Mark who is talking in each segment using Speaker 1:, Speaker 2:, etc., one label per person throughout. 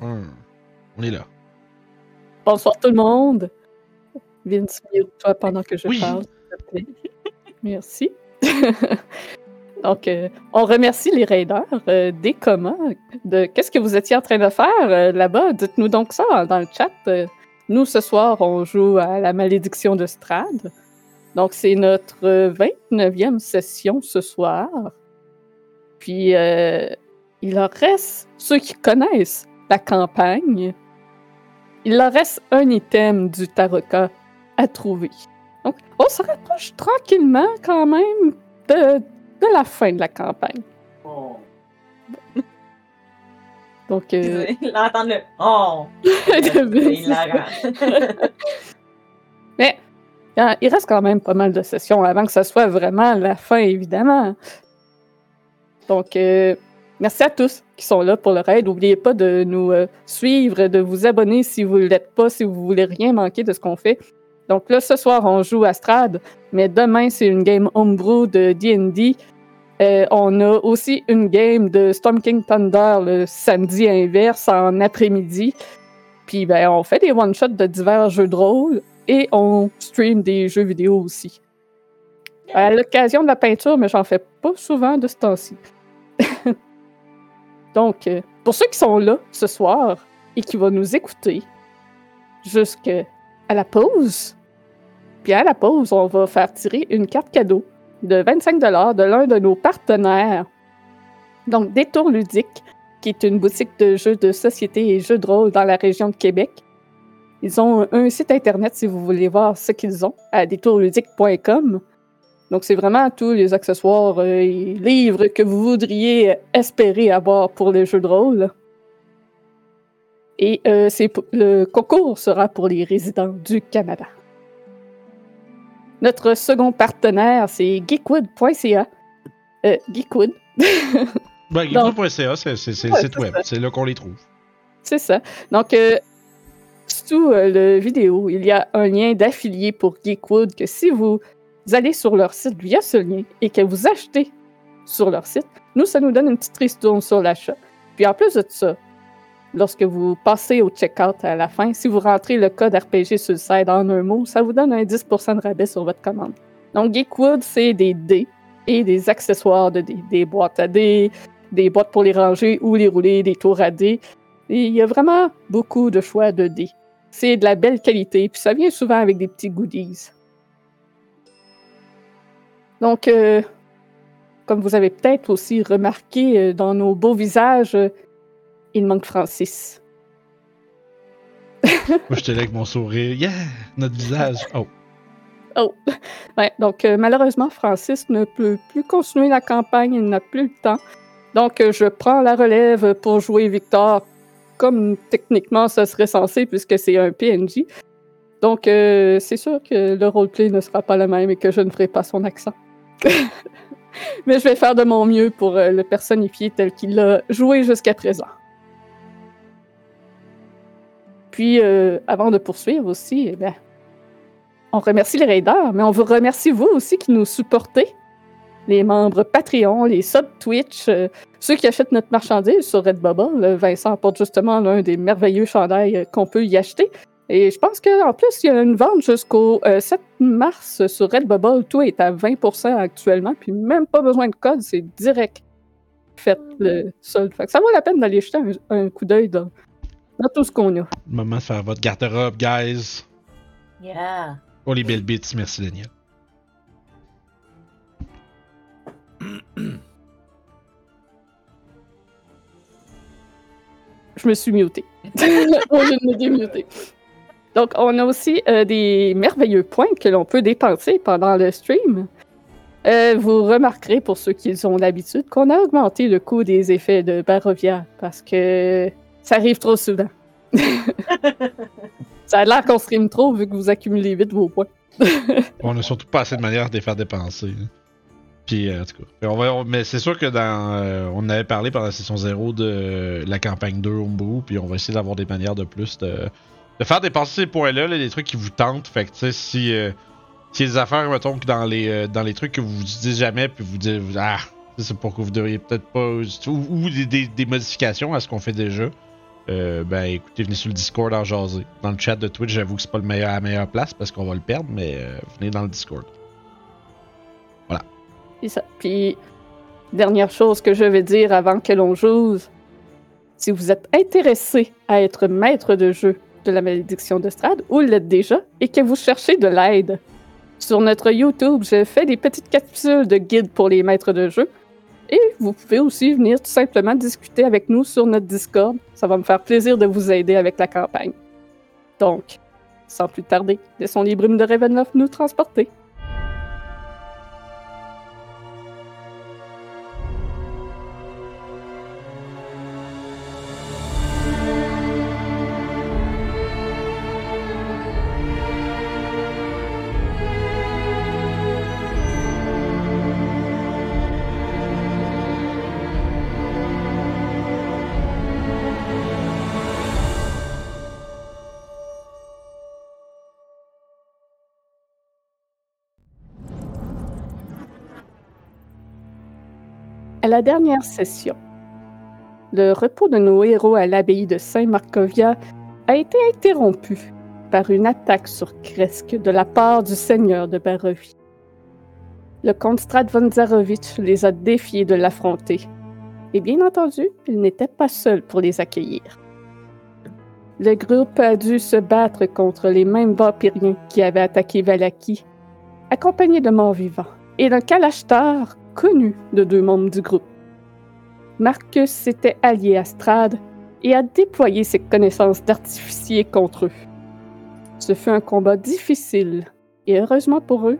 Speaker 1: Hmm. On est là.
Speaker 2: Bonsoir tout le monde. Vince, mute-toi pendant que je
Speaker 1: Oui.
Speaker 2: parle. s'il te plaît. Merci. Donc, euh, on remercie les raiders euh, des communs de qu'est-ce que vous étiez en train de faire euh, là-bas. Dites-nous donc ça hein, dans le chat. Euh, nous, ce soir, on joue à la malédiction de Strad. Donc, c'est notre euh, 29e session ce soir. Puis, euh, il leur reste ceux qui connaissent la campagne. Il leur reste un item du Taroka à trouver. Donc, on se rapproche tranquillement quand même de, de la fin de la campagne.
Speaker 3: Oh.
Speaker 2: Donc, euh,
Speaker 3: L'entendre le oh.
Speaker 2: de-
Speaker 3: C'est hilarant.
Speaker 2: Euh, Il reste quand même pas mal de sessions avant que ce soit vraiment la fin, évidemment. Donc, euh, merci à tous qui sont là pour le raid. N'oubliez pas de nous euh, suivre, de vous abonner si vous ne l'êtes pas, si vous voulez rien manquer de ce qu'on fait. Donc là, ce soir, on joue à Strad, mais demain, c'est une game homebrew de D&D. Euh, on a aussi une game de Storm King Thunder le samedi inverse en après-midi. Puis, ben, on fait des one-shots de divers jeux de rôle et on stream des jeux vidéo aussi. À l'occasion de la peinture, mais j'en fais pas souvent de ce temps-ci. Donc, euh, pour ceux qui sont là ce soir et qui vont nous écouter jusqu'à la pause, puis à la pause, on va faire tirer une carte cadeau de 25 de l'un de nos partenaires. Donc, Détour Ludique, qui est une boutique de jeux de société et jeux de rôle dans la région de Québec. Ils ont un site internet si vous voulez voir ce qu'ils ont à détourludique.com. Donc, c'est vraiment tous les accessoires euh, et livres que vous voudriez euh, espérer avoir pour les jeux de rôle. Et euh, c'est pour- le concours sera pour les résidents du Canada. Notre second partenaire, c'est geekwood.ca. Euh, geekwood,
Speaker 1: Ben,
Speaker 2: Non.
Speaker 1: geekwood.ca, c'est c'est- c'est le
Speaker 2: Ouais,
Speaker 1: site
Speaker 2: c'est
Speaker 1: web. C'est là qu'on les trouve.
Speaker 2: C'est ça. Donc, euh, sous euh, le vidéo, il y a un lien d'affilié pour Geekwood que si vous allez sur leur site via ce lien et que vous achetez sur leur site, nous, ça nous donne une petite ristourne sur l'achat. Puis en plus de ça, lorsque vous passez au checkout à la fin, si vous rentrez le code RPG sur le site en un mot, ça vous donne un 10 de rabais sur votre commande. Donc, Geekwood, c'est des dés et des accessoires de dés, des boîtes à dés, des boîtes pour les ranger ou les rouler, des tours à dés. Et il y a vraiment beaucoup de choix de dés. C'est de la belle qualité, puis ça vient souvent avec des petits goodies. Donc, euh, comme vous avez peut-être aussi remarqué euh, dans nos beaux visages, euh, il manque Francis.
Speaker 1: Moi, j'étais là avec mon sourire. Yeah! Notre visage. Oh.
Speaker 2: Ouais, donc, euh, malheureusement, Francis ne peut plus continuer la campagne, il n'a plus le temps. Donc, euh, je prends la relève pour jouer Victor, comme techniquement ce serait censé, puisque c'est un PNJ. Donc, euh, c'est sûr que le roleplay ne sera pas le même et que je ne ferai pas son accent. Mais je vais faire de mon mieux pour euh, le personnifier tel qu'il l'a joué jusqu'à présent. Puis, euh, avant de poursuivre aussi, eh bien, on remercie les raiders, mais on vous remercie vous aussi qui nous supportez. Les membres Patreon, les subs Twitch, euh, ceux qui achètent notre marchandise sur Redbubble. Euh, Vincent porte justement l'un des merveilleux chandails euh, qu'on peut y acheter. Et je pense qu'en plus, il y a une vente jusqu'au euh, 7 mars sur Redbubble. Tout est à 20 actuellement, puis même pas besoin de code, c'est direct fait le solde. Fait que ça vaut la peine d'aller jeter un, un coup d'œil dans, dans tout ce qu'on a.
Speaker 1: Le Moment de faire votre garde-robe, guys.
Speaker 3: yeah.
Speaker 1: Oh, les belles bits. Merci, Daniel.
Speaker 2: je me suis mutée. Au lieu de me démuter. Donc, on a aussi euh, des merveilleux points que l'on peut dépenser pendant le stream. Euh, vous remarquerez, pour ceux qui ont l'habitude, qu'on a augmenté le coût des effets de Barovia parce que ça arrive trop souvent. ça a l'air qu'on stream trop vu que vous accumulez vite vos points.
Speaker 1: On a surtout pas assez de manière de les faire dépenser. là. Puis, euh, en tout cas. On va- on- mais c'est sûr que dans. euh, on avait parlé pendant la session 0 de euh, la campagne 2 Homebrew. Puis, on va essayer d'avoir des manières de plus de, de faire dépenser ces points-là, là, les trucs qui vous tentent. Fait que, tu sais, si. euh, si y a des affaires, mettons, que dans les, euh, dans les trucs que vous dites jamais, puis vous dites. vous- Ah! ça, C'est pour que vous devriez peut-être pas. Ou, ou des, des- des modifications à ce qu'on fait déjà. euh, ben écoutez, venez sur le Discord en jaser. Dans le chat de Twitch, j'avoue que c'est pas le meilleur, la meilleure place parce qu'on va le perdre, mais euh, venez dans le Discord.
Speaker 2: Puis, ça- puis, dernière chose que je vais dire avant que l'on joue, si vous êtes intéressé à être maître de jeu de la malédiction de Strad, ou l'êtes déjà, et que vous cherchez de l'aide, sur notre YouTube, je fais des petites capsules de guide pour les maîtres de jeu. Et vous pouvez aussi venir tout simplement discuter avec nous sur notre Discord. Ça va me faire plaisir de vous aider avec la campagne. Donc, sans plus tarder, laissons les brumes de Ravenloft nous transporter. À la dernière session, le repos de nos héros à l'abbaye de Saint-Marcovia a été interrompu par une attaque sur Cresque de la part du seigneur de Barovie. Le comte Strad von Zarovitch les a défiés de l'affronter. Et bien entendu, il n'était pas seul pour les accueillir. Le groupe a dû se battre contre les mêmes vampiriens qui avaient attaqué Valaki, accompagnés de morts vivants et d'un kalachtar connu de deux membres du groupe. Marcus s'était allié à Strad et a déployé ses connaissances d'artificier contre eux. Ce fut un combat difficile, et heureusement pour eux,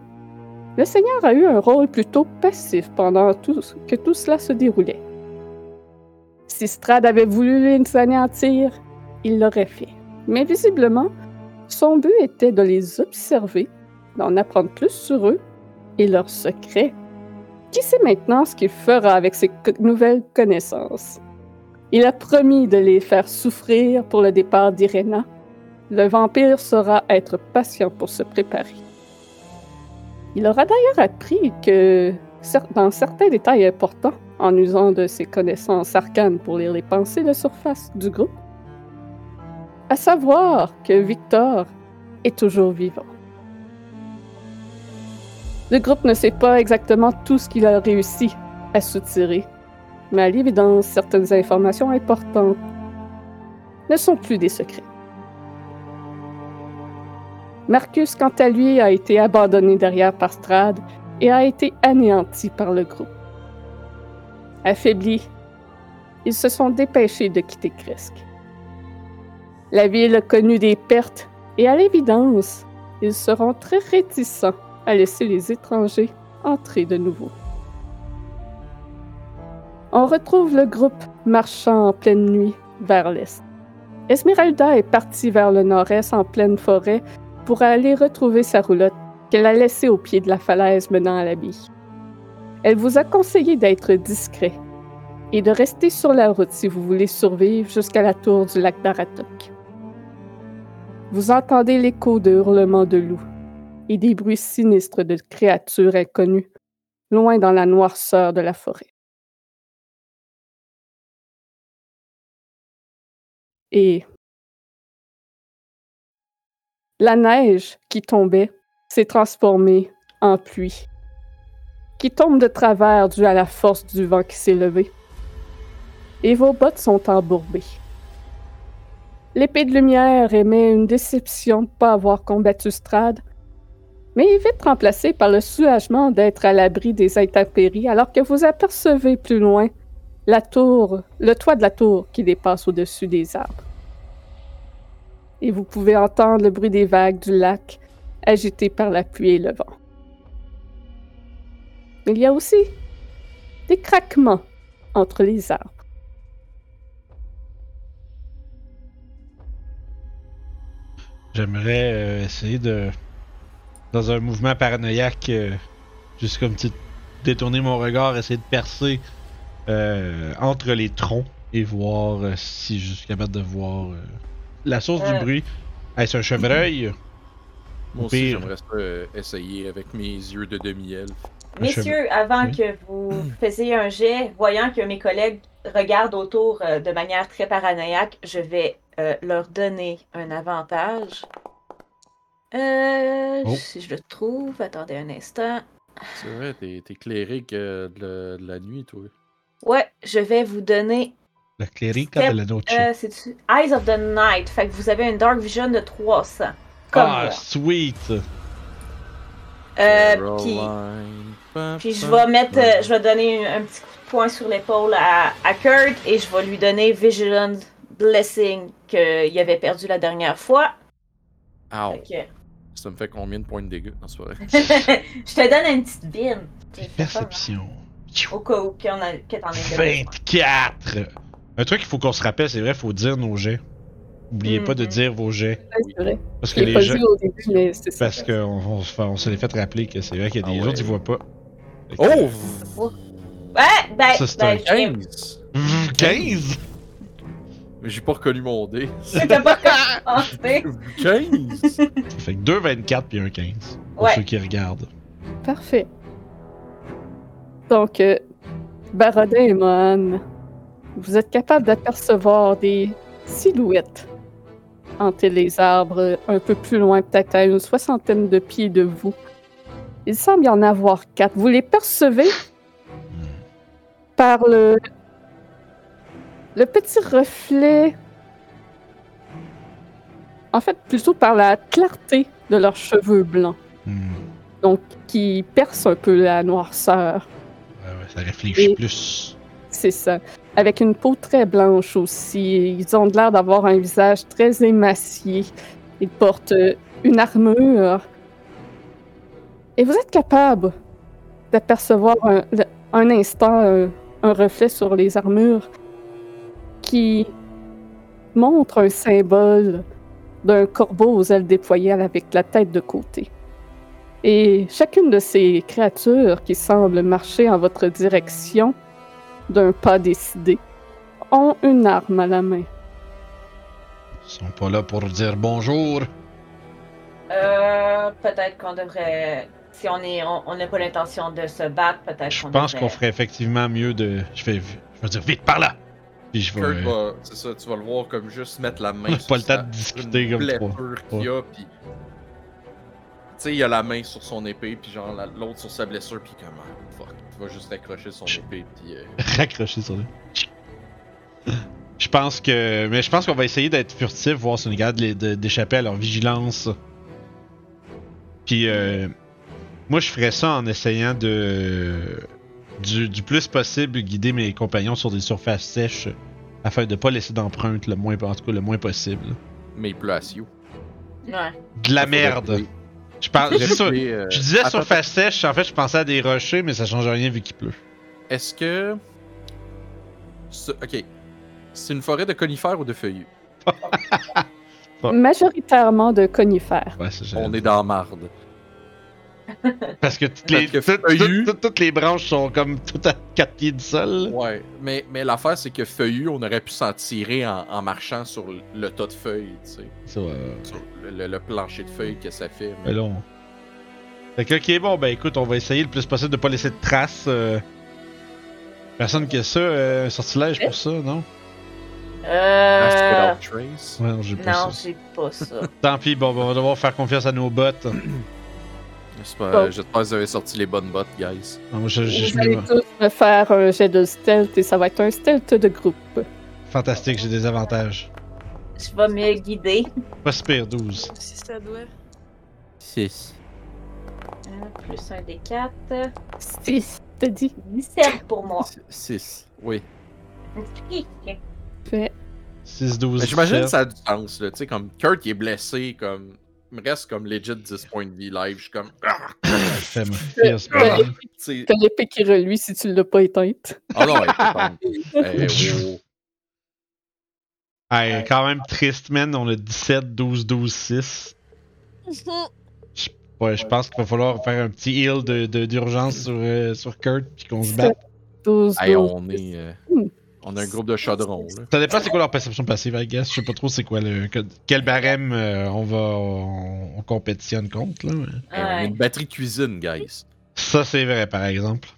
Speaker 2: le Seigneur a eu un rôle plutôt passif pendant tout ce- que tout cela se déroulait. Si Strad avait voulu les anéantir, il l'aurait fait. Mais visiblement, son but était de les observer, d'en apprendre plus sur eux et leurs secrets. Qui sait maintenant ce qu'il fera avec ses co- nouvelles connaissances? Il a promis de les faire souffrir pour le départ d'Irena. Le vampire saura être patient pour se préparer. Il aura d'ailleurs appris que, cer- dans certains détails importants, en usant de ses connaissances arcanes pour lire les pensées de surface du groupe, à savoir que Victor est toujours vivant. Le groupe ne sait pas exactement tout ce qu'il a réussi à soutirer, mais à l'évidence, certaines informations importantes ne sont plus des secrets. Marcus, quant à lui, a été abandonné derrière par Strad et a été anéanti par le groupe. Affaiblis, ils se sont dépêchés de quitter Kresk. La ville a connu des pertes et à l'évidence, ils seront très réticents à laisser les étrangers entrer de nouveau. On retrouve le groupe marchant en pleine nuit vers l'est. Esmeralda est partie vers le nord-est en pleine forêt pour aller retrouver sa roulotte qu'elle a laissée au pied de la falaise menant à l'abbaye. Elle vous a conseillé d'être discret et de rester sur la route si vous voulez survivre jusqu'à la tour du lac d'Aratok. Vous entendez l'écho de hurlements de loups et des bruits sinistres de créatures inconnues, loin dans la noirceur de la forêt. Et la neige qui tombait s'est transformée en pluie, qui tombe de travers due à la force du vent qui s'est levé. Et vos bottes sont embourbées. L'épée de lumière émet une déception de ne pas avoir combattu Strad, mais est vite remplacé par le soulagement d'être à l'abri des intempéries alors que vous apercevez plus loin la tour, le toit de la tour qui dépasse au-dessus des arbres. Et vous pouvez entendre le bruit des vagues du lac agitées par la pluie et le vent. Il y a aussi des craquements entre les arbres.
Speaker 1: J'aimerais euh, essayer de. Dans un mouvement paranoïaque, euh, juste comme petit- détourner mon regard, essayer de percer euh, entre les troncs et voir euh, si je suis capable de voir euh, la source
Speaker 3: Euh.
Speaker 1: du bruit. Est-ce un chevreuil
Speaker 4: Moi
Speaker 1: Au
Speaker 4: aussi,
Speaker 1: pire.
Speaker 4: j'aimerais ça euh, essayer avec mes yeux de demi-elfe.
Speaker 3: Messieurs, avant
Speaker 1: Oui.
Speaker 3: que vous faisiez un jet, voyant que mes collègues regardent autour euh, de manière très paranoïaque, je vais euh, leur donner un avantage. Euh,
Speaker 1: Oh.
Speaker 3: Si je le trouve, attendez un instant.
Speaker 4: C'est vrai, t'es t'es cléric euh, de, la- de la nuit, toi.
Speaker 3: Ouais, je vais vous donner.
Speaker 1: La cléric là, de la noche.
Speaker 3: euh, c'est-tu Eyes of the Night. Fait que vous avez une Dark Vision de 300. Comme Euh,
Speaker 1: ah, sweet!
Speaker 3: moi. Euh,
Speaker 4: Roll
Speaker 3: puis-
Speaker 4: line, pa,
Speaker 3: Puis je
Speaker 4: pa.
Speaker 3: vais mettre, euh, je vais donner un, un petit coup de poing sur l'épaule à, à Kurt et je vais lui donner Vigilant Blessing qu'il avait perdu la dernière fois.
Speaker 4: Ow.
Speaker 1: Oh.
Speaker 3: Fait que-
Speaker 4: Ça me fait combien de points de dégâts dans ce soir?
Speaker 3: je te donne une petite bine.
Speaker 1: Perception.
Speaker 3: Au cas où qu'on a- que t'en aies besoin.
Speaker 1: 24! Un truc qu'il faut qu'on se rappelle, c'est vrai, faut dire nos jets. Oubliez pas de
Speaker 3: Mhm.
Speaker 1: dire vos jets.
Speaker 2: c'est vrai.
Speaker 1: Parce que
Speaker 2: Je l'ai
Speaker 1: les
Speaker 2: pas
Speaker 1: gens.
Speaker 2: vu au début, mais c'est ça.
Speaker 1: Parce qu'on on se, fait- on se les fait rappeler que c'est vrai qu'il y a
Speaker 4: Ah
Speaker 1: des
Speaker 4: ouais.
Speaker 1: autres, ils voient pas. Fait que-
Speaker 4: Oh!
Speaker 3: Ouais, ben,
Speaker 1: Ça, c'est un
Speaker 3: ben, je-
Speaker 4: 15!
Speaker 1: Vv, 15!
Speaker 4: Mais j'ai pas reconnu mon dé.
Speaker 3: T'as pas commencé.
Speaker 4: 15!
Speaker 1: Ça fait que 2 24 puis un 15. Pour
Speaker 3: Ouais.
Speaker 1: ceux qui regardent.
Speaker 2: Parfait. Donc, euh, Barodin et Mohan, vous êtes capable d'apercevoir des silhouettes hanter les arbres euh, un peu plus loin, peut-être à une soixantaine de pieds de vous. Il semble y en avoir quatre. Vous les percevez par le, le petit reflet. En fait, plutôt par la clarté de leurs cheveux blancs
Speaker 1: Hmm.
Speaker 2: donc qui perce un peu la noirceur.
Speaker 1: Ouais, Ah ouais, ça réfléchit
Speaker 2: Et-
Speaker 1: plus.
Speaker 2: C'est ça. Avec une peau très blanche aussi. Ils ont l'air d'avoir un visage très émacié. Ils portent euh, une armure. Et vous êtes capable d'apercevoir un, le- un instant euh, un reflet sur les armures qui montre un symbole d'un corbeau aux ailes déployées avec la tête de côté. Et chacune de ces créatures qui semblent marcher en votre direction d'un pas décidé, ont une arme à la main.
Speaker 1: Ils sont pas là pour dire bonjour.
Speaker 3: Euh, peut-être qu'on devrait. Si on est, on on n'a pas l'intention de se battre, peut-être
Speaker 1: Je
Speaker 3: qu'on
Speaker 1: pense
Speaker 3: devrait-
Speaker 1: qu'on ferait effectivement mieux de. Je vais, je vais dire vite par là! Puis je vais.
Speaker 4: Kurt va, c'est ça, tu vas le voir comme juste mettre la main
Speaker 1: Pas
Speaker 4: sur
Speaker 1: le
Speaker 4: sa-
Speaker 1: temps de
Speaker 4: sur une
Speaker 1: discuter comme trois.
Speaker 4: blessure qu'il a, puis. Tu sais, il a la main sur son épée, puis genre la- l'autre sur sa blessure, puis comme. ah, fuck. Il va juste accrocher son
Speaker 1: Je-
Speaker 4: épée, puis. euh,
Speaker 1: raccroché sur lui. Je pense que. Mais je pense qu'on va essayer d'être furtif, voir si on est capable de les- de- d'échapper à leur vigilance. Puis, euh, moi, je ferais ça en essayant de. Du, du plus possible guider mes compagnons sur des surfaces sèches afin de pas laisser d'empreinte le moins en tout cas le moins possible.
Speaker 4: Mais il pleut à Sio.
Speaker 3: Ouais.
Speaker 1: De la merde. Je parle je dis sur- je disais
Speaker 4: euh, attends,
Speaker 1: surface sèche, en fait je pensais à des rochers mais ça change rien vu qu'il pleut.
Speaker 4: Est-ce que. Ce- Ok. C'est une forêt de conifères ou de feuillus
Speaker 1: Ah.
Speaker 2: Majoritairement de conifères.
Speaker 1: Ouais, ça, j'ai-
Speaker 4: On est dans marde.
Speaker 1: Parce que toutes les,
Speaker 4: Parce que
Speaker 1: toutes- toutes-
Speaker 4: feuillu-
Speaker 1: toutes- toutes les branches sont comme toutes à quatre pieds du sol.
Speaker 4: Ouais. Mais, mais l'affaire, c'est que feuillus, on aurait pu s'en tirer en, en marchant sur le, le tas de feuilles, tu sais.
Speaker 1: Ça, euh,
Speaker 4: Sur le, le- le plancher de feuilles que ça fait.
Speaker 1: ben
Speaker 4: Mais...
Speaker 1: là, on- Fait que, ok, bon, ben écoute, on va essayer le plus possible de pas laisser de traces. euh, Personne qui a ça, euh, un sortilège pour ça, non?
Speaker 3: Euh...
Speaker 4: Ask without trace.
Speaker 1: Ouais, non, j'ai Ah, pas
Speaker 3: Non,
Speaker 1: ça.
Speaker 3: j'ai pas ça.
Speaker 1: Tant pis, bon, ben, on va devoir faire confiance à nos bottes.
Speaker 4: C'est pas-
Speaker 2: Oh.
Speaker 4: J'espère que vous avez sorti les bonnes bottes, guys.
Speaker 1: Non, je- je- je
Speaker 2: Vous
Speaker 1: me-
Speaker 2: allez tous me faire un jet de stealth et ça va être un stealth de groupe.
Speaker 1: Fantastique, j'ai des avantages.
Speaker 3: Je vais me guider.
Speaker 1: Pas si pire, 12.
Speaker 5: Si ça doit.
Speaker 4: 6.
Speaker 3: Un plus un des quatre.
Speaker 2: Si, je te dis.
Speaker 3: 17 pour
Speaker 1: Ah.
Speaker 3: moi.
Speaker 4: 6. Oui.
Speaker 2: Fait.
Speaker 1: 6, 12.
Speaker 4: Mais Ben, J'imagine que
Speaker 1: 17.
Speaker 4: ça a du sens, là. Tu sais, comme Kurt, il est blessé, comme. Il me reste comme legit 10 points de vie live. Je suis comme. Ah!
Speaker 1: Fais ma fierce,
Speaker 2: T'as
Speaker 1: man.
Speaker 4: Tu sais,
Speaker 2: t'as l'épée qui reluit si tu l'as pas éteinte.
Speaker 4: Ah non, elle est contente. Eh, wow.
Speaker 1: Hey, Ah, quand même triste, man. On a 17, 12, 12, 6. Ouais, je pense qu'il va falloir faire un petit heal de, de- d'urgence sur, euh, sur Kurt puis qu'on se batte.
Speaker 2: 12,
Speaker 4: Hey,
Speaker 2: 12.
Speaker 4: on est. euh,
Speaker 2: Hmm.
Speaker 4: on a un groupe de chaudrons, là.
Speaker 1: Ça dépend c'est quoi leur perception passive, I guess. Je sais pas trop c'est quoi le. que- Quel barème euh, on va. On, on compétitionne contre, là. mais
Speaker 4: Eh, on a
Speaker 3: Ouais.
Speaker 4: une batterie cuisine, guys.
Speaker 1: Ça, c'est vrai, par exemple.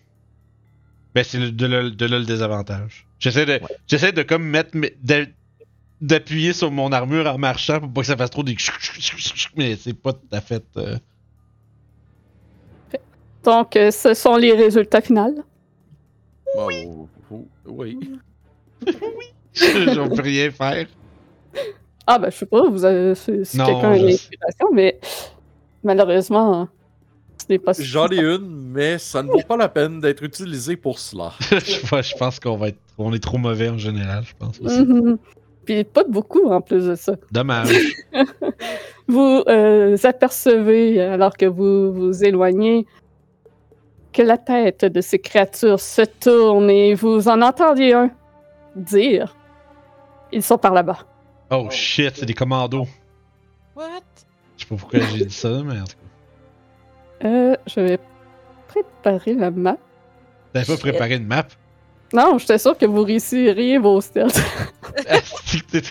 Speaker 1: Ben, c'est le- de là de là le désavantage. J'essaie de, j'essaie de comme mettre. mes- d'a- d'appuyer sur mon armure en marchant pour pas que ça fasse trop des. Mais c'est pas tout à fait. euh,
Speaker 2: Donc, euh, ce sont les résultats finaux.
Speaker 4: Oh, oh, oh, oui.
Speaker 1: Je ne peux rien faire.
Speaker 2: Ah, ben, je sais pas, vous avez, si si
Speaker 1: Non,
Speaker 2: quelqu'un a
Speaker 1: je
Speaker 2: une
Speaker 1: sais.
Speaker 2: inspiration, mais malheureusement, ce n'est pas
Speaker 4: J'en ai une, mais ça ne vaut pas la peine d'être utilisé pour cela.
Speaker 1: je pense- je pense qu'on va être. On est trop mauvais en général, je pense. aussi.
Speaker 2: Mhm. Puis pas de beaucoup en plus de ça.
Speaker 1: Dommage.
Speaker 2: Vous euh, apercevez, alors que vous vous éloignez, que la tête de ces créatures se tourne et vous en entendez un dire Ils sont par là-bas.
Speaker 1: Oh shit, c'est des commandos.
Speaker 5: What?
Speaker 1: Je sais pas pourquoi j'ai dit ça, mais en tout cas.
Speaker 2: Euh, je vais préparer la map.
Speaker 1: T'avais pas
Speaker 3: Shit.
Speaker 1: préparé une map?
Speaker 2: Non, j'étais sûre que vous réussiriez vos stealth.
Speaker 1: Asti que t'étais-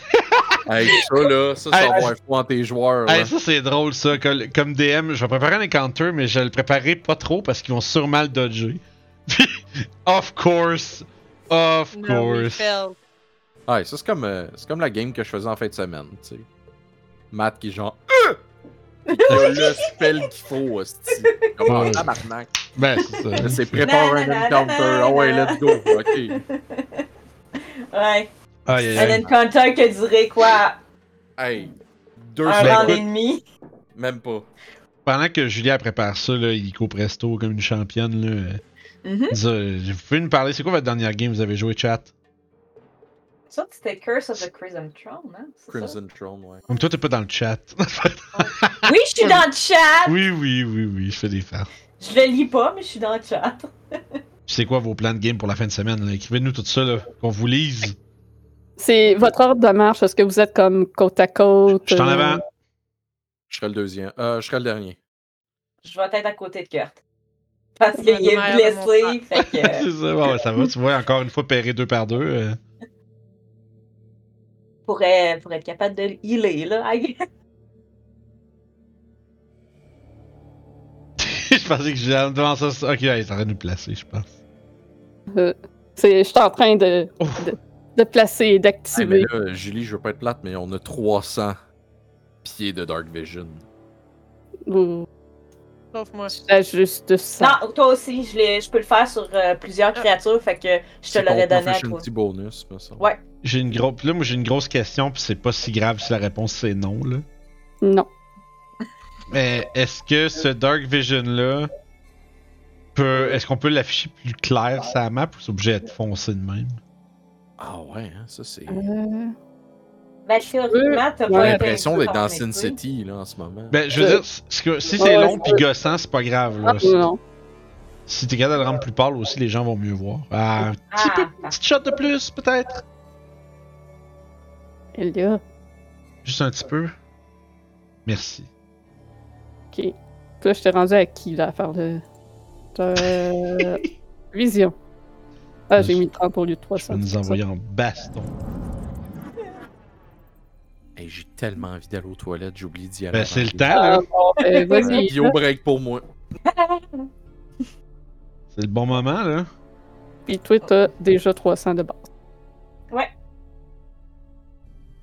Speaker 4: Hey, ça là, ça, ça
Speaker 1: Hey,
Speaker 4: va avoir fou en tes joueurs. là.
Speaker 1: Hey, ça c'est drôle ça. Col- Comme DM, je vais préparer un encounter, mais je vais le préparer pas trop parce qu'ils vont sûrement le dodger. Puis, of course. Of
Speaker 5: No, we
Speaker 1: course.
Speaker 5: failed.
Speaker 4: Ouais, ça c'est comme, euh, c'est comme la game que je faisais en fin de semaine, tu sais. Matt qui est genre. Il y a le spell qu'il faut, hostie. Comme
Speaker 1: Ouais.
Speaker 4: un tabarnak.
Speaker 1: Ben, c'est ça.
Speaker 4: Là, C'est prépare un
Speaker 3: Nanana,
Speaker 4: encounter.
Speaker 3: nanana.
Speaker 4: Oh ouais, let's go. Ok.
Speaker 3: Ouais.
Speaker 1: Aïe, aïe,
Speaker 3: Un
Speaker 1: aïe.
Speaker 3: encounter qui a duré quoi?
Speaker 4: Hey. Deux
Speaker 3: Un
Speaker 1: Ben,
Speaker 3: round
Speaker 4: secondes.
Speaker 3: et demi?
Speaker 4: Même pas.
Speaker 1: Pendant que Julia prépare ça, là, il court presto comme une championne. Là, euh,
Speaker 3: Mhm.
Speaker 1: dis, euh, vous pouvez nous parler, c'est quoi votre dernière game vous avez joué, chat?
Speaker 3: Ça, c'était Curse of the Crimson Throne, hein? c'est ça?
Speaker 4: Crimson Throne, ouais.
Speaker 1: Comme toi, t'es pas dans le chat.
Speaker 3: Oui, je suis dans le chat!
Speaker 1: oui, oui, oui, oui, je fais des farces.
Speaker 3: Je le lis pas, mais je suis dans le chat.
Speaker 1: Puis C'est quoi vos plans de game pour la fin de semaine? là? Écrivez-nous tout ça, là, qu'on vous lise.
Speaker 2: C'est votre ordre de marche. Est-ce que vous êtes comme côte à côte
Speaker 1: Je suis en
Speaker 2: euh,
Speaker 1: avant.
Speaker 4: Je serai le deuxième. Euh, je serai le dernier.
Speaker 3: Je vais être à côté de Kurt. Parce qu'il
Speaker 5: Ouais,
Speaker 3: est
Speaker 5: ouais,
Speaker 3: blessé, fait
Speaker 1: C'est
Speaker 3: que euh,
Speaker 1: ça, ouais, ouais, ça va. Tu vois, encore une fois, pairé deux par deux. euh.
Speaker 3: pour être, pour être capable de le healer, là, I guess.
Speaker 1: je pensais que j'allais devant ça. ça- Ok, ouais, ça aurait nous placer, je pense.
Speaker 2: c'est- Je suis en train de,
Speaker 1: Oh.
Speaker 2: de placer et
Speaker 4: Hey, mais
Speaker 2: d'activer.
Speaker 4: là, Julie, je veux pas être plate, mais on a 300 pieds de Dark Vision.
Speaker 2: Ou-
Speaker 5: Sauf moi.
Speaker 2: Là, juste ça.
Speaker 3: Non, toi aussi, je, l'ai- je peux le faire sur euh, plusieurs créatures, fait que je te
Speaker 4: C'est
Speaker 3: l'aurais
Speaker 4: bon, on
Speaker 3: donné à
Speaker 4: fait un
Speaker 3: toi.
Speaker 4: petit bonus, me semble.
Speaker 3: Ouais.
Speaker 1: J'ai une grosse. Là, moi, j'ai une grosse question, puis c'est pas si grave si la réponse c'est non, là.
Speaker 2: Non.
Speaker 1: Mais est-ce que ce Dark Vision là peut. Est-ce qu'on peut l'afficher plus clair sur la map ou c'est obligé d'être foncé de même?
Speaker 4: Ah ouais, hein, ça c'est.
Speaker 2: Euh,
Speaker 3: Mais théoriquement,
Speaker 2: Ouais.
Speaker 3: t'as
Speaker 4: J'ai
Speaker 3: pas
Speaker 4: l'impression d'être dans Sin
Speaker 3: Connecté.
Speaker 4: City là, en ce moment.
Speaker 1: Ben, je veux
Speaker 2: Ouais.
Speaker 1: dire, c- ce que- si c'est
Speaker 2: Euh, Ouais,
Speaker 1: long pis gossant, c'est pas grave, là.
Speaker 2: Ah, non.
Speaker 1: Si t'es capable de le rendre plus pâle aussi, les gens vont mieux voir. Ah, petit
Speaker 3: Ah,
Speaker 1: peu, petite shot de plus, peut-être?
Speaker 2: Il y a.
Speaker 1: Juste un petit peu. Merci.
Speaker 2: Ok. Puis là, je t'ai rendu à qui, là, à faire le. Euh, Vision. Ah, j'ai mis 30 au lieu
Speaker 1: Je
Speaker 2: de
Speaker 1: peux
Speaker 2: 300.
Speaker 1: nous envoyer en baston.
Speaker 4: Hey, j'ai tellement envie d'aller aux toilettes, j'ai oublié d'y aller.
Speaker 1: Ben,
Speaker 4: avant.
Speaker 1: c'est le temps, là.
Speaker 2: Ah, bon, ben,
Speaker 4: Un
Speaker 2: vas-y.
Speaker 4: bio break pour moi.
Speaker 1: C'est le bon moment, là.
Speaker 2: Puis toi, t'as déjà 300 de base.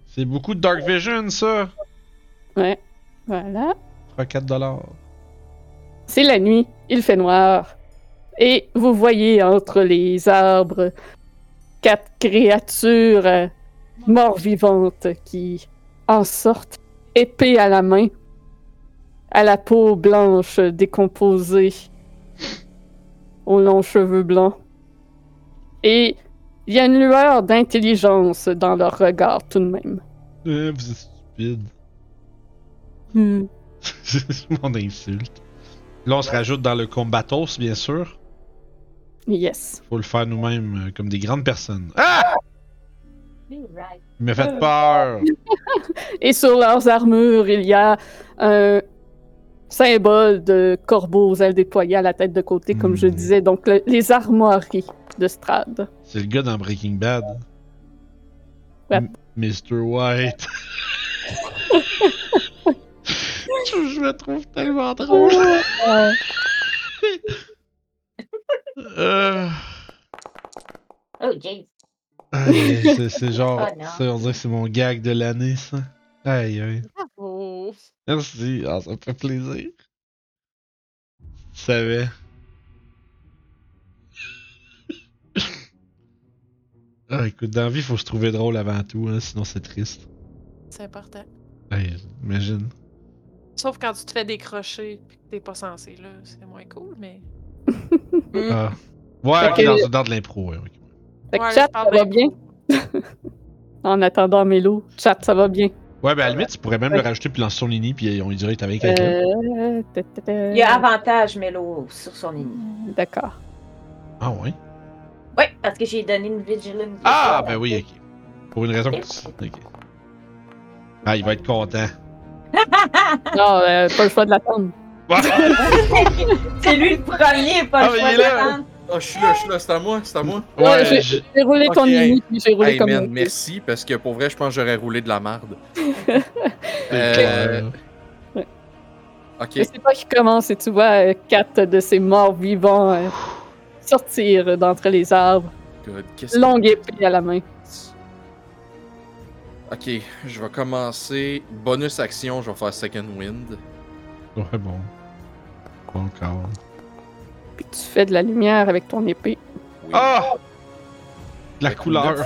Speaker 1: C'est beaucoup de Dark Vision, ça.
Speaker 2: Voilà.
Speaker 1: 3-4 dollars.
Speaker 2: C'est la nuit, il fait noir. Et vous voyez entre les arbres quatre créatures euh, mort-vivantes qui en sortent, épée à la main, à la peau blanche décomposée, aux longs cheveux blancs. Et il y a une lueur d'intelligence dans leur regard tout de même.
Speaker 1: Euh, vous êtes stupide. C'est mon insulte. Là, on se rajoute dans le combatos, bien sûr.
Speaker 2: Yes.
Speaker 1: Faut le faire nous-mêmes euh, comme des grandes personnes. Ah!
Speaker 3: Right.
Speaker 1: Il me fait peur!
Speaker 2: Et sur leurs armures, il y a un symbole de corbeau aux ailes déployées à la tête de côté, comme je
Speaker 1: Hmm.
Speaker 2: disais. Donc, le- les armoiries de Strad.
Speaker 1: C'est le gars dans Breaking Bad.
Speaker 2: Ouais.
Speaker 1: M- Mr. White. je, je me trouve tellement drôle. Euh,
Speaker 3: Oh, jeez.
Speaker 1: aïe, c'est- c'est genre.
Speaker 3: Oh non.
Speaker 1: ça, on dirait que c'est mon gag de l'année, ça. Aïe, aïe.
Speaker 5: Oh.
Speaker 1: Merci, ah, ça me fait plaisir. Tu savais. ah, écoute, dans la vie, faut se trouver drôle avant tout, hein, sinon c'est triste.
Speaker 5: C'est important.
Speaker 1: Hey, imagine.
Speaker 5: Sauf quand tu te fais décrocher puis que t'es pas censé, là. C'est moins cool, mais.
Speaker 1: Ah. Ouais, ok,
Speaker 2: Fait que-
Speaker 1: dans, dans de l'impro. ouais, ok.
Speaker 2: Fait que
Speaker 5: Ouais,
Speaker 2: chat,
Speaker 5: je
Speaker 2: ça
Speaker 5: parle
Speaker 2: va
Speaker 5: d'un
Speaker 2: bien.
Speaker 5: coup.
Speaker 2: En attendant Mélo, chat, ça va bien.
Speaker 1: Ouais, ben à la limite, tu pourrais même le
Speaker 2: Ouais.
Speaker 1: rajouter puis lancer son ligne, puis on lui dirait que t'avais quelqu'un.
Speaker 2: Euh, ta, ta, ta.
Speaker 3: Il y a avantage, Melo, sur son ennemi.
Speaker 5: Mm.
Speaker 2: D'accord.
Speaker 1: Ah, ouais.
Speaker 3: Oui, parce que j'ai donné une vigilance.
Speaker 1: Ah, ben oui, ok. Pour une raison que tu- ok. Ah, il va être content.
Speaker 2: Non, euh, pas le choix de l'attendre.
Speaker 3: C'est lui le premier, pas
Speaker 1: Ah,
Speaker 3: le
Speaker 1: mais
Speaker 3: choix
Speaker 1: il est
Speaker 3: de
Speaker 1: là.
Speaker 3: prendre.
Speaker 4: Oh, je suis là, je suis là, c'est à moi, c'est à moi.
Speaker 2: Ouais, j'ai-
Speaker 1: je-
Speaker 2: J'ai roulé
Speaker 4: Ok,
Speaker 2: ton
Speaker 4: hey.
Speaker 2: mini, puis j'ai roulé
Speaker 4: Hey
Speaker 2: comme
Speaker 4: man, merci, parce que pour vrai, je pense que j'aurais roulé de la merde.
Speaker 1: Euh,
Speaker 4: Euh, Ok,
Speaker 2: Mais c'est toi qui commence et tu vois euh, quatre de ces morts vivants euh, sortir d'entre les arbres,
Speaker 4: God, qu'est-ce que-
Speaker 2: longue épée à la main.
Speaker 4: Ok, je vais commencer. Bonus action, je vais faire Second Wind.
Speaker 1: Ouais, bon. Pas encore.
Speaker 2: Puis tu fais de la lumière avec ton épée.
Speaker 4: Oui.
Speaker 1: Ah! La
Speaker 4: Fait que
Speaker 1: couleur.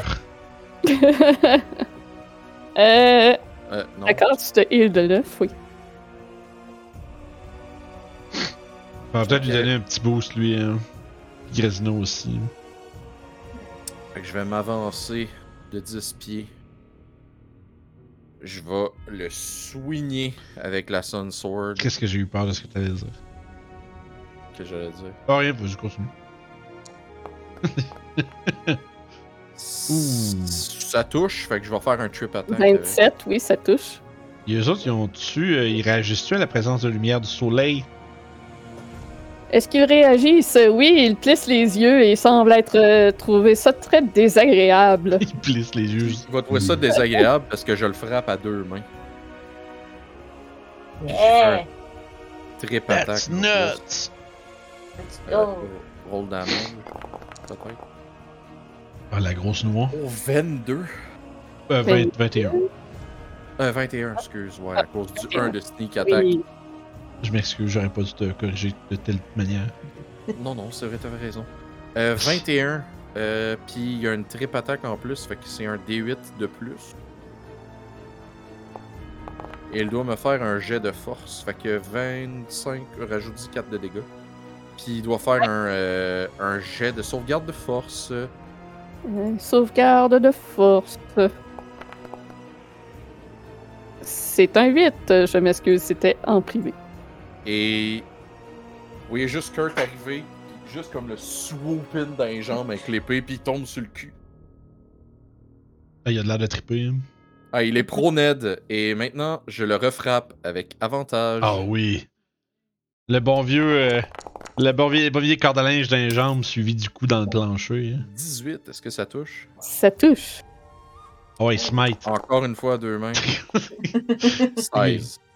Speaker 2: Euh,
Speaker 4: Euh, non.
Speaker 2: D'accord, tu te heals de l'œuf, oui.
Speaker 1: On va peut-être lui
Speaker 4: Ok.
Speaker 1: donner un petit boost, lui. Hein. Grésino aussi.
Speaker 4: Fait que je vais m'avancer de 10 pieds. Je vais le soigner avec la Sun Sword.
Speaker 1: Qu'est-ce que j'ai eu peur de ce que t'allais dire?
Speaker 4: que j'allais dire?
Speaker 1: Ah, rien, vas-y, continue. Ouh.
Speaker 4: Ça touche, fait que je vais faire un trip attack. avec.
Speaker 2: 27, oui, ça touche.
Speaker 1: Et eux autres, ils ont tu euh, ils réagissent-tu à la présence de lumière du soleil?
Speaker 2: Est-ce qu'ils réagissent? Oui, ils plissent les yeux et semblent être euh, trouver ça très désagréable.
Speaker 1: Ils plissent les yeux.
Speaker 4: Il va trouver ça désagréable parce que je le frappe à deux mains.
Speaker 3: Eh,
Speaker 4: Trip attack.
Speaker 1: That's nuts!
Speaker 4: Euh,
Speaker 3: oh.
Speaker 4: Roll damage. peut-être.
Speaker 1: Ah, la grosse noix.
Speaker 4: Oh, 22.
Speaker 1: Euh, 20 21.
Speaker 4: Euh, 21, excuse, ouais, à cause du 1 de sneak attack.
Speaker 2: Oui.
Speaker 1: Je m'excuse, j'aurais pas dû te corriger de telle manière.
Speaker 4: Non, non, c'est vrai, t'avais raison. Euh, 21, euh, puis il y a une trip attaque en plus, fait que c'est un D8 de plus. Et il doit me faire un jet de force, fait que 25, rajoute 10, 4 de dégâts. Puis il doit faire un, euh, un jet de sauvegarde de force.
Speaker 2: Euh, sauvegarde de force. C'est un 8, euh, je m'excuse, c'était en privé.
Speaker 4: Et. Vous voyez juste Kirk arriver, juste comme le swooping dans les jambes avec l'épée, puis il tombe sur le cul.
Speaker 1: Ah, il a de l'air de triper. hein.
Speaker 4: Ah, il est pro Ned, et maintenant je le refrappe avec avantage.
Speaker 1: Ah oui. Le bon vieux. euh, le bon vieux, bon vieux cordelinge dans les jambes suivi du coup dans le plancher. hein.
Speaker 4: 18, est-ce que ça touche?
Speaker 2: Ça touche.
Speaker 1: Ah ouais, il smite.
Speaker 4: Encore une fois, deux mains. 16.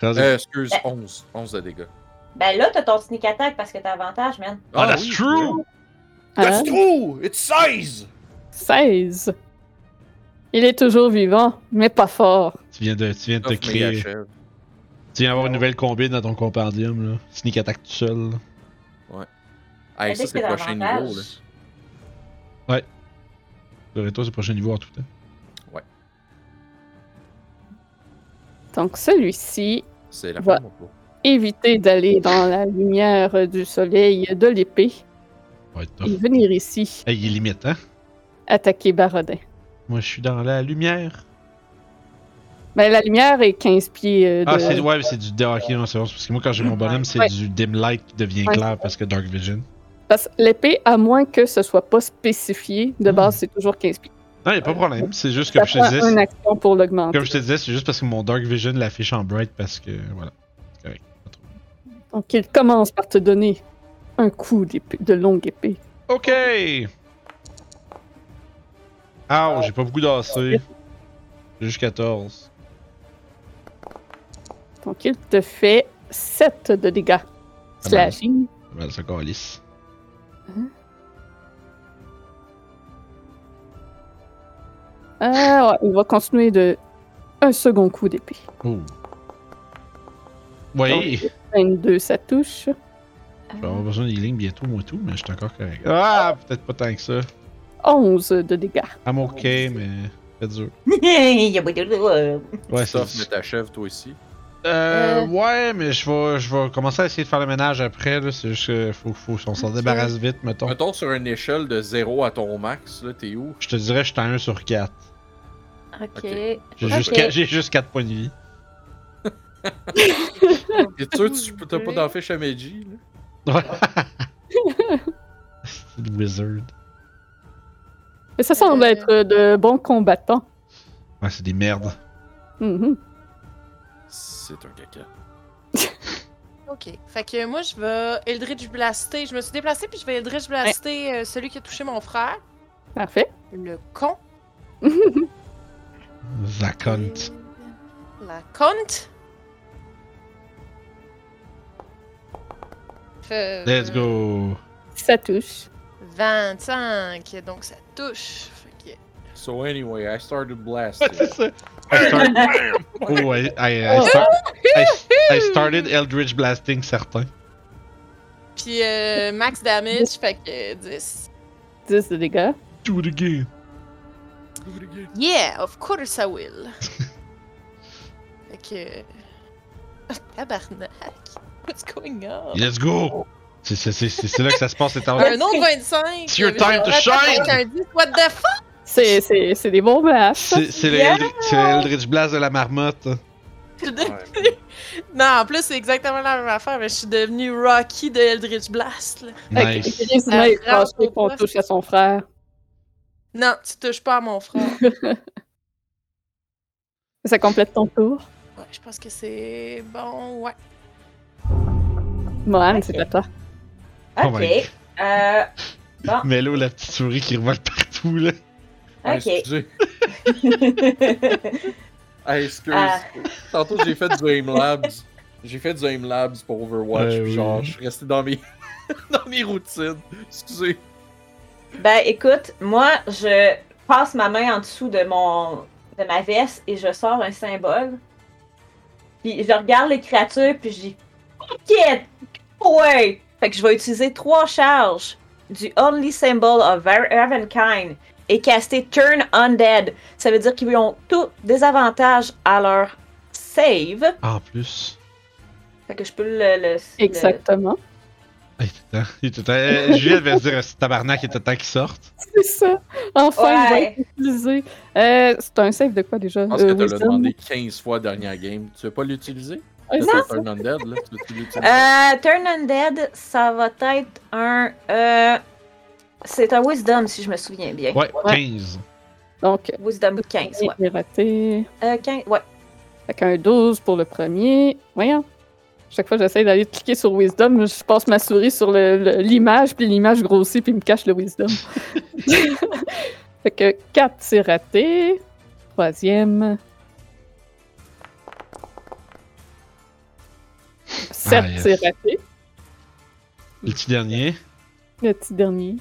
Speaker 1: Vas-y.
Speaker 4: Euh, excuse, 11. 11 de dégâts.
Speaker 3: Ben là, t'as ton sneak attack parce que t'as avantage, man.
Speaker 1: Ah, that's true!
Speaker 2: Hein?
Speaker 4: true! It's 16!
Speaker 2: 16. Il est toujours vivant, mais pas fort.
Speaker 1: Tu viens de, tu viens de te
Speaker 4: Off me
Speaker 1: créer.
Speaker 4: achève.
Speaker 1: Tu viens d'avoir une nouvelle combine dans ton compendium, là. Sneak attack tout seul. là.
Speaker 4: Hey, ça,
Speaker 3: Avec
Speaker 4: c'est
Speaker 3: tes
Speaker 4: le prochain
Speaker 3: avantages.
Speaker 4: niveau, là.
Speaker 1: Devrais toi, c'est le prochain niveau en tout temps.
Speaker 2: Donc celui-ci,
Speaker 4: C'est la
Speaker 2: Ouais.
Speaker 4: fin, mon gars.
Speaker 2: éviter d'aller dans la lumière euh, du soleil de l'épée
Speaker 1: Ça va être tough.
Speaker 2: et venir ici
Speaker 1: Hey, il est limite, hein?
Speaker 2: attaquer Barodin.
Speaker 1: Moi, je suis dans la lumière.
Speaker 2: Mais Ben, la lumière est 15 pieds euh, de...
Speaker 1: Ah, c'est ouais, mais c'est du. Ah, Ok, non, c'est bon. Parce que moi, quand j'ai mon bonhomme, c'est
Speaker 2: Ouais.
Speaker 1: du dim light qui devient
Speaker 2: Ouais.
Speaker 1: clair parce que Dark Vision.
Speaker 2: Parce que l'épée, à moins que ce soit pas spécifié, de base, c'est toujours 15 pieds.
Speaker 1: Non, y a pas de problème. C'est juste
Speaker 2: Ça
Speaker 1: comme Hmm. je te
Speaker 2: prend
Speaker 1: disais.
Speaker 2: une
Speaker 1: c'est-
Speaker 2: action pour l'augmenter.
Speaker 1: Comme je te disais, c'est juste parce que mon Dark Vision l'affiche en bright parce que. Voilà.
Speaker 2: Donc, il commence par te donner un coup d'épée- de longue épée.
Speaker 1: Ok! Ah, j'ai pas beaucoup d'AC. J'ai juste 14.
Speaker 2: Donc, il te fait 7 de dégâts.
Speaker 1: Ah ben.
Speaker 2: Slashing.
Speaker 1: Ça va, ça calisse.
Speaker 2: Ah, ouais, il va continuer de un second coup d'épée.
Speaker 1: Oh. Oui!
Speaker 2: Donc, 22, ça touche.
Speaker 1: Je vais avoir besoin d'healing bientôt, moi tout, mais je suis encore correct. Ah! Peut-être pas tant que ça.
Speaker 2: 11 de dégâts.
Speaker 1: I'm ok, mais. C'est dur.
Speaker 3: euh.
Speaker 1: Ouais, ça.
Speaker 4: Sauf, mais t'achèves toi aussi.
Speaker 1: Euh, ouais, mais je vais, je vais commencer à essayer de faire le ménage après. Là. C'est juste que faut, faut, on s'en débarrasse vite, mettons.
Speaker 4: Mettons sur une échelle de 0 à ton max, là, t'es où?
Speaker 1: Je te dirais, je suis à 1 sur 4.
Speaker 3: Ok.
Speaker 1: J'ai
Speaker 3: Ok.
Speaker 1: juste, 4, j'ai juste 4 points de vie.
Speaker 4: T'es sûr que tu peux- t'as pas d'enfiche à Meiji, là?
Speaker 1: Ouais. C'est le wizard.
Speaker 2: Mais ça semble
Speaker 5: Euh.
Speaker 2: être de bons combattants.
Speaker 1: Ouais, c'est des merdes.
Speaker 2: Mhm.
Speaker 4: C'est un caca.
Speaker 5: Ok. Fait que moi, je vais Eldritch Blaster. Je me suis déplacée, puis je vais Eldritch Blaster euh, celui qui a touché mon frère.
Speaker 2: Parfait.
Speaker 5: Le con.
Speaker 1: Ça compte.
Speaker 5: La conte. Fait-
Speaker 1: Let's go.
Speaker 2: Ça touche.
Speaker 5: 25. Donc ça touche. Fait que-
Speaker 4: So anyway, I started
Speaker 1: Ouais, c'est
Speaker 4: blasting.
Speaker 1: ça. I start- Oh, I, I, I, start- I, I started Eldritch Blasting, certain.
Speaker 5: Puis euh, max damage, fait que 10.
Speaker 2: 10 de dégâts.
Speaker 1: Do it again.
Speaker 5: Yeah, of course I will. fait que. Ah, tabarnak. What's going on?
Speaker 1: Let's go. C'est, c'est, c'est, c'est c'est là que ça se passe, les temps.
Speaker 5: Un autre 25!
Speaker 1: Oh. It's your time to
Speaker 5: J'aurais pas
Speaker 1: shine.
Speaker 5: fait un 10, What the fuck?
Speaker 2: C'est- C'est c'est des bons blasts.
Speaker 1: C'est, c'est, le
Speaker 3: Yeah.
Speaker 1: Eldritch- c'est le Eldritch Blast de la marmotte.
Speaker 5: non, en plus, c'est exactement la même affaire, mais je suis devenue Rocky de Eldritch Blast. là.
Speaker 2: Fait que
Speaker 1: Nice.
Speaker 3: Euh,
Speaker 2: Grisina est
Speaker 5: Elle rentre
Speaker 2: fâchée
Speaker 5: au
Speaker 2: qu'on
Speaker 5: poste.
Speaker 2: touche à son frère.
Speaker 5: Non, tu touches pas à mon frère.
Speaker 2: Ça complète ton tour.
Speaker 5: Ouais, je pense que c'est bon, ouais.
Speaker 2: Mohan, c'est à toi.
Speaker 3: Euh,
Speaker 1: Oh my God.
Speaker 3: Ok. Euh,
Speaker 1: Mello, la petite souris qui revole partout, là.
Speaker 4: Ah,
Speaker 3: ok.
Speaker 4: excusez. Ah, excuse.
Speaker 3: Ah.
Speaker 4: Tantôt, j'ai fait du aim labs. J'ai fait du aim labs pour Overwatch.
Speaker 1: Euh,
Speaker 4: puis
Speaker 1: oui.
Speaker 4: genre, je suis resté dans mes... dans mes routines. Excusez.
Speaker 3: Ben écoute, moi je passe ma main en dessous de mon de ma veste et je sors un symbole. Puis je regarde les créatures puis je dis Fuck it! Ouais! Fait que je vais utiliser trois charges du Only Symbol of Ra- Ravenkind et caster Turn Undead. Ça veut dire qu'ils ont tous des avantages à leur save.
Speaker 1: Ah, en plus.
Speaker 3: Fait que je peux le. le- le-
Speaker 2: Exactement.
Speaker 1: Ah, il était temps. Il était temps. Euh, Juliette va se dire, ce tabarnak, il était temps qu'il sorte.
Speaker 2: C'est ça. Enfin, il va
Speaker 3: Ouais!
Speaker 2: être utilisé. Euh, c'est un save de quoi déjà?
Speaker 4: Je pense que
Speaker 2: Euh,
Speaker 4: t'as le
Speaker 2: wisdom?
Speaker 4: demandé 15 fois dernière game. Tu veux pas l'utiliser?
Speaker 2: Ah,
Speaker 4: T'as
Speaker 2: non.
Speaker 4: fait un undead, là. Tu veux-tu l'utiliser?
Speaker 3: Euh, Turn Undead, ça va être un. euh, c'est un Wisdom, si je me souviens bien.
Speaker 1: Ouais,
Speaker 2: Ouais.
Speaker 1: 15.
Speaker 2: Donc,
Speaker 3: Wisdom 15, ouais.
Speaker 2: il est raté.
Speaker 3: Euh, 15, ouais.
Speaker 2: Fait qu'un 12 pour le premier. Voyons. Chaque fois, j'essaie d'aller cliquer sur Wisdom, je passe ma souris sur le- le- l'image, puis l'image grossit, puis il me cache le Wisdom. fait que 4, c'est raté. Troisième. 7,
Speaker 1: Ah, yes.
Speaker 2: c'est raté.
Speaker 1: Le petit dernier.
Speaker 2: Le petit dernier.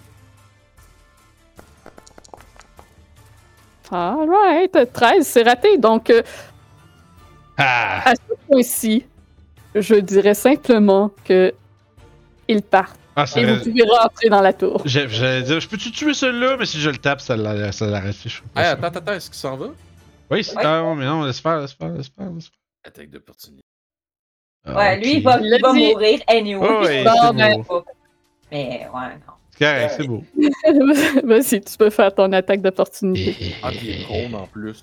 Speaker 2: Alright, 13, c'est raté. Donc, euh,
Speaker 1: Ah!
Speaker 2: aussi, je dirais simplement que ils partent
Speaker 1: Ah, ça
Speaker 2: et vous pouvez rentrer dans la tour.
Speaker 1: J'ai- J'allais dire, je peux-tu tuer celui-là, mais si je le tape, ça l'a- ça l'arrête. Je trouve
Speaker 4: Hey,
Speaker 1: pas
Speaker 4: attends,
Speaker 1: ça.
Speaker 4: attends, attends, est-ce qu'il s'en va?
Speaker 1: Oui, c'est- ah, non, mais non, laisse faire, laisse faire, laisse faire. laisse faire.
Speaker 4: Attaque d'opportunité.
Speaker 1: Ah,
Speaker 3: Ouais,
Speaker 1: ok.
Speaker 3: lui, il va,
Speaker 2: Il l'a
Speaker 3: il va
Speaker 2: dit.
Speaker 3: mourir anyway.
Speaker 1: Ah ouais,
Speaker 2: Bon,
Speaker 1: c'est
Speaker 2: ben-
Speaker 1: beau.
Speaker 3: Mais ouais, non.
Speaker 1: C'est correct, c'est beau.
Speaker 2: Vas-y, tu peux faire ton attaque d'opportunité.
Speaker 4: Ah, puis il est drôle en plus.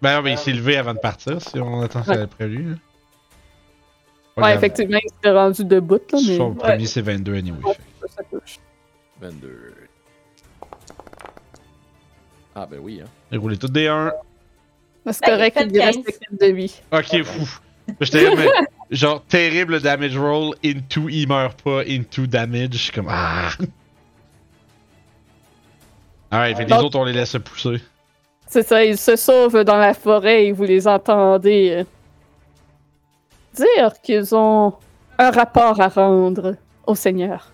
Speaker 1: Ben non, mais il s'est levé avant de partir, si on attend ça après lui. hein. Pas
Speaker 2: Ouais,
Speaker 1: grave.
Speaker 2: effectivement, il s'est rendu debout, là, mais
Speaker 1: Son
Speaker 3: Ouais.
Speaker 1: premier, c'est 22 anyway. fait.
Speaker 2: ça touche.
Speaker 4: 22. Ah, ben oui, hein.
Speaker 1: Il roulait tous des 1.
Speaker 2: C'est
Speaker 3: Ben, il
Speaker 2: correct,
Speaker 3: fait
Speaker 2: il lui reste
Speaker 3: 15.
Speaker 2: 4 de vie.
Speaker 1: Ok, fou. Je t'ai mais genre terrible damage roll into il meurt pas into damage. Je suis comme ah. Alright, fait que les
Speaker 2: Donc-
Speaker 1: autres on les laisse se pousser.
Speaker 2: C'est ça, ils se sauvent dans la forêt et vous les entendez euh, dire qu'ils ont un rapport à rendre au Seigneur.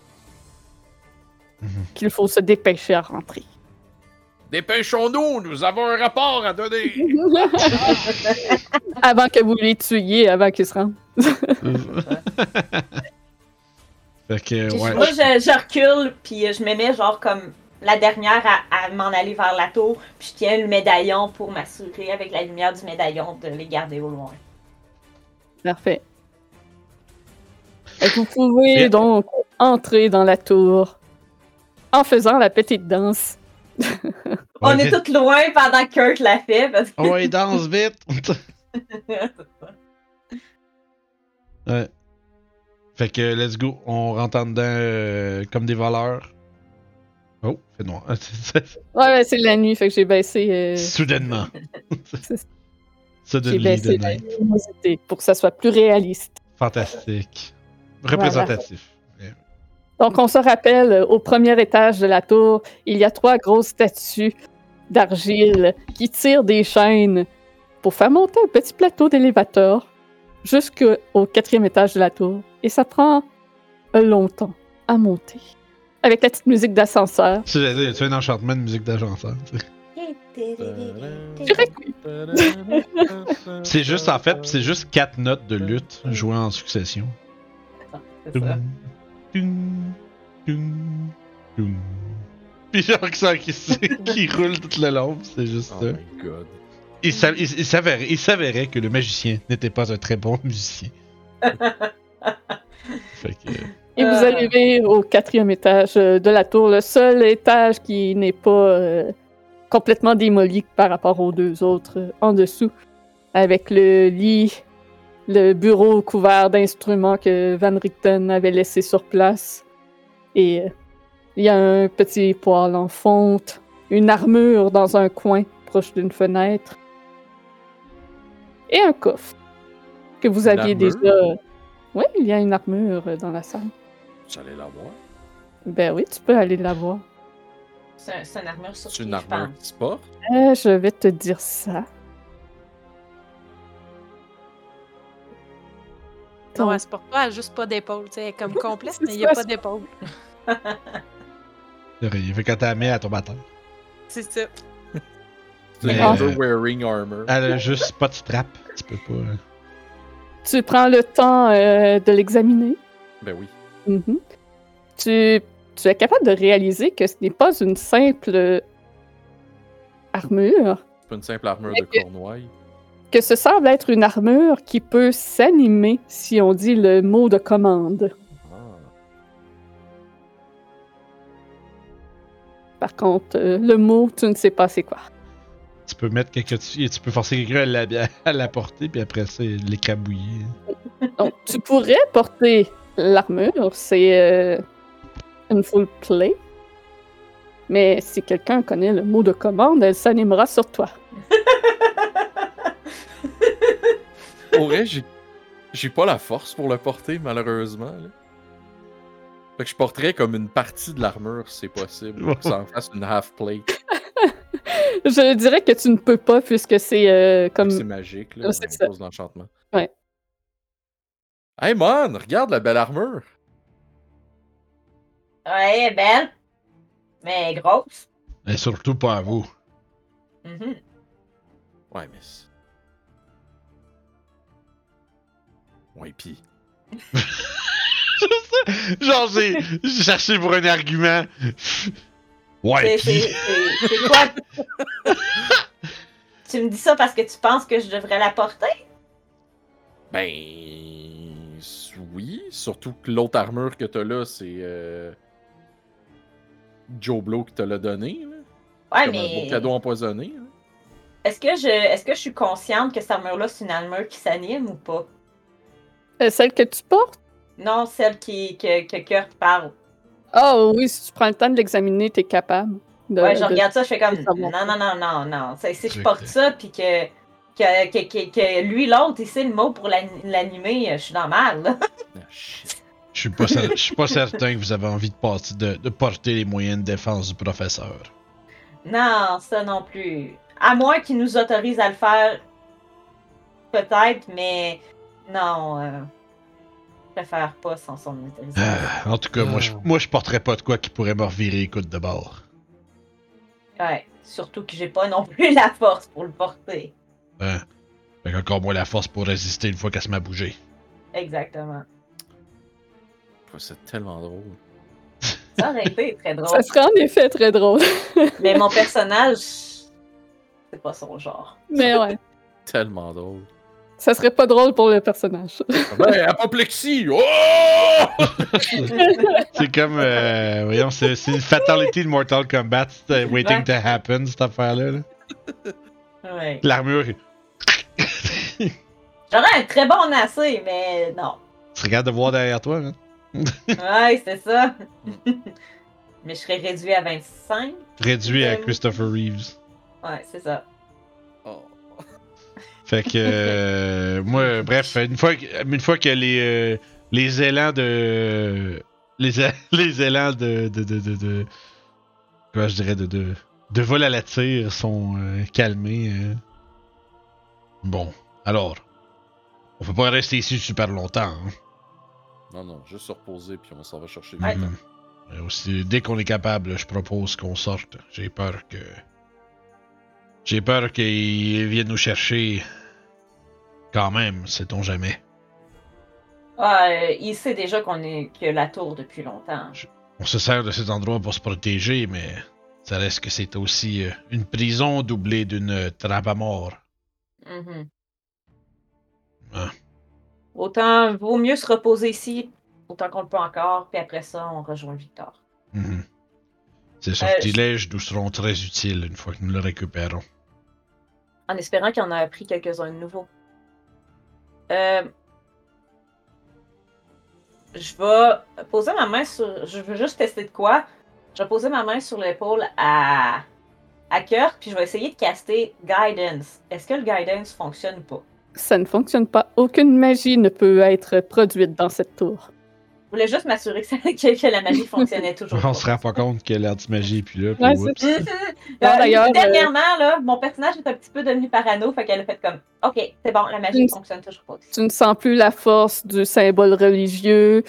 Speaker 1: Mhm.
Speaker 2: Qu'il faut se dépêcher à rentrer.
Speaker 4: Dépêchons-nous, nous avons un rapport à donner.
Speaker 2: avant que vous les tuiez, avant qu'ils se rendent.
Speaker 1: fait que,
Speaker 3: Puis je-
Speaker 1: ouais.
Speaker 3: Moi, je, je recule, puis euh, je me mets genre comme la dernière à, à m'en aller vers la tour, puis je tiens le médaillon pour m'assurer avec la lumière du médaillon de les garder au loin.
Speaker 2: Parfait. Fait que vous pouvez
Speaker 1: Bien.
Speaker 2: donc entrer dans la tour en faisant la petite danse.
Speaker 3: On est
Speaker 1: vite.
Speaker 3: toutes loin pendant que Kurt l'a fait, parce que...
Speaker 1: Ouais, danse vite. ouais. Fait que, let's go. On rentre en dedans euh, comme des voleurs. Oh, fait noir.
Speaker 2: Ouais, ben, c'est la nuit, fait que j'ai baissé, euh,
Speaker 1: Soudainement.
Speaker 2: j'ai
Speaker 1: Suddenly
Speaker 2: baissé
Speaker 1: the
Speaker 2: la
Speaker 1: night.
Speaker 2: luminosité pour que ça soit plus réaliste.
Speaker 1: Fantastique. Représentatif.
Speaker 2: Donc, on se rappelle, euh, au premier étage de la tour, il y a trois grosses statues d'argile qui tirent des chaînes pour faire monter un petit plateau d'élévateur jusqu'au quatrième étage de la tour. Et ça prend euh, longtemps à monter. Avec la petite musique d'ascenseur.
Speaker 1: Tu veux dire, tu as un enchantement de musique d'agenceur.
Speaker 2: Ah.
Speaker 1: tu sais.
Speaker 4: Euh,
Speaker 2: Je dirais que oui.
Speaker 1: C'est juste, en fait, c'est juste quatre notes de lutte jouées en succession. Euh,
Speaker 3: C'est ça.
Speaker 1: Toum, toum, toum, toum. Puis genre qui, s'en- qui, s- qui roule tout le long, c'est juste
Speaker 3: Ah
Speaker 4: Oh
Speaker 1: ça.
Speaker 4: my god.
Speaker 1: Il, sa- il- il s'avérait, il s'avérait que le magicien n'était pas un très bon musicien. fait que,
Speaker 2: Et vous
Speaker 3: Euh.
Speaker 2: arrivez au quatrième étage euh, de la tour, le seul étage qui n'est pas euh, complètement démoli par rapport aux deux autres euh, en dessous, avec le lit, le bureau couvert d'instruments que Van Richten avait laissé sur place. Et euh, il y a un petit poêle en fonte, une armure dans un coin proche d'une fenêtre, et un coffre que vous
Speaker 4: Une
Speaker 2: aviez
Speaker 4: armure?
Speaker 2: déjà. Oui, il y a une armure euh, dans la salle.
Speaker 4: J'allais la voir.
Speaker 2: Ben oui, tu peux aller la voir.
Speaker 3: C'est un- c'est une armure sur
Speaker 4: C'est une armure qui se porte.
Speaker 2: Euh, je vais te dire ça.
Speaker 5: Non,
Speaker 2: Donc-
Speaker 5: elle se porte pas, elle a juste pas d'épaule. tu sais, Elle est comme complète,
Speaker 2: C'est
Speaker 5: mais il n'y a
Speaker 2: ça,
Speaker 5: pas
Speaker 2: c'est-
Speaker 5: d'épaule.
Speaker 1: c'est rien. fait que quand t'as la main, elle tombe à terre.
Speaker 5: C'est ça.
Speaker 4: C'est
Speaker 1: Mais, Ah.
Speaker 4: une
Speaker 2: Ah.
Speaker 4: armure wearing armor.
Speaker 1: Elle a juste pas de strap. Tu peux pas. euh.
Speaker 2: Tu prends le temps euh, de l'examiner.
Speaker 4: Ben oui.
Speaker 2: Mhm. tu, tu es capable de réaliser que ce n'est pas une simple euh, armure,
Speaker 4: C'est pas une simple armure de Cornouailles.
Speaker 2: que ce semble être une armure qui peut s'animer si on dit le mot de commande.
Speaker 4: Ah.
Speaker 2: Par contre, euh, le mot, tu ne sais pas c'est quoi.
Speaker 1: Tu peux mettre quelqu'un dessus et tu peux forcer quelqu'un à la, à la porter, puis après ça, l'écrabouiller.
Speaker 2: Donc, tu pourrais porter l'armure, c'est euh, une full play. Mais si quelqu'un connaît le mot de commande, elle s'animera sur toi.
Speaker 4: Pour vrai, j'ai... j'ai pas la force pour le porter, malheureusement. là. Fait que je porterais comme une partie de l'armure, si c'est possible. pour que ça en fasse une half-plate.
Speaker 2: Je dirais que tu ne peux pas puisque c'est euh, comme.
Speaker 4: C'est magique, là.
Speaker 2: Oh,
Speaker 4: On
Speaker 2: c'est ça.
Speaker 4: pose l'enchantement.
Speaker 2: Ouais.
Speaker 4: Hey, man! Regarde la belle armure!
Speaker 3: Ouais, elle est belle, mais grosse.
Speaker 1: Et surtout pas à vous.
Speaker 3: Mhm.
Speaker 4: Ouais, miss. Ouais, pis.
Speaker 1: Genre, j'ai j'ai cherché pour un argument. Ouais,
Speaker 3: C'est- c'est-
Speaker 1: pis.
Speaker 3: C'est c'est quoi? tu me dis ça parce que tu penses que je devrais la porter?
Speaker 4: Ben. Oui, surtout que l'autre armure que t'as là, c'est. euh, Joe Blow qui te l'a donné, là.
Speaker 3: Ouais,
Speaker 4: comme un
Speaker 3: Ah, mais
Speaker 4: beau cadeau empoisonné. là.
Speaker 3: est-ce que je est-ce que je suis consciente que cette armure-là, c'est une armure qui s'anime ou pas?
Speaker 2: Euh, celle que tu portes?
Speaker 3: Non, celle qui, que, que Kurt parle.
Speaker 2: Oh oui, si tu prends le temps de l'examiner, tu es capable. de-
Speaker 3: Ouais, je
Speaker 2: de-
Speaker 3: regarde ça, je fais comme
Speaker 2: de savoir.
Speaker 3: non, non, non, non, non. C'est- Si je
Speaker 1: Ok.
Speaker 3: porte ça, puis que, que, que, que, que lui, l'autre, il sait le mot pour l'an- l'animer, euh, je suis dans le mal. là.
Speaker 4: Ah, shit.
Speaker 1: Je suis pas, cer- je suis pas certain que vous avez envie de, passer- de, de porter les moyens de défense du professeur.
Speaker 3: Non, ça non plus. À moins qu'il nous autorise à le faire, peut-être, mais non. euh, je préfère pas sans son autorisation.
Speaker 1: Ah, en tout cas, moi, je,
Speaker 4: Ah.
Speaker 1: moi, je porterais pas de quoi qui pourrait me revirer les coudes de bord.
Speaker 3: Ouais, Surtout que j'ai pas non plus la force pour le porter.
Speaker 1: Hein. Fait qu'encore moins la force pour résister une fois qu'elle se m'a bougé.
Speaker 3: Exactement.
Speaker 4: C'est tellement drôle.
Speaker 3: Ça aurait été très drôle.
Speaker 2: Ça serait en effet très drôle.
Speaker 3: Mais mon personnage, c'est pas son genre.
Speaker 2: Mais ouais,
Speaker 4: Tellement drôle.
Speaker 2: ça serait pas drôle pour le personnage.
Speaker 4: Ben, apoplexie! Oh!
Speaker 1: C'est comme, euh, voyons, c'est c'est Fatality de Mortal Kombat, c'était Waiting to Happen, cette affaire-là. là.
Speaker 3: Ouais.
Speaker 1: L'armure, il
Speaker 3: J'aurais un très bon assez, mais non.
Speaker 1: se regarde de voir derrière toi, man.
Speaker 3: Ouais, c'est ça. mais je serais réduit à 25.
Speaker 1: Réduit à
Speaker 3: Euh.
Speaker 1: Christopher Reeves.
Speaker 3: Ouais, c'est ça.
Speaker 4: Oh.
Speaker 1: Fait que, euh, moi, bref, une fois, que- une fois que les, euh, les élans de. Les, é- les élans de, de, de, de, de- Comment je dirais De, de, de vol à la tire sont euh, calmés. euh. Bon, alors. On peut pas rester ici super longtemps. hein.
Speaker 4: Non, non, juste se reposer, puis on s'en va chercher.
Speaker 3: Ouais.
Speaker 4: Nathan.
Speaker 1: Mhm. Et aussi, dès qu'on est capable, je propose qu'on sorte. J'ai peur que. J'ai peur qu'ils viennent nous chercher. Quand même, sait-on jamais.
Speaker 3: Ah, euh, il sait déjà qu'on est que la tour depuis longtemps.
Speaker 1: On se sert de cet endroit pour se protéger, mais ça reste que c'est aussi euh, une prison doublée d'une euh, trappe à mort.
Speaker 3: Mhm.
Speaker 1: Ah.
Speaker 3: Autant vaut mieux se reposer ici, autant qu'on le peut encore, puis après ça, on rejoint Victor.
Speaker 1: Mhm. Ces
Speaker 3: Euh,
Speaker 1: sortilèges nous seront très utiles une fois que nous le récupérons.
Speaker 3: En espérant qu'il en a appris quelques-uns de nouveaux. Euh, Je vais poser ma main sur. Je veux juste tester de quoi. Je vais poser ma main sur l'épaule à. à Kurt, puis je vais essayer de caster Guidance. Est-ce que le Guidance fonctionne ou pas?
Speaker 2: Ça ne fonctionne pas. Aucune magie ne peut être produite dans cette tour.
Speaker 3: Je voulais juste m'assurer que, ça- que- que la magie fonctionnait toujours.
Speaker 1: On se rend pas compte que l'antimagie est plus là. puis
Speaker 2: Ouais,
Speaker 1: oups.
Speaker 3: Euh,
Speaker 2: d'ailleurs, euh,
Speaker 3: dernièrement, là, mon personnage est un petit peu devenu parano, fait qu'elle a fait comme Ok, c'est bon, la magie
Speaker 2: Mm.
Speaker 3: fonctionne toujours pas.
Speaker 2: Tu ne sens plus la force du symbole religieux.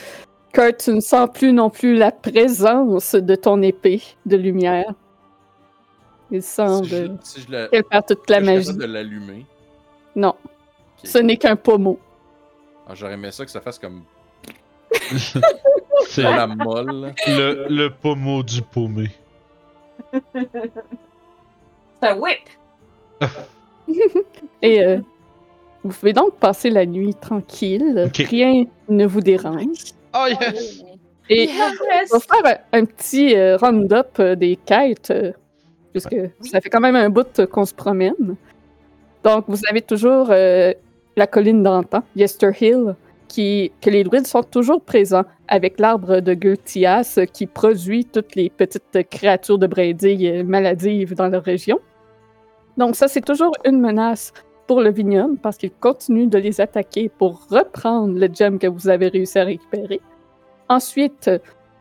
Speaker 2: Kurt, tu ne sens plus non plus la présence de ton épée de lumière. Il
Speaker 4: Si je,
Speaker 2: semble
Speaker 4: si je la,
Speaker 2: Oh, qu'elle perd toute la
Speaker 4: je suis capable
Speaker 2: magie.
Speaker 4: de l'allumer.
Speaker 2: Non,
Speaker 4: ok.
Speaker 2: ce n'est qu'un pommeau.
Speaker 4: Ah, J'aurais aimé ça que ça fasse comme
Speaker 1: C'est
Speaker 4: de la molle. là.
Speaker 1: le, le pommeau du paumé.
Speaker 3: C'est un whip!
Speaker 2: Et euh, vous pouvez donc passer la nuit tranquille.
Speaker 1: Ok.
Speaker 2: Rien ne vous dérange.
Speaker 1: Oh
Speaker 2: Et
Speaker 3: Yes!
Speaker 2: On va faire un, un petit euh, round-up euh, des quêtes, euh, puisque ça fait quand même un bout euh, qu'on se promène. Donc, vous avez toujours euh, la colline d'antan, Yester Hill, qui, que les druides sont toujours présents, avec l'arbre de Gultias euh, qui produit toutes les petites créatures de brindilles euh, maladives dans leur région. Donc, ça, c'est toujours une menace pour le vignoble parce qu'ils continuent de les attaquer pour reprendre le gem que vous avez réussi à récupérer. Ensuite,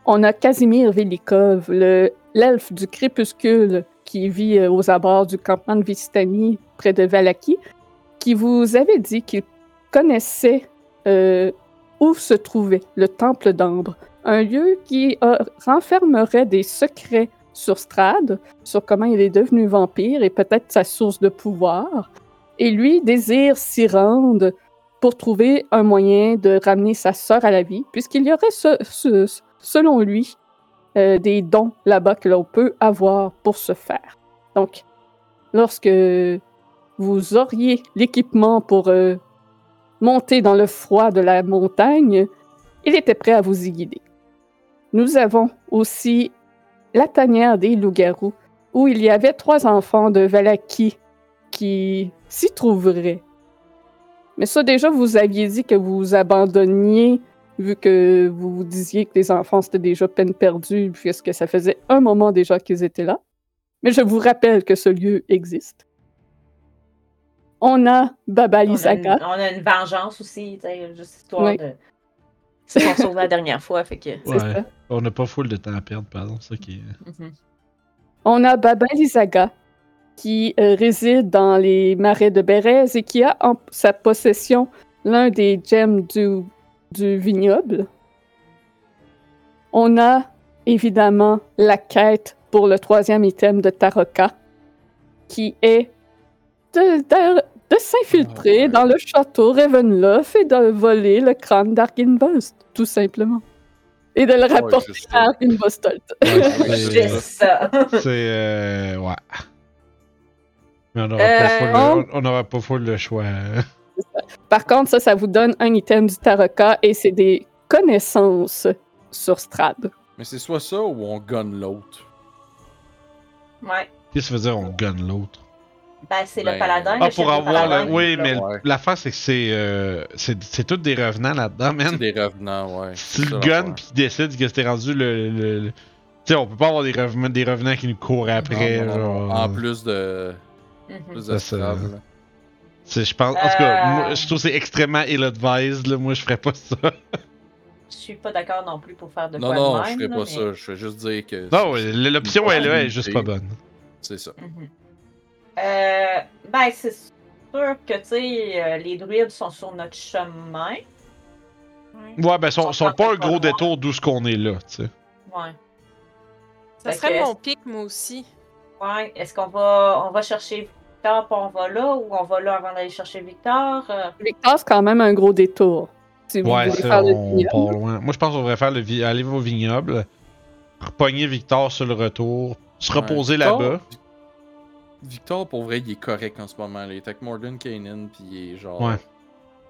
Speaker 2: on a Casimir Velikov, le- l'elfe du crépuscule qui vit euh, aux abords du campement de Visitani, près de Valaki, qui vous avait dit qu'il connaissait euh, où se trouvait le Temple d'Ambre, un lieu qui euh, renfermerait des secrets sur Strad, sur comment il est devenu vampire et peut-être sa source de pouvoir. Et lui désire s'y rendre pour trouver un moyen de ramener sa sœur à la vie, puisqu'il y aurait ce- ce- selon lui, euh, des dons là-bas que l'on peut avoir pour se faire. Donc, lorsque vous auriez l'équipement pour euh, monter dans le froid de la montagne, il était prêt à vous y guider. Nous avons aussi la tanière des loups-garous, où il y avait trois enfants de Valaki qui s'y trouveraient. Mais ça, déjà, vous aviez dit que vous abandonniez vu que vous vous disiez que les enfants c'était déjà peine perdue, puisque ça faisait un moment déjà qu'ils étaient là. Mais je vous rappelle que ce lieu existe. On a Baba
Speaker 3: On a, une,
Speaker 2: Lisaka.
Speaker 3: on a une vengeance aussi, tu sais, juste histoire
Speaker 2: hein. Oui.
Speaker 3: de. C'est qu'on sauve la dernière fois, fait que.
Speaker 2: c'est ça.
Speaker 1: On n'a pas full de temps à perdre, pardon, ça qui est.
Speaker 3: Mhm.
Speaker 2: On a Baba Lizaga, qui euh, réside dans les marais de Bérez et qui a en sa possession l'un des gems du, du vignoble. On a évidemment la quête pour le troisième item de Taroka, qui est de, de- de s'infiltrer
Speaker 4: Ah ouais.
Speaker 2: dans le château Ravenloft et de voler le crâne d'Arginbost, tout simplement. Et de le rapporter
Speaker 4: Ah c'est ça.
Speaker 2: à Arginbostolt.
Speaker 1: Ouais,
Speaker 3: Juste
Speaker 1: c'est-
Speaker 3: ça.
Speaker 1: C'est. euh, ouais. Mais on n'aura
Speaker 3: Euh,
Speaker 1: pas, full- on aura pas full le choix. hein.
Speaker 2: Par contre, ça, ça vous donne un item du Taraka et c'est des connaissances sur Strad.
Speaker 4: Mais c'est soit ça ou on gonne l'autre.
Speaker 3: Ouais.
Speaker 1: Qu'est-ce que ça veut dire on gonne l'autre
Speaker 3: Ben, c'est
Speaker 4: Ben,
Speaker 3: le paladin.
Speaker 4: Ah,
Speaker 1: Ah,
Speaker 3: le chef
Speaker 1: pour
Speaker 3: de
Speaker 1: avoir
Speaker 3: paladin.
Speaker 1: le. Oui, mais l-
Speaker 4: Ouais.
Speaker 1: l'affaire, c'est que c'est. euh, c'est c'est tous des revenants là-dedans,
Speaker 4: C'est
Speaker 1: man.
Speaker 4: des revenants, ouais.
Speaker 1: Si
Speaker 4: C'est
Speaker 1: le
Speaker 4: ça,
Speaker 1: gun
Speaker 4: l'affaire.
Speaker 1: puis décide que c'était rendu le. le- le- Tu sais, on peut pas avoir des revenants, des revenants qui nous courent après.
Speaker 4: Non, non, non, non.
Speaker 1: genre.
Speaker 4: En plus de.
Speaker 3: Mhm.
Speaker 4: Plus de
Speaker 1: Ça,
Speaker 4: strab,
Speaker 1: c'est-
Speaker 4: là.
Speaker 1: C'est- Je pense. En tout cas,
Speaker 3: Euh.
Speaker 1: moi, je trouve que c'est extrêmement ill-advised. là. Moi, je ferais pas ça.
Speaker 3: Je suis pas d'accord non plus pour faire de
Speaker 4: Non,
Speaker 3: quoi
Speaker 4: non,
Speaker 3: de
Speaker 4: je
Speaker 3: même,
Speaker 4: ferais
Speaker 3: là,
Speaker 4: pas
Speaker 3: mais-
Speaker 4: ça. Je fais juste dire que.
Speaker 1: Non, ouais, l'option, elle, elle est
Speaker 4: possibilité.
Speaker 1: juste pas bonne.
Speaker 4: C'est ça.
Speaker 3: Mhm. Euh, ben, c'est sûr que, tu sais, euh, les druides sont sur notre chemin.
Speaker 1: Ouais, ben, sont,
Speaker 3: Sont
Speaker 1: sont pas un
Speaker 3: partis pas
Speaker 1: gros
Speaker 3: loin.
Speaker 1: détour d'où ce qu'on est là, tu sais.
Speaker 3: Ouais.
Speaker 5: Ça
Speaker 3: Fait
Speaker 5: serait
Speaker 3: que-
Speaker 5: mon pic, moi aussi.
Speaker 3: Ouais. Est-ce qu'on va, on va chercher Victor, puis on va là, ou on va là avant d'aller chercher Victor? Euh,
Speaker 2: Victor, c'est quand même un gros détour. Si vous
Speaker 1: Ouais,
Speaker 2: voulez
Speaker 1: ça,
Speaker 2: faire le
Speaker 1: on
Speaker 2: vignoble.
Speaker 1: part loin. Moi, je pense qu'on devrait faire le vi- aller au vignoble, repogner Victor sur le retour, se reposer
Speaker 4: Ouais.
Speaker 1: là-bas.
Speaker 4: Victor- Victor, pour vrai, il est correct en ce moment. là. Il est avec Morden Kanan, puis il est genre.
Speaker 1: Ouais.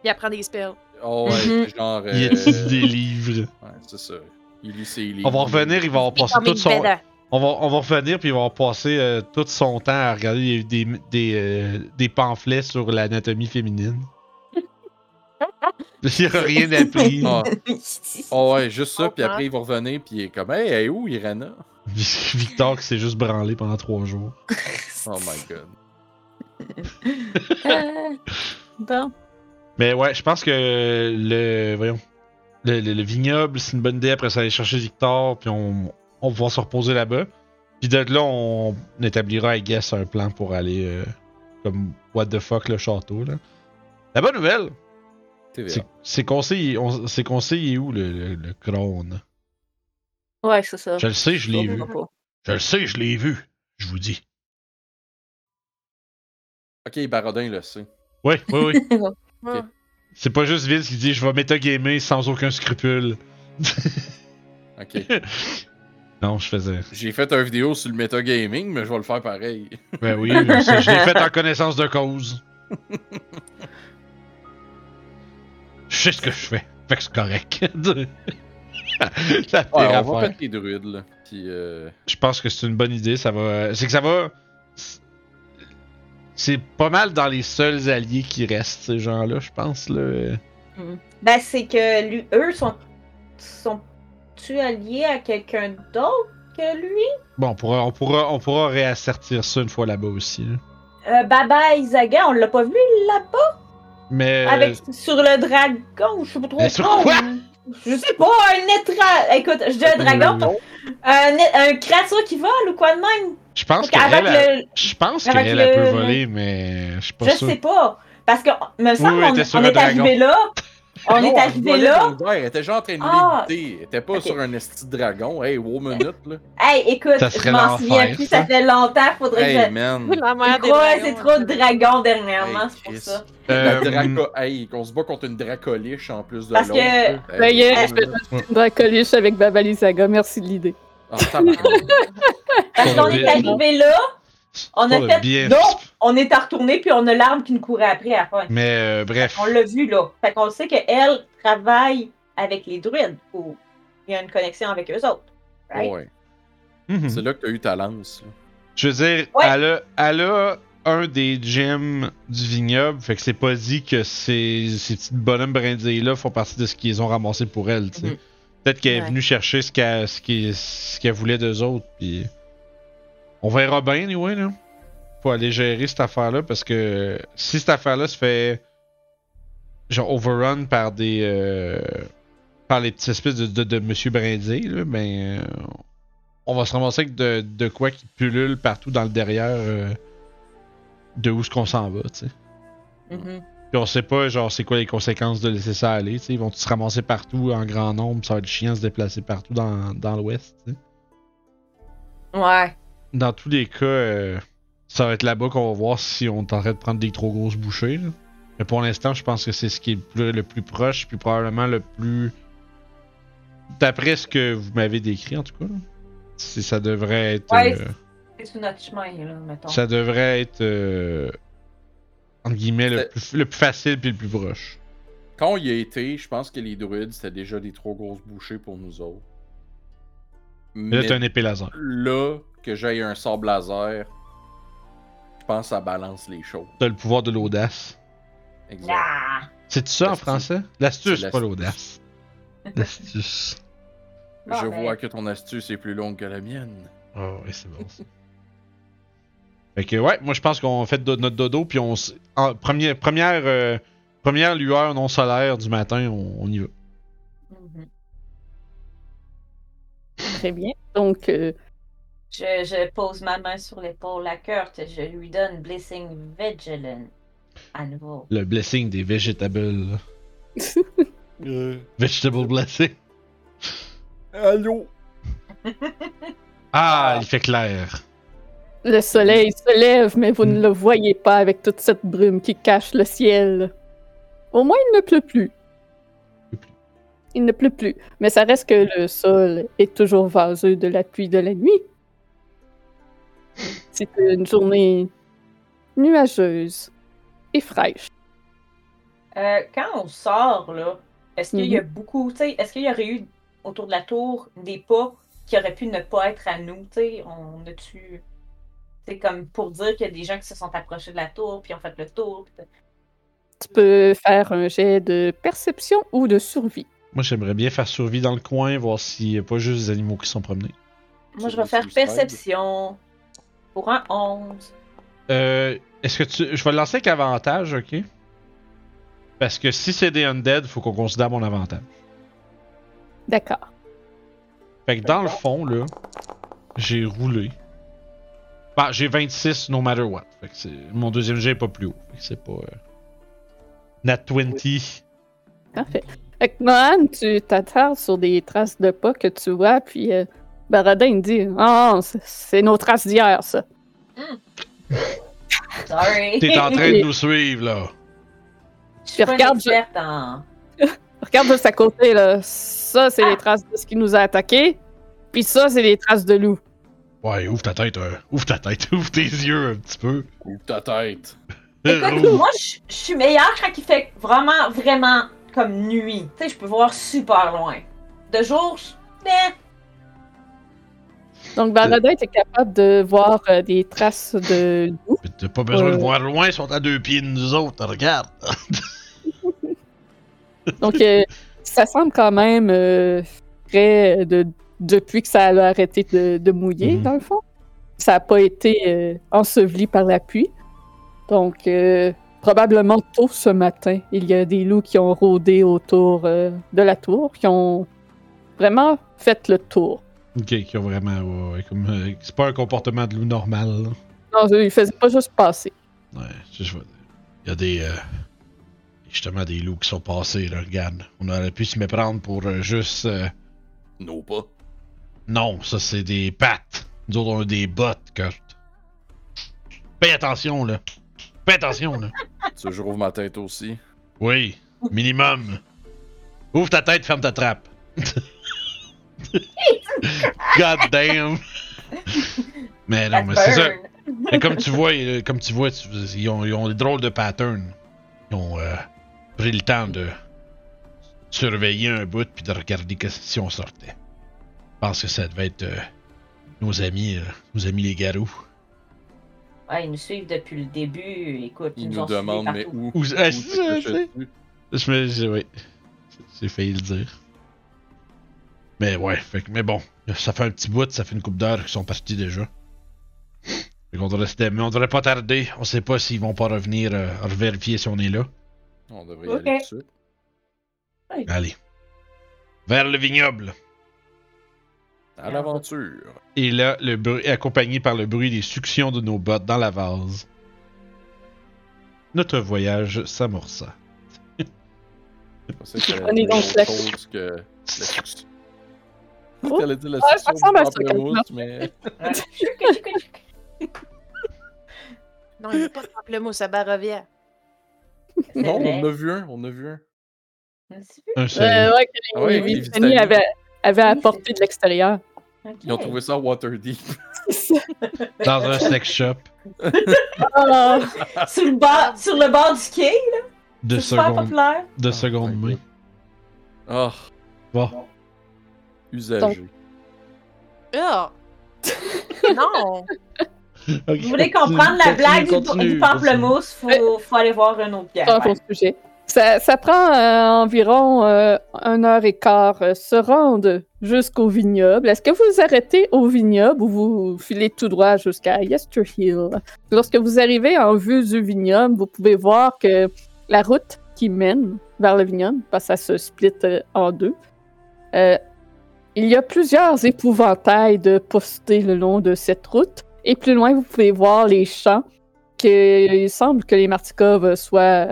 Speaker 5: Il apprend des spells.
Speaker 4: Oh, ouais,
Speaker 3: Mhm.
Speaker 4: c'est genre.
Speaker 1: Il
Speaker 4: euh,
Speaker 1: étudie des livres.
Speaker 4: Ouais, c'est ça. Il lit ses livres.
Speaker 1: On va revenir, il va avoir passé
Speaker 5: Comme
Speaker 1: tout
Speaker 5: une
Speaker 1: son.
Speaker 5: belle-
Speaker 1: On va, on va revenir, puis il va avoir passé euh, tout son temps à regarder des, des, des, euh, des pamphlets sur l'anatomie féminine. il a rien appris.
Speaker 4: Ah, ah ouais, juste ça, puis
Speaker 5: Comprends.
Speaker 4: après il va revenir, puis il est comme, hey, elle est où Irana?
Speaker 1: Victor qui s'est juste branlé pendant trois jours.
Speaker 4: Oh my god.
Speaker 3: Euh, bon.
Speaker 1: Mais ouais, je pense que le. Voyons. Le, le- le vignoble, c'est une bonne idée. Après, ça aller chercher Victor, puis on, on va pouvoir se reposer là-bas. Puis de là, on établira, I guess, un plan pour aller. euh, comme, what the fuck, le château, là. La bonne nouvelle,
Speaker 4: TVA.
Speaker 1: c'est- c'est qu'on sait, il- on- c'est qu'on sait il est où le, le, le crâne.
Speaker 3: Ouais, c'est ça.
Speaker 1: Je le sais, je l'ai vu.
Speaker 3: Pas.
Speaker 1: Je le sais, je l'ai vu. Je vous dis.
Speaker 4: Ok, Barodin le sait.
Speaker 1: Oui, oui, oui.
Speaker 5: Ouais.
Speaker 1: c'est pas juste Vince qui dit je vais métagamer sans aucun scrupule.
Speaker 4: Ok.
Speaker 1: Non, je faisais.
Speaker 4: J'ai fait un vidéo sur le metagaming, mais je vais le faire pareil.
Speaker 1: Ben oui, ça, je l'ai fait en connaissance de cause. Je sais ce que je fais. Fait que c'est correct. La pire
Speaker 4: Ouais, on va
Speaker 1: affaire.
Speaker 4: faire les druides, là. Puis, euh,
Speaker 1: Je pense que c'est une bonne idée. Ça va. C'est que ça va. C'est pas mal dans les seuls alliés qui restent, ces gens-là, je pense. Là.
Speaker 3: Ben, c'est que lui, eux sont, sont-tu alliés à quelqu'un d'autre que lui?
Speaker 1: Bon, on pourra, on, pourra, on pourra réassortir ça une fois là-bas aussi. là.
Speaker 3: Euh, Baba Isaga, on l'a pas vu là-bas?
Speaker 1: Mais.
Speaker 3: Avec, sur le dragon, je sais pas trop.
Speaker 1: Euh, Mais sur
Speaker 3: con.
Speaker 1: quoi?
Speaker 3: Je sais pas, un étra... Écoute, je dis un dragon, un, un créature qui vole ou quoi de même?
Speaker 1: Je pense qu'elle,
Speaker 3: Avec
Speaker 1: elle,
Speaker 3: le...
Speaker 1: je pense
Speaker 3: avec
Speaker 1: qu'elle elle
Speaker 3: le-
Speaker 1: peut voler, mais je suis pas
Speaker 3: Je
Speaker 1: sûr.
Speaker 3: sais pas. Parce que, me semble,
Speaker 1: oui, elle
Speaker 3: on,
Speaker 1: était sur
Speaker 3: on
Speaker 1: un
Speaker 3: est arrivé là. Ah, On
Speaker 4: Non,
Speaker 3: est
Speaker 4: elle
Speaker 3: arrivé
Speaker 4: volait
Speaker 3: là.
Speaker 4: dans l'air, Elle était genre en train de
Speaker 3: Ah!
Speaker 4: l'éviter. Elle était pas
Speaker 3: Ok. Ben,
Speaker 4: sur un esti de dragon. Hey, wow minute, là.
Speaker 3: Hey, écoute,
Speaker 1: Ça
Speaker 3: je
Speaker 1: serait
Speaker 3: m'en
Speaker 1: l'enfer,
Speaker 3: souviens plus, ça
Speaker 1: ça.
Speaker 3: fait longtemps, faudrait
Speaker 4: Hey,
Speaker 3: que
Speaker 4: man.
Speaker 5: La mère
Speaker 3: je.
Speaker 5: des
Speaker 3: Ouais,
Speaker 5: dragons,
Speaker 3: c'est trop de dragons dernièrement,
Speaker 4: Hey,
Speaker 3: c'est pour
Speaker 4: Chris.
Speaker 3: ça.
Speaker 4: La
Speaker 1: Euh,
Speaker 4: draco... Hey, qu'on se bat contre une dracoliche en plus de
Speaker 3: Parce
Speaker 4: l'autre,
Speaker 3: que-
Speaker 4: là.
Speaker 1: Ben,
Speaker 2: Ça y est,
Speaker 4: wow
Speaker 2: je
Speaker 4: minute.
Speaker 5: hein.
Speaker 2: Dracolich avec Babalizaga, merci de l'idée.
Speaker 4: Ah, tabarnak.
Speaker 3: Parce
Speaker 1: Pour
Speaker 3: qu'on
Speaker 1: le
Speaker 3: est
Speaker 1: bien.
Speaker 3: arrivé là, on
Speaker 1: pour
Speaker 3: a
Speaker 1: le
Speaker 3: fait
Speaker 1: bien.
Speaker 3: non, on est à retourner, puis on a l'arme qui nous courait après à la fin.
Speaker 1: Mais euh, bref,
Speaker 3: On l'a vu là. Fait qu'on sait qu'elle travaille avec les druides ou il y a une connexion avec eux autres. Right?
Speaker 4: Ouais.
Speaker 1: Mhm.
Speaker 4: C'est là que t'as eu ta lance. là.
Speaker 1: je veux dire,
Speaker 3: Ouais.
Speaker 1: elle, a, elle a un des gems du vignoble, fait que c'est pas dit que ces, ces petits bonhommes brindilles-là font partie de ce qu'ils ont ramassé pour elle. tu sais.
Speaker 3: Mhm.
Speaker 1: Peut-être qu'elle est
Speaker 5: Ouais.
Speaker 1: venue chercher ce qu'elle ce qui- ce qu'elle voulait d'eux autres, puis on verra bien, anyway, là. Faut aller gérer cette affaire-là, parce que si cette affaire-là se fait genre overrun par des... euh, par les petites espèces de, de, de Monsieur Brindille, là, ben... euh, on va se ramasser avec de, de quoi qui pullule partout dans le derrière euh, de où ce qu'on s'en va, tu sais.
Speaker 3: Mhm.
Speaker 1: Puis on sait pas, genre, c'est quoi les conséquences de laisser ça aller, tu sais. Ils vont se ramasser partout en grand nombre, ça va être chiant de se déplacer partout dans, dans l'ouest, tu sais.
Speaker 3: Ouais.
Speaker 1: Dans tous les cas, euh, Ça va être là-bas qu'on va voir si on tenterait de prendre des trop grosses bouchées. là. Mais pour l'instant, je pense que c'est ce qui est le plus, le plus proche, puis probablement le plus. D'après ce que vous m'avez décrit, en tout cas. là. C'est- Ça devrait être.
Speaker 3: Ouais,
Speaker 1: euh,
Speaker 3: C'est sur notre chemin, là, mettons.
Speaker 1: ça devrait être. euh, entre guillemets, le
Speaker 4: C'est-
Speaker 1: plus, le plus facile puis le plus proche.
Speaker 4: Quand on y a été, je pense que les druides, c'était déjà des trop grosses bouchées pour nous autres.
Speaker 1: Mais
Speaker 4: Mais
Speaker 1: là, t'as un épée laser.
Speaker 4: là, que j'aille un sable laser, je pense que ça balance les choses.
Speaker 1: T'as le pouvoir de l'audace.
Speaker 4: Exact.
Speaker 3: Ah!
Speaker 1: C'est ça en
Speaker 4: L'astuce.
Speaker 1: français L'astuce,
Speaker 4: C'est
Speaker 1: pas l'audace.
Speaker 4: l'astuce.
Speaker 1: L'astuce.
Speaker 3: Bon,
Speaker 4: je
Speaker 3: ben.
Speaker 4: vois que ton astuce est plus longue que la mienne.
Speaker 1: Ah ouais, c'est bon. ça. fait que ouais, moi je pense qu'on fait do- notre dodo puis on s- en premier- première euh, première lueur non solaire du matin, on, on y va.
Speaker 3: Mhm.
Speaker 2: Très bien. Donc, euh,
Speaker 3: Je, je pose ma main sur l'épaule à Kurt. Je lui donne Blessing Vigilant. À nouveau.
Speaker 1: Le blessing des vegetables. Vegetable blessing.
Speaker 4: Allô?
Speaker 1: Ah, il fait clair.
Speaker 2: le soleil se lève, mais vous ne le voyez pas avec toute cette brume qui cache le ciel. Au moins, il ne pleut plus. Il ne pleut plus. Mais ça reste que le sol est toujours vaseux de la pluie de la nuit. C'est une journée nuageuse et fraîche.
Speaker 3: Euh, quand on sort, là, est-ce qu'il y a beaucoup, tu sais, est-ce qu'il y aurait eu autour de la tour des pas qui auraient pu ne pas être à nous, tu sais, on a-tu. C'est comme pour dire qu'il y a des gens qui se sont approchés de la tour, puis ont fait le tour. puis t-
Speaker 2: Tu peux faire un jet de perception ou de survie.
Speaker 1: Moi j'aimerais bien faire survie dans le coin voir s'il n'y a pas juste des animaux qui sont promenés.
Speaker 3: Moi, je
Speaker 4: Sur
Speaker 3: vais
Speaker 4: le
Speaker 3: faire
Speaker 4: suicide.
Speaker 3: perception pour un 11.
Speaker 1: Euh, est-ce que tu je vais le lancer avec avantage, OK Parce que si c'est des undead, faut qu'on considère mon avantage.
Speaker 2: D'accord.
Speaker 1: Fait que dans le fond, là, j'ai roulé. Bah, j'ai 26 no matter what. Fait que c'est... Mon deuxième jet est pas plus haut. Fait que c'est pas. euh, Nat 20.
Speaker 2: Parfait. Fait que Noan, tu t'attardes sur des traces de pas que tu vois, puis euh, Baradin il dit Ah, ah, c'est- c'est nos traces d'hier, ça.
Speaker 3: Sorry.
Speaker 1: T'es en train de nous suivre, là.
Speaker 3: Je suis pas une
Speaker 2: Regarde, je-
Speaker 3: experte en.
Speaker 2: Regarde de sa côté, là. Ça, c'est les traces de ce qui nous a attaqué. Puis ça, c'est les traces de loup.
Speaker 1: Ouais, ouvre ta tête, euh, ouvre ta tête, ouvre tes yeux un petit peu.
Speaker 4: Ou ta tête.
Speaker 1: Euh,
Speaker 3: Écoute,
Speaker 1: ouvre.
Speaker 3: moi, je je suis meilleure quand il fait vraiment, vraiment comme nuit. Tu sais, je peux voir super loin. De jour, je... Eh,
Speaker 2: Donc, Baradin était capable de voir euh, des traces de loup.
Speaker 1: Mais T'as pas besoin de
Speaker 2: Euh.
Speaker 1: voir loin, ils sont à deux pieds de nous autres, regarde.
Speaker 2: Donc, euh, ça semble quand même euh, frais de, depuis que ça a arrêté de, de mouiller,
Speaker 1: Mhm.
Speaker 2: dans le fond. Ça n'a pas été euh, enseveli par la pluie. Donc, euh, probablement tôt ce matin, il y a des loups qui ont rôdé autour euh, de la tour, qui ont vraiment fait le tour.
Speaker 1: Ok, qui ont vraiment. ouais, ouais, comme, euh, c'est pas un comportement de loup normal, là.
Speaker 2: Non, eux, ils faisaient pas juste passer.
Speaker 1: Ouais, c'est ça, je veux dire. Il y a des. euh, justement, des loups qui sont passés, là, regarde. On aurait pu se méprendre pour euh, juste. euh,
Speaker 4: Non pas.
Speaker 1: non, ça, c'est des pattes. Nous autres, on a des bottes, Kurt. Fais attention, là. Fais attention, là.
Speaker 4: Ça, je rouvre ma tête aussi.
Speaker 1: Oui, minimum. Ouvre ta tête, ferme ta trappe. God damn. Mais non,
Speaker 3: that
Speaker 1: mais c'est ça.
Speaker 3: burn.
Speaker 1: Mais comme tu vois, euh, comme tu vois, tu- ils, ont, ils ont des drôles de patterns. Ils ont euh, pris le temps de surveiller un bout puis de regarder que- si on sortait. Je pense que ça devait être euh, nos amis, euh, nos amis les garous.
Speaker 3: Ouais, ils nous suivent depuis le début. Écoute, ont
Speaker 4: Ils nous
Speaker 3: suivis
Speaker 4: demandent, mais
Speaker 3: partout.
Speaker 4: où?
Speaker 1: Ou- ah, c'est
Speaker 4: Où te
Speaker 1: ça,
Speaker 4: caches-tu?
Speaker 1: Je me j'ai- oui. J'ai failli le dire. Mais ouais, fait que- mais bon, ça fait un petit bout, ça fait une coupe d'heure qu'ils sont partis déjà. Fait qu'on devrait se- mais on devrait pas tarder. On sait pas s'ils vont pas revenir euh, vérifier si on est là.
Speaker 4: On devrait y
Speaker 3: Ok.
Speaker 4: aller tout de suite.
Speaker 1: Allez. Vers le vignoble.
Speaker 4: À l'aventure.
Speaker 1: Et là, le bruit, accompagné par le bruit des suctions de nos bottes dans la vase, notre voyage s'amorça.
Speaker 4: Je pensais que c'était
Speaker 2: On est
Speaker 4: autre
Speaker 2: donc là.
Speaker 4: chose que la succion.
Speaker 2: Oh.
Speaker 4: T'allais dire la
Speaker 2: Ouais, ça
Speaker 4: succion
Speaker 2: ressemble
Speaker 4: du
Speaker 2: à ça,
Speaker 4: pamplemousse, mais...
Speaker 3: Chouc, chouc, chouc.
Speaker 5: Non, il n'y a pas de pamplemousse à Barovia.
Speaker 3: C'est
Speaker 4: Non,
Speaker 3: vrai.
Speaker 4: on en a vu un, on en a vu un.
Speaker 3: Un petit
Speaker 1: Un
Speaker 2: Ouais,
Speaker 3: Euh,
Speaker 1: seul.
Speaker 2: Euh, ouais,
Speaker 4: Ah ouais,
Speaker 2: oui,
Speaker 4: avec les
Speaker 2: Fanny
Speaker 4: vitamines.
Speaker 2: avait, avait
Speaker 3: Oui,
Speaker 2: apporté de l'extérieur.
Speaker 3: peu. Ok.
Speaker 4: Ils ont trouvé ça à Waterdeep.
Speaker 1: Dans un sex shop
Speaker 2: Ah,
Speaker 3: sur, le bord, sur le bord du quai,
Speaker 1: de
Speaker 3: c'est super
Speaker 1: seconde,
Speaker 3: populaire.
Speaker 1: de seconde main.
Speaker 4: Ah,
Speaker 1: Bon,
Speaker 4: usagé.
Speaker 5: Ah! non!
Speaker 1: ok.
Speaker 3: Vous voulez comprendre la
Speaker 1: Continue,
Speaker 3: blague du-
Speaker 1: continue,
Speaker 3: du pamplemousse, faut, faut aller voir un autre
Speaker 2: dans
Speaker 3: bière.
Speaker 2: ton sujet. Ça, ça prend euh, environ euh, une heure et quart euh, se rendre jusqu'au vignoble. Est-ce que vous arrêtez au vignoble ou vous filez tout droit jusqu'à Yester Hill? Lorsque vous arrivez en vue du vignoble, vous pouvez voir que la route qui mène vers le vignoble, parce que ça se split euh, en deux, euh, il y a plusieurs épouvantails de postés le long de cette route. Et plus loin, vous pouvez voir les champs qu'il semble que les Martikov soient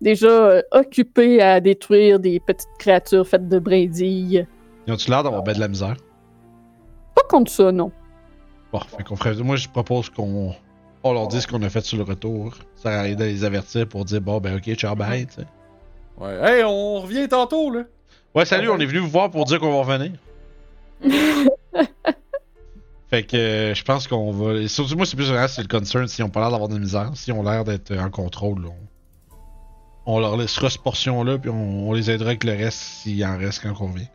Speaker 2: déjà euh, occupés à détruire des petites créatures faites de brindilles.
Speaker 1: Ils ont-tu l'air d'avoir ben de la misère?
Speaker 2: Pas contre ça, non.
Speaker 1: Bon, fait qu'on ferait- Moi, je propose qu'on on leur dise ce qu'on a fait sur le retour. Ça sert à rien de les avertir pour dire bon, ben ok, ciao, bye. tu sais.
Speaker 4: Ouais. Hey, on revient tantôt, là.
Speaker 1: Ouais, salut, on est venu vous voir pour dire qu'on va revenir. fait que euh, je pense qu'on va. et Surtout, moi, c'est plus général, c'est le concern si on pas l'air d'avoir de misère, si on l'air d'être euh, en contrôle. là, on... on leur laissera cette portion-là, puis on... on les aidera avec le reste s'il en reste quand on vient.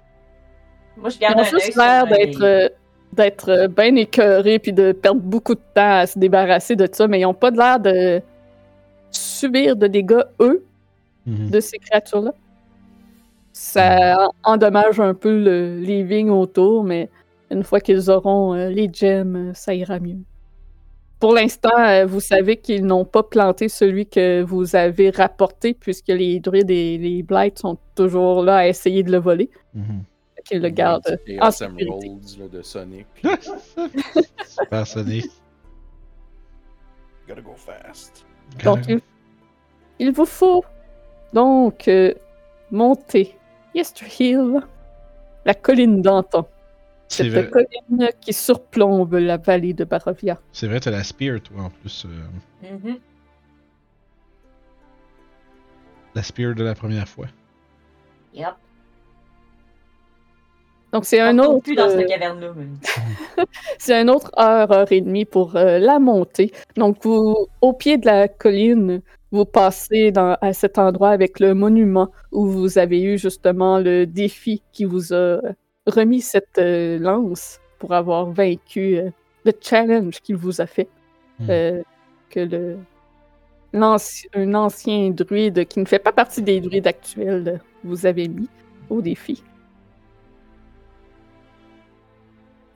Speaker 3: Moi, je
Speaker 2: Ils
Speaker 3: garde
Speaker 2: ont
Speaker 3: un œil
Speaker 2: juste
Speaker 3: sur
Speaker 2: l'air
Speaker 3: les-
Speaker 2: d'être euh, d'être euh, bien écœurés puis de perdre beaucoup de temps à se débarrasser de ça, mais ils n'ont pas de l'air de subir de dégâts, eux,
Speaker 1: Mhm.
Speaker 2: de ces créatures-là. Ça en- endommage un peu le- les vignes autour, mais une fois qu'ils auront euh, les gemmes, euh, ça ira mieux. Pour l'instant, euh, vous savez qu'ils n'ont pas planté celui que vous avez rapporté, puisque les druides et les blights sont toujours là à essayer de le voler.
Speaker 1: Mhm.
Speaker 2: Qu'ils le gardent. euh,
Speaker 4: Et
Speaker 2: en
Speaker 4: Sam
Speaker 2: sécurité.
Speaker 4: Rolls, là, de Sonic.
Speaker 1: Super sonné.
Speaker 4: Gotta go fast.
Speaker 2: Donc, il, il vous faut donc euh, monter Yester Hill, la colline d'antan.
Speaker 1: C'est vrai,
Speaker 2: Cette colline qui surplombe la vallée de Barovia.
Speaker 1: c'est vrai, t'as la spear, toi, en plus. euh,
Speaker 3: Mhm.
Speaker 1: la spear de la première fois.
Speaker 3: Yep.
Speaker 2: Donc c'est
Speaker 3: On
Speaker 2: un
Speaker 3: retourne
Speaker 2: autre,
Speaker 3: plus dans
Speaker 2: euh,
Speaker 3: cette caverne-là. mais-
Speaker 2: c'est un autre heure, heure et demie pour euh, la montée. Donc vous, au pied de la colline, vous passez dans- à cet endroit avec le monument où vous avez eu justement le défi qui vous a euh, remis cette euh, lance pour avoir vaincu euh, le challenge qu'il vous a fait.
Speaker 1: Hmm.
Speaker 2: Euh, que le l'anci- un ancien druide qui ne fait pas partie des druides actuels euh, vous avez mis au défi.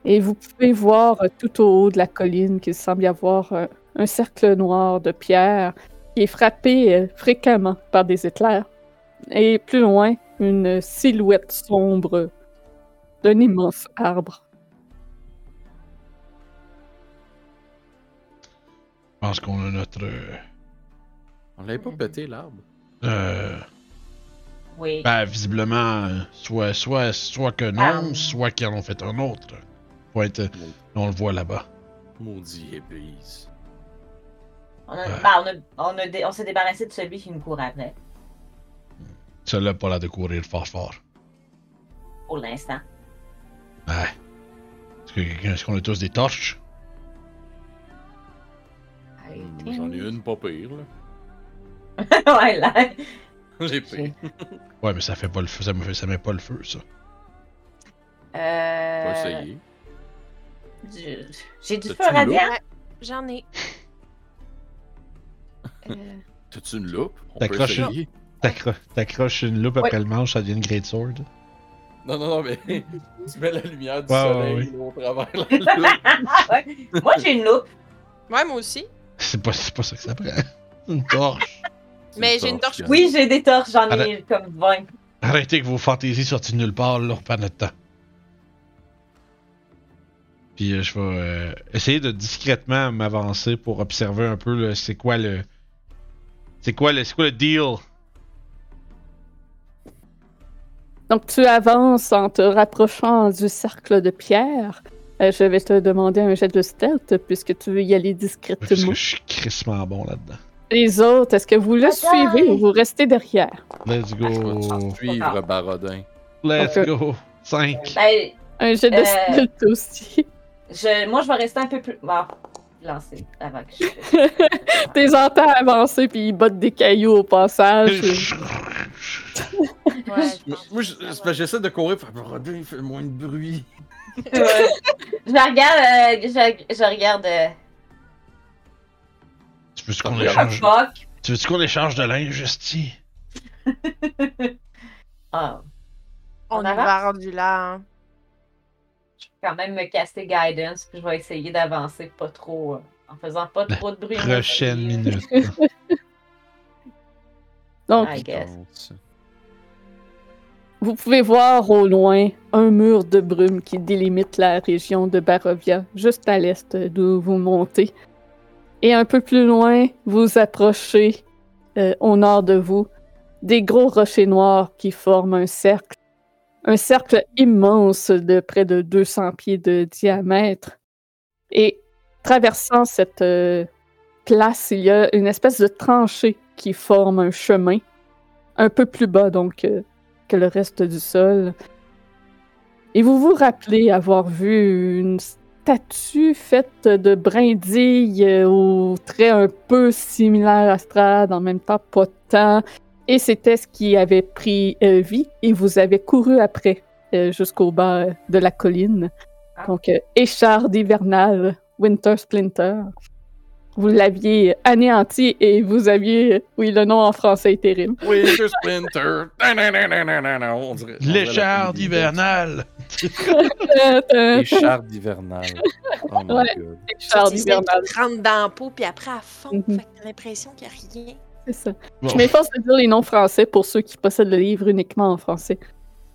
Speaker 2: Et vous pouvez voir euh, tout au haut de la colline qu'il semble y avoir euh, un cercle noir de pierre qui est frappé euh, fréquemment par des éclairs. Et plus loin, une silhouette sombre d'un immense arbre.
Speaker 1: Je pense qu'on a notre. euh,
Speaker 4: On l'avait pas pété, l'arbre.
Speaker 1: euh,
Speaker 3: Oui.
Speaker 1: Ben, visiblement, euh, soit, soit, soit que non, soit qu'ils en ont fait un autre. Faut être, euh, on le voit là-bas.
Speaker 4: Maudit épice.
Speaker 3: On, a- ben, on, a- on a dé- on s'est débarrassé de celui qui nous court après,
Speaker 1: Celui-là a pas l'air de courir fort fort.
Speaker 3: pour l'instant.
Speaker 1: Ouais. Est-ce que- est-ce qu'on est tous des torches?
Speaker 4: Hmm, J'en ai une pas pire, là.
Speaker 3: ouais, là.
Speaker 4: J'ai pris.
Speaker 1: Ouais, mais ça fait pas le feu, ça me fait, ça met pas le feu, ça.
Speaker 4: Pas
Speaker 3: Euh,
Speaker 4: essayé.
Speaker 3: du- J'ai du
Speaker 4: T'as-tu
Speaker 3: feu
Speaker 4: une loupe?
Speaker 3: radiant.
Speaker 5: J'en ai.
Speaker 3: Euh,
Speaker 4: T'as-tu une loupe? On peut
Speaker 1: T'accroches
Speaker 4: essayer.
Speaker 1: une, t'accro- t'accroches une loupe
Speaker 3: Ouais.
Speaker 1: après le manche, ça devient une great sword.
Speaker 4: Non, non, non, mais tu mets la lumière du
Speaker 1: Ouais, ouais,
Speaker 4: soleil
Speaker 1: ouais.
Speaker 4: là, au travers la loupe.
Speaker 3: ah, ouais. Moi, j'ai une loupe.
Speaker 5: Ouais, moi aussi.
Speaker 1: C'est pas, c'est pas ça que ça prend. Une torche.
Speaker 4: C'est
Speaker 5: Mais j'ai une torche.
Speaker 4: gars.
Speaker 3: Oui, j'ai des torches, j'en ai
Speaker 1: Arrête.
Speaker 3: comme 20.
Speaker 1: Arrêtez que vos fantaisies sortent de nulle part, là, on perd notre temps. Puis euh, je vais euh, essayer de discrètement m'avancer pour observer un peu le- c'est quoi le. C'est quoi le. C'est quoi le deal?
Speaker 2: Donc tu avances en te rapprochant du cercle de pierre. Euh, je vais te demander un jet de stealth puisque tu veux y aller
Speaker 1: Parce
Speaker 2: discrètement.
Speaker 1: que je suis crissement bon là-dedans.
Speaker 2: Les autres, est-ce que vous le suivez ou vous restez derrière?
Speaker 1: Let's go.
Speaker 5: Ah.
Speaker 4: Suivre Barodin.
Speaker 1: Let's
Speaker 2: Ok.
Speaker 1: go. 5.
Speaker 3: Ben,
Speaker 2: Un jet de
Speaker 3: Euh,
Speaker 2: stealth aussi.
Speaker 3: je, moi, je vais rester un peu plus. Bon, lancer avant que je.
Speaker 2: T'es entends avancer puis ils bottent des cailloux au passage.
Speaker 5: Ouais, je pense.
Speaker 4: Moi, je- c'est parce que j'essaie de courir, faire Barodin, il fait moins de bruit.
Speaker 3: Ouais. je la regarde. euh, je, je regarde. euh,
Speaker 1: Tu veux-tu qu'on
Speaker 4: Ouais.
Speaker 3: comme
Speaker 1: échange?
Speaker 3: fuck.
Speaker 1: Tu veux-tu qu'on échange de linge, Justy?
Speaker 3: Ah,
Speaker 5: On
Speaker 3: On
Speaker 5: est
Speaker 3: avance?
Speaker 5: pas rendu là. hein.
Speaker 3: je vais quand même me caster guidance, puis je vais essayer d'avancer pas trop. euh, en faisant pas trop de bruit.
Speaker 1: Ben, Prochaine
Speaker 3: Euh,
Speaker 1: minute.
Speaker 2: Donc,
Speaker 3: I guess.
Speaker 2: Vous pouvez voir au loin un mur de brume qui délimite la région de Barovia, juste à l'est d'où vous montez. Et un peu plus loin, vous approchez euh, au nord de vous des gros rochers noirs qui forment un cercle. Un cercle immense de près de 200 pieds de diamètre. Et traversant cette euh, place, il y a une espèce de tranchée qui forme un chemin un peu plus bas, donc. euh, que le reste du sol. Et vous vous rappelez avoir vu une statue faite de brindilles euh, aux traits un peu similaires à Strad, en même temps pas tant. Et c'était ce qui avait pris euh, vie et vous avez couru après euh, jusqu'au bas euh, de la colline.
Speaker 3: Ah.
Speaker 2: Donc, euh, écharde hivernale, Winter Splinter. Vous l'aviez anéanti et vous aviez... Oui, le nom en français est terrible.
Speaker 4: Oui, je Splinter. Nananananana, On dirait. on dirait la
Speaker 1: L'écharde
Speaker 4: comédie.
Speaker 1: hivernale!
Speaker 4: L'écharde hivernale. Oh my
Speaker 2: Ouais.
Speaker 4: god.
Speaker 2: Euh, Écharde
Speaker 5: Tu sais,
Speaker 2: hivernale.
Speaker 5: tu rentres dans la peau, puis après, à fond.
Speaker 2: Mhm.
Speaker 5: Fait que t'as l'impression qu'il n'y a rien.
Speaker 2: C'est ça.
Speaker 1: Bon.
Speaker 2: Je m'efforce de dire les noms français pour ceux qui possèdent le livre uniquement en français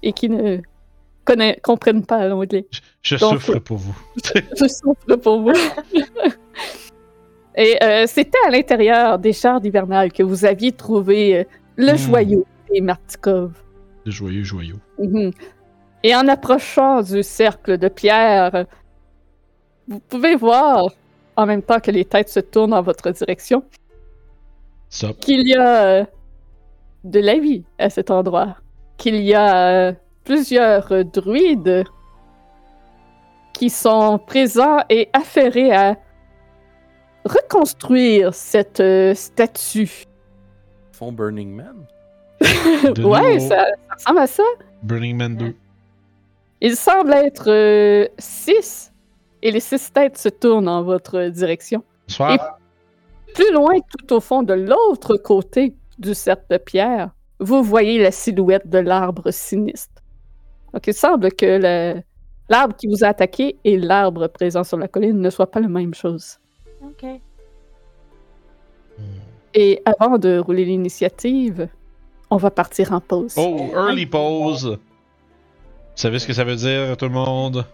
Speaker 2: et qui ne conna- comprennent pas l'anglais.
Speaker 1: Je
Speaker 2: Donc,
Speaker 1: souffre pour vous.
Speaker 2: Je souffre pour vous. et euh, c'était à l'intérieur des chars hivernales que vous aviez trouvé euh, le
Speaker 1: Mm.
Speaker 2: joyau des Martikov.
Speaker 1: Le joyeux joyau.
Speaker 2: Mhm. Et en approchant du cercle de pierre, vous pouvez voir, en même temps que les têtes se tournent en votre direction,
Speaker 1: Stop.
Speaker 2: qu'il y a euh, de la vie à cet endroit, qu'il y a euh, plusieurs euh, druides qui sont présents et affairés à reconstruire cette euh, statue.
Speaker 4: Ils Font Burning Man.
Speaker 1: De
Speaker 2: ouais,
Speaker 1: nouveau,
Speaker 2: ça, ça ressemble à ça.
Speaker 1: Burning Man 2.
Speaker 2: Il semble être euh, six et les six têtes se tournent en votre direction.
Speaker 1: Bonsoir.
Speaker 2: Plus loin, tout au fond de l'autre côté du cercle de pierre, vous voyez la silhouette de l'arbre sinistre. Donc, il semble que le- l'arbre qui vous a attaqué et l'arbre présent sur la colline ne soient pas la même chose.
Speaker 3: Ok.
Speaker 2: Et avant de rouler l'initiative, on va partir en pause.
Speaker 1: Oh,
Speaker 5: Ah,
Speaker 1: early pause. Vous savez ce que ça veut dire, tout le monde?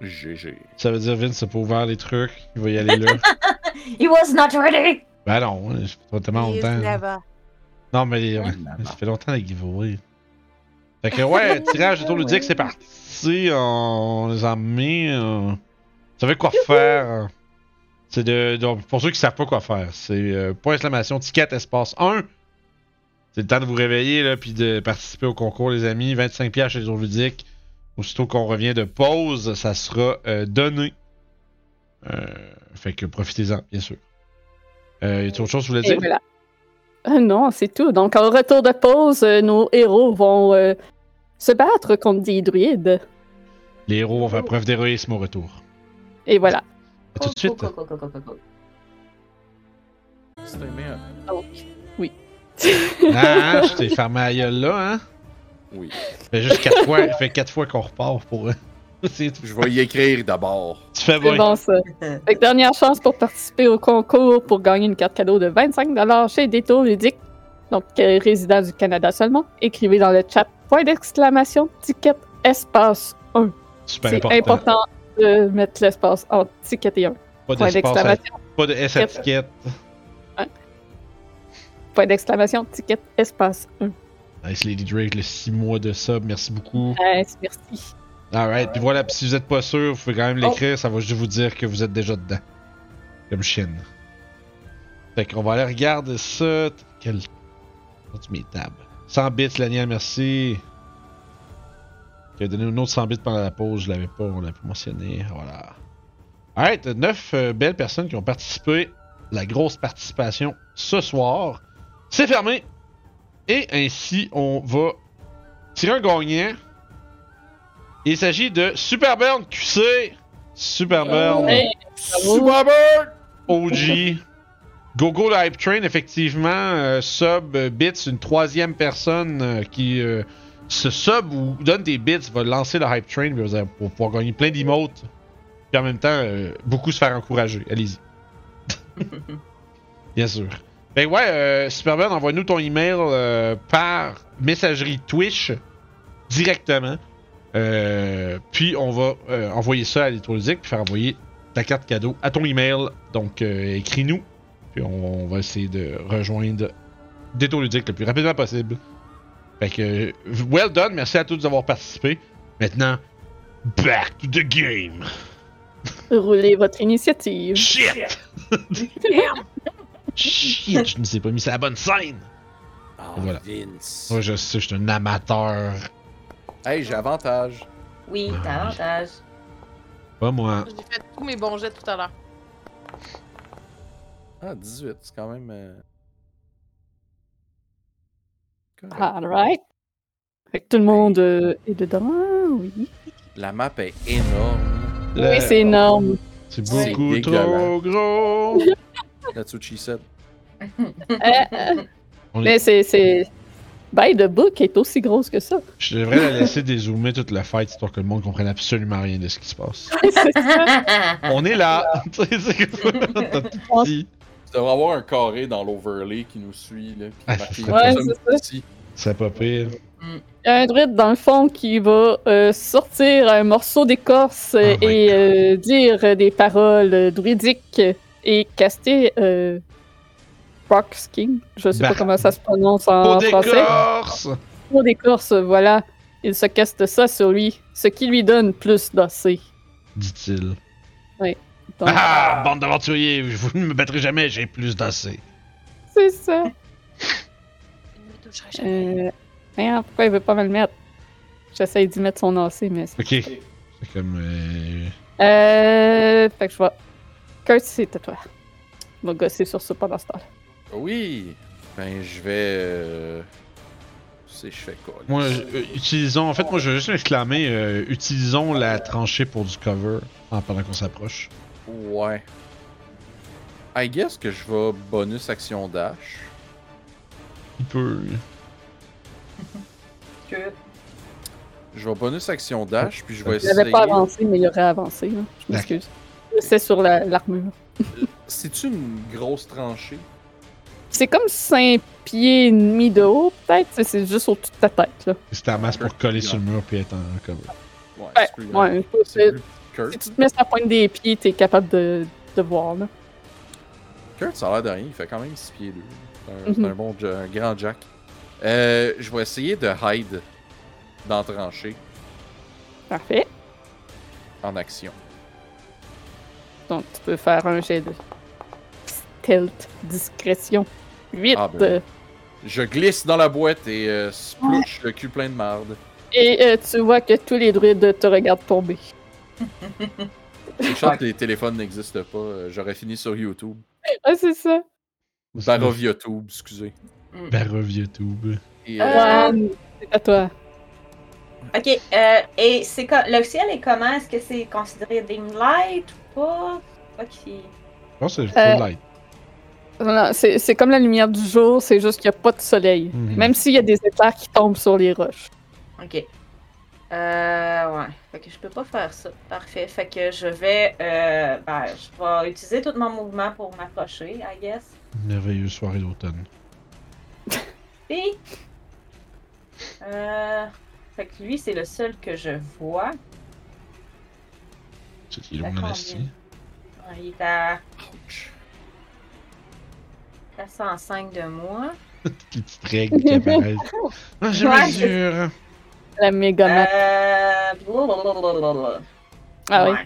Speaker 4: GG.
Speaker 1: Ça veut dire Vince a pas ouvert les trucs. Il va y aller là.
Speaker 3: He was not ready!
Speaker 1: ben non, ça fait tellement
Speaker 5: Il est
Speaker 1: longtemps.
Speaker 5: là-bas.
Speaker 1: Non, mais ouais, ça fait longtemps la giveaway. Fait que ouais, tirage de tour ludique, c'est parti. On les a mis. euh, Vous savez quoi faire. hein. C'est de, donc, Pour ceux qui savent pas quoi faire, c'est euh, point exclamation, ticket, espace 1. C'est le temps de vous réveiller, là, puis de participer au concours, les amis. 25 pièces chez les tours ludiques. Aussitôt qu'on revient de pause, ça sera euh, donné. Euh, fait que profitez-en, bien sûr. Euh, y a-t-il autre chose que vous voulez
Speaker 2: Et
Speaker 1: dire?
Speaker 2: voilà. Ah non, c'est tout. Donc, en retour de pause, euh, nos héros vont euh, se battre contre des druides.
Speaker 1: Les héros vont faire preuve d'héroïsme au retour.
Speaker 2: Et voilà.
Speaker 1: À tout de suite.
Speaker 3: Go, go, go, go, go, go.
Speaker 4: C'était meilleur.
Speaker 1: Ah, hein, je t'ai fermé la gueule là, hein?
Speaker 4: Oui.
Speaker 1: Fait juste quatre fois, fait quatre fois qu'on repart pour euh, eux. C'est tout.
Speaker 4: Je vais y écrire d'abord.
Speaker 1: Tu fais
Speaker 2: C'est
Speaker 1: bon.
Speaker 2: bon, Eh ben, ça. Fait que dernière chance pour participer au concours pour gagner une carte cadeau de 25 chez Détour Ludique. Donc, euh, résident du Canada seulement. Écrivez dans le chat point d'exclamation, ticket, espace 1.
Speaker 1: Super
Speaker 2: C'est
Speaker 1: important.
Speaker 2: important. de mettre l'espace entre ticket et 1.
Speaker 1: Pas
Speaker 2: Point
Speaker 1: d'espace, à-
Speaker 2: d'exclamation,
Speaker 1: pas de S étiquette.
Speaker 2: point d'exclamation, ticket, espace 1.
Speaker 1: Nice Lady Drake, le 6 mois de sub, merci beaucoup.
Speaker 2: Nice, merci.
Speaker 1: Alright, puis voilà, puis si vous êtes pas sûr, vous pouvez quand
Speaker 2: Oh.
Speaker 1: même l'écrire, ça va juste vous dire que vous êtes déjà dedans. Comme Chine. Fait qu'on va aller regarder ça. Quel. Sorti mes tables. 100 bits, Laniel, merci. Tu as donné une autre 100 bits pendant la pause, je l'avais pas, on l'a pas mentionné. Voilà. Alright, 9 belles personnes qui ont participé. La grosse participation ce soir. C'est fermé. Et ainsi, on va tirer un gagnant. Il s'agit de Superburn QC. Superburn.
Speaker 2: Hey,
Speaker 4: Superbird!
Speaker 1: OG. Gogo le Hype Train, effectivement, euh, sub euh, bits, une troisième personne euh, qui euh, se sub ou donne des bits, va lancer le Hype Train puis vous allez pour pouvoir gagner plein d'emotes. Puis en même temps, euh, beaucoup se faire encourager. Allez-y. Bien sûr. Ben ouais, euh, Superbird, envoie-nous ton email euh, par messagerie Twitch directement. Euh, puis on va euh, envoyer ça à l'électroludique puis faire envoyer ta carte cadeau à ton email. Donc euh, écris-nous. Puis on, on va essayer de rejoindre Détour Ludique le plus rapidement possible. Fait que, euh, well done, merci à tous d'avoir participé. Maintenant, back to the game.
Speaker 2: Roulez votre initiative.
Speaker 1: Shit! Shit, je ne sais pas mis sur la bonne scène.
Speaker 6: Ah,
Speaker 1: Voilà.
Speaker 6: Vince.
Speaker 1: Moi, je sais, je suis un amateur.
Speaker 4: Hey, j'ai avantage.
Speaker 1: Ah,
Speaker 3: Oui, t'as avantage.
Speaker 1: Pas moi.
Speaker 5: J'ai fait tous mes bons jets tout à l'heure.
Speaker 4: Ah, 18, c'est quand même. euh, correct.
Speaker 2: Ah. Alright. Fait que tout le monde euh, est dedans, oui.
Speaker 4: La map est énorme.
Speaker 1: Le-
Speaker 2: Oui, c'est énorme.
Speaker 1: c'est
Speaker 5: c'est
Speaker 1: beaucoup trop
Speaker 4: dégueulasse.
Speaker 1: gros.
Speaker 4: That's what she said.
Speaker 2: Euh,
Speaker 1: On est-
Speaker 2: mais c'est. c'est... By the book est aussi grosse que ça.
Speaker 1: Je devrais la laisser dézoomer toute la fête histoire que le monde comprenne absolument rien de ce qui se passe.
Speaker 2: C'est ça.
Speaker 1: On est
Speaker 2: Ah.
Speaker 1: là! Tu sais, c'est comme- notre petit-
Speaker 2: On-
Speaker 4: Tu devrais avoir un carré dans l'overlay qui nous suit. Là, qui
Speaker 1: Ah,
Speaker 4: marque-
Speaker 1: ouais,
Speaker 4: nous
Speaker 2: c'est
Speaker 4: sommes
Speaker 2: ça.
Speaker 4: ici.
Speaker 1: C'est pas pire.
Speaker 2: Il y a un druide dans le fond qui va euh, sortir un morceau d'écorce euh,
Speaker 1: Oh my
Speaker 2: et
Speaker 1: God.
Speaker 2: euh, dire euh, des paroles euh, druidiques et caster euh, Rock King. Je sais
Speaker 1: Bah.
Speaker 2: pas comment ça se prononce en
Speaker 1: Peau
Speaker 2: français.
Speaker 1: d'écorce!
Speaker 2: Pour d'écorce, voilà. Il se caste ça sur lui, ce qui lui donne plus d'AC.
Speaker 1: Dit-il.
Speaker 2: Donc,
Speaker 1: Ah! Bande d'aventuriers, vous ne me battrez jamais, j'ai plus d'assez.
Speaker 2: C'est ça.
Speaker 5: Il ne me touchera jamais.
Speaker 2: Euh, hein, pourquoi il veut pas me le mettre? J'essaye d'y mettre son AC, mais c'est...
Speaker 1: Ok. C'est comme. euh,
Speaker 2: Euh, fait que je vois. Kurt, c'est à toi. Je vais gosser sur ça pendant ce temps-là.
Speaker 4: Oui. Ben, je vais. euh, C'est je fais quoi? là?
Speaker 1: Moi, je- euh, utilisons. En fait, moi, je vais juste exclamer euh, utilisons la tranchée pour du cover en pendant qu'on s'approche.
Speaker 4: Ouais. I guess que je vais bonus action dash.
Speaker 1: Il peut.
Speaker 3: Que-
Speaker 4: Je vais bonus action dash, puis je vais
Speaker 1: Il
Speaker 2: Il
Speaker 4: essayer.
Speaker 2: n'avait pas avancé, mais il aurait avancé. là. Je m'excuse. C'est sur la- l'armure.
Speaker 4: C'est-tu une grosse tranchée?
Speaker 2: c'est comme 5 pieds et demi de haut, peut-être. C'est- C'est juste au-dessus de ta tête. Là.
Speaker 1: C'est à masse pour coller sur le mur puis être en cover.
Speaker 4: Ouais,
Speaker 2: Ouais,
Speaker 4: c'est plus grand.
Speaker 2: Ouais, je pense
Speaker 4: C'est
Speaker 2: que
Speaker 4: plus Kurt.
Speaker 2: si tu te mets sur la pointe des pieds, t'es capable de, de voir. Là.
Speaker 4: Kurt, ça a l'air de rien, il fait quand même 6 pieds 2. C'est un,
Speaker 2: Mhm.
Speaker 4: c'est un bon ja- un grand jack. Euh, je vais essayer de hide dans tranchée
Speaker 2: Parfait.
Speaker 4: en action.
Speaker 2: Donc, tu peux faire un jet de stealth, discrétion. 8.
Speaker 4: Ah, ben. Je glisse dans la boîte et euh, splouche le cul plein de marde.
Speaker 2: Et euh, tu vois que tous les druides te regardent tomber.
Speaker 4: Je chante que les téléphones n'existent pas. euh, J'aurais fini sur YouTube.
Speaker 2: Ah, c'est ça.
Speaker 4: Barre of YouTube, excusez.
Speaker 1: Barov YouTube.
Speaker 4: Et, euh,
Speaker 3: Euh,
Speaker 2: Juan, c'est à toi.
Speaker 3: ok, euh, et c'est co- le ciel est comment? Est-ce que c'est considéré dim light ou pas? Ok.
Speaker 1: Je pense que c'est
Speaker 2: Euh,
Speaker 1: full light.
Speaker 2: Voilà, c'est c'est comme la lumière du jour, c'est juste qu'il n'y a pas de soleil.
Speaker 1: Mhm.
Speaker 2: Même s'il y a des éclairs qui tombent sur les roches.
Speaker 3: Ok. Euh, ouais. Fait que je peux pas faire ça. Parfait. Fait que je vais. Euh, ben, je vais utiliser tout mon mouvement pour m'approcher, I guess.
Speaker 1: Merveilleuse soirée d'automne.
Speaker 3: Puis. Euh, fait que lui, c'est le seul que je vois.
Speaker 1: C'est il est loin
Speaker 3: D'accord,
Speaker 1: en esti.
Speaker 3: bien. Ah, Il est à,
Speaker 4: ouch.
Speaker 3: à 105 de moi.
Speaker 1: Les petites règles qui apparaissent. Ah, je
Speaker 3: Ouais,
Speaker 1: mesure.
Speaker 2: La méga map.
Speaker 3: Euh. Bouh,
Speaker 2: Ah oui.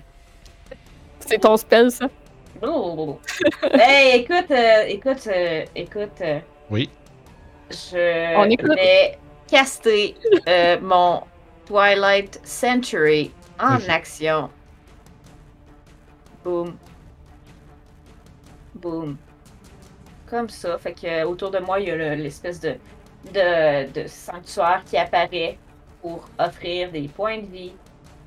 Speaker 2: C'est ton spell, ça?
Speaker 3: hey, écoute, euh, écoute, euh, écoute. euh,
Speaker 1: Oui.
Speaker 3: Je
Speaker 2: On écoute.
Speaker 3: vais caster euh, mon Twilight Century en
Speaker 1: Ok.
Speaker 3: action. Boum. Boum. Comme ça. Fait que euh, autour de moi, il y a le- l'espèce de, de, de sanctuaire qui apparaît pour offrir des points de vie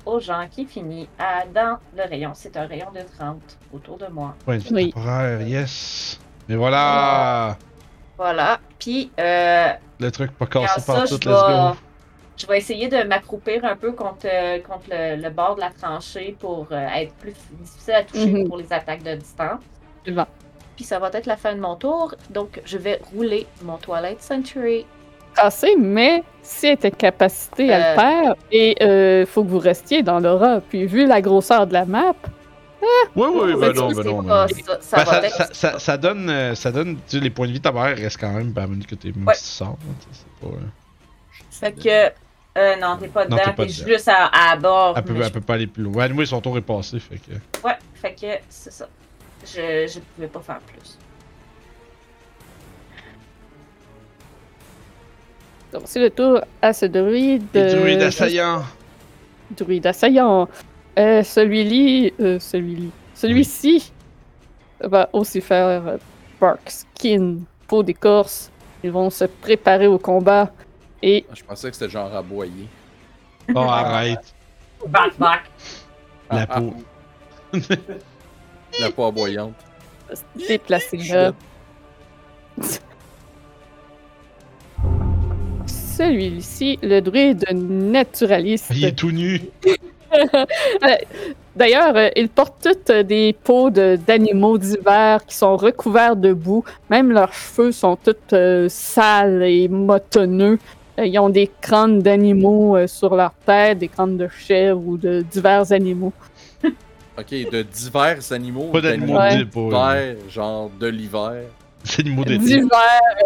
Speaker 3: aux gens qui finit à dans le rayon. C'est un rayon de 30 autour de moi.
Speaker 1: Point de vue
Speaker 2: Oui.
Speaker 1: temporaire, yes. Mais voilà!
Speaker 3: Voilà. Puis, euh,
Speaker 1: Le truc pas
Speaker 3: Dans
Speaker 1: cassé
Speaker 3: ça,
Speaker 1: par
Speaker 3: je
Speaker 1: tout, let's
Speaker 3: vais,
Speaker 1: go.
Speaker 3: je vais essayer de m'accroupir un peu contre, euh, contre le, le bord de la tranchée pour euh, être plus difficile à toucher
Speaker 2: Mhm.
Speaker 3: pour les attaques de distance.
Speaker 2: Tu vas.
Speaker 3: Puis ça va être la fin de mon tour, donc je vais rouler mon Twilight Century.
Speaker 2: Casser, mais si elle était capacité à
Speaker 3: Euh.
Speaker 2: le faire, et euh, faut que vous restiez dans l'aura. Puis vu la grosseur de la map,
Speaker 1: Oui, oui,
Speaker 2: Oh,
Speaker 1: ben
Speaker 2: mais
Speaker 1: non,
Speaker 2: tu
Speaker 1: ben
Speaker 3: C'est
Speaker 1: non.
Speaker 3: pas
Speaker 1: ben non.
Speaker 3: ça, ça
Speaker 1: Ben,
Speaker 3: va
Speaker 1: ça,
Speaker 3: être-
Speaker 1: ça, ça, ça donne, euh, ça donne tu sais, les points de vie temporaires restent quand même par minute que t'es même
Speaker 3: Ouais.
Speaker 1: si tu sors. hein, tu sais, c'est pas, euh,
Speaker 3: Fait que, euh, non, t'es pas
Speaker 1: Non,
Speaker 3: dedans,
Speaker 1: t'es pas
Speaker 3: t'es
Speaker 1: dedans.
Speaker 3: juste à, à bord.
Speaker 1: elle, peut,
Speaker 3: mais
Speaker 1: elle peut pas aller plus loin. Anyway, son tour est passé, fait que.
Speaker 3: je- Ouais, fait que c'est ça. Je, je pouvais pas faire plus.
Speaker 2: donc c'est le tour à ce druide.
Speaker 1: Les druides
Speaker 2: euh,
Speaker 1: assaillants.
Speaker 2: druide assaillant. Euh, celui-là, euh, celui-là, celui-ci va aussi faire euh, bark, skin, peau d'écorce. Ils vont se préparer au combat et
Speaker 4: Je pensais que c'était genre aboyé.
Speaker 1: Oh, arrête.
Speaker 3: Back, back.
Speaker 1: La peau.
Speaker 4: Ah, La peau aboyante.
Speaker 2: se déplacer
Speaker 4: Je suis
Speaker 2: là.
Speaker 4: là.
Speaker 2: Celui-ci, le druide naturaliste.
Speaker 1: Il est tout nu.
Speaker 2: D'ailleurs, euh, ils portent toutes euh, des peaux de- d'animaux divers qui sont recouverts de boue. Même leurs cheveux sont tous euh, sales et motonneux. Euh, ils ont des crânes d'animaux euh, sur leur tête, des crânes de chèvres ou de divers animaux.
Speaker 4: Ok, de divers animaux.
Speaker 1: Pas d'animaux
Speaker 2: Ouais.
Speaker 1: de pas.
Speaker 4: d'hiver, genre de l'hiver.
Speaker 1: C'est animaux d'été.
Speaker 2: Divers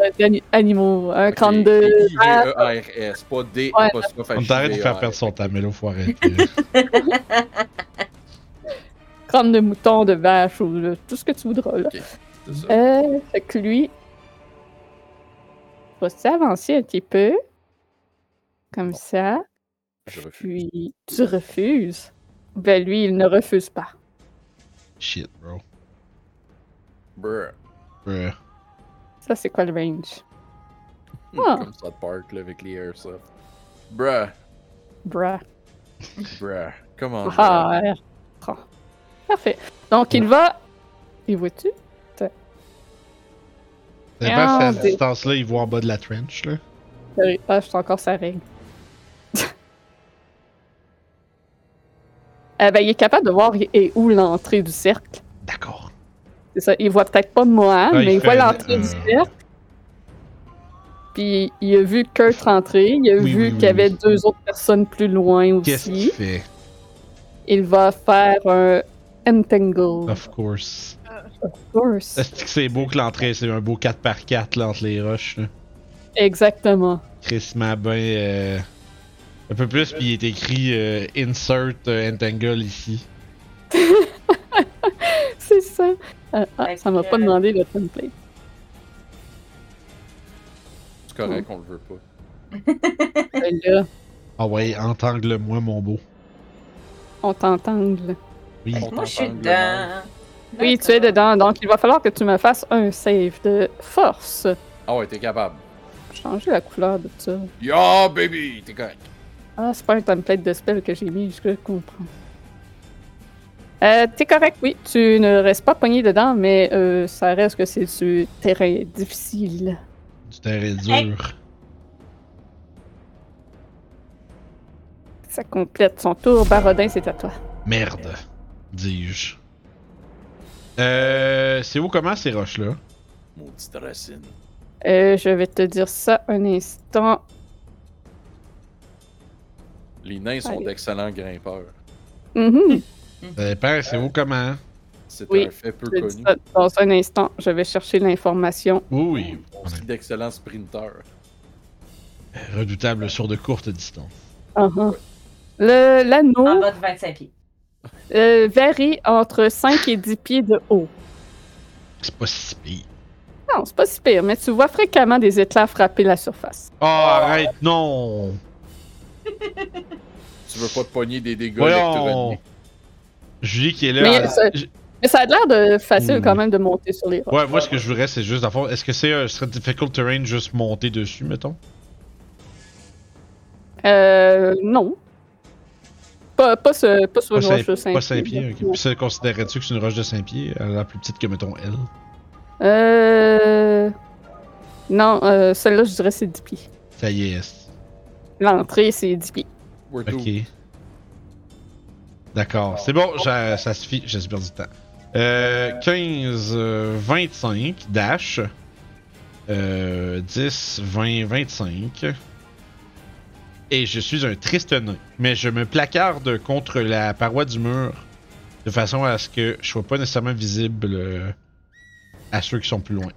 Speaker 2: euh, d'ani- animaux. Un
Speaker 4: Ok,
Speaker 2: crâne de...
Speaker 4: I-E-R-S, pas D
Speaker 2: Ouais.
Speaker 4: apostrophe
Speaker 1: On t'arrête de
Speaker 4: H-I-V-E-R.
Speaker 1: faire perdre son temps, mais là, faut arrêter.
Speaker 2: crâne de mouton, de vache ou de- tout ce que tu voudras. Là.
Speaker 4: C'est ça.
Speaker 2: Euh, fait que lui, va s'avancer un petit peu. Comme
Speaker 4: Bon.
Speaker 2: ça.
Speaker 4: Je refuse.
Speaker 2: Puis tu refuses. Ben lui, il ne refuse pas.
Speaker 1: Shit, bro.
Speaker 4: Brr.
Speaker 1: Euh,
Speaker 2: Ça, c'est quoi le range?
Speaker 4: Hmm,
Speaker 2: Ah.
Speaker 4: Comme South Park, là, avec les airsoft. Bruh,
Speaker 2: Bra.
Speaker 4: bruh. Comment
Speaker 2: Ah, R. Prends. Parfait. Donc, il va. Et vois-tu?
Speaker 1: C'est pas
Speaker 2: Ah,
Speaker 1: à
Speaker 2: c'est-
Speaker 1: cette distance-là, il voit en bas de la trench, là.
Speaker 2: Sorry. Ah, je suis encore sa règle. Euh, ben, il est capable de voir y- et où l'entrée du cercle.
Speaker 1: D'accord.
Speaker 2: C'est ça. Il voit peut-être pas Mohan,
Speaker 1: Ah, il
Speaker 2: mais il voit
Speaker 1: fait,
Speaker 2: l'entrée
Speaker 1: euh,
Speaker 2: du cercle. Puis il a vu Kurt rentrer. Il a
Speaker 1: Oui,
Speaker 2: vu
Speaker 1: oui, oui,
Speaker 2: qu'il y avait
Speaker 1: oui.
Speaker 2: deux autres personnes plus loin
Speaker 1: Qu'est-ce
Speaker 2: aussi.
Speaker 1: qu'il fait?
Speaker 2: Il va faire un Entangle.
Speaker 1: Of course.
Speaker 2: Of course.
Speaker 1: Ah. Est-ce que c'est beau que l'entrée, c'est un beau 4x4 là, entre les roches, là?
Speaker 2: Exactement.
Speaker 1: Chris Mabin, euh, un peu plus, puis il est écrit euh, Insert euh, Entangle ici.
Speaker 2: C'est ça. Euh, ah,
Speaker 3: Fait
Speaker 2: ça m'a
Speaker 3: que-
Speaker 2: pas demandé le template.
Speaker 4: C'est correct, on le veut pas.
Speaker 2: Ben là,
Speaker 1: Ah ouais, entangle-moi, mon beau.
Speaker 2: on t'entangle.
Speaker 1: Oui.
Speaker 4: On
Speaker 3: Moi, je suis
Speaker 4: t'entend,
Speaker 3: dedans.
Speaker 2: Oui, tu es
Speaker 3: D'accord.
Speaker 2: dedans, donc il va falloir que tu me fasses un save de force.
Speaker 4: Ah ouais, t'es capable.
Speaker 2: Changer la couleur de ça.
Speaker 4: Yo, baby, t'es correct.
Speaker 2: Ah, c'est pas un template de spell que j'ai mis, je comprends. Euh, t'es correct, oui. Tu ne restes pas pogné dedans, mais euh, ça reste que c'est du terrain difficile.
Speaker 1: Du terrain
Speaker 3: Hey.
Speaker 1: dur.
Speaker 2: Ça complète son tour. Barodin, c'est à toi.
Speaker 1: Merde, dis-je. Euh, c'est où comment ces roches-là?
Speaker 4: Maudite racine.
Speaker 2: Euh, je vais te dire ça un instant.
Speaker 4: Les nains sont
Speaker 2: Allez.
Speaker 4: d'excellents grimpeurs.
Speaker 2: Mhm.
Speaker 1: Ça dépend, Euh, ben, c'est où comment?
Speaker 4: C'est
Speaker 2: Oui,
Speaker 4: un fait peu
Speaker 2: Je te dis
Speaker 4: connu.
Speaker 2: ça dans un instant. Je vais chercher l'information.
Speaker 1: Oui,
Speaker 4: On dit d'excellents sprinteurs.
Speaker 1: redoutable sur de courtes distances.
Speaker 2: Ah, ah. Le- L'anneau
Speaker 4: Ah,
Speaker 3: en bas de 25 pieds.
Speaker 4: bah.
Speaker 2: euh, varie entre 5 et 10 pieds de haut.
Speaker 1: C'est pas si pire.
Speaker 2: Non, c'est pas si pire, mais tu vois fréquemment des éclairs frapper la surface.
Speaker 1: Oh, arrête, non!
Speaker 4: Tu veux pas te pogner des dégâts
Speaker 1: Voyons!
Speaker 4: électroniques.
Speaker 1: Julie qui est là.
Speaker 2: Mais,
Speaker 1: elle-
Speaker 2: ça-
Speaker 1: J-
Speaker 2: Mais ça a l'air de facile
Speaker 1: Hmm.
Speaker 2: quand même de monter sur les roches.
Speaker 1: Ouais, moi, ce que je voudrais, c'est juste, dans le fond, est-ce que c'est euh, ce serait difficult terrain juste monter dessus, mettons?
Speaker 2: Euh, non. Pas, pas, ce- pas sur
Speaker 1: Pas
Speaker 2: une
Speaker 1: cinq-
Speaker 2: roche de 5
Speaker 1: Pas 5 pieds, ok. Puis ça, considérerais-tu que c'est une roche de 5 pieds? Elle est la plus petite que, mettons, elle.
Speaker 2: Euh... Non, euh, celle-là, je dirais c'est 10 pieds.
Speaker 1: Ça y est. est.
Speaker 2: L'entrée, c'est 10 pieds.
Speaker 4: We're
Speaker 1: Ok.
Speaker 4: doomed.
Speaker 1: D'accord. C'est bon, j'a- ça suffit. J'ai perdu du temps. Euh, 15, euh, 25, dash. Euh, 10, 20, 25. Et je suis un triste nain. Mais je me placarde contre la paroi du mur de façon à ce que je sois pas nécessairement visible euh, à ceux qui sont plus loin.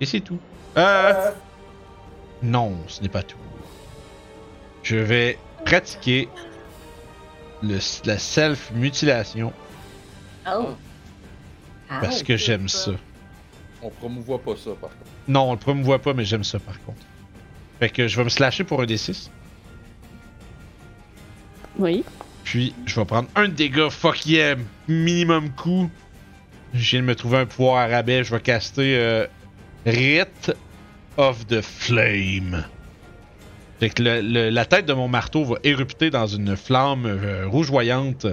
Speaker 1: Et c'est tout. Euh... Non, ce n'est pas tout. Je vais pratiquer le, la self-mutilation
Speaker 3: Oh. Ah,
Speaker 1: parce que j'aime ça.
Speaker 4: On promouvoit pas ça, par contre.
Speaker 1: Non, on le promouvoit pas, mais j'aime ça par contre. Fait que je vais me slasher pour un D6,
Speaker 2: Oui.
Speaker 1: puis je vais prendre un dégât, fuck yeah, minimum coup. Je viens de me trouver un pouvoir à rabais, je vais caster euh, Rite of the Flame. Fait que le- le- la tête de mon marteau va érupter dans une flamme euh, rougeoyante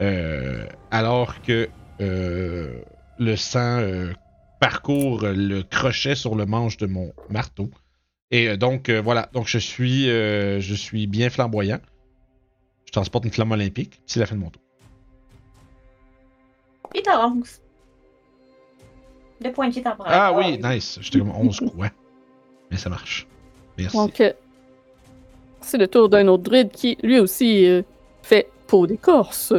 Speaker 1: euh, alors que euh, le sang euh, parcourt le crochet sur le manche de mon marteau. Et euh, donc euh, voilà, donc je suis, euh, je suis bien flamboyant. Je transporte une flamme olympique, c'est la fin de mon tour.
Speaker 3: Et t'as 11. Le pointier temporaire.
Speaker 1: Ah oui, nice. J'étais comme 11 quoi. Mais ça marche. Merci.
Speaker 2: Donc, euh, c'est le tour d'un autre druide qui, lui aussi, euh, fait peau d'écorce.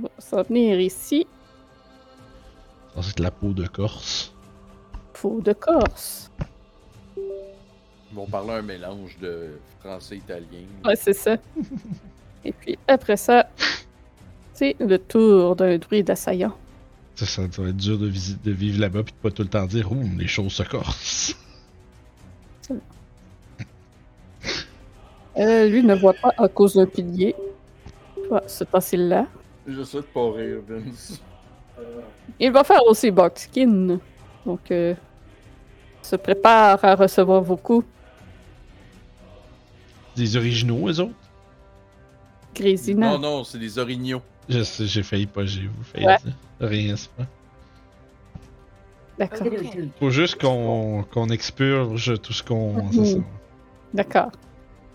Speaker 2: On va s'en venir ici.
Speaker 1: Ça, c'est de la peau de Corse.
Speaker 2: Peau de Corse.
Speaker 4: Ils vont parler un mélange de français-italien.
Speaker 2: Ouais, c'est ça. Et puis, après ça, c'est le tour d'un druide assaillant.
Speaker 1: Ça, ça va être dur de, visi- de vivre là-bas puis de pas tout le temps dire Ouh, les choses se corsent.
Speaker 2: Euh, lui ne voit pas à cause d'un pilier. Toi, ce passé-là.
Speaker 4: Je sais de pas rire, Vince.
Speaker 2: Il va faire aussi Boxkin. Donc, euh, se prépare à recevoir vos coups.
Speaker 1: Des originaux, eux autres.
Speaker 2: Grésina.
Speaker 4: Non, non, c'est des orignaux.
Speaker 1: Je sais, j'ai failli pas, j'ai vous failli
Speaker 2: Ouais.
Speaker 1: dire. Rien, c'est pas.
Speaker 2: D'accord.
Speaker 3: Euh,
Speaker 1: Faut juste qu'on qu'on expurge tout ce qu'on. c'est ça.
Speaker 2: D'accord.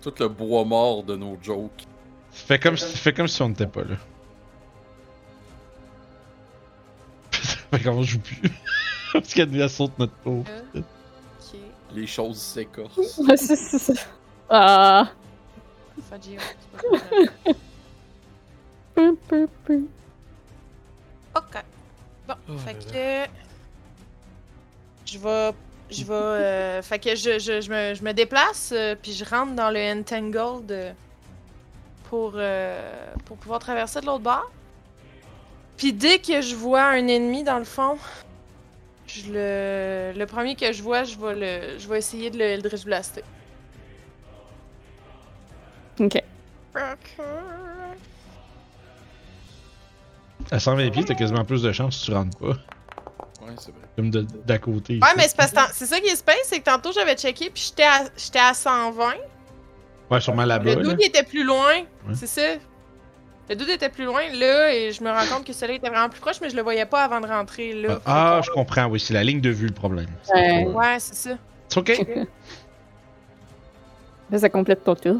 Speaker 4: Tout le bois mort de nos jokes.
Speaker 1: Fais comme, si, fais comme si on n'était pas là. fait qu'on joue plus. Parce qu'elle nous la saute notre peau.
Speaker 5: Ok.
Speaker 4: Les choses s'écorcent.
Speaker 2: Ouais, c'est- c'est ça. Ah.
Speaker 5: Fagio, c'est pas grave.
Speaker 2: Pou, pou, pou.
Speaker 5: Ok. Bon, fait que. Je vais. Je vais. euh, fait que je, je, je, me, je me déplace, euh, puis je rentre dans le Entangled euh, pour, euh, pour pouvoir traverser de l'autre bord. Puis dès que je vois un ennemi, dans le fond, je le, le premier que je vois, je vais, le, je vais essayer de le Eldritch Blaster.
Speaker 2: Ok.
Speaker 1: À 120 pieds, t'as quasiment plus de chance si tu rentres pas.
Speaker 4: Ouais, c'est vrai.
Speaker 1: Comme de- d'à côté.
Speaker 5: Ouais,
Speaker 1: ici.
Speaker 5: mais c'est parce que tant- c'est ça qui se passe, c'est que tantôt j'avais checké, puis j'étais à, j'étais à 120.
Speaker 1: Ah Ouais, sûrement là-bas.
Speaker 5: Le
Speaker 1: Là.
Speaker 5: dude il était plus loin,
Speaker 1: Ouais.
Speaker 5: c'est ça. Le dude était plus loin, là, et je me rends compte que celui-là était vraiment plus proche, mais je le voyais pas avant de rentrer, là.
Speaker 1: Ah, je comprends, oui, c'est la ligne de vue le problème. C'est
Speaker 2: Ouais.
Speaker 1: pas-
Speaker 5: Euh, Ouais, c'est ça.
Speaker 1: C'est ok.
Speaker 2: Là, ça complète ton tour.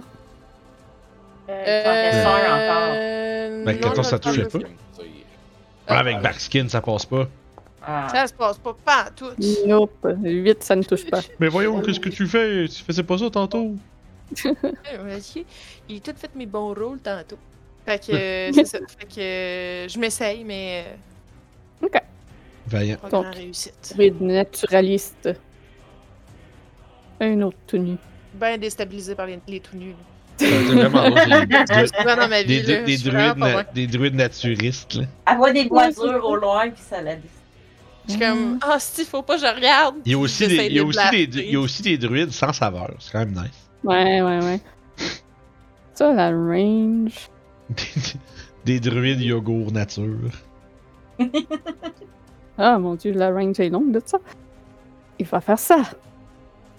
Speaker 3: Euh, t'en restes un encore.
Speaker 5: Euh,
Speaker 1: Ben,
Speaker 5: non,
Speaker 1: 14, ça
Speaker 5: je vais
Speaker 1: touchait pas.
Speaker 5: le faire.
Speaker 1: Ah, avec Backskin, ça passe pas.
Speaker 3: Ah.
Speaker 5: Ça se passe pas, pas en tout.
Speaker 2: Nope. 8, ça ne touche pas.
Speaker 1: Mais voyons, qu'est-ce que tu fais Tu faisais pas ça tantôt.
Speaker 5: Vas-y. Il a tout fait mes bons rôles tantôt. Fait que, euh, c'est ça. Fait que, euh, je m'essaye, mais euh,
Speaker 1: Vaillant.
Speaker 5: pas
Speaker 2: Donc.
Speaker 5: grand réussite.
Speaker 2: Druide naturaliste. Un autre tenue.
Speaker 5: bien déstabilisé par les, les tout nus. là.
Speaker 1: C'est vraiment drôle, des-
Speaker 5: Je suis pas dans ma
Speaker 1: Des,
Speaker 5: vie. là,
Speaker 1: des,
Speaker 5: je
Speaker 1: des,
Speaker 5: suis vraiment
Speaker 1: druides,
Speaker 5: pas
Speaker 1: na-
Speaker 5: loin.
Speaker 1: des druides naturistes, là.
Speaker 3: Elle voit des
Speaker 2: c'est
Speaker 3: voitures
Speaker 2: cool.
Speaker 3: au loin, puis ça la décide.
Speaker 5: Je suis comme, ah, si, faut pas que je regarde.
Speaker 1: Il y a aussi,
Speaker 5: J'essaie
Speaker 1: des, il y a
Speaker 5: de
Speaker 1: aussi,
Speaker 5: la-
Speaker 1: des, il y a aussi des druides sans saveur. C'est quand même nice.
Speaker 2: Ouais, ouais, ouais. Ça, la range.
Speaker 1: des druides yogourt nature.
Speaker 2: Ah mon dieu, la range est longue de ça. Il va faire ça.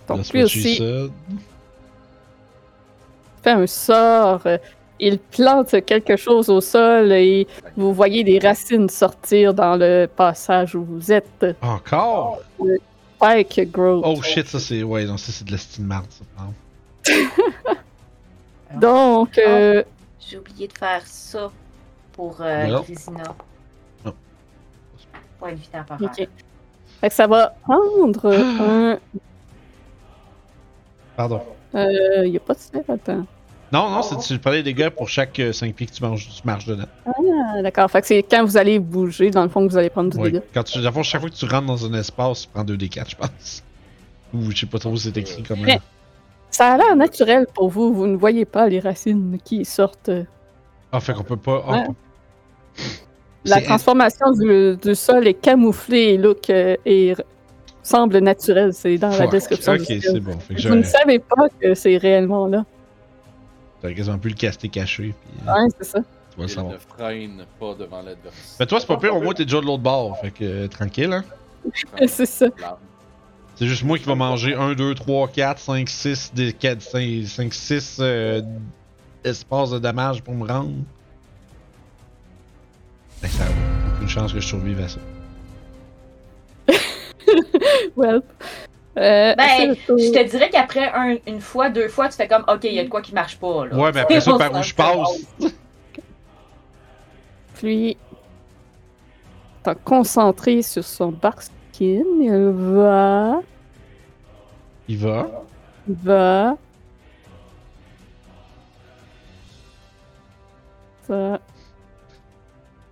Speaker 2: Donc
Speaker 1: That's
Speaker 2: lui
Speaker 1: what she
Speaker 2: aussi,
Speaker 1: said.
Speaker 2: fait un sort. euh, Il plante quelque chose au sol et vous voyez des racines sortir dans le passage où vous êtes.
Speaker 1: Encore?
Speaker 2: Pike Grove.
Speaker 1: Oh shit, ça c'est. Ouais, non, ça c'est de la style marde, ça. Non.
Speaker 2: Donc, euh,
Speaker 3: J'ai oublié de faire ça pour euh,
Speaker 1: Non.
Speaker 3: Grisina.
Speaker 1: Non.
Speaker 3: Point de vie temporaire.
Speaker 2: ok. Fait que ça va prendre un.
Speaker 1: Pardon.
Speaker 2: euh, Il n'y a pas de step, attends.
Speaker 1: Non, non,
Speaker 2: Oh.
Speaker 1: c'est tu parlais des dégâts pour chaque 5 pieds que tu, manges, tu marches dedans.
Speaker 2: Ah, d'accord. Fait que c'est quand vous allez bouger, dans le fond, que vous allez prendre du
Speaker 1: Ouais.
Speaker 2: dégât.
Speaker 1: Quand tu, dans le fond, chaque fois que tu rentres dans un espace, tu prends 2d4, je pense. Ou je sais pas trop si c'est écrit comment.
Speaker 2: Mais- Ça a l'air naturel pour vous. Vous ne voyez pas les racines qui sortent.
Speaker 1: Ah, fait qu'on peut pas. ah,
Speaker 2: Ouais.
Speaker 1: on-
Speaker 2: La
Speaker 1: C'est-
Speaker 2: transformation du, du sol est camouflée et look euh, et r- semble naturelle. C'est dans la
Speaker 1: Fuck.
Speaker 2: description
Speaker 1: Ok,
Speaker 2: du
Speaker 1: c'est
Speaker 2: skill.
Speaker 1: bon. Fait que
Speaker 2: Vous ne
Speaker 1: j'aurais
Speaker 2: savez pas que c'est réellement là.
Speaker 1: j'aurais quasiment pu le caster caché. Puis, euh,
Speaker 2: Ouais, c'est ça.
Speaker 1: tu vas le
Speaker 4: Il
Speaker 1: savoir.
Speaker 4: ne freine pas devant l'adversaire.
Speaker 1: Mais toi, Ah, c'est pas pire, au moins t'es déjà de l'autre bord. Fait que euh, tranquille, hein.
Speaker 2: C'est ça.
Speaker 4: L'arme.
Speaker 1: C'est juste moi qui va manger 1, 2, 3, 4, 5, 6, 4, 5, 6 euh, espaces de dommages pour me rendre. Ben, ça a aucune chance que je survive à ça.
Speaker 2: Well. Euh, c'est
Speaker 3: Ben,
Speaker 2: le tour.
Speaker 3: je te dirais qu'après un- une fois, deux fois, tu fais comme, OK, il y a de quoi qui marche pas, là.
Speaker 1: Ouais, mais après ça, par où je passe.
Speaker 2: Puis, étant concentré sur son bark skin, il va,
Speaker 1: Il va.
Speaker 2: il va. Ça.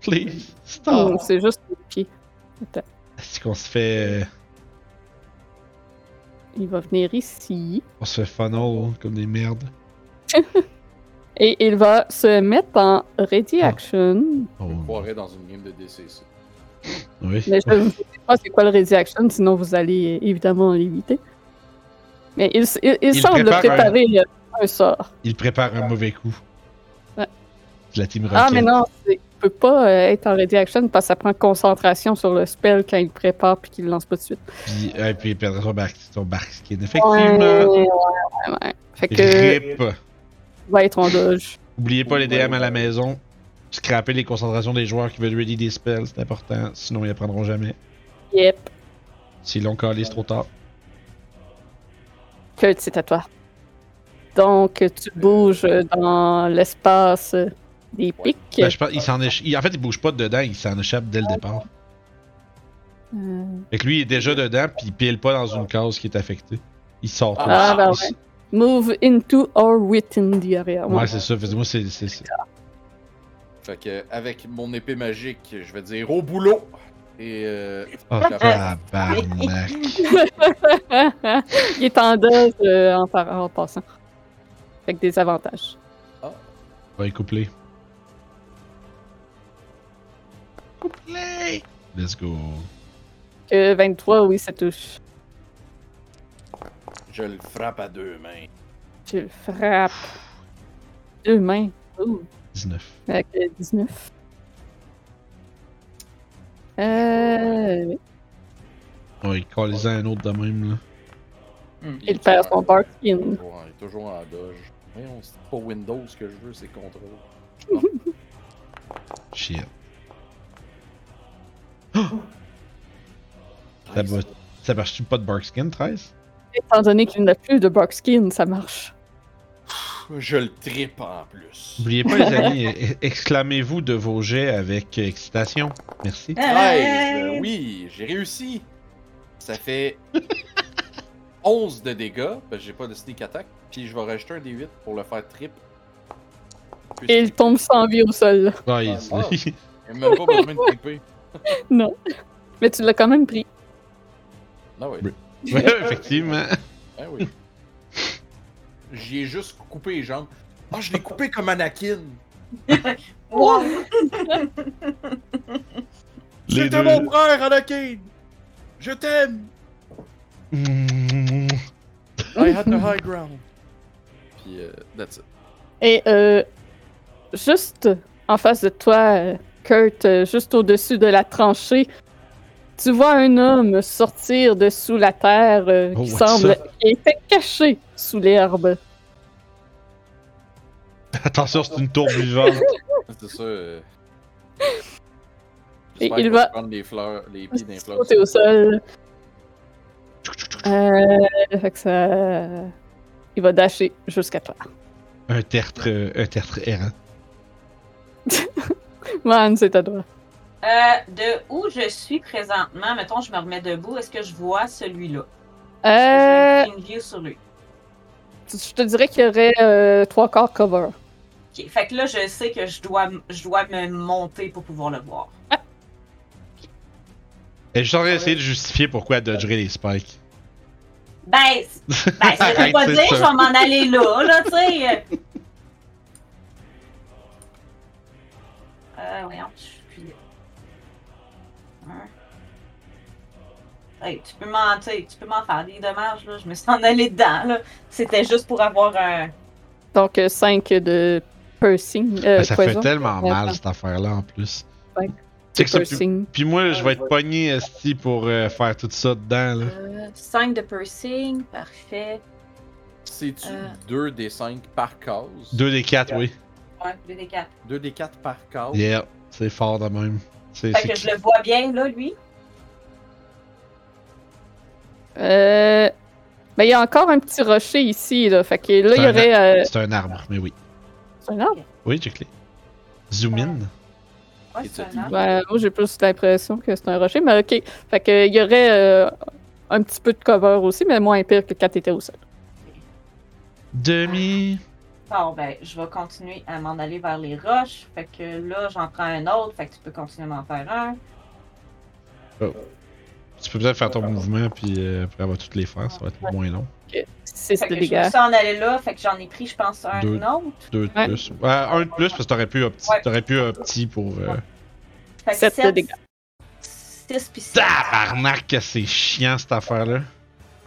Speaker 1: Please,
Speaker 2: Oh,
Speaker 1: stop.
Speaker 2: c'est juste le pied.
Speaker 1: Est-ce qu'on se fait. euh,
Speaker 2: Il va venir ici.
Speaker 1: On se fait funnel comme des merdes.
Speaker 2: Et il va se mettre en ready
Speaker 1: Ah.
Speaker 2: action.
Speaker 1: Oh,
Speaker 4: Je me croirais dans une game de DCC.
Speaker 1: oui.
Speaker 2: Mais je ne sais pas c'est quoi le ready action, sinon vous allez euh, évidemment l'éviter. Mais il, s- il- il
Speaker 1: Il
Speaker 2: semble
Speaker 1: prépare un-
Speaker 2: préparer euh, un sort.
Speaker 1: Il prépare un mauvais coup.
Speaker 2: Ouais.
Speaker 1: De la team
Speaker 2: Ah,
Speaker 1: Rocket.
Speaker 2: mais non, c'est- il peut pas euh, être en ready action parce que ça prend concentration sur le spell quand il prépare puis qu'il le lance pas de suite.
Speaker 1: Puis, euh, puis il perdra son bark, son bark skin. Effectivement.
Speaker 2: ouais, ouais. Fait que,
Speaker 1: Rip.
Speaker 2: va être en dodge.
Speaker 1: Oubliez pas les DM à la maison. Scraper les concentrations des joueurs qui veulent ready des spells, c'est important. Sinon, ils apprendront jamais.
Speaker 2: Yep,
Speaker 1: S'ils l'ont calé, c'est trop tard.
Speaker 2: que c'est à toi. Donc, tu bouges dans l'espace euh, des pics.
Speaker 1: Ben, je pense, il s'en éch- il- en fait, il bouge pas de dedans, il s'en échappe dès le départ.
Speaker 2: Euh,
Speaker 1: Fait que lui, il est déjà dedans, puis il pile pas dans une case qui est affectée. Il sort pas.
Speaker 2: Ah, ben
Speaker 1: Il s-
Speaker 2: move into or within the area.
Speaker 1: Ouais,
Speaker 2: Ouais.
Speaker 1: c'est ça. Fais-moi, c'est. c'est- c'est-
Speaker 4: Fait que, avec mon épée magique, je vais dire au boulot! Et euh,
Speaker 1: Oh, tabarnak.
Speaker 2: il est en dodge euh, en, par- en passant. Fait que des avantages.
Speaker 1: On va y coupler. Coupler! Let's go.
Speaker 2: Que 23, oui, ça touche.
Speaker 4: je le frappe à deux mains.
Speaker 2: Tu le frappes. Deux mains. Ouh.
Speaker 1: 19.
Speaker 2: Fait que 19. Euh, oui,
Speaker 1: Ouais, il calise un autre de même, là.
Speaker 2: il perd son bark skin.
Speaker 4: Toujours en- toujours en dodge. Mais on c'est pas Windows que je veux, c'est contrôle.
Speaker 1: Shit. Ça va- Ça marche-tu pas de bark skin, 13?
Speaker 2: Étant donné qu'il n'a plus de bark skin, ça marche.
Speaker 4: Je le tripe en plus.
Speaker 1: N'oubliez pas, les amis, e- exclamez-vous de vos jets avec euh, excitation. Merci.
Speaker 2: Hein?
Speaker 4: 13, euh, oui, j'ai réussi. Ça fait 11 de dégâts, parce que j'ai pas de sneak attack. Puis je vais rajouter un D8 pour le faire trip.
Speaker 2: Et il tombe sans vie au sol. là.
Speaker 1: Ah, il-
Speaker 4: Ah, Il n'y a même pas besoin de triper.
Speaker 2: Non. Mais tu l'as quand même pris.
Speaker 4: Ah oui.
Speaker 2: ah.
Speaker 1: Ouais, effectivement.
Speaker 4: Ah oui. j'y ai juste coupé les jambes. Ah, je l'ai coupé comme Anakin!
Speaker 3: Wow!
Speaker 1: Les
Speaker 4: C'était
Speaker 1: deux-
Speaker 4: mon frère, Anakin! Je t'aime!
Speaker 1: Mm.
Speaker 4: I had the high ground. Puis, euh, that's it.
Speaker 2: Et euh, juste en face de toi, euh, Kurt, euh, juste au-dessus de la tranchée, tu vois un homme sortir de sous la terre euh,
Speaker 1: Oh,
Speaker 2: qui
Speaker 1: what's
Speaker 2: semble
Speaker 1: up?
Speaker 2: était caché sous l'herbe.
Speaker 1: Attention, c'est une tour vivante.
Speaker 4: C'est ça. euh.
Speaker 2: Et
Speaker 4: J'espère
Speaker 2: il
Speaker 4: qu'il
Speaker 2: va-
Speaker 4: se prendre les fleurs, les pieds d'un fleur.
Speaker 2: Sauter au sol. Euh, fait que ça... Il va dasher jusqu'à toi.
Speaker 1: un tertre, euh, un tertre errant.
Speaker 2: Man, c'est à toi.
Speaker 3: Euh, de où je suis présentement, mettons, je me remets debout, est-ce que je vois celui-là?
Speaker 2: Euh,
Speaker 3: J'ai une view sur lui.
Speaker 2: je te dirais qu'il y aurait euh, trois quarts cover.
Speaker 3: Ok, Fait que là, je sais que je dois, m- je dois me monter pour pouvoir le voir.
Speaker 1: Elle est juste en train d'essayer de justifier pourquoi elle dodgerait les spikes.
Speaker 2: Euh,
Speaker 3: Ben, c- ben ça veut
Speaker 1: Arrête,
Speaker 3: pas
Speaker 1: c'est
Speaker 3: dire
Speaker 1: ça.
Speaker 3: que je vais m'en aller là, là, tu sais. Euh, voyons, je suis... Hein? Hey, tu peux m'en, tu sais, tu peux m'en faire des dommages, là. Je me suis en allée dedans, là. C'était juste pour avoir un...
Speaker 2: Donc, 5 de piercing. euh,
Speaker 1: Ah, ça fait
Speaker 2: poison.
Speaker 1: tellement mal
Speaker 2: Attends.
Speaker 1: cette affaire-là en plus.
Speaker 2: Ouais.
Speaker 1: C'est que ça, puis,
Speaker 2: Piercing.
Speaker 1: puis moi, je vais être pogné esti pour euh, faire tout ça dedans. Là.
Speaker 3: 5 Euh, de piercing, parfait.
Speaker 4: C'est-tu
Speaker 3: Euh.
Speaker 4: 2 des 5 par cause?
Speaker 1: 2 des 4, oui.
Speaker 3: Ouais, 2 des 4.
Speaker 4: 2 des 4 par cause?
Speaker 1: Yeah, c'est fort de même. C'est
Speaker 3: Fait
Speaker 1: c'est
Speaker 3: que je le vois bien, là, lui.
Speaker 2: Euh, ben, il y a encore un petit rocher ici, là. Fait que là, il y
Speaker 1: un
Speaker 2: aurait. euh,
Speaker 1: c'est un arbre, mais oui.
Speaker 2: un arbre?
Speaker 1: Oui, j'ai clé. Zoom in.
Speaker 3: Ouais,
Speaker 4: Et
Speaker 3: c'est
Speaker 4: ça-
Speaker 3: un arbre.
Speaker 2: Ouais, moi, j'ai plus l'impression que c'est un rocher, mais ok. Fait que il y aurait euh, un petit peu de cover aussi, mais moins pire que quand t'étais au sol.
Speaker 1: Demi.
Speaker 3: Bon, ben, je vais continuer à m'en aller vers les roches. Fait que là, j'en prends un autre. Fait que tu peux continuer à m'en faire un.
Speaker 1: Tu peux peut-être faire ton mouvement, puis euh, après, on va toutes les faire. Ça va être moins long.
Speaker 2: Ok, Six
Speaker 3: Fait
Speaker 2: de
Speaker 3: que je
Speaker 2: dégâts.
Speaker 3: me suis en aller là. Fait que j'en ai pris, je pense, un
Speaker 1: Deux.
Speaker 3: autre.
Speaker 1: Deux de
Speaker 2: Ouais.
Speaker 1: plus. Ouais, un de plus, parce que t'aurais pu un petit,
Speaker 3: Ouais.
Speaker 1: t'aurais pu un petit pour. Euh...
Speaker 3: Fait que
Speaker 2: Sept de dégâts.
Speaker 3: 6 puis 7.
Speaker 1: Tabarnak, que c'est chiant cette affaire-là.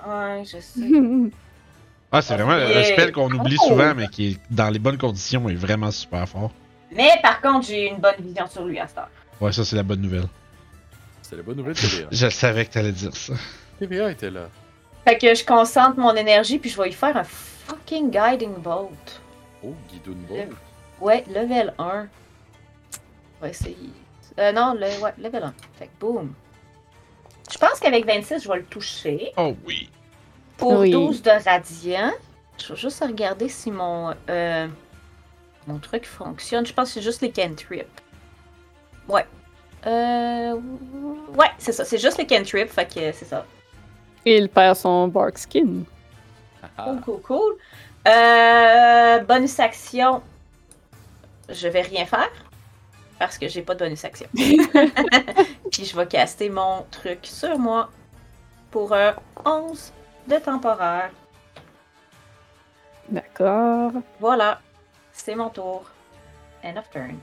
Speaker 3: Ouais, je sais.
Speaker 1: Ah, c'est vraiment le
Speaker 3: Yeah.
Speaker 1: spell qu'on oublie
Speaker 3: Oh.
Speaker 1: souvent, mais qui est dans les bonnes conditions est vraiment super fort.
Speaker 3: Mais par contre, j'ai une bonne vision sur lui à cette heure.
Speaker 1: Ouais, ça, c'est la bonne nouvelle.
Speaker 4: C'est la bonne nouvelle de TVA.
Speaker 1: Je savais que t'allais dire ça.
Speaker 4: TVA était là.
Speaker 3: Fait que je concentre mon énergie. Puis je vais lui faire un fucking guiding bolt.
Speaker 4: Oh, Guidoune Ball.
Speaker 3: Ouais, level 1. On va essayer. Euh, non, le, ouais, level 1. Fait que boum. Je pense qu'avec 26, je vais le toucher.
Speaker 1: Oh oui.
Speaker 3: Pour
Speaker 2: Oui.
Speaker 3: 12 de radiant, je vais juste regarder si mon, euh, mon truc fonctionne. Je pense que c'est juste les cantrips. Ouais. Euh, ouais, c'est ça. C'est juste les cantrips. Fait que euh, c'est ça.
Speaker 2: Et il perd son bark skin.
Speaker 3: Cool, cool, cool. Euh, bonus action. Je vais rien faire. Parce que j'ai pas de bonus action. Puis je vais caster mon truc sur moi. Pour un 11 de temporaire.
Speaker 2: D'accord.
Speaker 3: Voilà. C'est mon tour. End of turn.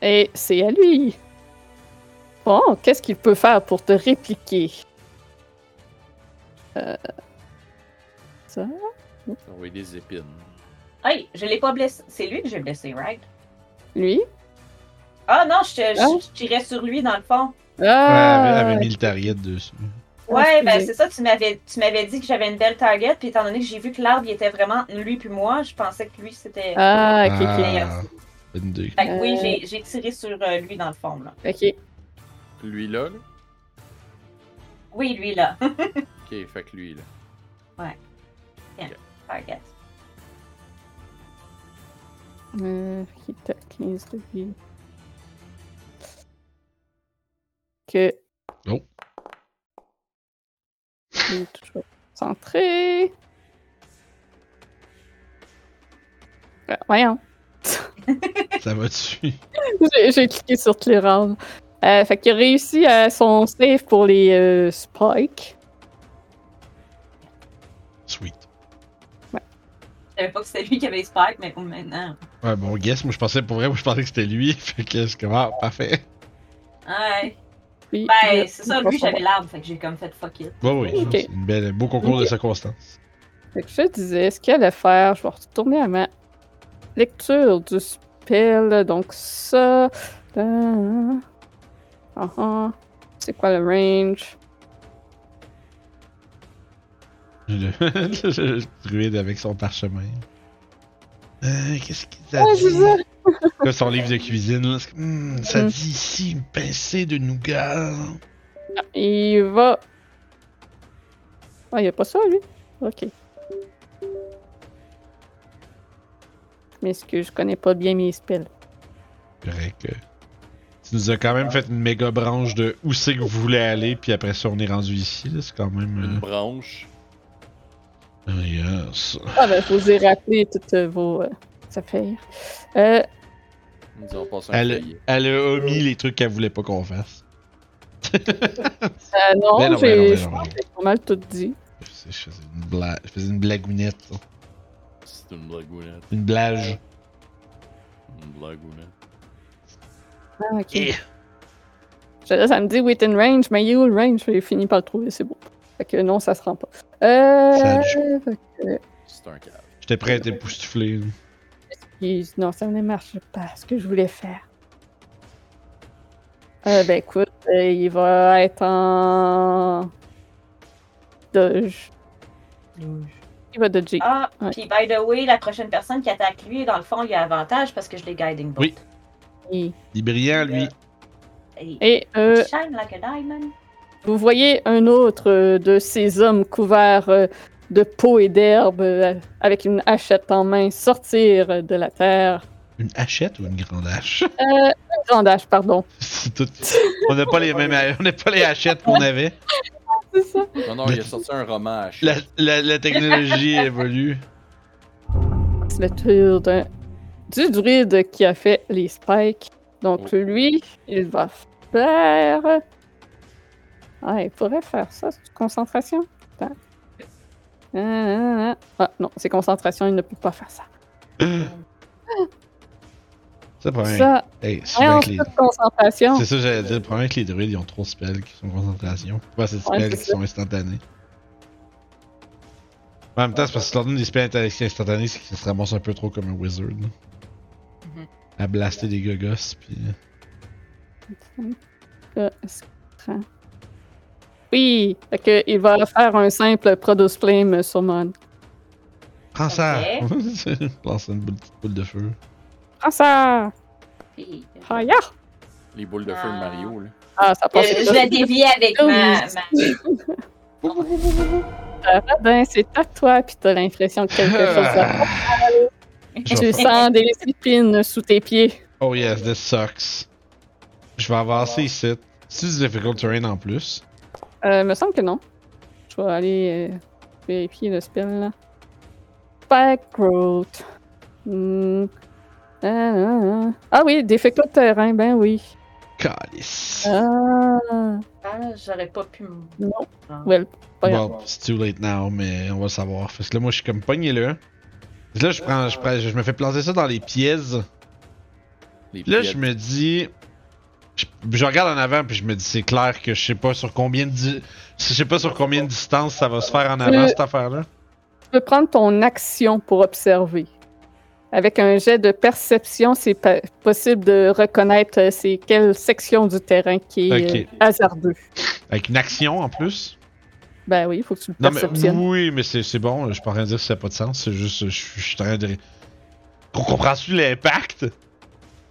Speaker 2: Et c'est à lui. Bon, qu'est-ce qu'il peut faire pour te répliquer?
Speaker 4: Envoyer des épines.
Speaker 3: Hey, je l'ai pas blessé. C'est lui que j'ai blessé, right?
Speaker 2: Lui?
Speaker 3: Ah non, je, je-
Speaker 2: Ah.
Speaker 3: je tirais sur lui dans le fond.
Speaker 1: Ouais, elle
Speaker 2: Ah!
Speaker 1: avait mis le target dessus.
Speaker 3: Ouais, ben
Speaker 2: excusez.
Speaker 3: c'est ça, tu m'avais tu m'avais dit que j'avais une belle target, puis étant donné que j'ai vu que l'arbre il était vraiment lui puis moi, je pensais que lui c'était.
Speaker 2: Ah, ok, ok.
Speaker 1: Ah, bonne idée.
Speaker 3: Fait que oui,
Speaker 2: Euh.
Speaker 3: j'ai- j'ai tiré sur euh, lui dans le fond là.
Speaker 2: Ok.
Speaker 4: Lui là, là?
Speaker 3: Oui, lui là.
Speaker 4: Ok, fait que lui là.
Speaker 3: target.
Speaker 2: Euh, qui t'a 15 de vie. Que.
Speaker 1: Oh.
Speaker 2: Il est toujours centré. Ah, voyons.
Speaker 1: Ça va dessus.
Speaker 2: J'ai- J'ai cliqué sur clearance. Euh, fait qu'il a réussi à son save pour les euh, spikes.
Speaker 1: Sweet.
Speaker 3: savais pas que c'était lui qui avait les spikes, mais bon, maintenant.
Speaker 1: Ouais, bon, guess, moi je pensais pour vrai, moi je pensais que c'était lui. Fait que c'est comme, ah, parfait.
Speaker 3: Ouais.
Speaker 2: Puis,
Speaker 3: Ben,
Speaker 2: il-
Speaker 3: c'est ça,
Speaker 2: il va
Speaker 3: lui, j'avais
Speaker 2: savoir.
Speaker 3: l'arbre, fait que j'ai comme fait fuck it.
Speaker 1: Bah oui,
Speaker 2: Ok.
Speaker 1: c'est une belle, un beau concours de circonstances.
Speaker 2: Fait que je disais, ce qu'elle allait faire, je vais retourner à ma lecture du spell. Donc ça. da- Ah ah. C'est quoi le range?
Speaker 1: Le le druide avec son parchemin. Euh, Qu'est-ce qu'il t'a
Speaker 2: Ouais, c'est
Speaker 1: dit?
Speaker 2: ça.
Speaker 1: Là, son livre de cuisine, là. c'est- Hmm, ça
Speaker 2: Mm.
Speaker 1: dit ici une pincée de nougat.
Speaker 2: Il va. Ah, il n'y a pas ça, lui? Ok. Mais ce que je connais pas bien mes spells.
Speaker 1: Correct. euh, Tu nous as quand même fait une méga branche de où c'est que vous voulez aller, puis après ça, on est rendu ici. là, C'est quand
Speaker 4: Une
Speaker 1: même.
Speaker 4: branche.
Speaker 1: euh, yes.
Speaker 2: Ah, ben, je vous ai rappelé toutes euh, vos euh, affaires. Euh,
Speaker 4: Ils nous ont passé un
Speaker 1: Elle,
Speaker 4: cahier.
Speaker 1: elle a omis les trucs qu'elle voulait pas qu'on fasse.
Speaker 2: euh, non,
Speaker 1: Mais Ben non, mais non, mais
Speaker 2: j'ai- je
Speaker 1: non,
Speaker 2: pense
Speaker 1: mais
Speaker 2: que j'ai pas mal tout dit.
Speaker 1: Je faisais une, bla... je faisais une blagounette. ça.
Speaker 4: C'est une blagounette.
Speaker 1: Une blage.
Speaker 4: Une blagounette.
Speaker 2: Ah, ok.
Speaker 1: Eh.
Speaker 2: Je- Là, ça me dit within range, mais il est où le range? J'ai fini par le trouver, c'est bon. Fait que non, ça se rend pas.
Speaker 1: Ça
Speaker 2: Euh. fait
Speaker 4: C'est un cave.
Speaker 1: J'étais prêt à t'époustoufler. là.
Speaker 2: qu'il- Non, ça ne marche pas, ce que je voulais faire. Euh, ben écoute, euh, il va être en. Dodge. Il va dodger.
Speaker 3: Ah,
Speaker 2: Ouais.
Speaker 3: puis by the way, la prochaine personne qui attaque lui, dans le fond, il a avantage parce que je l'ai guiding bolt.
Speaker 1: Oui. Il est brillant, lui.
Speaker 3: Hey.
Speaker 2: Et euh,
Speaker 3: Shine like a diamond.
Speaker 2: Vous voyez un autre euh, de ces hommes couverts euh, de peau et d'herbe euh, avec une hachette en main sortir euh, de la terre.
Speaker 1: Une hachette ou une grande hache?
Speaker 2: Euh, une grande hache, pardon.
Speaker 1: C'est tout- On n'a pas les mêmes on n'a pas les hachettes qu'on avait.
Speaker 2: C'est ça.
Speaker 4: Non, non, il a sorti un roman à
Speaker 1: La,
Speaker 4: chier.
Speaker 1: la- la technologie évolue.
Speaker 2: C'est le tour d'un- du druide qui a fait les spikes. Donc
Speaker 4: Oh.
Speaker 2: lui, il va faire. Ah, il pourrait faire ça, c'est concentration. Attends. Ah, ah, ah. Ah, non, c'est concentration, il ne peut pas faire ça.
Speaker 1: Ça, le problème.
Speaker 2: Ça,
Speaker 1: Hey, c'est
Speaker 2: ouais,
Speaker 1: bien
Speaker 2: on
Speaker 1: que les-
Speaker 2: fait de concentration.
Speaker 1: C'est ça, que j'allais dire. Le problème, c'est que les druides, ils ont trop de spells qui sont concentration. Pas assez de
Speaker 2: Ouais,
Speaker 1: spells
Speaker 2: c'est
Speaker 1: qui
Speaker 2: ça.
Speaker 1: sont instantanés. En même temps, c'est parce que si leur donnes des spells intellectuels instantanés, c'est qu'ils se ramassent un peu trop comme un wizard. là.
Speaker 2: Mhm.
Speaker 1: À blaster des gogos, puis.
Speaker 2: Euh, est-ce que- Oui, fait que il va faire un simple Produce Flame sur Mon.
Speaker 1: Prends ça! Lance une boule- petite boule de feu.
Speaker 2: Prends Ah, ça!
Speaker 3: Puis-
Speaker 2: Ah, ya!
Speaker 4: Les boules de feu de
Speaker 3: Ah.
Speaker 4: Mario, là.
Speaker 2: Ah, ça
Speaker 3: Euh,
Speaker 2: passe.
Speaker 3: je l'ai dévié avec ma, ma...
Speaker 2: Paradin, Ben, c'est à toi, puis t'as l'impression que quelque chose va-
Speaker 1: Je vais
Speaker 2: Tu sens des épines sous tes pieds.
Speaker 1: Oh yes, this sucks. Je vais avancer ici. C'est du difficult terrain en plus.
Speaker 2: Euh, me semble que non. Je vais aller euh, vérifier le spell, là. Spike Growth. Hmm. Ah, ah, ah. Ah oui, des fécaux de terrain, ben oui.
Speaker 1: Calice.
Speaker 2: Ah,
Speaker 3: Ah, J'aurais pas pu... me-
Speaker 2: non.
Speaker 3: Ah.
Speaker 2: Well, pas grave.
Speaker 1: Bon, c'est too late now, mais on va le savoir. Parce que là, moi, je suis comme pogné là. Puis Là, je, prends, je, prends- je me fais planter ça dans les pièces.
Speaker 4: Les
Speaker 1: Là,
Speaker 4: pieds-
Speaker 1: je me dis. Je, je regarde en avant, puis je me dis, c'est clair que je sais pas sur combien de. di- Je sais pas sur combien de distance ça va se faire en avant,
Speaker 2: Euh,
Speaker 1: cette affaire-là.
Speaker 2: Tu peux prendre ton action pour observer. Avec un jet de perception, c'est pa- possible de reconnaître euh, c'est quelle section du terrain qui est
Speaker 1: Ok.
Speaker 2: euh, hasardeux.
Speaker 1: Avec une action en plus.
Speaker 2: Ben oui, il faut que tu le
Speaker 1: Non, mais
Speaker 2: perceptionnes.
Speaker 1: oui, mais c'est c'est bon. Je suis pas en train de dire que ça n'a pas de sens. C'est juste, je, je suis en train de. Qu'on comprend-tu l'impact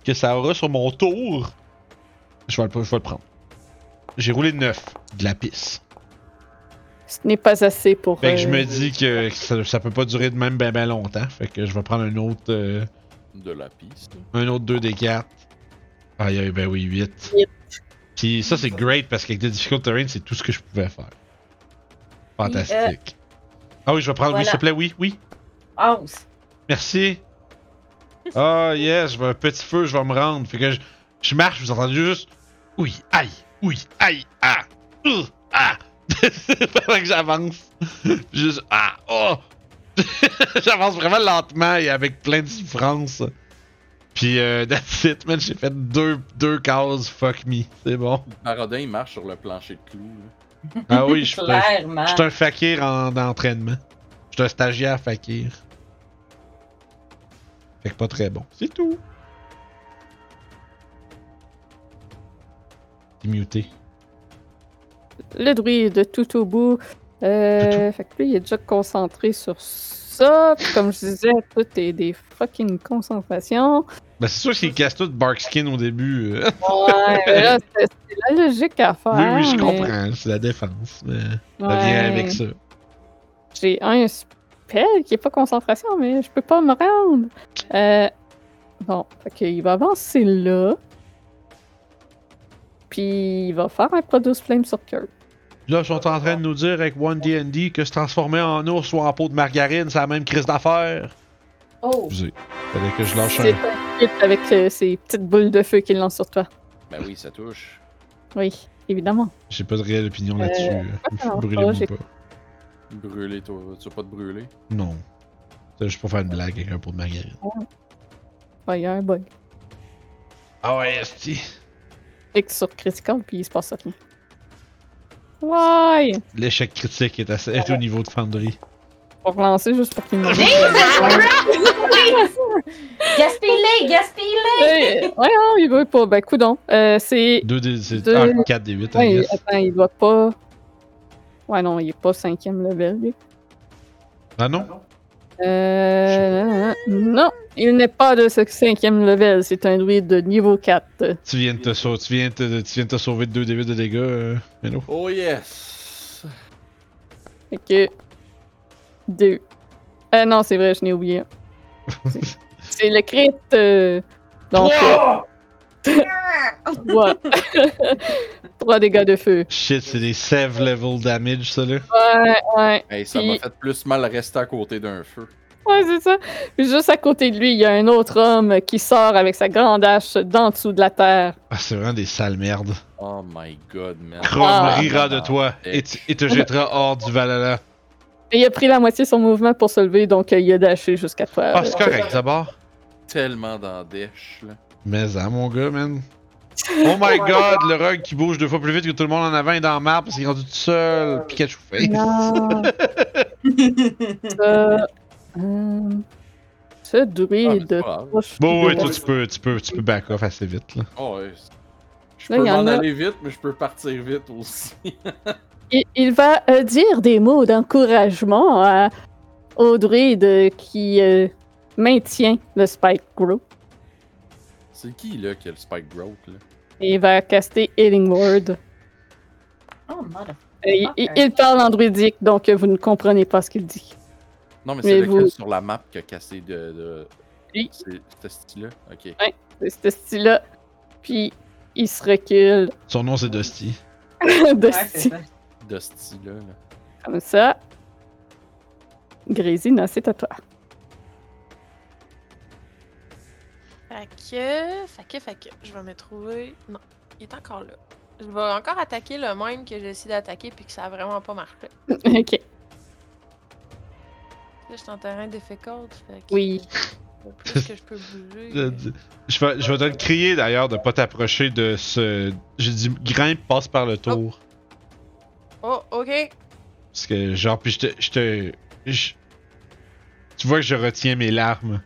Speaker 1: que ça aura sur mon tour? Je vais le, je vais le prendre. J'ai roulé 9 de la piste.
Speaker 2: Ce n'est pas assez pour.
Speaker 1: Fait que Ben, je
Speaker 2: euh,
Speaker 1: me dis que ça, ça peut pas durer de même ben ben longtemps. Fait que je vais prendre un autre, euh,
Speaker 4: De la piste.
Speaker 1: un autre 2 des 4. Aïe aïe, ben oui, 8.
Speaker 2: Huit.
Speaker 1: Puis ça, c'est great parce qu'avec des difficult terrain, c'est tout ce que je pouvais faire. Fantastique. Ah oui, je vais prendre, oui,
Speaker 3: Voilà.
Speaker 1: s'il te plaît, oui, oui.
Speaker 3: 11.
Speaker 1: Merci. Ah yes, je vais un petit feu, je vais me rendre. Fait que je, je marche, vous entendez juste. Oui, aïe, oui, aïe, ah, uh, ah. Pendant que j'avance, juste ah, oh. J'avance vraiment lentement et avec plein de souffrance. Puis, euh, that's it, man. J'ai fait deux, deux cases, fuck me. C'est bon.
Speaker 4: Barodin, il marche sur le plancher de clous. là.
Speaker 1: Ah oui, je suis un,
Speaker 3: Clairement.
Speaker 1: je suis un fakir en entraînement. Je suis un stagiaire fakir. Fait que pas très bon. C'est tout. T'es muté.
Speaker 2: Le druide tout au bout. Euh, fait que lui, il est déjà concentré sur ça. Puis Comme je disais, tout est des fucking concentrations.
Speaker 1: Ben, c'est sûr qu'il casse tout Barkskin au début. euh.
Speaker 2: Ouais, mais là, c'est c'est la logique à faire.
Speaker 1: oui, oui, je
Speaker 2: mais-
Speaker 1: comprends. C'est la défense. Mais ça
Speaker 2: Ouais.
Speaker 1: vient avec ça.
Speaker 2: J'ai un spell qui est pas concentration, mais je peux pas me rendre. Euh, bon, fait qu'il va avancer là. Puis il va faire un produce flame sur Kurt.
Speaker 1: Là, ils sont en train de nous dire avec One D&D que se transformer en ours ou en peau de margarine, c'est la même crise d'affaires.
Speaker 3: Oh!
Speaker 1: Excusez. Fallait que je lâche
Speaker 2: C'est
Speaker 1: un.
Speaker 2: un hit avec euh, ces petites boules de feu qu'il lance sur toi.
Speaker 4: Ben oui, ça touche.
Speaker 2: Oui, évidemment.
Speaker 1: J'ai pas de réelle opinion
Speaker 2: Euh,
Speaker 1: là-dessus.
Speaker 2: ça,
Speaker 1: Brûlez-moi
Speaker 2: j'ai-
Speaker 1: pas.
Speaker 4: Brûler, toi. Tu vas pas te brûler.
Speaker 1: Non. C'est juste pour faire une blague avec un pot de margarine.
Speaker 2: Ouais, il y a un bug.
Speaker 1: Ah ouais, esti.
Speaker 2: Clique sur critical, puis il se passe rien. Why?
Speaker 1: L'échec critique est, assez, est au niveau de Foundry.
Speaker 2: Pour lancer juste pour qu'il me
Speaker 3: Gaspille-les! Gaspille-les!
Speaker 2: Ouais, non, il veut pas. Ben, coudon. Euh, c'est
Speaker 1: 2 des... c'est-
Speaker 2: Deux.
Speaker 1: Ah, 4 des 8,
Speaker 2: Ouais, attends, il doit pas. Ouais, non, il est pas cinquième level. lui.
Speaker 1: Ah non?
Speaker 2: Euh... Non, il n'est pas de ce cinquième level. C'est un druide de niveau 4.
Speaker 1: Tu viens de te sauver, tu viens de, tu viens de te sauver de 2 des 8 de dégâts, euh, Hello?
Speaker 4: Oh yes!
Speaker 2: Fait que. Deux. Euh, non, c'est vrai, je n'ai oublié. un. C'est- C'est le crit. euh, Donc, euh, trois. Trois dégâts de feu.
Speaker 1: Shit, c'est des save level damage, ça là.
Speaker 2: Ouais, ouais.
Speaker 4: Hey, ça
Speaker 2: Puis-
Speaker 4: m'a fait plus mal rester à côté d'un feu.
Speaker 2: Ouais, c'est ça. Puis juste à côté de lui, il y a un autre homme qui sort avec sa grande hache d'en dessous de la terre.
Speaker 1: Ah, c'est vraiment des sales merdes.
Speaker 4: Oh my god, man.
Speaker 1: Chrome
Speaker 2: Ah.
Speaker 1: rira de toi et, tu- et te jettera hors du Valhalla.
Speaker 2: Et il a pris la moitié de son mouvement pour se lever, donc euh, il a dashé jusqu'à toi.
Speaker 1: Ah, c'est correct, d'abord.
Speaker 4: Tellement dans dèche, là.
Speaker 1: Mais ah, mon gars, man. Oh my god, le rug qui bouge deux fois plus vite que tout le monde en avant est dans la marbre parce qu'il est rendu tout seul. Pikachu face.
Speaker 2: Non. Ça, euh, ce
Speaker 4: Ah, mais c'est
Speaker 2: druide.
Speaker 4: pas grave.
Speaker 2: proche
Speaker 1: Bon,
Speaker 2: de
Speaker 1: ouais,
Speaker 2: la-
Speaker 1: toi, tu peux, tu peux, tu peux back off assez vite, là.
Speaker 4: Oh, ouais. Je
Speaker 2: Là,
Speaker 4: peux
Speaker 2: y en
Speaker 4: m'en
Speaker 2: a-
Speaker 4: aller vite, mais je peux partir vite aussi.
Speaker 2: Il, il va euh, dire des mots d'encouragement à au druide euh, qui euh, maintient le Spike Grow
Speaker 4: C'est qui, là, qui a le Spike Growth, là?
Speaker 2: et il va caster Healing Word.
Speaker 3: Oh, motherfucker.
Speaker 2: Euh, il- il,
Speaker 3: Ok.
Speaker 2: il parle en druidique, donc euh, vous ne comprenez pas ce qu'il dit.
Speaker 4: Non, mais
Speaker 2: Mais
Speaker 4: c'est lequel
Speaker 2: vous-
Speaker 4: sur la map qui a cassé de. de...
Speaker 2: Lui.
Speaker 4: C'est ce style-là? Ok.
Speaker 2: C'est ce style-là. Puis il se recule
Speaker 1: Son nom, c'est Dusty.
Speaker 2: de
Speaker 3: Ouais, c'est
Speaker 2: style
Speaker 3: ça.
Speaker 4: De ce style-là, là.
Speaker 2: comme ça. Grésina, c'est à toi.
Speaker 5: Fait que, fait que, fait que, je vais me trouver. Non, il est encore là. Je vais encore attaquer le même que j'ai essayé d'attaquer puis que ça a vraiment pas marché.
Speaker 2: ok.
Speaker 5: Là, je suis en terrain difficult, fait que.
Speaker 2: Oui.
Speaker 5: Le plus que je peux bouger.
Speaker 1: Je je vais, je vais te le crier, d'ailleurs, de pas t'approcher de ce... J'ai dit grimpe, passe par le tour.
Speaker 5: Oh, ok.
Speaker 1: Parce que, genre, puis je te... Je te je- Tu vois que je retiens mes larmes.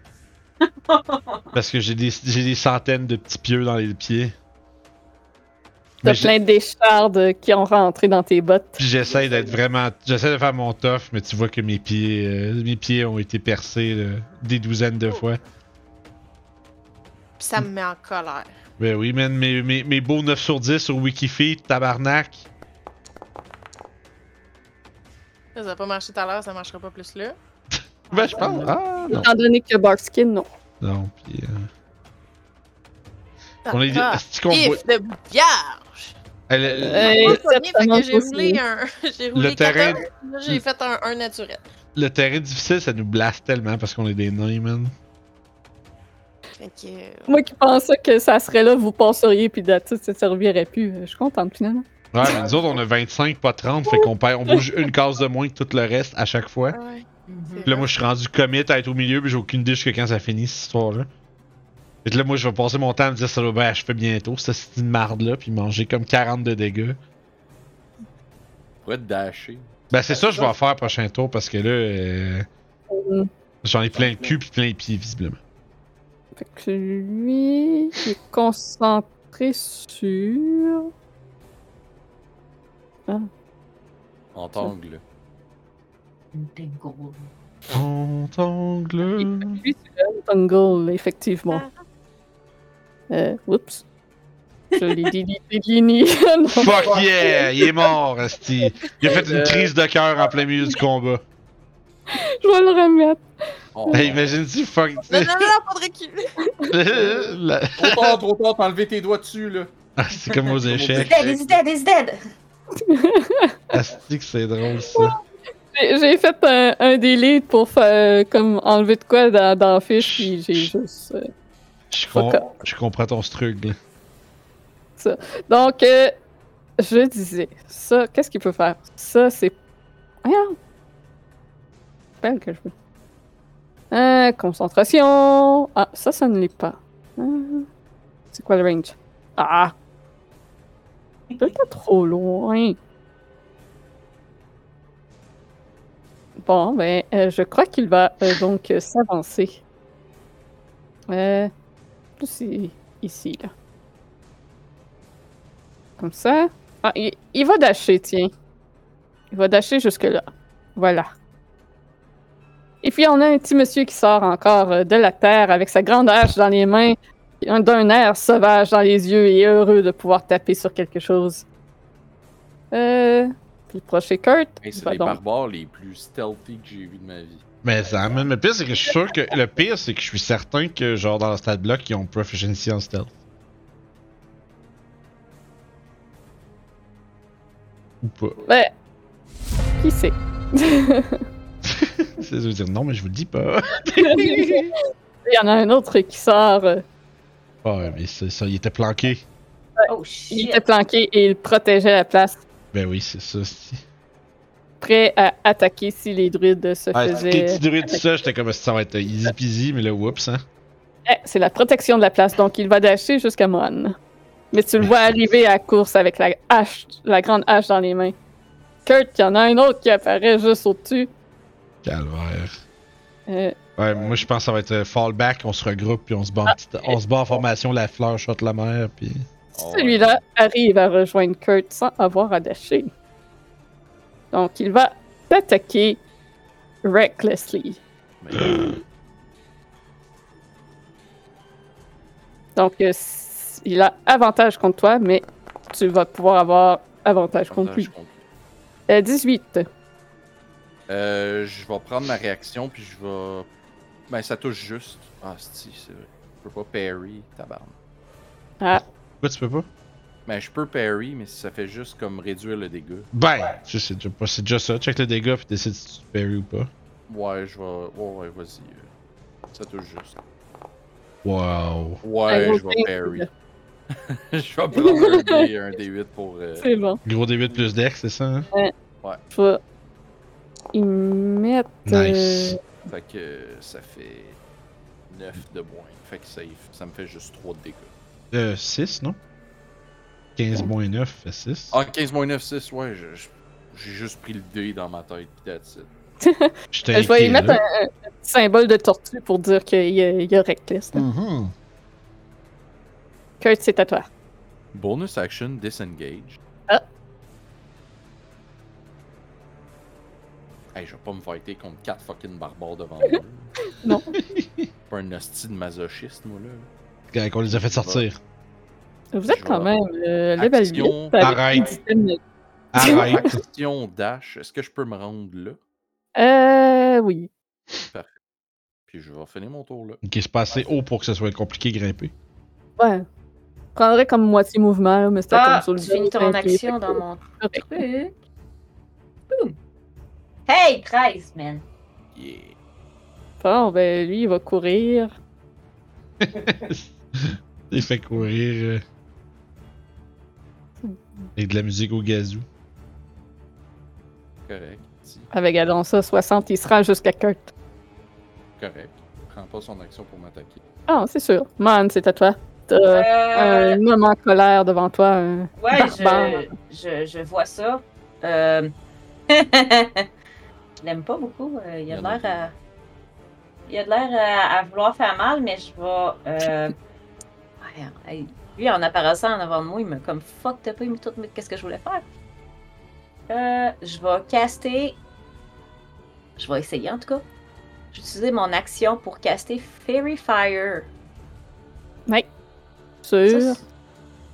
Speaker 1: Parce que j'ai des, j'ai des centaines de petits pieux dans les pieds.
Speaker 2: T'as
Speaker 1: Mais j'ai-
Speaker 2: plein de déchardes euh, qui ont rentré dans tes bottes.
Speaker 1: Puis j'essaie d'être vraiment. J'essaie de faire mon tough, mais tu vois que mes pieds, euh, mes pieds ont été percés là, des douzaines
Speaker 2: Oh.
Speaker 1: de fois.
Speaker 5: Puis ça me met en colère.
Speaker 1: Ben oui, man, mes, mes, mes beaux 9 sur 10 sur Wikifeet, tabarnak.
Speaker 5: Là, ça a pas marché tout à l'heure, ça marchera pas plus là.
Speaker 1: Ben je pense. Ah non.
Speaker 2: Étant donné que Barkskin, non.
Speaker 1: Non, pis. euh,
Speaker 5: Ah,
Speaker 1: on est.
Speaker 5: ah,
Speaker 1: est-ce qu'on voit-
Speaker 5: Pif de vierge!
Speaker 1: Elle- elle-
Speaker 2: Euh,
Speaker 5: Moi,
Speaker 2: sept,
Speaker 5: premier,
Speaker 2: ça
Speaker 5: fait que
Speaker 2: marche
Speaker 5: j'ai
Speaker 2: aussi.
Speaker 5: roulé un. J'ai roulé
Speaker 1: terrain- Mm.
Speaker 5: 14, là, j'ai fait un, un naturel.
Speaker 1: Le terrain difficile, ça nous blasse tellement parce qu'on est des nains, man.
Speaker 5: Fait que.
Speaker 2: Moi qui pensais que ça serait là, vous passeriez, puis d'attitude, ça servirait plus. Euh, Je suis contente, finalement.
Speaker 1: Ouais, mais nous autres, on a 25, pas 30, fait qu'on perd. On bouge une case de moins que tout le reste à chaque fois.
Speaker 5: Ouais.
Speaker 1: Puis là, moi, je suis rendu commit à être au milieu, puis j'ai aucune idée jusqu'à quand ça finit, cette histoire-là. Fait que là, moi, je vais passer mon temps à me dire ça doit bien achever bientôt, cette petite marde-là, puis manger comme 40 de dégâts.
Speaker 4: Pourrait être dashé.
Speaker 1: Ben, c'est ça que je vais faire prochain tour, parce que là, euh,
Speaker 2: Mhm.
Speaker 1: j'en ai plein le cul, puis plein les pieds, visiblement.
Speaker 2: Fait que lui, il est concentré sur.
Speaker 4: En tangle.
Speaker 1: Ton ongle.
Speaker 2: Lui, c'est le Tungle, effectivement. Euh, oups. Je l'ai délité de l'ini. Non.
Speaker 1: Fuck yeah! Il est mort, Asti. Il a fait une crise de cœur en plein milieu du combat.
Speaker 2: Je vais le remettre.
Speaker 4: Oh,
Speaker 1: Hey, imagine si fuck.
Speaker 5: Non, non, non, non, faudrait qu'il.
Speaker 1: La-
Speaker 4: Trop tard, trop tard, t'as enlevé tes doigts dessus, là.
Speaker 1: Ah, c'est comme aux échecs.
Speaker 3: Dead, he's dead, he's dead!
Speaker 1: Asti que c'est drôle ça.
Speaker 2: J'ai j'ai fait un, un delete pour faire, comme enlever de quoi dans, dans la fiche, puis j'ai juste. euh,
Speaker 1: Je, com- je comprends ton struggle.
Speaker 2: Donc, euh, je disais, ça, qu'est-ce qu'il peut faire? Ça, c'est. Regarde! Belle que je veux. Euh, concentration! Ah, ça, ça ne l'est pas. Hum, C'est quoi le range? Ah! Peut pas trop loin. Bon, ben, euh, je crois qu'il va euh, donc euh, s'avancer. Euh, c'est ici, là. Comme ça. Ah, il, il va dasher, tiens. Il va dasher jusque-là. Voilà. Et puis, on a un petit monsieur qui sort encore euh, de la terre avec sa grande hache dans les mains, et un- d'un air sauvage dans les yeux et heureux de pouvoir taper sur quelque chose. Euh. Puis le prochain Kurt.
Speaker 4: Hey,
Speaker 2: il
Speaker 4: c'est
Speaker 2: va
Speaker 4: les
Speaker 2: Bah, donc-
Speaker 4: barbares les plus stealthy que j'ai vu de ma vie.
Speaker 1: Mais ça amène. Le pire, c'est que je suis sûr que. Le pire, c'est que je suis certain que, genre, dans le stade bloc, ils ont proficiency en stealth. Ou pas.
Speaker 2: Ouais. Qui sait?
Speaker 1: C'est de dire non, mais je vous le dis pas.
Speaker 2: Il y en a un autre qui sort. euh,
Speaker 1: Ah, ouais, mais c'est ça, il était planqué.
Speaker 3: Oh
Speaker 2: Il
Speaker 3: shit!
Speaker 2: était planqué et il protégeait la place,
Speaker 1: Ben oui, c'est ça. c'est-
Speaker 2: prêt à attaquer si les druides se
Speaker 1: Ah, t'es
Speaker 2: faisaient.
Speaker 1: petit druide, ça, j'étais comme ça va être easy peasy, mais là, whoops, hein.
Speaker 2: Eh, C'est la protection de la place, donc il va dasher jusqu'à Mon. Mais tu le vois arriver à la course avec la hache, la grande hache dans les mains. Kurt, il y en a un autre qui apparaît juste au-dessus.
Speaker 1: Calvaire.
Speaker 2: Euh,
Speaker 1: Ouais, moi, je pense que ça va être euh, fallback, on se regroupe, puis on se bat, en petite- on se bat en formation, la fleur shot la mer, puis.
Speaker 4: Oh,
Speaker 2: Celui-là arrive à rejoindre Kurt sans avoir à dasher. Donc il va t'attaquer recklessly.
Speaker 4: Mais-
Speaker 2: Donc, euh, s- il a avantage contre toi, mais tu vas pouvoir avoir avantage contre
Speaker 4: Attends,
Speaker 2: lui.
Speaker 4: je compte.
Speaker 2: Euh, 18.
Speaker 4: Euh, je vais prendre ma réaction, puis je vais. Ben, ça touche juste. Ah, si, c'est vrai. Je peux pas parry, tabarn.
Speaker 1: Pourquoi tu peux pas?
Speaker 4: Ben, je peux parry, mais ça fait juste comme réduire le dégât.
Speaker 1: Ben! tu sais, C'est déjà, pas- c'est déjà ça, check le dégât, puis décide si tu parry ou pas.
Speaker 4: Ouais, je vais. Ouais, ouais, vas-y. euh, Ça touche juste.
Speaker 1: Wow.
Speaker 4: Ouais,
Speaker 2: gros
Speaker 4: je vais
Speaker 2: dé.
Speaker 4: parry. je vais prendre un D, un D8 pour. euh,
Speaker 2: C'est bon.
Speaker 1: Gros D8 plus deck, c'est ça, hein?
Speaker 2: Je vais y mettre.
Speaker 1: Nice.
Speaker 2: euh,
Speaker 4: Fait que euh, ça fait 9 de moins. Fait que ça, y- ça me fait juste 3 de dégâts.
Speaker 1: Euh, 6, non? 15 moins 9 fait 6.
Speaker 4: Ah, 15 moins 9, 6, ouais, je- je- j'ai juste pris le dé dans ma tête, pis that's it.
Speaker 1: J'étais
Speaker 2: Euh, je vais y
Speaker 1: inquiet,
Speaker 2: mettre
Speaker 1: Ben, là.
Speaker 2: un, un petit symbole de tortue pour dire qu'il y, a- il y a reckless. là.
Speaker 3: Mm.
Speaker 1: Mhm.
Speaker 2: Kurt, c'est à toi.
Speaker 4: Bonus action, disengage.
Speaker 2: Ah.
Speaker 4: Hey, je vais pas me fighter contre 4 fucking barbares devant moi. là.
Speaker 2: Non.
Speaker 4: pas un hostie de masochiste, moi, là.
Speaker 1: Quand on les a fait sortir.
Speaker 2: Vous êtes
Speaker 4: Je
Speaker 2: quand
Speaker 4: vais-
Speaker 2: même euh, level
Speaker 4: Action.
Speaker 2: 8 avec
Speaker 1: Arrête.
Speaker 2: des items.
Speaker 1: Ah, Arrête!
Speaker 4: Action dash, est-ce que je peux me rendre là?
Speaker 2: Euh, oui.
Speaker 4: Puis je vais finir mon tour là.
Speaker 1: Ok, c'est pas assez haut pour que ce soit compliqué de grimper.
Speaker 2: Ouais. Je prendrais comme moitié mouvement, là, mais c'était
Speaker 3: Ah,
Speaker 2: comme
Speaker 3: tu
Speaker 2: sur le
Speaker 3: finis ton
Speaker 2: vingt-cinq,
Speaker 3: action
Speaker 2: fait
Speaker 3: dans
Speaker 2: que-
Speaker 3: mon truc. Boum. Hey, 13, man!
Speaker 4: Yeah.
Speaker 2: Bon, ben lui, il va courir.
Speaker 1: Il fait courir. euh, Avec de la musique au gazou.
Speaker 4: Correct. parti.
Speaker 2: Avec Alonso 60, il se rend jusqu'à Kurt.
Speaker 4: Correct. Prends pas son action pour m'attaquer.
Speaker 2: Ah, c'est sûr. Man, c'est à toi. T'as
Speaker 3: Euh,
Speaker 2: un homme en colère devant toi. un-
Speaker 3: ouais,
Speaker 2: barbare.
Speaker 3: je, je, je vois ça. Euh... je l'aime pas beaucoup. euh, il a de
Speaker 4: Il y en a
Speaker 3: l'air à... Il a de l'air euh, à, à vouloir faire mal, mais je vais... Euh... ouais, hey, lui, en apparaissant en avant de moi, il m'a comme fucked up, il m'a tout mis qu'est-ce que je voulais faire. Euh, je vais caster... Je vais essayer, en tout cas. J'ai utilisé mon action pour caster Fairy Fire. Ça,
Speaker 2: Sur.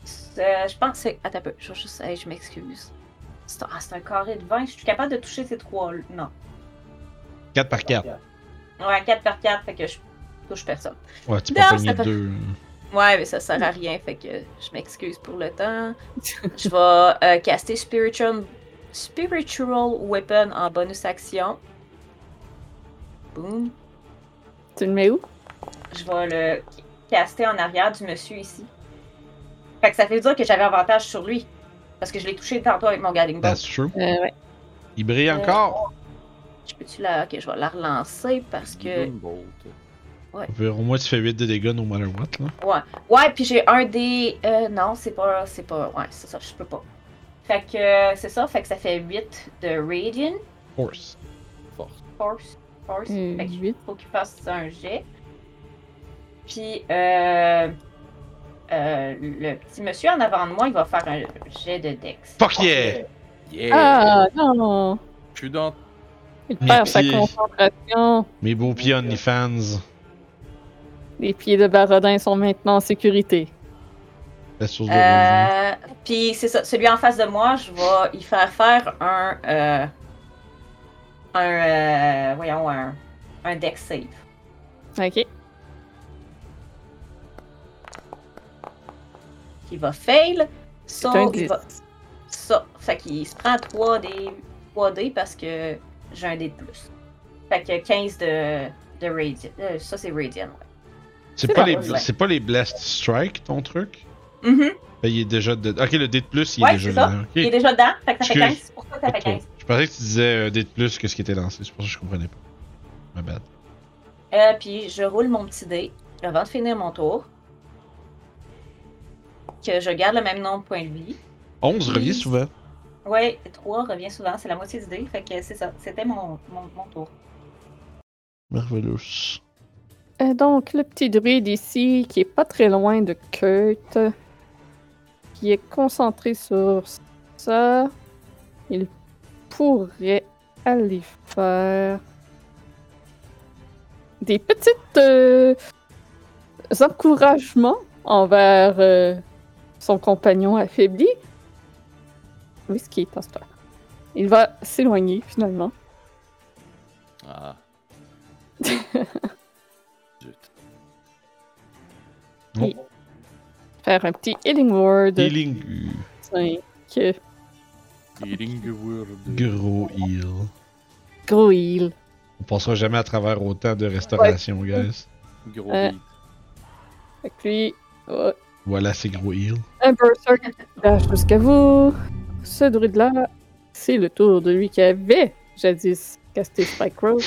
Speaker 3: c'est- euh, je pense que c'est. Attends un peu, je vais juste. hey, je m'excuse. C'est ah, c'est un carré de 20. Je suis capable de toucher ces trois. Non.
Speaker 1: 4 par 4.
Speaker 3: Ouais, 4 par 4, fait que je touche personne.
Speaker 1: Ouais, tu peux
Speaker 3: Non,
Speaker 1: pogner
Speaker 3: ça fait-
Speaker 1: deux.
Speaker 3: Ouais, mais ça sert à rien, fait que je m'excuse pour le temps. je vais euh, caster Spiritual... Spiritual Weapon en bonus action. Boom.
Speaker 2: Tu le mets où?
Speaker 3: Je vais le caster en arrière du monsieur ici. Fait que ça fait dire que j'avais avantage sur lui. Parce que je l'ai touché tantôt avec mon Guiding Bolt.
Speaker 1: That's true.
Speaker 2: Euh, ouais. Euh,
Speaker 1: Il brille encore.
Speaker 3: Je peux-tu la. Ok, je vais la relancer parce que.
Speaker 4: Bolt.
Speaker 1: Au moins, tu fais 8 de dégâts no matter what. Là.
Speaker 3: Ouais, puis j'ai un des. euh, non, c'est pas. C'est pas. Ouais, c'est ça, je peux pas. Fait que euh, c'est ça, fait que ça fait 8 de Radiant.
Speaker 1: Force.
Speaker 4: Force.
Speaker 3: Force. Force.
Speaker 2: Euh,
Speaker 3: fait que
Speaker 2: huit.
Speaker 3: faut qu'il fasse un jet. Puis, euh, euh, le petit monsieur en avant de moi, il va faire un jet de Dex.
Speaker 1: Fuck yeah!
Speaker 3: euh,
Speaker 4: Yeah!
Speaker 2: Ah, non!
Speaker 4: Je suis dans.
Speaker 2: Il
Speaker 1: Mes
Speaker 2: perd sa
Speaker 1: pieds.
Speaker 2: concentration.
Speaker 1: Mes beaux pieds OnlyFans.
Speaker 2: Les pieds de Barodin sont maintenant en sécurité.
Speaker 1: La source de revenus.
Speaker 3: Euh, puis c'est ça, celui en face de moi, je vais y faire faire un. euh, un. euh, voyons, un. Un deck save.
Speaker 2: Ok.
Speaker 3: Il va fail. So,
Speaker 2: C'est un
Speaker 3: il
Speaker 2: 10.
Speaker 3: va- Ça. Fait qu'il se prend 3D, 3D parce que j'ai un dé de plus. Fait que 15 de, de Radiant. Euh, ça, c'est Radiant, ouais.
Speaker 1: C'est
Speaker 2: c'est
Speaker 1: pas,
Speaker 2: bon,
Speaker 1: les...
Speaker 3: ouais.
Speaker 1: c'est pas les Blast Strike, ton truc?
Speaker 3: Mhm.
Speaker 1: Ben, il est déjà dedans. Ok, le dé de plus, il
Speaker 3: Ouais,
Speaker 1: est déjà
Speaker 3: c'est ça.
Speaker 1: dedans. Ok.
Speaker 3: Il est déjà dedans. Fait que ça fait
Speaker 1: Excuse.
Speaker 3: 15. C'est pour ça que ça fait 15.
Speaker 1: Je pensais que tu disais euh, dé de plus que ce qui était lancé. C'est pour ça que je comprenais pas. Ma bad.
Speaker 3: Euh, puis je roule mon petit dé avant de finir mon tour. Que je garde le même nombre de points de vie.
Speaker 1: 11 revient souvent.
Speaker 3: Ouais, 3 revient souvent, c'est la moitié du dé. Fait que c'est ça, c'était mon, mon, mon tour.
Speaker 1: Merveilleux.
Speaker 2: Euh, donc, le petit druide ici, qui est pas très loin de Kurt, qui est concentré sur ça, il pourrait aller faire des petites euh, encouragements envers euh, son compagnon affaibli. Oui, ce qui est tasse-toi. Il va s'éloigner finalement.
Speaker 4: Ah. Zut.
Speaker 1: Bon.
Speaker 2: Et Faire un petit healing word.
Speaker 1: Healing.
Speaker 2: Cinq.
Speaker 4: Healing World.
Speaker 1: Gros heal.
Speaker 2: Gros heal.
Speaker 1: On passera jamais à travers autant de restauration, guys.
Speaker 4: Gros
Speaker 2: Euh.
Speaker 4: beat.
Speaker 2: Fait que lui, euh,
Speaker 1: Voilà, c'est gros heal.
Speaker 2: un berserk qui lâche jusqu'à vous. Ce druide-là, c'est le tour de lui qui avait jadis casté Spike Road.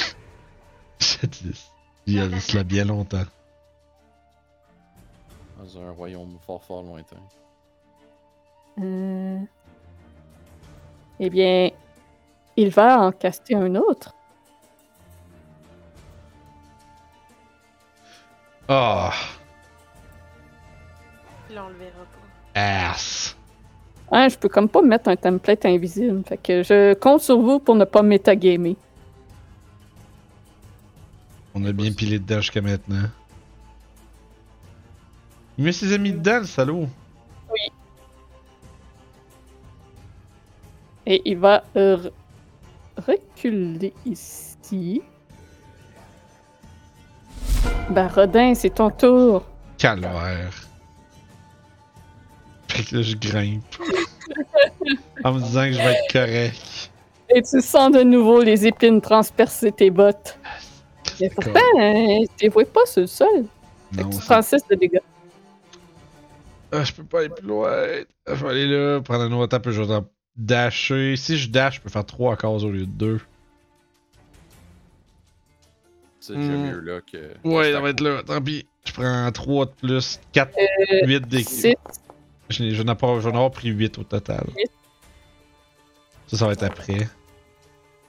Speaker 1: Je dis. Il y a de cela bien longtemps.
Speaker 4: Dans un royaume fort fort lointain.
Speaker 2: Euh, Eh bien, il va en caster un autre.
Speaker 1: Ah,
Speaker 5: Là, on le verra pas.
Speaker 1: ass.
Speaker 2: Hein, je peux comme pas mettre un template invisible. Fait que je compte sur vous pour ne pas métagamer.
Speaker 1: On a bien pilé dedans jusqu'à maintenant. Il met ses amis dedans, le salaud.
Speaker 2: Et il va euh, re- reculer ici. Barodin, c'est ton tour.
Speaker 1: Calvaire. Fait que là, je grimpe. en me disant que je vais être correct.
Speaker 2: Et tu sens de nouveau les épines transpercer tes bottes. Mais pourtant, hein, je ne vois pas sur le sol. Fait que
Speaker 1: Non,
Speaker 2: tu
Speaker 1: c'est-
Speaker 2: prends 6 de dégâts.
Speaker 1: Ah, je peux pas aller plus loin. Ah, Je vais aller là, prendre un autre temps, puis je vais en dasher. Si je dash, je peux faire 3 cases au lieu de 2.
Speaker 4: C'est
Speaker 1: Hmm.
Speaker 4: déjà mieux là que.
Speaker 1: Ouais, ça va être là. Tant pis. Je prends 3 de plus, 4,
Speaker 2: Euh,
Speaker 1: 8 des.
Speaker 2: C'est
Speaker 1: Je n'ai- je n'ai pas- J'en ai pris 8 au total.
Speaker 2: Huit.
Speaker 1: Ça, ça va être après.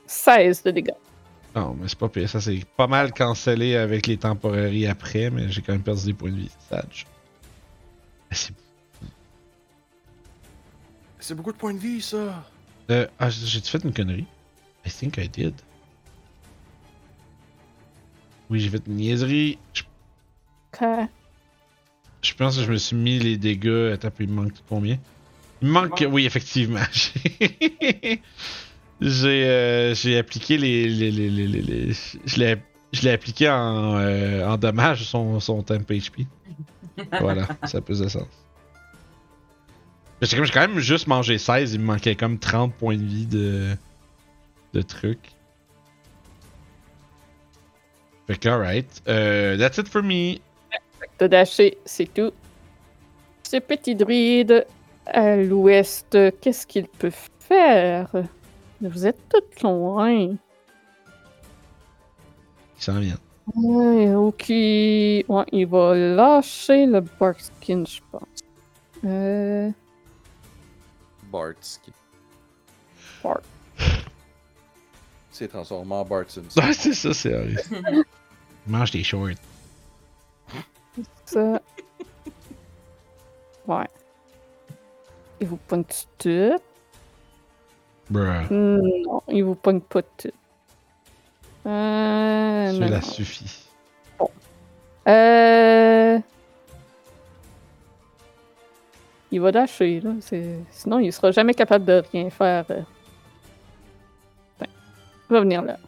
Speaker 2: 16 de dégâts.
Speaker 1: Non, mais c'est pas pire. Ça, c'est pas mal cancellé avec les temporaries après, mais j'ai quand même perdu des points de vie. Sage. C'est-
Speaker 4: C'est beaucoup de points de vie ça.
Speaker 1: Euh, ah, j'ai-tu fait une connerie? I think I did. Oui, j'ai fait une niaiserie. Je,
Speaker 2: Quand-
Speaker 1: je pense que je me suis mis les dégâts. Attends, il me manque combien? Il me manque. Oui, effectivement. J'ai- j'ai euh, j'ai appliqué les. les- les- les- les- les- Je l'ai je l'ai appliqué en, euh, en dommage son, son temp HP. Voilà, ça a plus de sens. Mais J'ai comme- j'ai quand même juste mangé 16, il me manquait comme 30 points de vie de, de trucs. Fait que, alright. Euh, that's it for me.
Speaker 2: de dasher, c'est tout. Ce petit druide à l'ouest, qu'est-ce qu'il peut faire? Vous êtes tout loin.
Speaker 1: Il s'en vient.
Speaker 2: Ouais, ok. Ouais, il va lâcher le Barkskin, je pense. Euh,
Speaker 4: Bartski.
Speaker 2: Bart.
Speaker 4: C'est transformé en Bart Simpson.
Speaker 1: Ouais, c'est ça, c'est horrible. Mange des shorts.
Speaker 2: ça. Ouais. Il vous pogne tout.
Speaker 1: Bruh.
Speaker 2: Non, il vous pogne pas tout. Euh, non,
Speaker 1: Cela
Speaker 2: non.
Speaker 1: suffit.
Speaker 2: Euh... Il va lâcher, là. c'est- Sinon, il sera jamais capable de rien faire. euh. Attends. Il va venir là.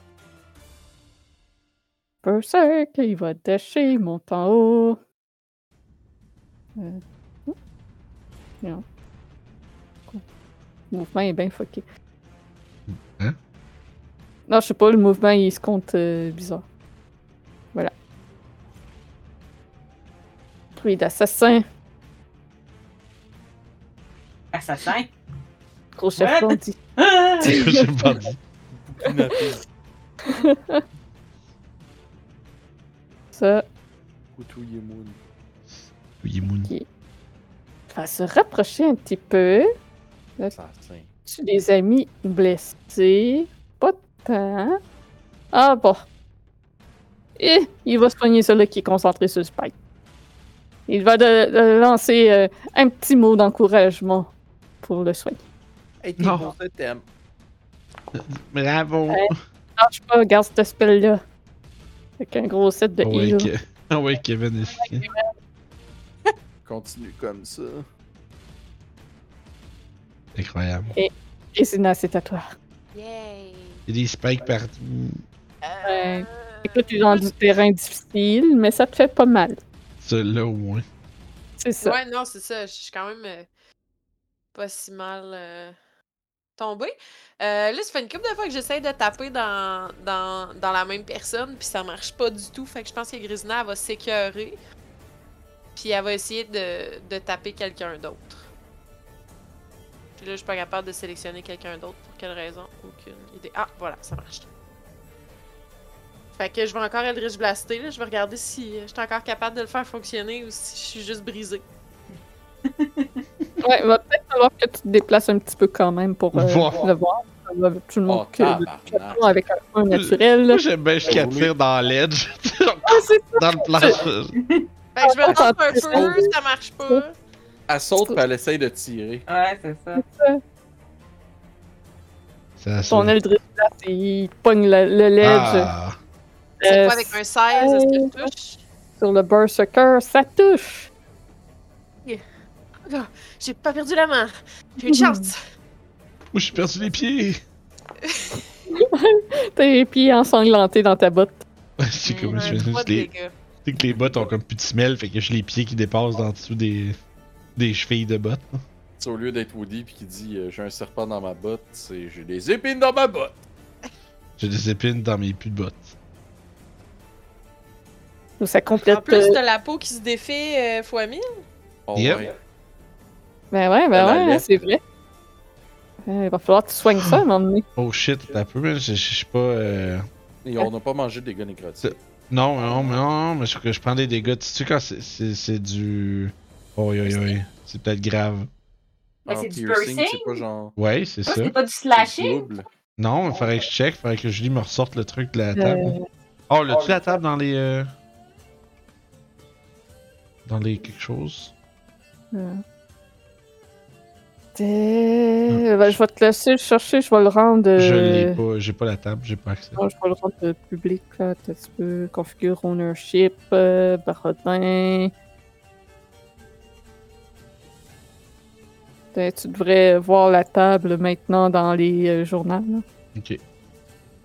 Speaker 2: Berserk, il va dasher, il monte en haut. Euh, oh. Non. Le mouvement est bien fucké.
Speaker 1: Hein?
Speaker 2: Non, je sais pas, le mouvement, il se compte euh, bizarre. Druide assassin.
Speaker 3: Assassin.
Speaker 2: Gros chef
Speaker 3: What?
Speaker 2: bandit.
Speaker 3: Ah!
Speaker 1: J'ai pas dit.
Speaker 2: Ça
Speaker 4: Koutouille et Moon.
Speaker 1: Oui, Moon.
Speaker 2: va se rapprocher un petit peu.
Speaker 4: Ça tient.
Speaker 2: Tu des amis blessés. Pas de temps. Ah bon. Et il va se pogner celui qui est concentré sur Spike. Il va de, de lancer euh, un petit mot d'encouragement pour le soigner.
Speaker 4: Hey,
Speaker 1: t'es Non. bon,
Speaker 4: je t'aime.
Speaker 1: Bravo.
Speaker 2: Ouais. Lâche Ah, pas, garde ce spell-là. Avec un gros set de
Speaker 1: Ah ouais,
Speaker 2: heal.
Speaker 1: Ke- ah ouais, Kevin est
Speaker 4: Continue comme ça.
Speaker 1: Incroyable.
Speaker 2: Et Zina, c'est à toi.
Speaker 5: Yay!
Speaker 1: Il y a des spikes partout.
Speaker 5: Euh,
Speaker 2: Écoute, tu es dans du terrain difficile, mais ça te fait pas mal.
Speaker 1: Celui-là, au moins.
Speaker 2: C'est ça.
Speaker 5: Ouais, non, c'est ça. Je suis quand même euh, pas si mal euh, tombée. Euh, là, ça fait une couple de fois que j'essaie de taper dans, dans, dans la même personne, puis ça marche pas du tout. Fait que je pense que Grisina, elle va s'écœurer. Puis elle va essayer de, de taper quelqu'un d'autre. Puis là, je suis pas capable de sélectionner quelqu'un d'autre. Pour quelle raison Aucune idée. Ah, voilà, ça marche. Fait que je vais encore Eldritch Blaster, là. Je vais regarder si euh, je suis encore capable de le faire fonctionner ou si je suis juste brisée.
Speaker 2: Ouais, il va peut-être falloir que tu te déplaces un petit peu quand même pour euh,
Speaker 1: Voir.
Speaker 2: le voir. Ça va avec tout le monde
Speaker 4: Oh,
Speaker 2: que-
Speaker 4: tabarnak.
Speaker 2: avec un point naturel. là.
Speaker 1: Moi, j'aime bien jusqu'à
Speaker 4: Oui.
Speaker 1: tirer dans l'edge.
Speaker 2: Ah, c'est ça.
Speaker 1: dans le planche.
Speaker 5: Fait que je me
Speaker 2: Ah,
Speaker 5: lance un
Speaker 2: ah,
Speaker 5: peu, ça marche pas.
Speaker 4: Elle saute puis elle essaye de tirer.
Speaker 3: Ouais, c'est ça.
Speaker 1: Ça Ah. sonne.
Speaker 2: Ton Eldritch Blast, il pogne le, le ledge
Speaker 1: Ah.
Speaker 5: C'est
Speaker 2: Euh,
Speaker 5: quoi avec un 16? Est-ce que je touche?
Speaker 2: sur le Berserker. Ça touche.
Speaker 5: J'ai pas perdu la main. J'ai une chance.
Speaker 1: Moi, j'ai perdu les pieds.
Speaker 2: T'es pieds ensanglantés dans ta botte.
Speaker 1: C'est comme
Speaker 5: Un
Speaker 1: je fais
Speaker 5: trois
Speaker 1: juste
Speaker 5: de
Speaker 1: les...
Speaker 5: dégâts.
Speaker 1: tu sais que les bottes ont comme plus de semelle, fait que j'ai les pieds qui dépassent en dessous des, des chevilles de bottes.
Speaker 4: C'est au lieu d'être Woody puis qui dit euh, j'ai un serpent dans ma botte, c'est j'ai des épines dans ma botte.
Speaker 1: J'ai des épines dans mes puits de bottes.
Speaker 2: Donc ça
Speaker 5: En
Speaker 2: complète.
Speaker 5: plus
Speaker 2: euh,
Speaker 5: de la peau qui se défait euh, fois mille.
Speaker 4: Oh,
Speaker 1: Yep.
Speaker 4: ouais.
Speaker 2: Ben ouais, ben
Speaker 4: la
Speaker 2: ouais, hein,
Speaker 4: lettre.
Speaker 2: c'est vrai. Euh, il va falloir que tu soignes ça à un moment donné.
Speaker 1: Oh shit, t'as peu, man. Je je- je suis pas. euh,
Speaker 4: Et on n'a pas mangé de dégâts nécrotiques.
Speaker 1: Non, non, mais non, mais je, que je prends des dégâts. Tu sais, quand c'est- c'est c'est du. Oh, oui, oui, oui. C'est peut-être grave.
Speaker 3: Mais
Speaker 4: Ah,
Speaker 3: c'est du
Speaker 4: piercing,
Speaker 3: piercing?
Speaker 4: c'est pas genre.
Speaker 1: Ouais, c'est ça.
Speaker 3: C'est pas du
Speaker 4: c'est
Speaker 3: slashing?
Speaker 4: Double.
Speaker 1: Non, il faudrait que je check. faudrait que Julie me ressorte le truc de la table. Oh, le tu la table dans les. euh, Dans les quelque chose Ah.
Speaker 2: Euh, ben, je vais te laisser le chercher, je vais le rendre.
Speaker 1: Je
Speaker 2: euh,
Speaker 1: l'ai pas. J'ai pas la table, j'ai pas accès.
Speaker 2: non, je vais le rendre euh, public, là, un petit peu. Configure ownership, euh, Barodin. Ben, Tu devrais voir la table maintenant dans les euh, journaux. là.
Speaker 1: Ok.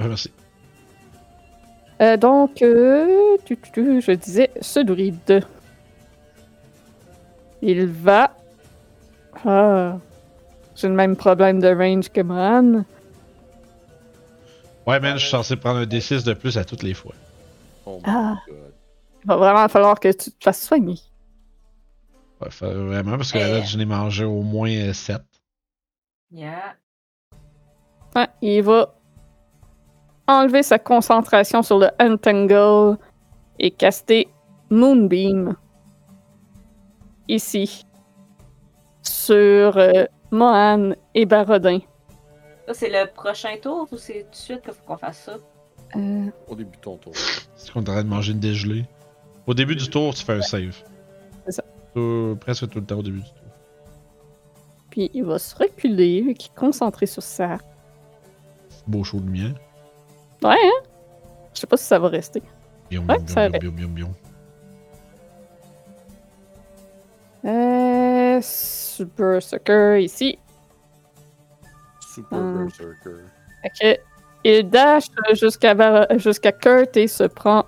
Speaker 1: Ah, merci.
Speaker 2: Euh, donc, euh, tu, tu, tu, je disais, ce druide. Il va. Ah. J'ai le même problème de range que Moran.
Speaker 1: Ouais, man, je suis censé prendre un D6 de plus à toutes les fois.
Speaker 4: Oh
Speaker 2: Ah.
Speaker 4: my god.
Speaker 2: Il va vraiment falloir que tu te fasses soigner.
Speaker 1: Ouais, fa- vraiment, parce que là, je n'ai mangé au moins euh, 7.
Speaker 3: Yeah.
Speaker 2: Ah, il va enlever sa concentration sur le Untangle et caster Moonbeam. Ici. Sur euh, Mohan et Barodin.
Speaker 3: Ça, c'est le prochain tour ou c'est tout de suite qu'il faut qu'on fasse ça?
Speaker 2: Euh,
Speaker 4: Au début de ton tour.
Speaker 1: C'est qu'on est en train de manger une dégelée. Au début du tour, tu fais un save.
Speaker 2: C'est ça.
Speaker 1: Tout- presque tout le temps au début du tour.
Speaker 2: Puis il va se reculer, vu qu'il est concentré sur ça.
Speaker 1: Beau show de mien.
Speaker 2: Ouais, hein? Je sais pas si ça va rester.
Speaker 1: Biom,
Speaker 2: Ouais,
Speaker 1: biom,
Speaker 2: ça
Speaker 1: biom,
Speaker 2: va.
Speaker 1: biom, biom, biom.
Speaker 2: Euh. Super Sucker ici.
Speaker 4: Super
Speaker 2: Ah.
Speaker 4: Berserker.
Speaker 2: Fait que il dash euh, jusqu'à Bar- jusqu'à Kurt et se prend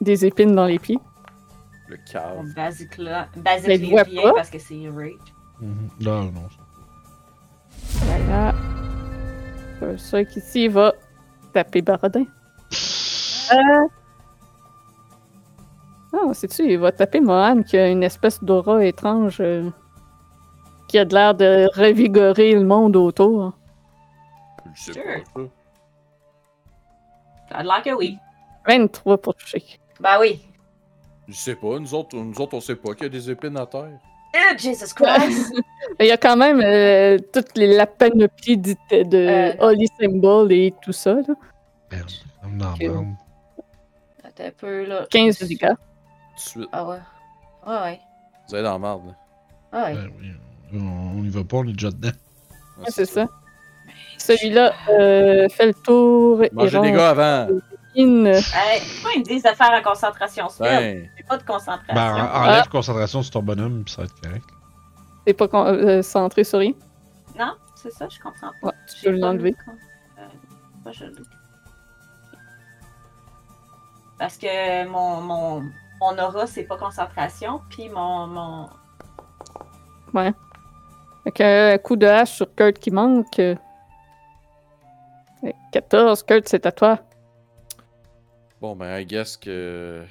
Speaker 2: des épines dans les pieds.
Speaker 4: Le
Speaker 3: On
Speaker 4: cave.
Speaker 3: basique là.
Speaker 2: Mais
Speaker 3: Basique
Speaker 2: il voit
Speaker 3: les
Speaker 2: pas.
Speaker 3: bien parce que c'est rage.
Speaker 1: Non, Mhm. non.
Speaker 2: Voilà. Super Suck ici il va taper Barodin. Euh... Non, sais-tu, Ah, il va taper Mohan qui a une espèce d'aura étrange euh, qui a de l'air de revigorer le monde autour.
Speaker 4: Tu le
Speaker 3: Oh,
Speaker 4: sais
Speaker 3: Sure.
Speaker 4: pas, ça.
Speaker 3: Ça a l'air que oui.
Speaker 2: 23 pour toucher.
Speaker 3: Ben oui.
Speaker 4: Je sais pas, nous autres, nous autres on sait pas qu'il y a des épines à terre.
Speaker 3: Eh, Jesus Christ!
Speaker 2: Mais Il y a quand même euh, toute les- la panoplie dite de
Speaker 3: Euh,
Speaker 2: Holy Symbol et tout ça. là.
Speaker 1: Merde, on en
Speaker 2: Ok.
Speaker 1: demande.
Speaker 3: Attends un peu, là.
Speaker 2: 15 de dégâts.
Speaker 4: Tout de suite.
Speaker 3: Ah ouais. Ouais, ouais.
Speaker 4: Vous allez dans la merde, là.
Speaker 3: Ah ouais.
Speaker 1: Ben oui, on, on y va pas, on est déjà dedans.
Speaker 4: Ah,
Speaker 2: Ouais, c'est ça. Celui-là euh, fait le tour. et euh,
Speaker 4: Mangez des gars avant!
Speaker 3: Hey, pourquoi ils me disent de faire la concentration spell?
Speaker 4: Ben,
Speaker 3: J'ai pas de concentration.
Speaker 1: Ben, en- enlève
Speaker 2: Ah!
Speaker 1: concentration sur ton bonhomme, puis ça va être correct.
Speaker 2: C'est pas con- euh, centré sur rien.
Speaker 3: Non, c'est ça, je comprends pas.
Speaker 2: Ouais, tu
Speaker 3: J'ai
Speaker 2: peux
Speaker 3: pas
Speaker 2: l'enlever.
Speaker 3: le con- euh, pas je l'ai. Parce que mon, mon, mon aura, c'est pas concentration, puis mon, mon...
Speaker 2: Fait que, euh, coup de hache sur Kurt qui manque. euh. Fait que 14, Kurt, c'est à toi.
Speaker 4: bon, ben, I guess que.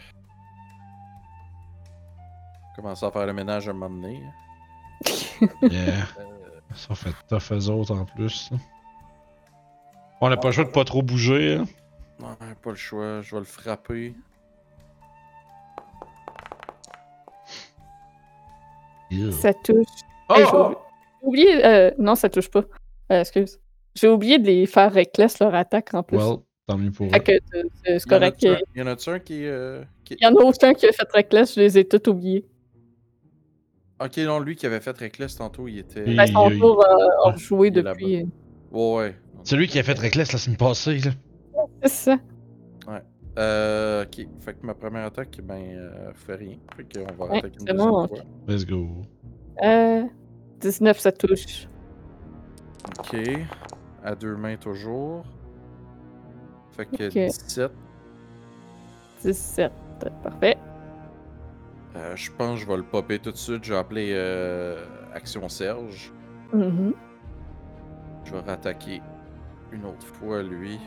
Speaker 4: Commencer à faire le ménage à m'emmener.
Speaker 1: Yeah. Ça fait tough eux autres en plus. là. On a pas le choix de pas trop bouger. hein.
Speaker 4: Non, pas le choix, je vais le frapper.
Speaker 2: Ça touche. Hey, j'ai
Speaker 1: Hmm. Oh!
Speaker 2: oublié- j'ai oublié. euh, non, ça touche pas. Euh, excuse. J'ai oublié de les faire reckless leur attaque en plus.
Speaker 1: Well, tant mieux pour
Speaker 2: Fait
Speaker 1: eux.
Speaker 2: que euh, c'est c'est correct.
Speaker 4: Y en
Speaker 2: Il
Speaker 4: a-tu un- y en a-tu un qui. euh, qui-
Speaker 2: y en a aucun qui a fait reckless, je les ai tous oubliés.
Speaker 4: Ok, non, lui qui avait fait Reckless tantôt, il était.
Speaker 1: Oui.
Speaker 2: Ben, son
Speaker 1: il-
Speaker 2: tour a a
Speaker 1: ouais,
Speaker 2: rejoué
Speaker 4: il est
Speaker 2: depuis. euh,
Speaker 4: Ouais, ouais.
Speaker 1: Celui qui a fait Reckless la semaine passée, là.
Speaker 2: C'est ça.
Speaker 4: Euh, ok, fait que ma première attaque, ben, euh, fait rien. Fait qu'on va
Speaker 2: Ouais,
Speaker 4: attaquer une
Speaker 2: c'est
Speaker 4: deuxième
Speaker 2: bon,
Speaker 4: fois.
Speaker 1: Let's go.
Speaker 2: Euh, 19, ça touche.
Speaker 4: Ok, à deux mains toujours. Fait que
Speaker 2: Ok.
Speaker 4: 17.
Speaker 2: 17. Parfait.
Speaker 4: euh, je pense que je vais le popper tout de suite. Je vais appeler euh, Action Serge.
Speaker 2: Mhm.
Speaker 4: Je vais rattaquer une autre fois lui.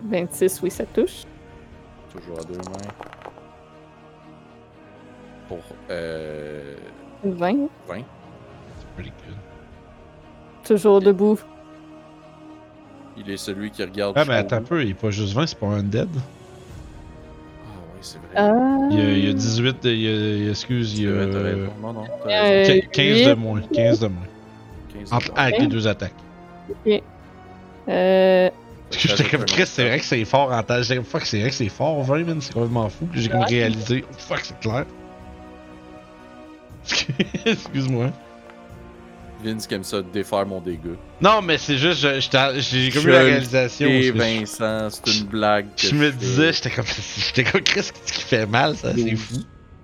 Speaker 2: 26, oui, ça touche.
Speaker 4: Toujours à deux mains. Pour euh,
Speaker 2: 20.
Speaker 4: 20.
Speaker 1: C'est pretty good.
Speaker 2: Toujours debout.
Speaker 4: Il est celui qui regarde.
Speaker 1: Ah, mais
Speaker 4: chaud.
Speaker 1: attends un peu, il est pas juste 20, c'est pas un dead.
Speaker 4: Ah, ouais, c'est vrai.
Speaker 2: Ah.
Speaker 1: Il y a, il y a 18, de- il y a- il y a- excuse, il y a
Speaker 4: T'as
Speaker 1: euh,
Speaker 4: raison. Non, non, t'as
Speaker 2: Euh,
Speaker 4: raison.
Speaker 1: quin- 15 de
Speaker 2: huit.
Speaker 1: moins. 15 de moins.
Speaker 4: 15
Speaker 1: Entre, avec les deux attaques.
Speaker 2: Euh,
Speaker 1: Parce que j'étais comme Chris, c'est vrai que c'est fort en temps. J'étais comme fuck, c'est vrai que c'est fort 20, man. C'est complètement fou. Puis J'ai comme
Speaker 2: Ouais.
Speaker 1: réalisé, oh, fuck, c'est clair. Excuse-moi.
Speaker 4: Vince qui aime ça défaire mon dégât.
Speaker 1: Non, mais c'est juste, je- j'étais- j'ai comme eu
Speaker 4: Je
Speaker 1: la
Speaker 4: le
Speaker 1: réalisation.
Speaker 4: Et
Speaker 1: c'est-
Speaker 4: Vincent, c'est une blague. que
Speaker 1: Je me
Speaker 4: fais.
Speaker 1: disais, j'étais comme, j'étais comme Chris, qu'est-ce qui fait mal, ça, c'est fou.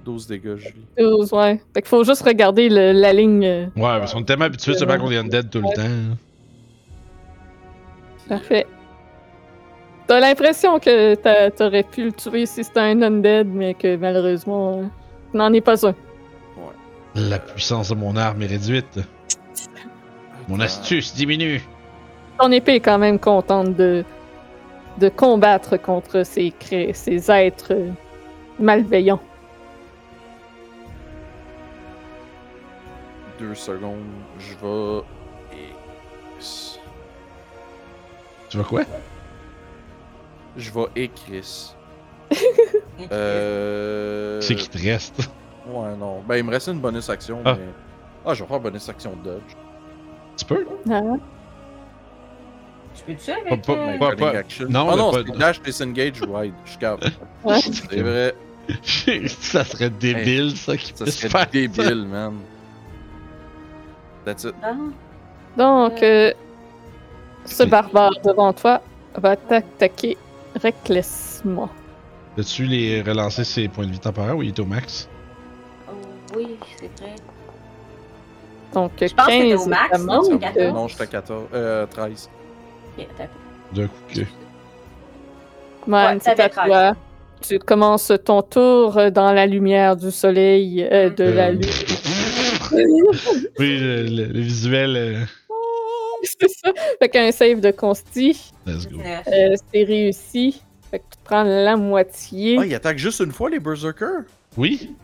Speaker 4: 12 dégâts, Julie.
Speaker 2: 12, oh, ouais. Fait qu'il faut juste regarder le- la ligne. euh,
Speaker 1: Ouais, parce qu'on est tellement habitué seulement qu'on est undead tout le temps. hein.
Speaker 2: Parfait. T'as l'impression que t'a- t'aurais pu le tuer si c'était un undead, mais que malheureusement, euh, n'en est pas un.
Speaker 1: La puissance de mon arme est réduite. Mon
Speaker 4: Ah.
Speaker 1: astuce diminue.
Speaker 2: Ton épée est quand même contente de, de combattre contre ces, cré- ces êtres euh, malveillants.
Speaker 4: Deux secondes, je vais. et-
Speaker 1: Tu vois
Speaker 4: Euh.
Speaker 1: quoi?
Speaker 4: Je vais écrire. Euh.
Speaker 1: C'est qui te reste.
Speaker 4: Ouais, non. Ben, il me reste une bonus action,
Speaker 1: Ah.
Speaker 4: mais. Ah, je vais faire bonus action dodge.
Speaker 1: Tu peux?
Speaker 2: Ah,
Speaker 3: Tu peux-tu avec...
Speaker 1: Pas- pas-
Speaker 3: euh,
Speaker 1: pas-
Speaker 4: Running action.
Speaker 1: non,
Speaker 4: ah,
Speaker 1: mais
Speaker 4: non,
Speaker 1: pas-
Speaker 4: c'est dash, disengage, wide. Je capte.
Speaker 2: ouais.
Speaker 4: C'est vrai,
Speaker 1: ça serait débile, ça, qui
Speaker 4: ça
Speaker 1: puisse
Speaker 4: serait
Speaker 1: faire
Speaker 4: débile, man. That's it.
Speaker 3: non?
Speaker 2: Donc, euh, ce barbare devant toi va t'attaquer recklessement.
Speaker 1: ça. As-tu les relancer ses points de vie temporaires ou il est au max?
Speaker 3: Oh, oui, c'est vrai.
Speaker 2: Donc,
Speaker 3: Je pense que t'es
Speaker 2: 15
Speaker 3: au max,
Speaker 2: ça
Speaker 3: non?
Speaker 2: manque.
Speaker 4: Ça
Speaker 3: c'est
Speaker 4: va.
Speaker 3: quatorze.
Speaker 4: Non, j'étais 14. Euh, 13.
Speaker 3: Ok, attends.
Speaker 1: D'un coup que.
Speaker 2: Man,
Speaker 3: Ouais,
Speaker 2: c'est à
Speaker 3: t'avais raison.
Speaker 2: toi. Tu commences ton tour euh, dans la lumière du soleil, euh, de la
Speaker 1: Euh,
Speaker 2: lune.
Speaker 1: oui, le, le- le visuel. euh,
Speaker 2: c'est ça. Fait qu'un save de consti,
Speaker 1: Let's go.
Speaker 3: 19.
Speaker 2: euh, c'est réussi. Fait que tu prends la moitié.
Speaker 4: Ah, il attaque juste une fois les Berserkers?
Speaker 1: Oui?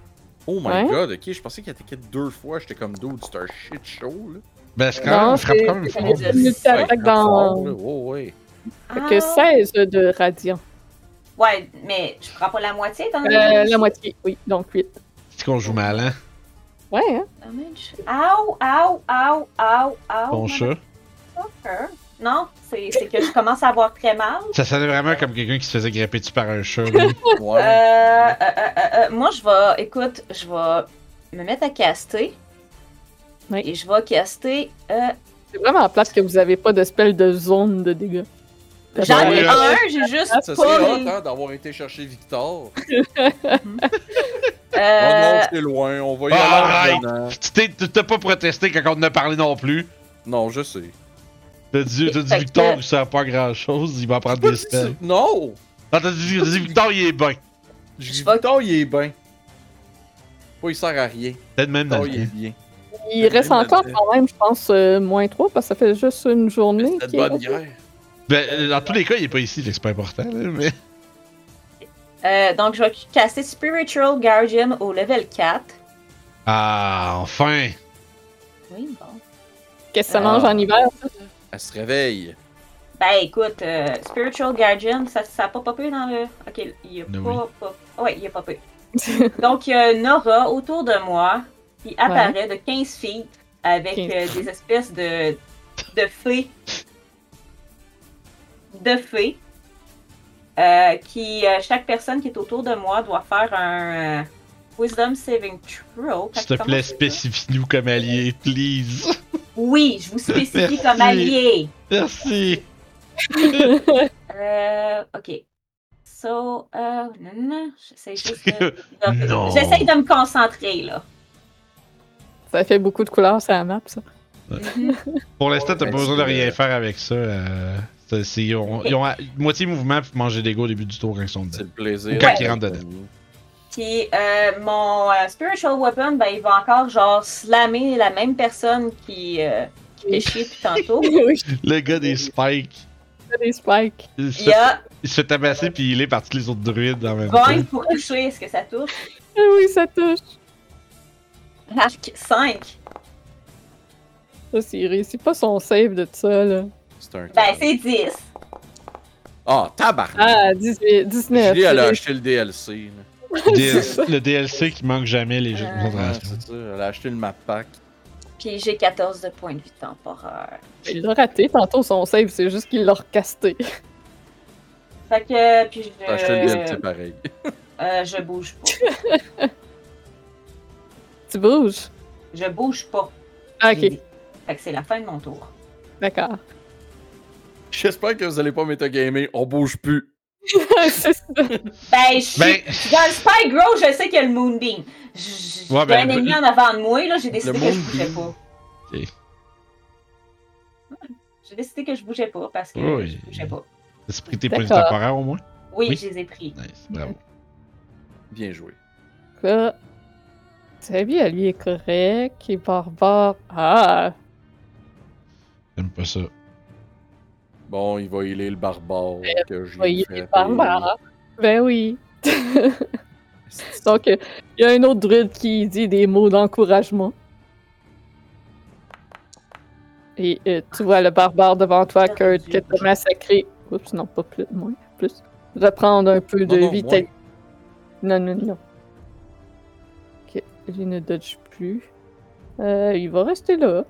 Speaker 4: Oh my
Speaker 2: Ouais.
Speaker 4: god, ok, je pensais qu'il attaquait deux fois, j'étais comme dude, c'est un shit show là.
Speaker 1: Ben, c'est
Speaker 2: Non,
Speaker 1: quand même, il frappe
Speaker 2: c'est-
Speaker 1: quand même
Speaker 3: c'est
Speaker 1: fort.
Speaker 3: les-
Speaker 2: Tu t'attaques
Speaker 4: attaque
Speaker 2: dans-
Speaker 4: Oh ouais.
Speaker 2: Fait que
Speaker 3: Ah,
Speaker 2: 16 de radiant.
Speaker 3: Ouais, mais je prends pas la moitié
Speaker 7: Ah,
Speaker 3: dans
Speaker 2: Euh, la moitié, oui, donc 8.
Speaker 1: C'est qu'on joue mal, hein?
Speaker 2: Ouais, hein?
Speaker 3: Damage. Ow, ow, ow, ow, ow.
Speaker 7: Ah,
Speaker 1: Ton chat.
Speaker 3: motherfucker. Non, c'est c'est que euh, je commence à avoir très mal.
Speaker 1: Ça sonnait vraiment comme quelqu'un qui se faisait grimper dessus par un chat. oui.
Speaker 3: Euh,
Speaker 4: Ouais.
Speaker 3: euh, euh, euh, euh, moi, je vais, écoute, je vais me mettre à caster.
Speaker 2: Oui.
Speaker 3: Et je vais caster. euh,
Speaker 2: C'est vraiment plate que vous avez pas de spell de zone de dégâts.
Speaker 3: J'en
Speaker 1: oui,
Speaker 3: ai
Speaker 1: euh,
Speaker 3: un, j'ai juste
Speaker 2: Ah,
Speaker 4: Ça
Speaker 3: pas
Speaker 4: serait hot
Speaker 3: les-
Speaker 4: hein, d'avoir été chercher Victor. Oh
Speaker 3: euh,
Speaker 4: non, c'est loin, on va y
Speaker 1: Ah,
Speaker 4: aller.
Speaker 1: arrête.
Speaker 4: maintenant.
Speaker 1: Tu t'es- tu t'as pas protesté quand on en a parlé non plus.
Speaker 4: Non, je sais.
Speaker 1: T'as dit, t'as dit
Speaker 3: Fait que-
Speaker 1: Victor, il sert pas grand chose, il va prendre des spells.
Speaker 4: Non!
Speaker 1: Non, t'as dit, t'as dit Victor, il est bon.
Speaker 4: J'ai dit,
Speaker 3: vais-
Speaker 4: Victor, il est bien. Pas, il sert à rien.
Speaker 1: T'es de même dans
Speaker 4: Victor,
Speaker 1: le
Speaker 4: il est
Speaker 1: game.
Speaker 4: bien.
Speaker 2: Il reste encore quand même, je pense, euh, moins 3 parce que ça fait juste une journée.
Speaker 4: C'était de
Speaker 2: qu'il est-
Speaker 4: bonne guerre.
Speaker 1: Ben, euh, dans tous les cas, il est pas ici, fait que c'est pas important, là, mais.
Speaker 3: euh, donc, je vais caster Spiritual Guardian au level 4.
Speaker 1: Ah, enfin!
Speaker 3: Oui, bon.
Speaker 2: Qu'est-ce que ça mange en hiver?
Speaker 4: Elle se réveille.
Speaker 3: Ben écoute, euh, Spiritual Guardian, ça n'a pas popé dans le. Ok, il a
Speaker 1: Ben
Speaker 3: pas, pop- ah Ouais, il a popé. Donc il y a Nora autour de moi qui apparaît de 15 feet avec
Speaker 2: 15
Speaker 3: euh, des espèces de. de fées. De fées. Euh, qui, euh, chaque personne qui est autour de moi doit faire un euh, Wisdom Saving Throw.
Speaker 1: S'il te plaît, spécifie-nous comme allié, please.
Speaker 3: Oui, je vous spécifie
Speaker 1: Merci.
Speaker 3: comme allié.
Speaker 1: Merci.
Speaker 3: Euh, ok. So, euh, non, non, non, j'essaie juste de...
Speaker 1: Non.
Speaker 3: J'essaie de me concentrer, là.
Speaker 2: Ça fait beaucoup de couleurs sur la map, ça.
Speaker 3: Mhm.
Speaker 1: Pour l'instant, t'as
Speaker 4: Ouais,
Speaker 1: pas besoin de
Speaker 4: c'est,
Speaker 1: rien
Speaker 4: euh,
Speaker 1: faire avec ça. euh, c'est- c'est- ils ont, ils ont à- moitié mouvement pour manger des go au début du tour quand ils sont
Speaker 4: C'est
Speaker 1: dedans.
Speaker 4: le plaisir.
Speaker 1: Ou quand il rentre
Speaker 3: Puis, euh, mon euh, Spiritual Weapon, ben, il va encore, genre, slammer la même personne qui, euh, qui fait chier depuis tantôt.
Speaker 2: oui, je
Speaker 1: Le gars des spikes,
Speaker 2: fais des spikes.
Speaker 1: il se,
Speaker 3: Il y a
Speaker 1: il se fait tabasser puis il est parti les autres druides en même temps.
Speaker 3: 20 pour toucher. Est-ce que ça touche?
Speaker 2: Ah oui, ça touche.
Speaker 3: Arc 5.
Speaker 2: Ça, c'est- il réussit pas son save de tout ça, là.
Speaker 4: C'est un.
Speaker 3: Ben, c'est 10.
Speaker 4: Ah, tabarnak!
Speaker 2: Ah, 18, 19.
Speaker 4: Julie, elle a acheté le DLC. là.
Speaker 1: DLC le DLC qui manque jamais les jeux de
Speaker 3: Euh,
Speaker 4: Ah,
Speaker 1: concentration.
Speaker 4: c'est ça, elle a acheté le map pack.
Speaker 3: Puis j'ai 14 de points de vie temporaire.
Speaker 2: Il l'a raté tantôt son save, c'est juste qu'il l'a recasté.
Speaker 3: Fait que, puis
Speaker 7: Euh,
Speaker 1: Ben,
Speaker 4: T'as acheté le DLC
Speaker 3: je,
Speaker 4: pareil.
Speaker 3: euh, je bouge pas.
Speaker 2: Tu bouges?
Speaker 3: Je bouge pas.
Speaker 2: Ah,
Speaker 3: j'ai
Speaker 2: ok,
Speaker 3: dit. Fait que c'est la fin de mon tour.
Speaker 2: d'accord.
Speaker 4: J'espère que vous allez pas m'étagamer, on bouge plus.
Speaker 2: C'est ça.
Speaker 3: Ben, je suis...
Speaker 1: Ben,
Speaker 3: Dans le Spy Grow, je sais qu'il y a le Moonbeam. J- j-
Speaker 1: Ouais, ben,
Speaker 3: J'ai un
Speaker 1: le-
Speaker 3: ennemi en avant de moi, là, j'ai décidé
Speaker 4: le
Speaker 3: que je bougeais
Speaker 4: Moonbeam.
Speaker 3: pas.
Speaker 1: Ok.
Speaker 3: Ouais, J'ai décidé que je bougeais pas parce que
Speaker 1: Oui.
Speaker 3: je bougeais pas.
Speaker 1: t'as pris tes points de
Speaker 2: D'accord.
Speaker 1: temporaire au moins?
Speaker 3: Oui,
Speaker 1: Oui.
Speaker 3: je les ai pris.
Speaker 1: Nice, bravo.
Speaker 4: Bien joué.
Speaker 2: Là, Sabi, lui est correct. Et barbare. Ah!
Speaker 1: J'aime pas ça.
Speaker 4: Bon, il va healer le barbare que j'ai
Speaker 2: va healer
Speaker 4: fait.
Speaker 2: Barbare. Ben oui.
Speaker 4: C'est-
Speaker 2: Donc, euh, il y a un autre druide qui dit des mots d'encouragement. Et euh, tu vois le barbare devant toi, Kurt, qui t'a massacré. Oups, non, pas plus, moins, plus. Reprendre un peu de
Speaker 4: Non, non,
Speaker 2: vitalité. Non, non, non. Ok, il ne dodge plus. Euh, il va rester là.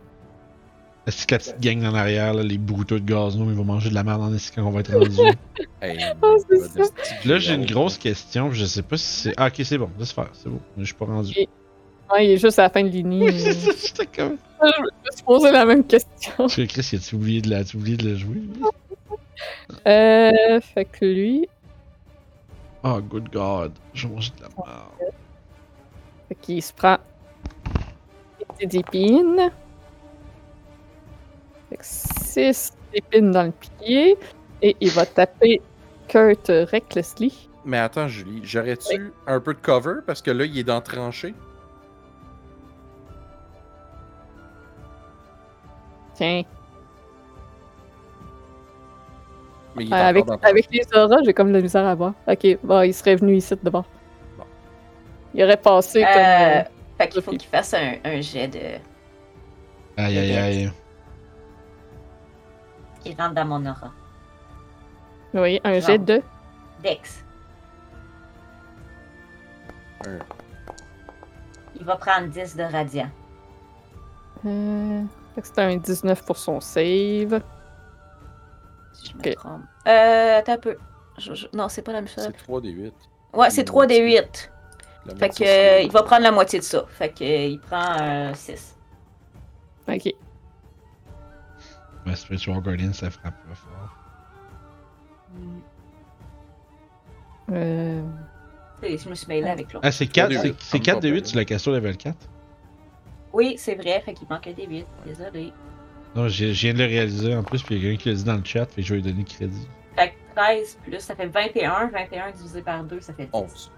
Speaker 1: Est-ce que la petite gang en arrière, là, les brouteux de gazon, ils vont manger de la merde en est quand on va être rendu?
Speaker 4: Hey,
Speaker 2: Oh, c'est
Speaker 4: God,
Speaker 2: ça.
Speaker 4: est-ce que
Speaker 1: Là, j'ai une
Speaker 4: l'autre,
Speaker 1: grosse question, puis je sais pas si c'est. Ah, ok, c'est bon, laisse faire, c'est bon. Je suis pas rendu.
Speaker 2: Et- Ouais, il est juste à la fin de ligne.
Speaker 1: Oui, c'est
Speaker 2: Je
Speaker 1: ça, j'étais comme.
Speaker 2: me suis posé la même question.
Speaker 1: Parce que Chris, as-tu oublié de la, as-tu oublié de la jouer?
Speaker 2: Euh, fait que lui,
Speaker 1: Oh, good god, j'ai mangé de la merde.
Speaker 2: Fait qu'il se prend des épines. Fait que 6 épines dans le pied. Et il va taper Kurt recklessly.
Speaker 4: Mais attends, Julie, j'aurais-tu un peu de cover parce que là, il est dans tranché?
Speaker 2: Tiens.
Speaker 4: Mais il
Speaker 2: Euh,
Speaker 4: est
Speaker 2: avec,
Speaker 4: encore dans
Speaker 2: avec les auras, j'ai comme de la misère à voir. Ok, bon, il serait venu ici devant.
Speaker 4: Bon.
Speaker 2: Il aurait passé comme.
Speaker 3: Euh,
Speaker 2: euh,
Speaker 3: Fait qu'il faut qu'il fasse un, un jet de.
Speaker 1: Aïe, aïe, aïe.
Speaker 3: qui rentre dans mon aura.
Speaker 2: oui, un
Speaker 3: genre.
Speaker 2: jet de.
Speaker 3: Dex.
Speaker 4: Un.
Speaker 3: Il va prendre 10 de radiant.
Speaker 2: Euh, fait que c'était un 19 pour son save.
Speaker 3: Si je me
Speaker 2: Ok.
Speaker 3: trompe. Euh, attends un peu. Je- je- Non, c'est pas la même chose.
Speaker 4: C'est 3 des 8.
Speaker 3: Ouais, c'est 3 des 8.
Speaker 4: La
Speaker 3: Fait
Speaker 4: moitié,
Speaker 3: que euh,
Speaker 4: c'est-
Speaker 3: il va prendre la moitié de ça. Fait que euh, il prend 6.
Speaker 2: Ok.
Speaker 1: Ma Spiritual Guardian, ça frappe pas fort.
Speaker 2: Euh,
Speaker 3: Je me suis mêlée avec l'autre.
Speaker 1: Ah, c'est 4,
Speaker 4: Trois des
Speaker 1: c'est,
Speaker 4: huit.
Speaker 1: c'est 4 des 8, tu l'as cassé au level 4?
Speaker 3: Oui, c'est vrai, fait qu'il manquait des 8. Désolé.
Speaker 1: Non, j'ai- je viens de le réaliser en plus, puis il y a quelqu'un qui l'a dit dans le chat, fait que je vais lui donner crédit.
Speaker 3: Fait que 13 plus, ça fait 21. 21 divisé par 2, ça fait 10.
Speaker 4: 11.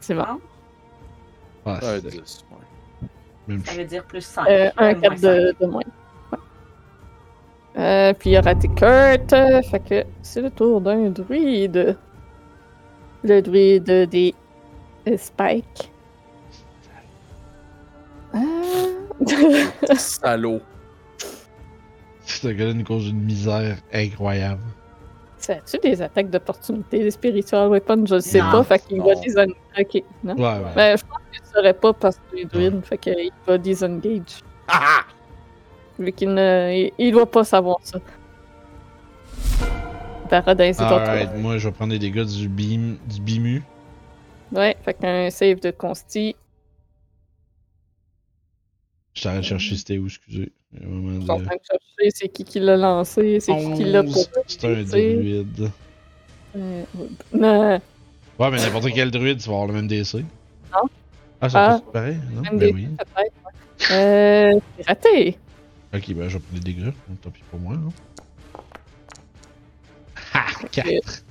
Speaker 2: c'est bon.
Speaker 1: Ah,
Speaker 4: Un
Speaker 1: c'est
Speaker 4: 10. ouais.
Speaker 1: même
Speaker 3: Ça
Speaker 1: chose.
Speaker 3: veut dire plus 5.
Speaker 2: Euh, un cap de, de moins. Ouais. Euh, puis il a raté Kurt. euh, Fait que c'est le tour d'un druide. Le druide des euh, Spike. Euh,
Speaker 4: Salaud.
Speaker 1: Ce gars-là nous cause une misère incroyable.
Speaker 2: ça a-tu des attaques d'opportunité des spiritual weapons? Je le sais
Speaker 3: Non.
Speaker 2: pas. Fait qu'il va
Speaker 4: Non.
Speaker 2: disengage. Ok, non.
Speaker 1: Ouais, ouais.
Speaker 2: Ben, je pense qu'il ne saurait pas parce que les druides. Fait qu'il va disengage.
Speaker 4: Ah ah!
Speaker 2: Vu qu'il ne il, il doit pas savoir ça. Paradise, c'est ton tour.
Speaker 1: Alright, moi je vais prendre les dégâts du beam, du bimu.
Speaker 2: Ouais, fait qu'un save de consti.
Speaker 1: Je t'arrête de chercher c'était où, excusez. Il y a un moment
Speaker 2: Je
Speaker 1: de-
Speaker 2: suis en train de chercher c'est qui qui l'a lancé, c'est qui qui l'a pas.
Speaker 1: 11, C'est un druide.
Speaker 2: Euh, non,
Speaker 1: Ouais, mais n'importe quel druide, tu vas avoir le même DC.
Speaker 2: Non.
Speaker 1: Ah, ça
Speaker 2: Ah.
Speaker 1: tous pareil? Non? Ben
Speaker 2: Même DC.
Speaker 1: oui.
Speaker 2: peut-être. Euh, c'est raté.
Speaker 1: Ok, ben je vais prendre les dégâts. Donc, Tant pis pour moi. Hein. Ha! 4.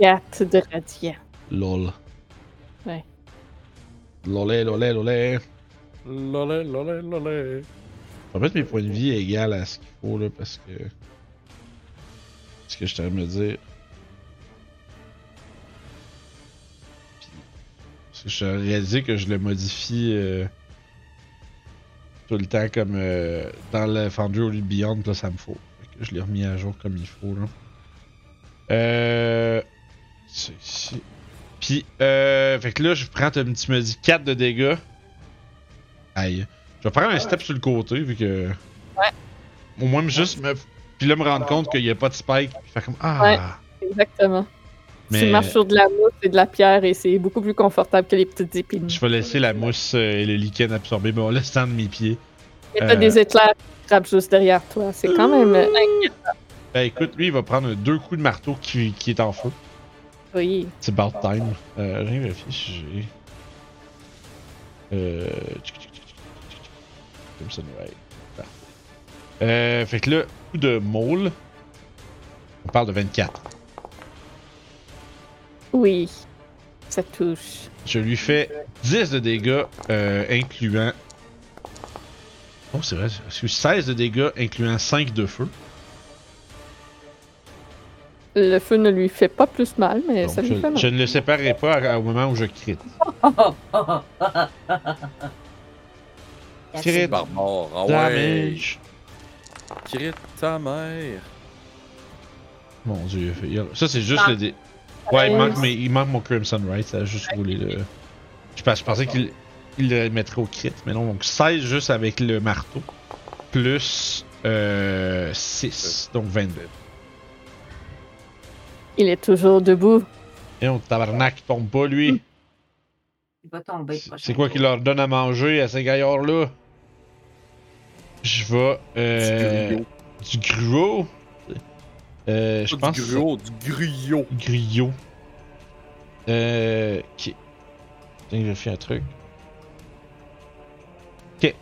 Speaker 2: 4 de radiant.
Speaker 1: LOL.
Speaker 2: Ouais.
Speaker 1: Lolé, lolé, lolé.
Speaker 4: Lolé, lolé, lolé.
Speaker 1: Je vais mettre mes points de vie égales à ce qu'il faut, là, parce que. Ce que je t'avais me dire. Puis, Parce que je t'avais réalisé que je le modifie euh, tout le temps, comme euh, dans le Foundry au lieu de Beyond, là, ça me faut. Fait que je l'ai remis à jour comme il faut. Là. Euh. C'est ici. Puis, euh. Fait que là, je prends, tu me tu me dis 4 de dégâts. Aïe. Je vais prendre un step sur le côté, vu que.
Speaker 2: Ouais.
Speaker 1: Au moins, me juste me. Puis là, me rendre compte qu'il n'y a pas de spike. Puis faire comme. Ah!
Speaker 2: Ouais. Exactement.
Speaker 1: Mais-
Speaker 2: Tu marches sur de la mousse et de la pierre et c'est beaucoup plus confortable que les petites épines.
Speaker 1: Je vais laisser la mousse euh, et le lichen absorber mon temps de mes pieds.
Speaker 2: Mais t'as
Speaker 1: euh,
Speaker 2: des éclairs qui frappent juste derrière toi. C'est quand même. euh,
Speaker 1: Ben écoute, lui, il va prendre deux coups de marteau qui, qui est en feu.
Speaker 2: Oui.
Speaker 1: C'est about time. Euh, j'ai vérifié si j'ai. Euh. tchic, tchic, tchic, tchic, tchic, tchic. Comme ça, ouais. Parfait. Euh, fait que là, coup de maul. On parle de 24.
Speaker 2: Oui. Ça touche.
Speaker 1: Je lui fais 10 de dégâts, euh, incluant. Oh, c'est vrai. c'est- 16 de dégâts, incluant 5 de feu.
Speaker 2: Le feu ne lui fait pas plus mal, mais
Speaker 1: Donc,
Speaker 2: Euh, ça lui fait
Speaker 1: je,
Speaker 2: mal.
Speaker 1: je ne le séparerai pas à- au moment où je crit.
Speaker 4: C'est
Speaker 1: Crit
Speaker 4: barbare. Ah ouais.
Speaker 1: damage.
Speaker 4: Crit ta mère.
Speaker 1: Mon dieu. il y a- Ça, c'est juste
Speaker 3: Ah.
Speaker 1: le dé. Ouais, il
Speaker 2: Ouais.
Speaker 1: manque, mes- il manque mon Crimson Right. Ça a juste roulé le. Je, pense- je pensais qu'il il le mettrait au crit, mais non. Donc 16 juste avec le marteau. Plus euh, 6. Donc 22.
Speaker 2: Il est toujours debout.
Speaker 1: Et on tabarnak, il tombe pas lui.
Speaker 3: Il va tomber. le
Speaker 1: C'est-
Speaker 3: prochain
Speaker 1: C'est quoi
Speaker 3: tour.
Speaker 1: qui leur donne à manger à ces gaillards-là? Je vais. Euh,
Speaker 4: Du
Speaker 1: du gruau. Euh, je
Speaker 4: gruyot.
Speaker 1: pense.
Speaker 4: Oh, Du gruyot. Du gruyot.
Speaker 1: Griot. Euh. Qui. Je viens de vérifier un truc. Ok.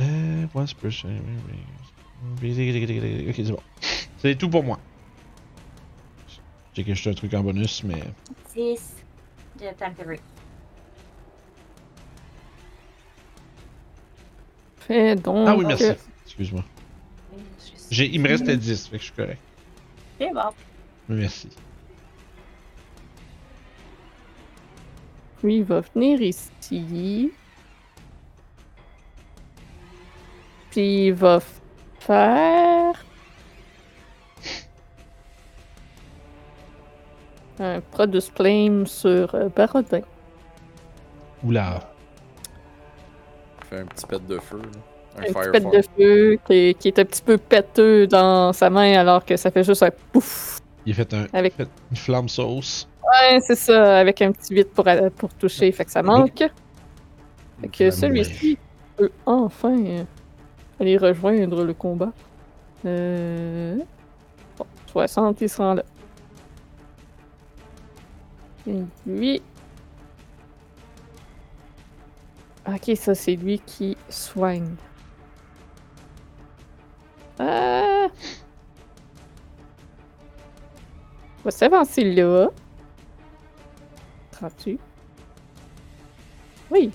Speaker 1: Euh. Once per se- Ok, c'est bon. C'est tout pour moi. J'ai que j'ai un truc en bonus, mais.
Speaker 3: 10 de temporary.
Speaker 2: Fait donc.
Speaker 1: Ah oui, merci.
Speaker 2: euh,
Speaker 1: Excuse-moi.
Speaker 3: J'ai.
Speaker 1: J'ai- Il me restait 10, fait que je suis correct.
Speaker 3: C'est bon.
Speaker 1: Mais Merci.
Speaker 2: Lui, il va venir ici. Puis il va faire. Un Produce Flame sur euh, Barodin.
Speaker 1: Oula.
Speaker 4: Fait un petit pet de feu. là. Un,
Speaker 2: Un petit
Speaker 4: fire
Speaker 2: pet de feu qui est, qui est un petit peu péteux dans sa main alors que ça fait juste un pouf.
Speaker 1: Il a fait un,
Speaker 2: Avec,
Speaker 1: une flamme sauce.
Speaker 2: ouais, c'est ça, avec un petit vide pour, euh, pour toucher, fait que ça manque. Fait que celui-ci peut enfin euh, aller rejoindre le combat. Euh... Bon, 60, il se rend là. Et lui... Ok, ça c'est lui qui soigne. Euh... On va s'avancer là. 38. Oui.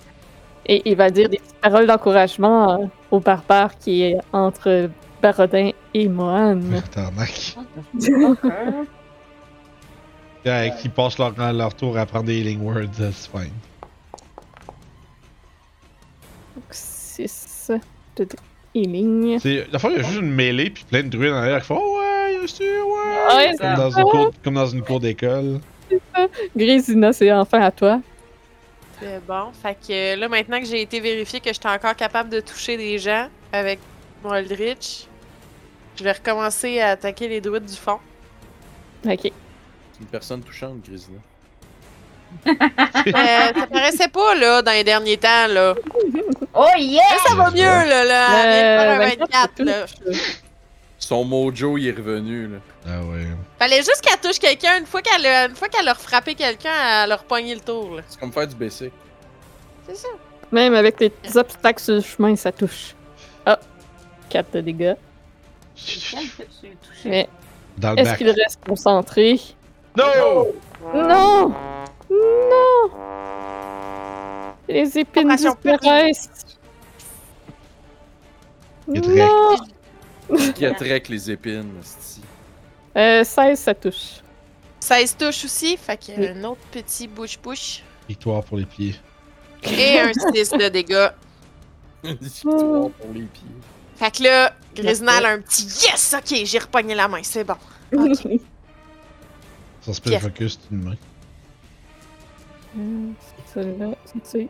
Speaker 2: Et il va dire des petites paroles d'encouragement euh, au barbare qui est entre Barodin et Mohan.
Speaker 1: Tabarnak.
Speaker 3: Ok.
Speaker 1: Ouais, qui passent leur, leur tour à prendre des healing words, that's fine.
Speaker 2: 6 de dé- healing.
Speaker 1: C'est, la fois, il y a juste une mêlée, puis plein de druides en arrière qui font Oh ouais, bien sûr, ouais!
Speaker 2: Ouais,
Speaker 3: c'est
Speaker 1: Comme dans une cour, comme dans une cour d'école.
Speaker 2: Grisina, c'est enfin à toi.
Speaker 5: Euh, bon, fait que là, maintenant que j'ai été vérifié que j'étais encore capable de toucher des gens avec mon Eldritch, je vais recommencer à attaquer les druides du fond.
Speaker 2: Ok.
Speaker 4: C'est une personne touchante, Grisina.
Speaker 5: Euh, ça paraissait pas, là, dans les derniers temps, là.
Speaker 3: Oh yeah!
Speaker 5: Ça va mieux, là, là,
Speaker 2: Euh,
Speaker 5: avec le 24,
Speaker 2: c'est
Speaker 5: là.
Speaker 2: tout.
Speaker 4: Son mojo il est revenu. Là.
Speaker 1: Ah ouais.
Speaker 5: Fallait juste qu'elle touche quelqu'un. Une fois qu'elle a, une fois qu'elle a frappé quelqu'un, elle a repogné le tour, là.
Speaker 4: C'est comme faire du basic.
Speaker 5: C'est ça.
Speaker 2: Même avec les petits obstacles sur le chemin, ça touche. Ah! 4 de dégâts. Mais
Speaker 1: Dans le
Speaker 2: est-ce
Speaker 1: bac.
Speaker 2: qu'il reste concentré?
Speaker 1: No!
Speaker 2: Non! Non! Les épines
Speaker 5: Concentration perdue.
Speaker 2: disparaissent!
Speaker 1: Il est direct.
Speaker 2: Non!
Speaker 4: Qui attraque les épines, esti.
Speaker 2: Euh, 16, ça touche.
Speaker 5: 16 touches aussi, fait qu'il y
Speaker 2: Oui.
Speaker 5: a un autre petit bouche-bouche.
Speaker 1: Victoire pour les pieds.
Speaker 5: Et un 6 de dégâts.
Speaker 4: Une victoire pour les pieds.
Speaker 5: Fait que là, Grisinal a un petit yes, ok, j'ai repogné la main, c'est bon.
Speaker 1: Ça se peut le
Speaker 5: Pierre.
Speaker 1: focus, c'est une main.
Speaker 2: Hum, Celui-là, c'est.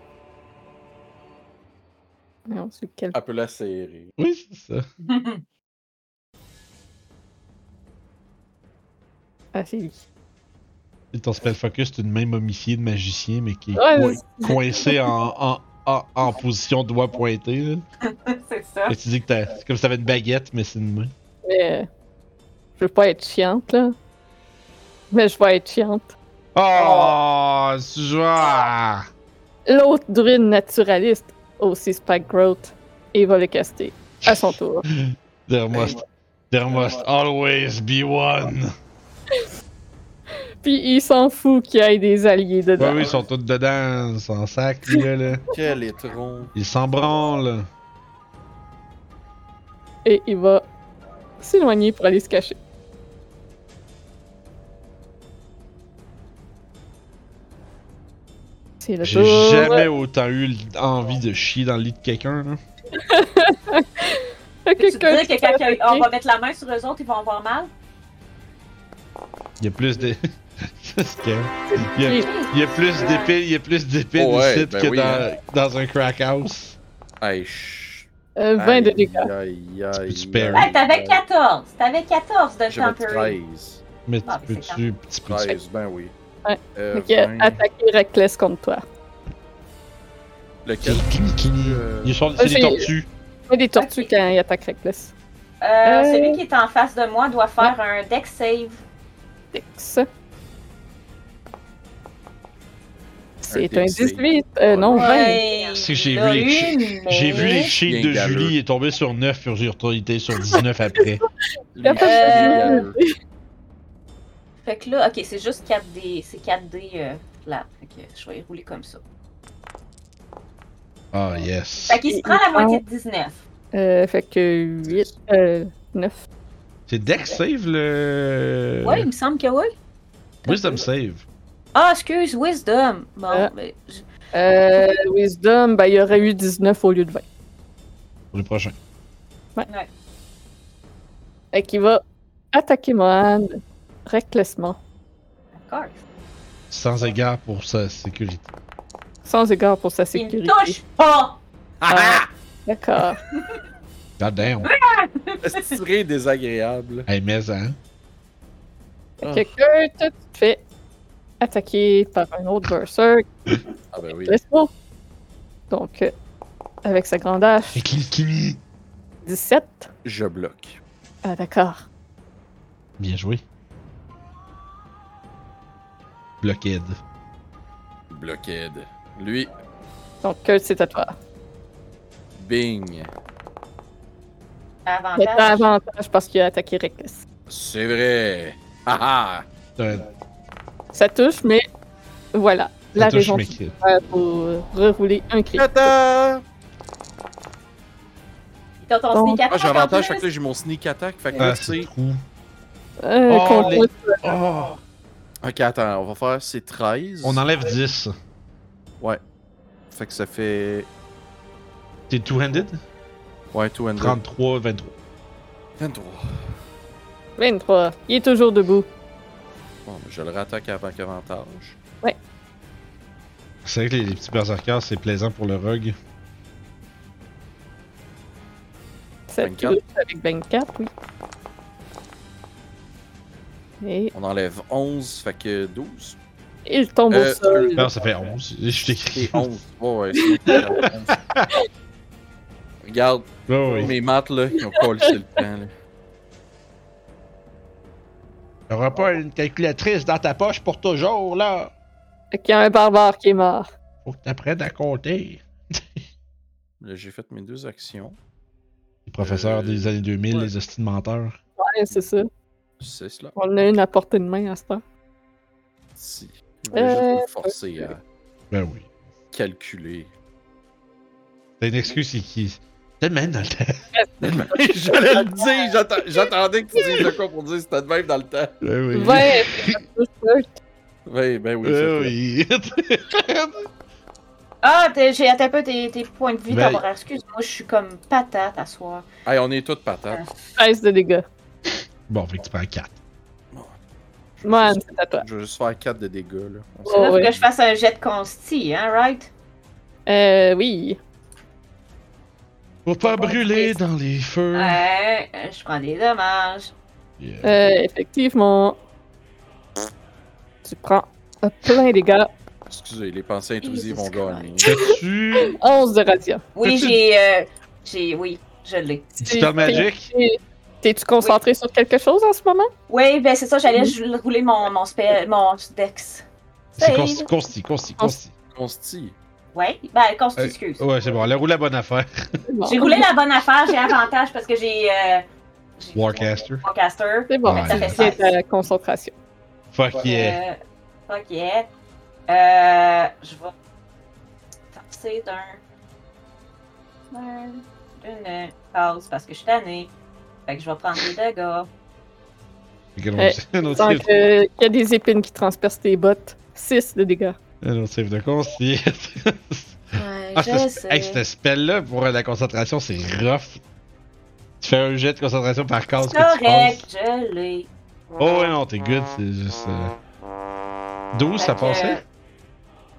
Speaker 2: Non, c'est quel.
Speaker 4: Elle peut la serrer.
Speaker 1: Oui, c'est ça.
Speaker 2: Ah, c'est lui.
Speaker 1: Et ton spell focus, c'est une main momifiée de magicien, mais qui est
Speaker 2: Ouais,
Speaker 1: coi-
Speaker 2: c'est-
Speaker 1: coincée en, en, en, en position doigt pointé. Là.
Speaker 3: c'est ça.
Speaker 5: Ah.
Speaker 1: Et tu dis que t'as- c'est comme si t'avais une baguette, mais c'est une main.
Speaker 2: Mais. euh, Je veux pas être chiante, là. Mais je vais être chiante.
Speaker 1: Oh, tu joues. Ah!
Speaker 2: L'autre druide naturaliste, aussi Spike Growth, et va le caster à son tour.
Speaker 1: There must, there must always be one.
Speaker 2: Puis il s'en fout qu'il y ait des alliés
Speaker 1: Ouais,
Speaker 2: dedans.
Speaker 1: oui, ils sont tous dedans, sans sac, lui, là, là.
Speaker 4: Quel étron.
Speaker 1: Ils s'en branlent.
Speaker 2: Et il va s'éloigner pour aller se cacher. C'est le
Speaker 1: J'ai
Speaker 2: tour.
Speaker 1: jamais autant eu envie de chier dans le lit de quelqu'un, là.
Speaker 2: Fait que
Speaker 3: Tu te
Speaker 2: quelqu'un
Speaker 3: dis que quand il y a- on va mettre la main sur eux autres, ils vont avoir mal?
Speaker 1: Il y a plus de. C'est scam. Il y a, il y a plus d'épées, il y a plus d'épées
Speaker 4: Oh, ouais,
Speaker 1: ici
Speaker 4: ben
Speaker 1: que
Speaker 4: oui,
Speaker 1: dans,
Speaker 4: hein.
Speaker 1: dans un crack house.
Speaker 4: Aïe, chut.
Speaker 2: Euh, 20 de dégâts.
Speaker 4: Aïe, aïe,
Speaker 1: Tu peux te sparer.
Speaker 4: aïe.
Speaker 3: Hey, t'avais 14! T'avais 14 de
Speaker 4: J'avais
Speaker 3: temporary.
Speaker 4: 13.
Speaker 1: Mais tu
Speaker 3: Ah, mais c'est
Speaker 1: peux-tu, petit peu.
Speaker 4: 13, ben oui.
Speaker 2: Ouais. Fait
Speaker 4: Euh,
Speaker 2: que
Speaker 4: 20.
Speaker 2: attaquer Reckless contre toi.
Speaker 4: Lequel Euh,
Speaker 1: Ils sont
Speaker 2: Ah,
Speaker 1: c'est des
Speaker 2: j'ai-
Speaker 1: tortues.
Speaker 2: Mais des tortues
Speaker 3: Ok.
Speaker 2: quand il attaque Reckless.
Speaker 3: Euh,
Speaker 2: Euh.
Speaker 3: Celui qui est en face de moi doit faire un deck save.
Speaker 2: Dex. C'est
Speaker 4: Un
Speaker 2: un
Speaker 4: dex, c'est-
Speaker 2: 18. Euh, non, 20.
Speaker 1: C'est que j'ai vu les
Speaker 3: les
Speaker 1: J'ai vu les
Speaker 4: Bien
Speaker 1: sheets de
Speaker 4: galeux.
Speaker 1: Julie, il est tombé sur 9, puis j'ai retourné sur 19 après.
Speaker 4: Les
Speaker 2: T'as pas
Speaker 4: chiens
Speaker 2: de-
Speaker 4: galeux.
Speaker 3: Fait que là, ok, c'est juste 4D. C'est 4D euh, là. Fait que je vais y rouler comme ça.
Speaker 1: Ah, yes.
Speaker 3: Fait qu'il se prend la moitié de 19.
Speaker 2: Euh, fait que 8, euh, 9.
Speaker 1: C'est Dex Save le.
Speaker 3: Ouais, il me semble que oui.
Speaker 1: Wisdom Save.
Speaker 3: Ah, excuse, Wisdom. Bon,
Speaker 2: Euh.
Speaker 3: mais je-
Speaker 2: Euh, wisdom, ben, il y aurait eu 19 au lieu de 20.
Speaker 1: Pour le prochain.
Speaker 2: Fait qu'il va attaquer Mohan recklessement,
Speaker 3: d'accord.
Speaker 1: Sans égard pour sa sécurité.
Speaker 2: sans égard pour sa
Speaker 3: Il ne
Speaker 2: sécurité.
Speaker 3: touche pas!
Speaker 5: Euh,
Speaker 2: Ah, D'accord.
Speaker 1: God Ah, damn.
Speaker 4: C'est vrai désagréable.
Speaker 1: Hey, mais hein.
Speaker 4: Ah.
Speaker 2: Fait que Kurt, tu te fais attaquer par un autre berserk,
Speaker 4: Ah ben oui.
Speaker 2: Lesmo. Donc, euh, avec sa grande hache,
Speaker 1: Et Kilkini.
Speaker 2: 17.
Speaker 4: Je bloque.
Speaker 2: Ah, d'accord.
Speaker 1: Bien joué. Blockade.
Speaker 4: Blockade. Lui,
Speaker 2: Donc, Kurt, c'est à toi.
Speaker 4: bing.
Speaker 3: Ah,
Speaker 2: Mais t'as
Speaker 3: Avantage.
Speaker 2: avantage parce qu'il a attaqué Reckless.
Speaker 4: C'est vrai. Ah ah.
Speaker 1: Euh,
Speaker 2: Ça touche, mais voilà. La
Speaker 1: ça touche
Speaker 2: raison
Speaker 1: mes crits.
Speaker 2: principale pour rerouler un crit.
Speaker 4: Tata!
Speaker 3: Quand on
Speaker 2: Bon.
Speaker 3: sneak
Speaker 4: Ah,
Speaker 3: attack,
Speaker 4: j'ai
Speaker 3: en
Speaker 4: avantage, fait
Speaker 3: plus,
Speaker 4: que là, j'ai mon sneak attack. Fait que là,
Speaker 1: Ah,
Speaker 4: tu sais.
Speaker 1: c'est trou.
Speaker 2: Euh,
Speaker 1: Oh,
Speaker 2: contre-
Speaker 1: les- Oh,
Speaker 4: Ok, attends, on va faire. C'est 13.
Speaker 1: on enlève 10.
Speaker 4: Fait que ça fait.
Speaker 1: T'es two-handed?
Speaker 4: Ouais, tout and
Speaker 1: 33, 23.
Speaker 4: 23.
Speaker 2: 23. Il est toujours debout.
Speaker 4: Bon, je le rattaque avec avantage.
Speaker 1: C'est vrai que les, les petits berserkers, c'est plaisant pour le rogue.
Speaker 2: Ça
Speaker 4: 24.
Speaker 2: touche avec 24, oui. Et
Speaker 4: On enlève 11, fait que 12.
Speaker 2: il tombe
Speaker 4: Euh,
Speaker 2: au sol.
Speaker 1: Non, ça fait 11. Je t'écris.
Speaker 4: Et 11. Ouais, ouais, c'est 11. Regarde,
Speaker 1: Oh, oui.
Speaker 4: mes maths là, qui ont collé sur le temps là.
Speaker 1: T'auras pas une calculatrice dans ta poche pour toujours, là.
Speaker 2: Fait qu'il y a un barbare qui est mort.
Speaker 1: Faut que t'apprennes à compter.
Speaker 4: Là, j'ai fait mes deux actions.
Speaker 1: Les professeurs des années 2000, les estimateurs.
Speaker 2: Ouais, c'est ça.
Speaker 4: C'est cela.
Speaker 2: On en a une à portée de main à ce temps.
Speaker 4: Si. Je voulais juste
Speaker 2: Euh,
Speaker 4: me forcer à
Speaker 1: Ben oui.
Speaker 4: calculer.
Speaker 1: C'est une excuse qui. qui... T'es le même dans le temps.
Speaker 4: J'allais le dire, j'atta- j'attendais que tu dises de quoi pour dire c'était de même dans le temps.
Speaker 1: Ben
Speaker 2: 20, c'est pas touche, Kurt.
Speaker 1: Euh,
Speaker 4: Oui, ben oui. c'est
Speaker 1: Ben
Speaker 4: vrai.
Speaker 1: oui.
Speaker 3: Ah, t'es- j'ai atteint un peu tes, tes points de vie
Speaker 1: Ben-
Speaker 3: temporaires. Excuse-moi, je suis comme patate à soir.
Speaker 4: Hey, on est toutes patates.
Speaker 2: 13 de dégâts.
Speaker 1: Bon, fait que tu prends 4.
Speaker 2: Man, c'est à toi.
Speaker 4: Je vais juste faire 4 de dégâts, là. On
Speaker 2: Oh,
Speaker 4: s'en-
Speaker 3: Là, faut
Speaker 2: ouais.
Speaker 3: que je fasse un jet de consti, hein, right?
Speaker 2: Euh, oui.
Speaker 1: Pour pas brûler dans les feux.
Speaker 3: Ouais, euh, je prends des dommages.
Speaker 1: Yeah.
Speaker 2: Euh, effectivement. Tu prends euh, plein de dégâts.
Speaker 4: Excusez, les pensées intrusives ont
Speaker 3: Jesus
Speaker 4: gagné.
Speaker 1: T'as-tu
Speaker 2: 11 de radia.
Speaker 3: Oui,
Speaker 1: Peux-tu-
Speaker 3: j'ai. euh, j'ai. Oui, je l'ai.
Speaker 1: Digital Magic?
Speaker 2: T'es-tu concentré sur quelque chose en ce moment?
Speaker 3: Oui, ben c'est ça, j'allais jou- rouler mon, mon, spell, mon dex.
Speaker 1: C'est
Speaker 3: Save.
Speaker 1: consti, consti, consti, consti.
Speaker 4: Consti.
Speaker 3: Ouais, ben consti,
Speaker 1: Euh,
Speaker 3: excuse.
Speaker 1: Ouais, c'est bon. Elle roule la bonne affaire.
Speaker 2: Bon.
Speaker 3: J'ai roulé la bonne affaire, j'ai avantage parce que j'ai. euh, j'ai-
Speaker 1: Warcaster.
Speaker 3: Warcaster.
Speaker 2: C'est bon.
Speaker 1: Ouais.
Speaker 2: Ça fait ta concentration.
Speaker 1: Fuck yeah.
Speaker 3: Euh, fuck yeah. Euh, je vais passer d'un. d'un- d'une pause parce que je suis tannée. Fait que je vais prendre des dégâts.
Speaker 1: Fait que l'on-
Speaker 2: Euh,
Speaker 1: Un autre
Speaker 2: Donc,
Speaker 1: save-
Speaker 2: euh, il y a des épines qui transpercent tes bottes. 6 de dégâts.
Speaker 1: un autre save de consti.
Speaker 3: Ouais,
Speaker 1: Ah, ce hey, ce spell-là, pour euh, la concentration, c'est rough. Tu fais un jet de concentration par case que tu
Speaker 3: Correct,
Speaker 1: passes.
Speaker 3: je l'ai.
Speaker 1: Oh ouais, non, t'es good, c'est juste... euh, 12, ça
Speaker 3: Fait que-
Speaker 1: passait?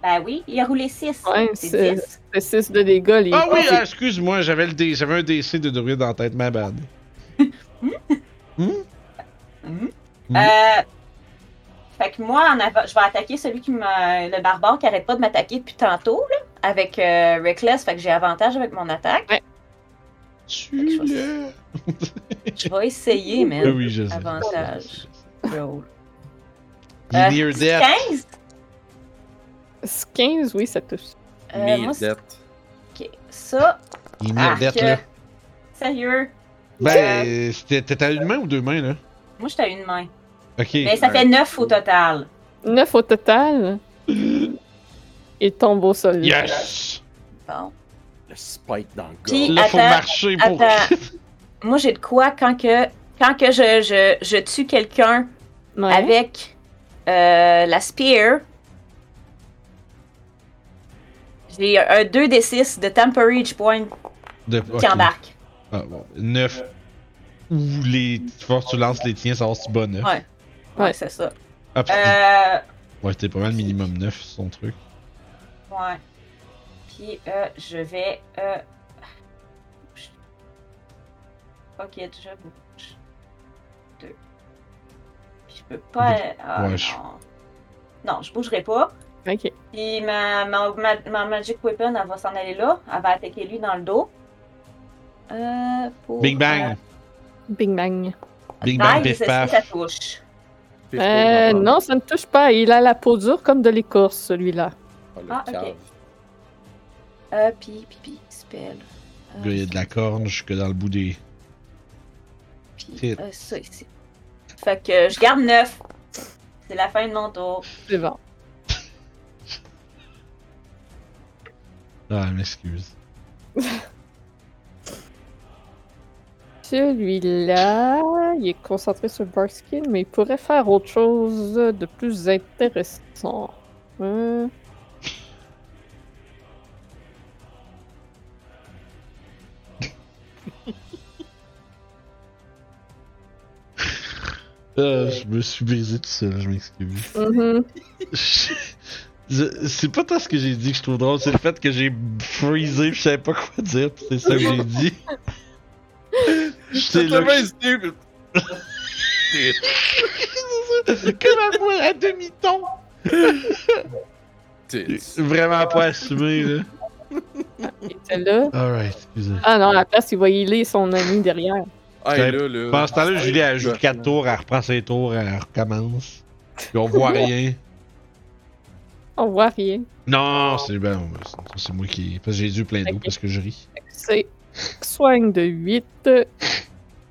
Speaker 3: Ben oui, il a roulé 6.
Speaker 2: Ouais, c'est-
Speaker 3: c'est 10.
Speaker 2: C'est 6 de dégâts. Les...
Speaker 1: Ah oui,
Speaker 2: les-
Speaker 1: ah, excuse-moi, j'avais le dé- j'avais un DC de doré dans la tête, ma bad.
Speaker 3: Mhm.
Speaker 1: Mhm.
Speaker 3: Euh, fait que moi, en avant- je vais attaquer celui qui m'a. Le barbare qui arrête pas de m'attaquer depuis tantôt, là, avec euh, Reckless. Fait que j'ai avantage avec mon attaque.
Speaker 1: Tue-le!
Speaker 3: Je vais essayer,
Speaker 1: Ah
Speaker 3: man.
Speaker 1: oui, je sais.
Speaker 3: Avantage. Roll.
Speaker 1: Il est
Speaker 3: Euh,
Speaker 1: near death.
Speaker 3: 15?
Speaker 2: 15, oui, ça touche.
Speaker 3: Euh,
Speaker 4: Mes
Speaker 3: moi, c'est-
Speaker 4: dettes.
Speaker 3: Ok, Ça,
Speaker 1: Il est near
Speaker 3: ah,
Speaker 1: death, là.
Speaker 3: sérieux.
Speaker 1: Ben, c'était- t'étais à une main ou deux mains, là?
Speaker 3: Moi, j'étais à une main.
Speaker 1: Ok.
Speaker 3: Mais ça fait 9 au total.
Speaker 2: 9 au total. Il tombe au sol.
Speaker 1: Yes!
Speaker 3: Bon.
Speaker 4: Le spike dans le
Speaker 3: Puis-
Speaker 4: gars.
Speaker 1: Là, faut
Speaker 3: Attends,
Speaker 1: marcher pour...
Speaker 3: attends. Moi, j'ai de quoi quand que, quand que je, je, je tue quelqu'un
Speaker 2: Ouais.
Speaker 3: avec euh, la spear. J'ai un 2d6 de temporary each point
Speaker 1: De...
Speaker 3: qui
Speaker 1: ok.
Speaker 3: embarque.
Speaker 1: Ah, bon. 9. Ou les... Faut que tu lances les tiens, savoir si tu bats 9.
Speaker 3: Ouais. Ouais,
Speaker 2: Ouais.
Speaker 3: c'est ça.
Speaker 1: Ah, puis-
Speaker 3: Euh,
Speaker 1: Ouais, c'était pas mal minimum 9, son truc.
Speaker 3: ouais. Puis euh, je vais. Euh... je- Ok, déjà bouge. Deux. Puis je peux pas. ah,
Speaker 1: Ouais, je-
Speaker 3: non. non, je bougerai pas.
Speaker 2: Ok.
Speaker 3: Puis ma, ma, ma- ma Magic Weapon, elle va s'en aller là. Elle va attaquer lui dans le dos. Euh, pour,
Speaker 1: Big bang!
Speaker 2: Bing bang.
Speaker 1: Big bang,
Speaker 3: Nice,
Speaker 1: pif
Speaker 3: est-ce que ça
Speaker 1: paf!
Speaker 3: touche.
Speaker 4: Pif,
Speaker 2: Euh,
Speaker 4: paf,
Speaker 2: non, ça ne touche pas. Il a la peau dure comme de l'écorce, celui-là.
Speaker 4: paf.
Speaker 3: Ah,
Speaker 4: le
Speaker 3: ok.
Speaker 4: cave.
Speaker 3: Euh, puis, puis, puis, spell. Euh,
Speaker 1: Il y a de la corne jusque dans le bout des.
Speaker 3: puis, euh, ça ici. Fait que euh, je garde 9. C'est la fin de mon tour.
Speaker 2: C'est bon.
Speaker 1: Ah, m'excuse.
Speaker 2: Celui-là, il est concentré sur Barskin, mais il pourrait faire autre chose de plus intéressant. Hum.
Speaker 1: Ah, je me suis baisé tout seul, je m'excuse.
Speaker 2: Mhm.
Speaker 1: Mm-hmm. Je- C'est pas tant ce que j'ai dit que je trouve drôle, c'est le fait que j'ai freezé pis je savais pas quoi dire, pis c'est ça que j'ai dit. J'étais
Speaker 4: C'est
Speaker 1: là.
Speaker 4: le même style.
Speaker 1: Que ma voix à demi-ton!
Speaker 4: Tits.
Speaker 1: Vraiment pas assumé, là.
Speaker 2: Il était là.
Speaker 1: Alright, excusez.
Speaker 2: Ah non, à la place, il va healer son ami derrière.
Speaker 4: Hey, là, là. Ah,
Speaker 1: Pendant ce temps-là, Julie, elle joue 4 tours, elle reprend ses tours, elle recommence. Puis on voit rien.
Speaker 2: On voit rien.
Speaker 1: Non, c'est ben, c'est- c'est moi qui. Parce que j'ai dû plein d'eau
Speaker 2: Ok.
Speaker 1: parce que je ris.
Speaker 2: C'est soigne de 8.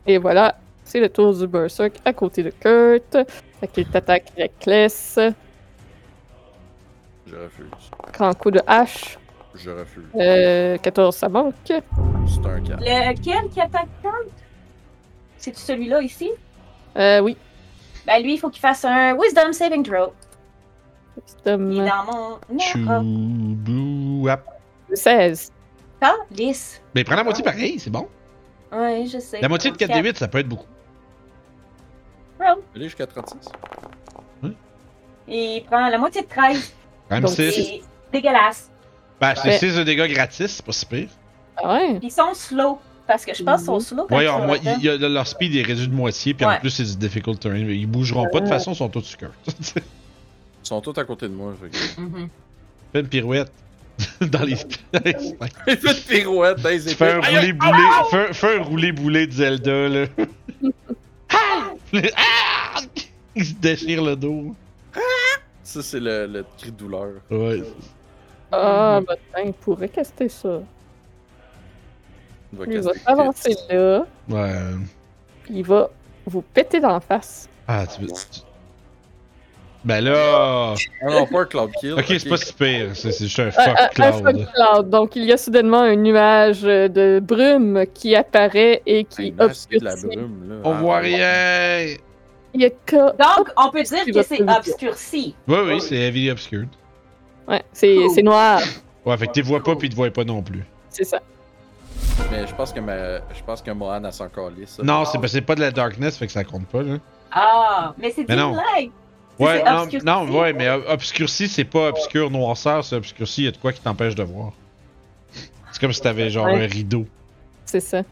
Speaker 2: Et voilà, c'est le tour du Berserk à côté de Kurt. Fait qu'il t'attaque Reckless.
Speaker 4: Je refuse.
Speaker 2: Grand coup de hache.
Speaker 4: Je refuse.
Speaker 2: Euh, 14, ça manque.
Speaker 4: C'est un cave.
Speaker 3: Lequel qui attaque Kurt? C'est-tu celui-là ici?
Speaker 2: Euh, oui.
Speaker 3: Ben lui, il faut qu'il fasse un Wisdom Saving Throw. Il est
Speaker 2: Wisdom
Speaker 3: dans mon. Non,
Speaker 1: Choublouap.
Speaker 2: 16.
Speaker 3: pas lisse.
Speaker 1: Mais prends la moitié pareil, c'est bon.
Speaker 3: Ah Ouais, je sais.
Speaker 1: La moitié de 4d8, ça peut être beaucoup.
Speaker 4: Allez jusqu'à 36.
Speaker 3: Il prend la moitié de 13.
Speaker 1: Quand même
Speaker 2: Donc,
Speaker 1: 6.
Speaker 3: C'est dégueulasse.
Speaker 1: Ben, c'est
Speaker 2: Ouais.
Speaker 1: 6 de dégâts gratis, c'est pas si pire.
Speaker 2: Ah ouais?
Speaker 3: Ils sont slow. Parce que je pense qu'ils
Speaker 2: Mhm.
Speaker 3: sont slow. quand
Speaker 1: Ouais,
Speaker 3: ils
Speaker 1: en
Speaker 3: sont
Speaker 1: moi,
Speaker 3: là-dedans.
Speaker 1: il y a- leur speed est réduit de moitié, puis en
Speaker 3: Ouais. Mm.
Speaker 1: plus, c'est du difficult terrain. Ils bougeront pas de façon, ils sont tous sur cœur.
Speaker 4: Ils sont tous à côté de moi. Fait que...
Speaker 3: Mhm.
Speaker 1: Fais une pirouette. Dans les.
Speaker 4: Il fait une pirouette dans les
Speaker 1: Tu fais un
Speaker 4: Aïe, aïe,
Speaker 1: roulé boulé, fais, fais un roulé boulé de Zelda là. ah! Ah! Il se déchire le dos.
Speaker 4: Ça, c'est le, le cri de douleur.
Speaker 1: Ouais.
Speaker 2: Ah,
Speaker 4: Mhm.
Speaker 2: bah tiens, il pourrait caster ça.
Speaker 4: Il va
Speaker 2: Il va
Speaker 4: casser.
Speaker 2: s'avancer là.
Speaker 1: Ouais.
Speaker 2: Il va vous péter dans la face.
Speaker 1: Ah, tu veux. tu- Ben là.
Speaker 4: Ah non, pas un cloud kill.
Speaker 1: Ok, c'est pas si pire. C'est c'est juste un
Speaker 2: Un- un-
Speaker 1: fuck
Speaker 2: un fog
Speaker 1: cloud.
Speaker 2: cloud. Donc, il y a soudainement un nuage de brume qui apparaît et
Speaker 4: Hey,
Speaker 2: qui
Speaker 4: nice, c'est de la
Speaker 2: obscurcit.
Speaker 4: brume, là.
Speaker 1: On
Speaker 4: Ah,
Speaker 1: voit
Speaker 4: ouais.
Speaker 1: rien.
Speaker 2: Il y a que-
Speaker 3: Donc, on peut dire
Speaker 2: Tu
Speaker 3: que
Speaker 2: vas
Speaker 3: c'est
Speaker 2: plus vite.
Speaker 3: obscurci.
Speaker 1: Oui, oui, c'est heavily obscured.
Speaker 2: Ouais, c'est c'est noir.
Speaker 1: Ouais, fait que t'y vois pas puis te vois pas non plus.
Speaker 2: C'est ça.
Speaker 4: Mais je pense que, ma... je pense que Mohan a son calice. ça.
Speaker 1: Non, c'est parce que c'est pas de la darkness, fait que ça compte pas là.
Speaker 3: Ah, mais c'est
Speaker 1: Mais
Speaker 3: une
Speaker 1: non.
Speaker 3: blague.
Speaker 1: Ouais,
Speaker 3: c'est
Speaker 1: non,
Speaker 3: obscurci.
Speaker 1: non, ouais, mais ob- obscurci, c'est pas obscur noirceur, c'est obscurci, il y a de quoi qui t'empêche de voir. C'est comme si t'avais genre
Speaker 2: Ouais.
Speaker 1: un rideau.
Speaker 2: C'est ça.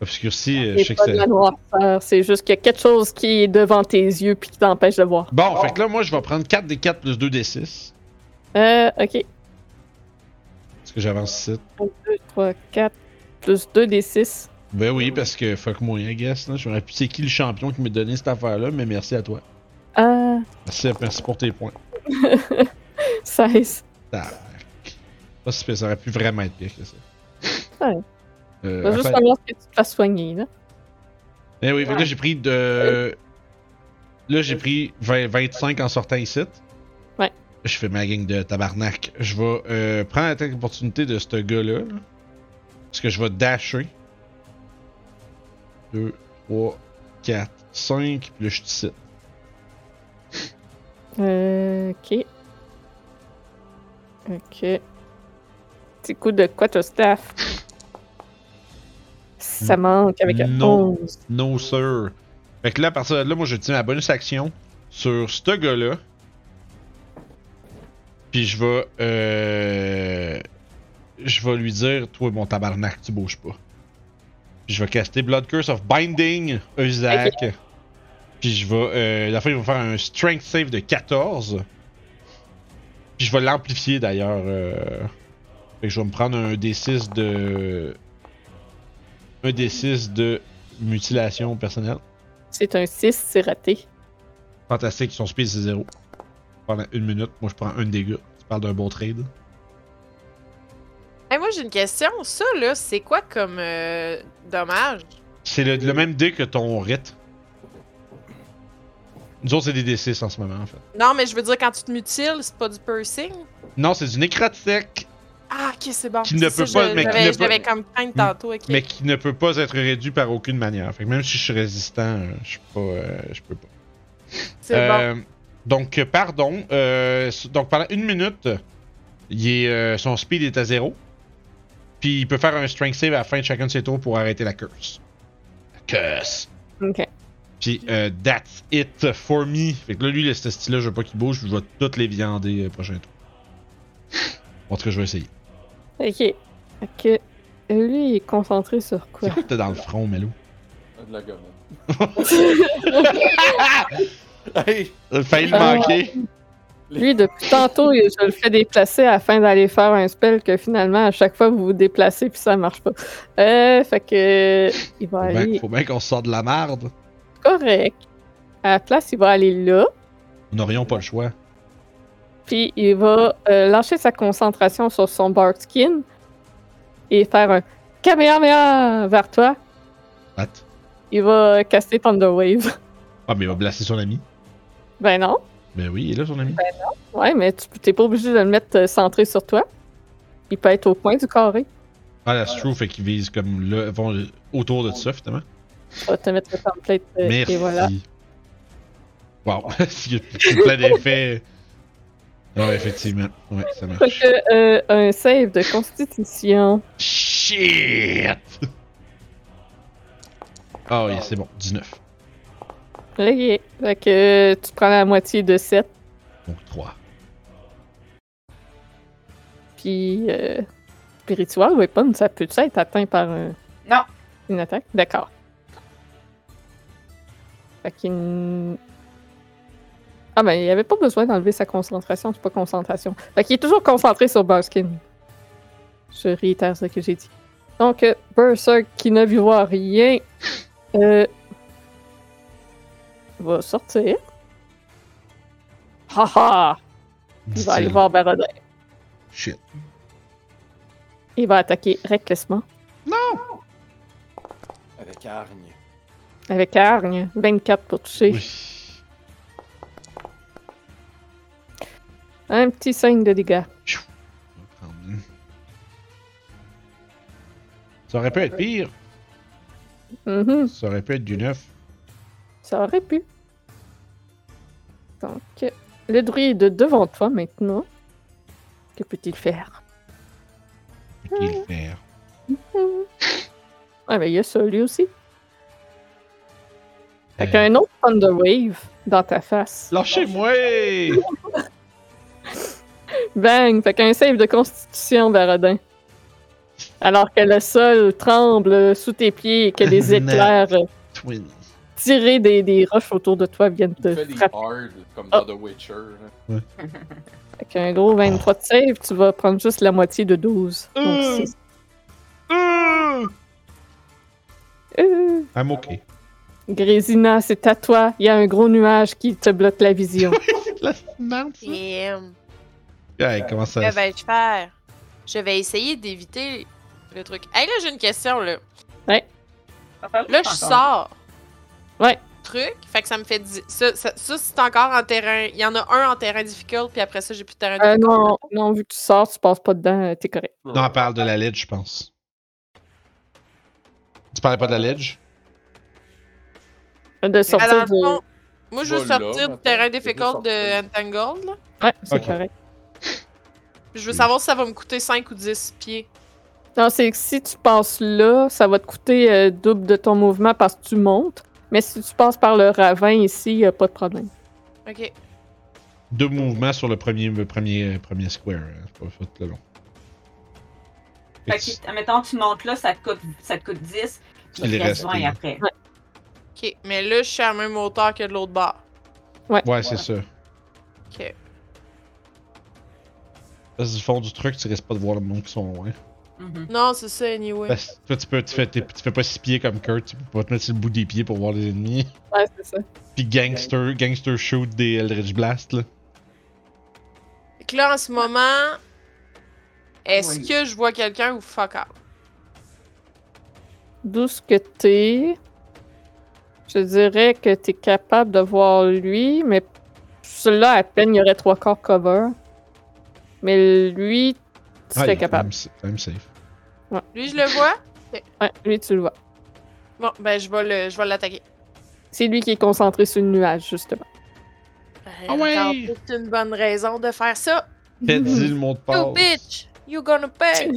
Speaker 1: Obscurci, euh, je sais
Speaker 2: C'est
Speaker 1: que
Speaker 2: pas de
Speaker 1: c'est.
Speaker 2: la noirceur. C'est juste qu'il y a quelque chose qui est devant tes yeux puis qui t'empêche de voir.
Speaker 1: Bon, fait que là, moi, je vais prendre 4 des 4 plus 2 des 6.
Speaker 2: Euh, ok.
Speaker 1: Parce que j'avance ici.
Speaker 2: 1, 2, 3, 4, plus 2 des 6.
Speaker 1: Ben oui, parce que fuck moi, I guess. Là. Je me rappelle plus c'est qui le champion qui m'a donné cette affaire-là, mais merci à toi.
Speaker 2: Ah,
Speaker 1: Merci, merci pour tes points.
Speaker 2: 16.
Speaker 1: Tac. Pas si pire, ça aurait pu vraiment être pire que ça.
Speaker 2: Ouais.
Speaker 1: Euh,
Speaker 2: Va juste
Speaker 1: enfin-
Speaker 2: falloir que tu te fasses soigner, là.
Speaker 1: Eh oui, fait que là j'ai pris de. Là j'ai pris 20 25 en sortant ici.
Speaker 2: Ouais.
Speaker 1: Je fais ma gang de tabarnak. Je vais euh, prendre l'attaque d'opportunité de ce gars-là. là. Parce que je vais dasher. 2, 3, 4, 5. Puis là je suis ici.
Speaker 2: Euh, ok. Ok. Petit coup de quarterstaff. Ça manque avec un
Speaker 1: Non.
Speaker 2: 11.
Speaker 1: No sir. Fait que là à partir de là, moi je tiens ma bonus action sur ce gars-là. Puis je vais. euh, Je vais lui dire Toi, mon tabarnak, tu bouges pas. Puis je vais caster Blood Curse of Binding, Isaac. Puis je vais. euh, la fin, il va faire un Strength Save de 14. Puis je vais l'amplifier d'ailleurs. euh, Fait que je vais me prendre un D6 de. Un D6 de mutilation personnelle.
Speaker 2: C'est un 6, c'est raté.
Speaker 1: Fantastique, son speed c'est 0. Pendant une minute, moi je prends un dégât. Tu parles d'un bon trade.
Speaker 5: Hey, moi, j'ai une question. Ça, là, c'est quoi comme euh, dommage?
Speaker 1: C'est le, le même dé que ton rite. Nous autres, c'est des D6 en ce moment, en fait.
Speaker 5: Non, mais je veux dire, quand tu te mutiles, c'est pas du piercing?
Speaker 1: Non, c'est du nécrotec,
Speaker 5: Ah, ok, c'est bon.
Speaker 1: Qui ne
Speaker 5: C'est
Speaker 1: peut
Speaker 5: ça,
Speaker 1: pas-
Speaker 5: je-
Speaker 1: mais qui
Speaker 5: j'avais-
Speaker 1: ne
Speaker 5: Je l'avais
Speaker 1: peut-
Speaker 5: comme crainte tantôt, ok.
Speaker 1: mais qui ne peut pas être réduit par aucune manière. Fait que même si je suis résistant, euh, je suis pas. euh, je peux pas.
Speaker 5: C'est bon.
Speaker 1: Euh, Donc, euh, pardon. euh, s- donc, pendant une minute, il est, euh, son speed est à 0. Puis il peut faire un strength save à la fin de chacun de ses tours pour arrêter la curse. La curse.
Speaker 2: Ok.
Speaker 1: Puis, euh, that's it for me. Fait que là, lui, le ce style-là, je veux pas qu'il bouge. Je vais toutes les viander euh, prochain tour. En tout cas, je vais essayer.
Speaker 2: Ok. Ok. Lui, il est concentré sur quoi?
Speaker 1: C'est quoi que t'as dans le front, Melou?
Speaker 4: Ah, De la gomme. Hey!
Speaker 1: T'as failli le
Speaker 2: Ah.
Speaker 1: manquer.
Speaker 2: Lui, depuis tantôt, il- je le fais déplacer afin d'aller faire un spell que finalement, à chaque fois, vous vous déplacez puis ça marche pas. Euh, fait que. Il va
Speaker 1: Faut bien-
Speaker 2: aller.
Speaker 1: Faut bien qu'on se sorte de la merde.
Speaker 2: Correct. À la place, il va aller là.
Speaker 1: Nous n'aurions pas le choix.
Speaker 2: Puis il va euh, lâcher sa concentration sur son bark skin et faire un Kamehameha vers toi.
Speaker 1: What?
Speaker 2: Il va euh, caster Thunder Wave.
Speaker 1: Ah, mais il va blaster son ami.
Speaker 2: ben non.
Speaker 1: Ben oui, il est là, son ami.
Speaker 2: Ouais, mais tu t'es pas obligé de le mettre euh, centré sur toi. Il peut être au point du carré.
Speaker 1: Ah, la true, fait qu'il vise comme là, vont- autour de ça, finalement.
Speaker 2: Je vais te mettre le template euh,
Speaker 1: Merci.
Speaker 2: et voilà.
Speaker 1: Wow, il y a plein d'effets. Ouais, effectivement. Ouais, ça marche.
Speaker 2: Fait que, euh, un save de constitution.
Speaker 1: Shit! Ah oui, c'est bon, 19.
Speaker 2: Ok. Fait que euh, tu prends la moitié de 7,
Speaker 1: Donc 3.
Speaker 2: puis euh, spiritual weapon, ça peut être atteint par un-
Speaker 3: Non.
Speaker 2: une attaque? D'accord. Fait qu'il... n- Ah ben, il avait pas besoin d'enlever sa concentration, c'est pas concentration. Fait qu'il est toujours concentré sur Baskin. Je réitère ce que j'ai dit. Donc, euh, Berserk, qui ne lui voit rien, euh, va sortir. Haha! Il va aller
Speaker 1: Dit-il.
Speaker 2: voir Barodin.
Speaker 1: Shit.
Speaker 2: Il va attaquer recklessement
Speaker 6: Avec hargne.
Speaker 2: avec hargne. 24 pour toucher.
Speaker 1: Oui.
Speaker 2: Un petit 5 de dégâts.
Speaker 1: On va prendre un. Ça aurait pu être pire.
Speaker 2: Mhm,
Speaker 1: Ça aurait pu être du 9.
Speaker 2: Ça aurait pu. Donc, euh, le druide est devant toi maintenant. Que peut-il faire?
Speaker 1: Peut-il
Speaker 2: Hmm.
Speaker 1: le faire?
Speaker 2: Ah, ben il y a ça lui aussi. Fait
Speaker 1: Euh.
Speaker 2: qu'un autre Thunder Wave dans ta face.
Speaker 1: Lâchez-moi!
Speaker 2: Bang! Fait qu'un save de constitution, Baradin. Alors que le sol tremble sous tes pieds et que des éclairs euh,
Speaker 1: Twin.
Speaker 2: tirés des, des roches autour de toi viennent
Speaker 4: Il
Speaker 2: te Ah.
Speaker 4: fait des
Speaker 2: frapper.
Speaker 4: hard comme dans The Witcher. là.
Speaker 2: Fait qu'un gros 23 de save, tu vas prendre juste la moitié de 12. Donc,
Speaker 1: Euh.
Speaker 2: c'est-
Speaker 1: Ah!
Speaker 2: Euh.
Speaker 1: I'm okay.
Speaker 2: Grésina, c'est à toi. Il y a un gros nuage qui te bloque la vision.
Speaker 1: La merde, ça.
Speaker 5: Damn.
Speaker 1: Ouais, comment ça?
Speaker 5: Que vais-je faire? Je vais essayer d'éviter le truc. Hey, là, j'ai une question, là. Là, je sors.
Speaker 2: Ouais.
Speaker 5: Truc. Fait que ça me fait. dix- Ça, ça, ça, c'est encore en terrain. Il y en a un en terrain difficile, puis après ça, j'ai plus de terrain
Speaker 2: Euh,
Speaker 5: difficile.
Speaker 2: non, non, vu que tu sors, tu passes pas dedans, euh, t'es correct.
Speaker 1: Non, elle parle de la ledge, je pense. Tu parlais pas de la ledge?
Speaker 2: Euh, De sortir
Speaker 5: Alors,
Speaker 2: de...
Speaker 5: non, moi, je veux
Speaker 4: Voilà,
Speaker 5: sortir du
Speaker 4: maintenant,
Speaker 5: terrain
Speaker 4: je vais
Speaker 5: difficile de
Speaker 4: sortir.
Speaker 5: Entangled, là.
Speaker 2: Ouais, c'est
Speaker 1: Ok.
Speaker 2: correct.
Speaker 5: Je veux
Speaker 4: Mm.
Speaker 5: savoir si ça va me coûter 5 ou 10 pieds.
Speaker 2: Non, c'est que si tu passes là, ça va te coûter euh, double de ton mouvement parce que tu montes. Mais si tu passes par le ravin ici, y a pas de problème.
Speaker 5: Ok.
Speaker 1: Deux mouvements sur le premier, le premier, euh, premier square. hein. C'est pas faut être le long.
Speaker 3: Fait que, admettons, tu montes là, ça te coûte, ça te coûte 10. Puis
Speaker 1: Il
Speaker 3: il
Speaker 1: est
Speaker 3: reste
Speaker 1: resté.
Speaker 3: 20 après.
Speaker 5: Ok. Mais là, je suis à la même hauteur que de l'autre barre.
Speaker 1: Ouais, c'est ça.
Speaker 5: Ok.
Speaker 1: Parce que du fond du truc, tu risques pas de voir le monde qui sont loin.
Speaker 3: Mhm.
Speaker 5: Non, c'est ça, anyway.
Speaker 1: Parce que toi, tu peux, tu fais, t'es- tu fais pas six pieds comme Kurt, tu peux pas te mettre sur le bout des pieds pour voir les ennemis.
Speaker 2: Ouais, c'est ça.
Speaker 1: Puis gangster, gangster shoot des Eldritch Blast, là.
Speaker 5: Fait que là, en ce moment, est-ce
Speaker 3: Oui.
Speaker 5: que je vois quelqu'un ou fuck out?
Speaker 2: D'où ce que t'es, je dirais que t'es capable de voir lui, mais celui-là, à peine, il y aurait trois corps cover. Mais lui, tu
Speaker 1: Ah, il
Speaker 2: serais
Speaker 1: est
Speaker 2: capable.
Speaker 1: quand même- quand même safe.
Speaker 5: Lui, je le vois?
Speaker 2: Ouais, lui, tu le vois.
Speaker 5: Bon, ben, je vais le- je vais l'attaquer.
Speaker 2: C'est lui qui est concentré sur le nuage, justement.
Speaker 5: Ben,
Speaker 1: Ah ouais!
Speaker 5: encore plus une bonne raison de faire ça.
Speaker 1: Faites-y le mot de
Speaker 5: You
Speaker 1: passe.
Speaker 5: bitch! You gonna pay!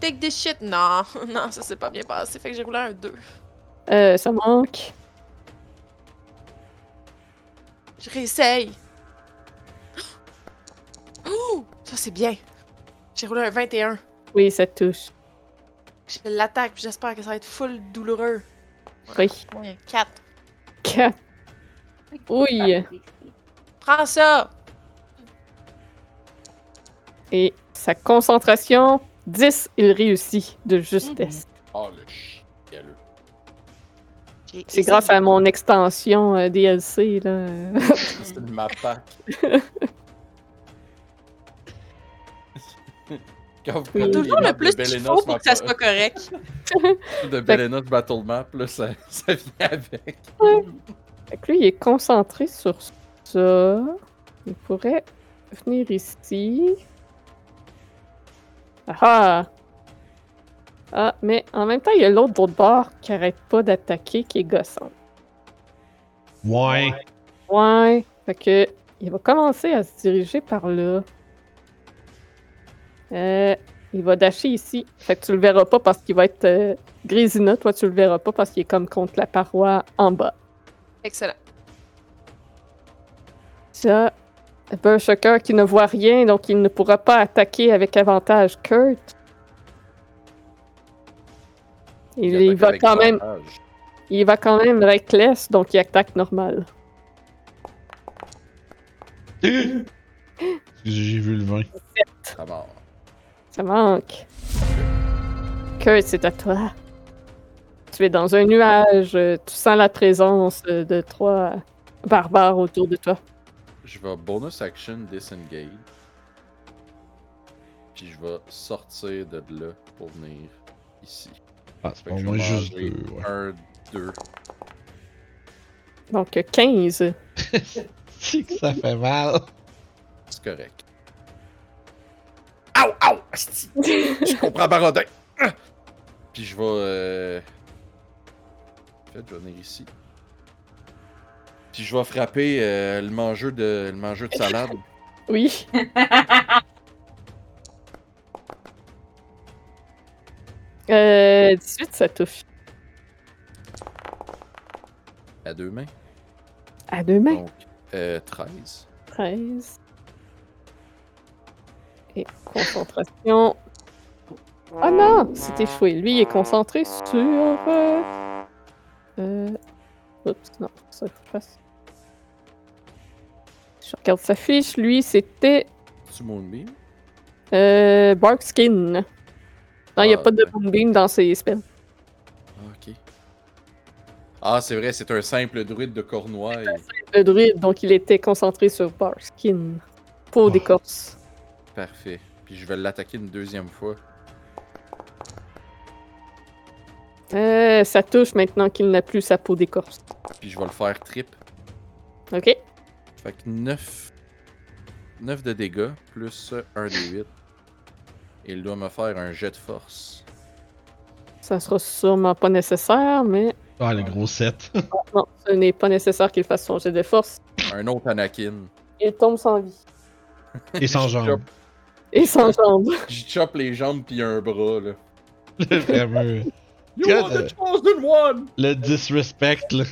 Speaker 5: Take this shit! Non, non, ça s'est pas bien passé. Fait que j'ai roulé un 2.
Speaker 2: Euh, ça manque.
Speaker 5: Je réessaye. Ouh! Ça, c'est bien. J'ai roulé un 21.
Speaker 2: Oui, ça te touche.
Speaker 5: Je l'attaque, puis j'espère que ça va être full douloureux.
Speaker 2: Oui.
Speaker 5: Ouais, 4.
Speaker 2: Quatre. Oui.
Speaker 5: Prends ça!
Speaker 2: Et sa concentration, 10, il réussit de justesse.
Speaker 4: Ah, le chialeux.
Speaker 5: J'ai
Speaker 2: C'est
Speaker 5: essayé.
Speaker 2: grâce à mon extension euh, DLC, là.
Speaker 4: C'est de ma pack. Quand vous prenez
Speaker 5: Toujours
Speaker 4: les maps de
Speaker 5: le plus
Speaker 4: Bell
Speaker 5: qu'il
Speaker 4: and
Speaker 5: faut
Speaker 4: Us,
Speaker 5: pour que ça
Speaker 4: ma-
Speaker 5: soit correct.
Speaker 4: de Belena Battle Map, là, ça, ça vient avec.
Speaker 2: Fait que lui, il est concentré sur ça. Il pourrait venir ici. Ah ah! Ah, mais en même temps, il y a l'autre d'autre bord qui arrête pas d'attaquer, qui est gossant.
Speaker 1: Ouais.
Speaker 2: Ouais. Fait que Il va commencer à se diriger par là. Euh, il va dasher ici. Fait que tu le verras pas parce qu'il va être euh, grisina. Toi, tu le verras pas parce qu'il est comme contre la paroi en bas.
Speaker 5: Excellent.
Speaker 2: Ça, Berserker qui ne voit rien, donc il ne pourra pas attaquer avec avantage Kurt. Il, il
Speaker 4: attaque
Speaker 2: va
Speaker 4: avec
Speaker 2: quand même,
Speaker 4: avantage.
Speaker 2: il va quand même reckless, donc il attaque normal.
Speaker 1: Excusez, J'ai vu le vin.
Speaker 4: Ça va.
Speaker 2: Ça manque. Kurt, c'est à toi. Tu es dans un nuage, euh, tu sens la présence euh, de trois barbares autour de toi.
Speaker 4: Je vais bonus action disengage. Puis je vais sortir de là pour venir ici.
Speaker 1: Ah, c'est
Speaker 4: Fait
Speaker 1: pas
Speaker 4: que
Speaker 1: au
Speaker 4: je
Speaker 1: moins
Speaker 4: vais
Speaker 1: juste
Speaker 4: manger
Speaker 1: deux, ouais.
Speaker 4: un, deux.
Speaker 2: Donc euh, 15.
Speaker 1: C'est que ça fait mal.
Speaker 4: C'est correct. Ow, ow! asti. je comprends Barodin! Ah! Puis je vais. euh, En fait, je vais venir ici. Puis je vais frapper euh, le, mangeur de, le mangeur de salade.
Speaker 2: Oui. Euh, 18, ça touche.
Speaker 4: À deux mains.
Speaker 2: À deux mains.
Speaker 4: Donc, euh, 13.
Speaker 2: 13. Et concentration. Oh non! C'est échoué. Lui, il est concentré sur. Euh... euh, Oups, non, ça, faut que je fasse. Je regarde sa fiche. Lui, c'était
Speaker 4: Tu Moonbeam?
Speaker 2: euh, Barkskin. Non, il n'y a
Speaker 4: Ah,
Speaker 2: pas de
Speaker 4: ouais.
Speaker 2: Moonbeam dans ses spells.
Speaker 4: Ah, ok. Ah, c'est vrai, c'est un simple druide de Cornouailles.
Speaker 2: Le druide, donc il était concentré sur Barkskin. Peau
Speaker 1: Oh.
Speaker 2: d'écorce.
Speaker 4: Parfait. Puis je vais l'attaquer une deuxième fois.
Speaker 2: Euh, ça touche maintenant qu'il n'a plus sa peau d'écorce.
Speaker 4: Puis je vais le faire trip.
Speaker 2: Ok?
Speaker 4: Fait que 9. 9 de dégâts plus 1 des 8. Il doit me faire un jet de force.
Speaker 2: Ça sera sûrement pas nécessaire, mais
Speaker 1: Ah, le gros 7.
Speaker 2: non, ce n'est pas nécessaire qu'il fasse son jet de force.
Speaker 4: Un autre Anakin.
Speaker 2: Il tombe sans vie.
Speaker 1: Et sans jambes.
Speaker 2: Et sans jambes.
Speaker 4: J'y chope les jambes pis un bras, là.
Speaker 1: Le fameux.
Speaker 4: You
Speaker 1: Good.
Speaker 4: are the chosen one!
Speaker 1: Le disrespect, là.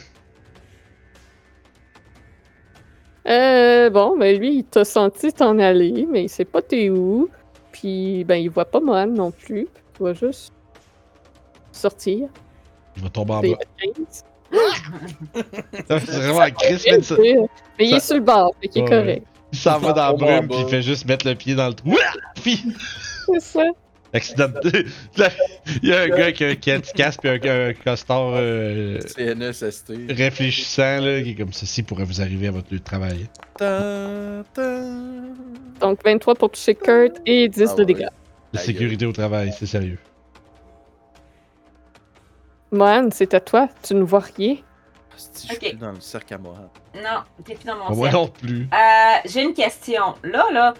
Speaker 2: Euh, bon, ben lui, il t'a senti t'en aller, mais il sait pas t'es où. Puis, ben, il voit pas Mohan non plus. Il va juste sortir.
Speaker 1: Il va tomber en
Speaker 2: C'est
Speaker 1: bas.
Speaker 2: à 15.
Speaker 1: C'est vraiment Chris, man, ça-
Speaker 2: Mais il est
Speaker 1: ça-
Speaker 2: sur le bord, fait qu'il est
Speaker 1: Ouais.
Speaker 2: correct.
Speaker 1: il s'en va dans la
Speaker 4: Tomber en
Speaker 1: brume,
Speaker 4: bas.
Speaker 1: puis il fait juste mettre le pied dans le trou. Ouah! Puis,
Speaker 2: C'est ça.
Speaker 1: accident. Là, il y a un gars qui a un casque, puis un, un costard euh,
Speaker 4: CNSST.
Speaker 1: réfléchissant, là, qui est comme ceci pourrait vous arriver à votre lieu de travail.
Speaker 4: Ta, ta.
Speaker 2: Donc, 23 pour toucher Kurt et 10
Speaker 4: Ah
Speaker 2: de
Speaker 4: ouais.
Speaker 2: dégâts.
Speaker 1: La
Speaker 4: Aïe,
Speaker 1: sécurité au travail, c'est sérieux.
Speaker 2: Mohan, c'est à toi. Tu ne vois rien.
Speaker 4: Asti, je suis
Speaker 7: Ok.
Speaker 4: plus dans le cercle à Mohan.
Speaker 7: Non, t'es plus dans mon
Speaker 1: Moi
Speaker 7: cercle.
Speaker 1: non plus.
Speaker 7: Euh, J'ai une question. Là, là,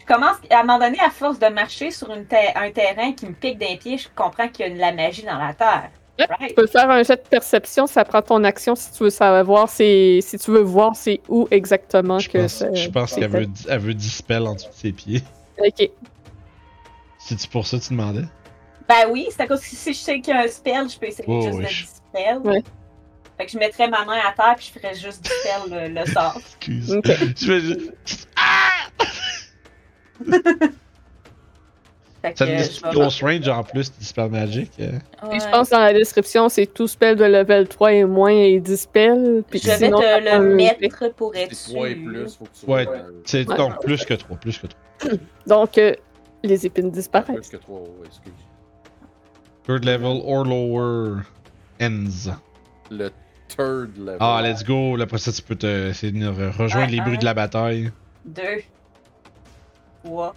Speaker 7: je commence à un moment donné, à force de marcher sur une ter- un terrain qui me pique d'un pied, je comprends qu'il y a de la magie dans la terre.
Speaker 2: Yep. Tu
Speaker 7: Right?
Speaker 2: peux faire un jet de perception, ça prend ton action si tu veux savoir c'est si tu veux voir c'est où exactement
Speaker 1: Je
Speaker 2: que
Speaker 1: pense,
Speaker 2: ça-
Speaker 1: je pense
Speaker 2: c'est
Speaker 1: qu'elle veut, elle veut dispel en dessous de ses pieds.
Speaker 2: OK.
Speaker 1: C'est-tu pour ça que tu demandais?
Speaker 7: Ben oui, c'est à cause que si je sais qu'il y a un spell, je peux essayer
Speaker 1: Oh,
Speaker 7: juste
Speaker 1: oui.
Speaker 7: de dispel.
Speaker 2: Ouais.
Speaker 7: Fait que je mettrais ma main à terre puis je ferais juste dispel le, le sort.
Speaker 1: Excuse.
Speaker 2: OK.
Speaker 1: Je fais juste-
Speaker 7: Fait que,
Speaker 1: Ça
Speaker 7: euh,
Speaker 1: me
Speaker 7: je
Speaker 1: laisse
Speaker 7: vais-
Speaker 1: une grosse range en plus, Dispel Magic. euh.
Speaker 2: Puis je
Speaker 7: Ouais.
Speaker 2: pense dans la description c'est tout spell de level 3 et moins et 10 spells puis
Speaker 7: Je vais
Speaker 2: sinon,
Speaker 7: te
Speaker 2: ça prend
Speaker 7: le
Speaker 2: un jet.
Speaker 7: mettre pour être
Speaker 4: C'est 3 et
Speaker 7: sûr.
Speaker 4: plus, faut que tu euh,
Speaker 1: Ouais,
Speaker 4: roules,
Speaker 1: tu sais,
Speaker 2: Ouais.
Speaker 1: donc plus que 3, plus que 3.
Speaker 2: Donc euh, les épines
Speaker 4: euh,
Speaker 2: disparaissent.
Speaker 4: Plus que 3, ouais, excuse.
Speaker 1: Third level or lower ends.
Speaker 4: Le third level.
Speaker 1: Ah, let's go. Là, après ça, tu peux te, essayer de re- rejoindre
Speaker 7: Ouais,
Speaker 1: les bruits
Speaker 7: ouais.
Speaker 1: de la bataille.
Speaker 7: Deux. Trois.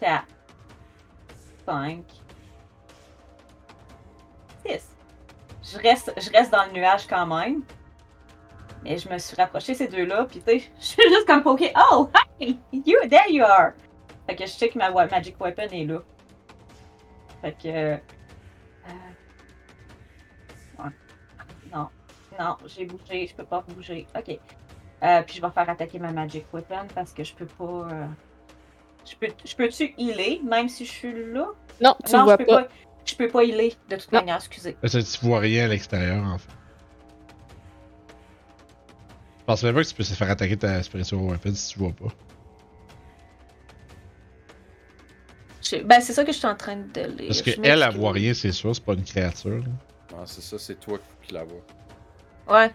Speaker 7: Quatre. Cinq. Six. Je reste, je reste dans le nuage quand même. Mais je me suis rapproché ces deux-là, puis tu sais, je suis juste comme poké. Oh, hi! You, there you are! Fait que je sais que ma wa- Magic Weapon est là. Fait que. euh, ouais. Non. Non, j'ai bougé, je peux pas bouger. Ok.
Speaker 3: Euh, puis je vais faire attaquer ma Magic Weapon parce que je peux pas. euh, Je, peux, je peux-tu healer même si je suis là?
Speaker 2: Non, tu
Speaker 3: non,
Speaker 2: vois
Speaker 3: je peux
Speaker 2: pas.
Speaker 3: pas. Je peux pas healer de toute
Speaker 2: Non.
Speaker 3: manière, excusez.
Speaker 1: Parce que tu vois rien à l'extérieur, en fait. Je pense même pas que tu peux se faire attaquer ta spiritual weapon si tu vois pas.
Speaker 3: Je- Ben, c'est ça que je suis en train de lire.
Speaker 1: Parce
Speaker 3: Je
Speaker 1: qu'elle, elle, elle
Speaker 3: m'excuse.
Speaker 1: voit rien, c'est sûr, c'est pas une créature. là.
Speaker 4: Non, c'est ça, c'est toi qui la vois.
Speaker 3: Ouais.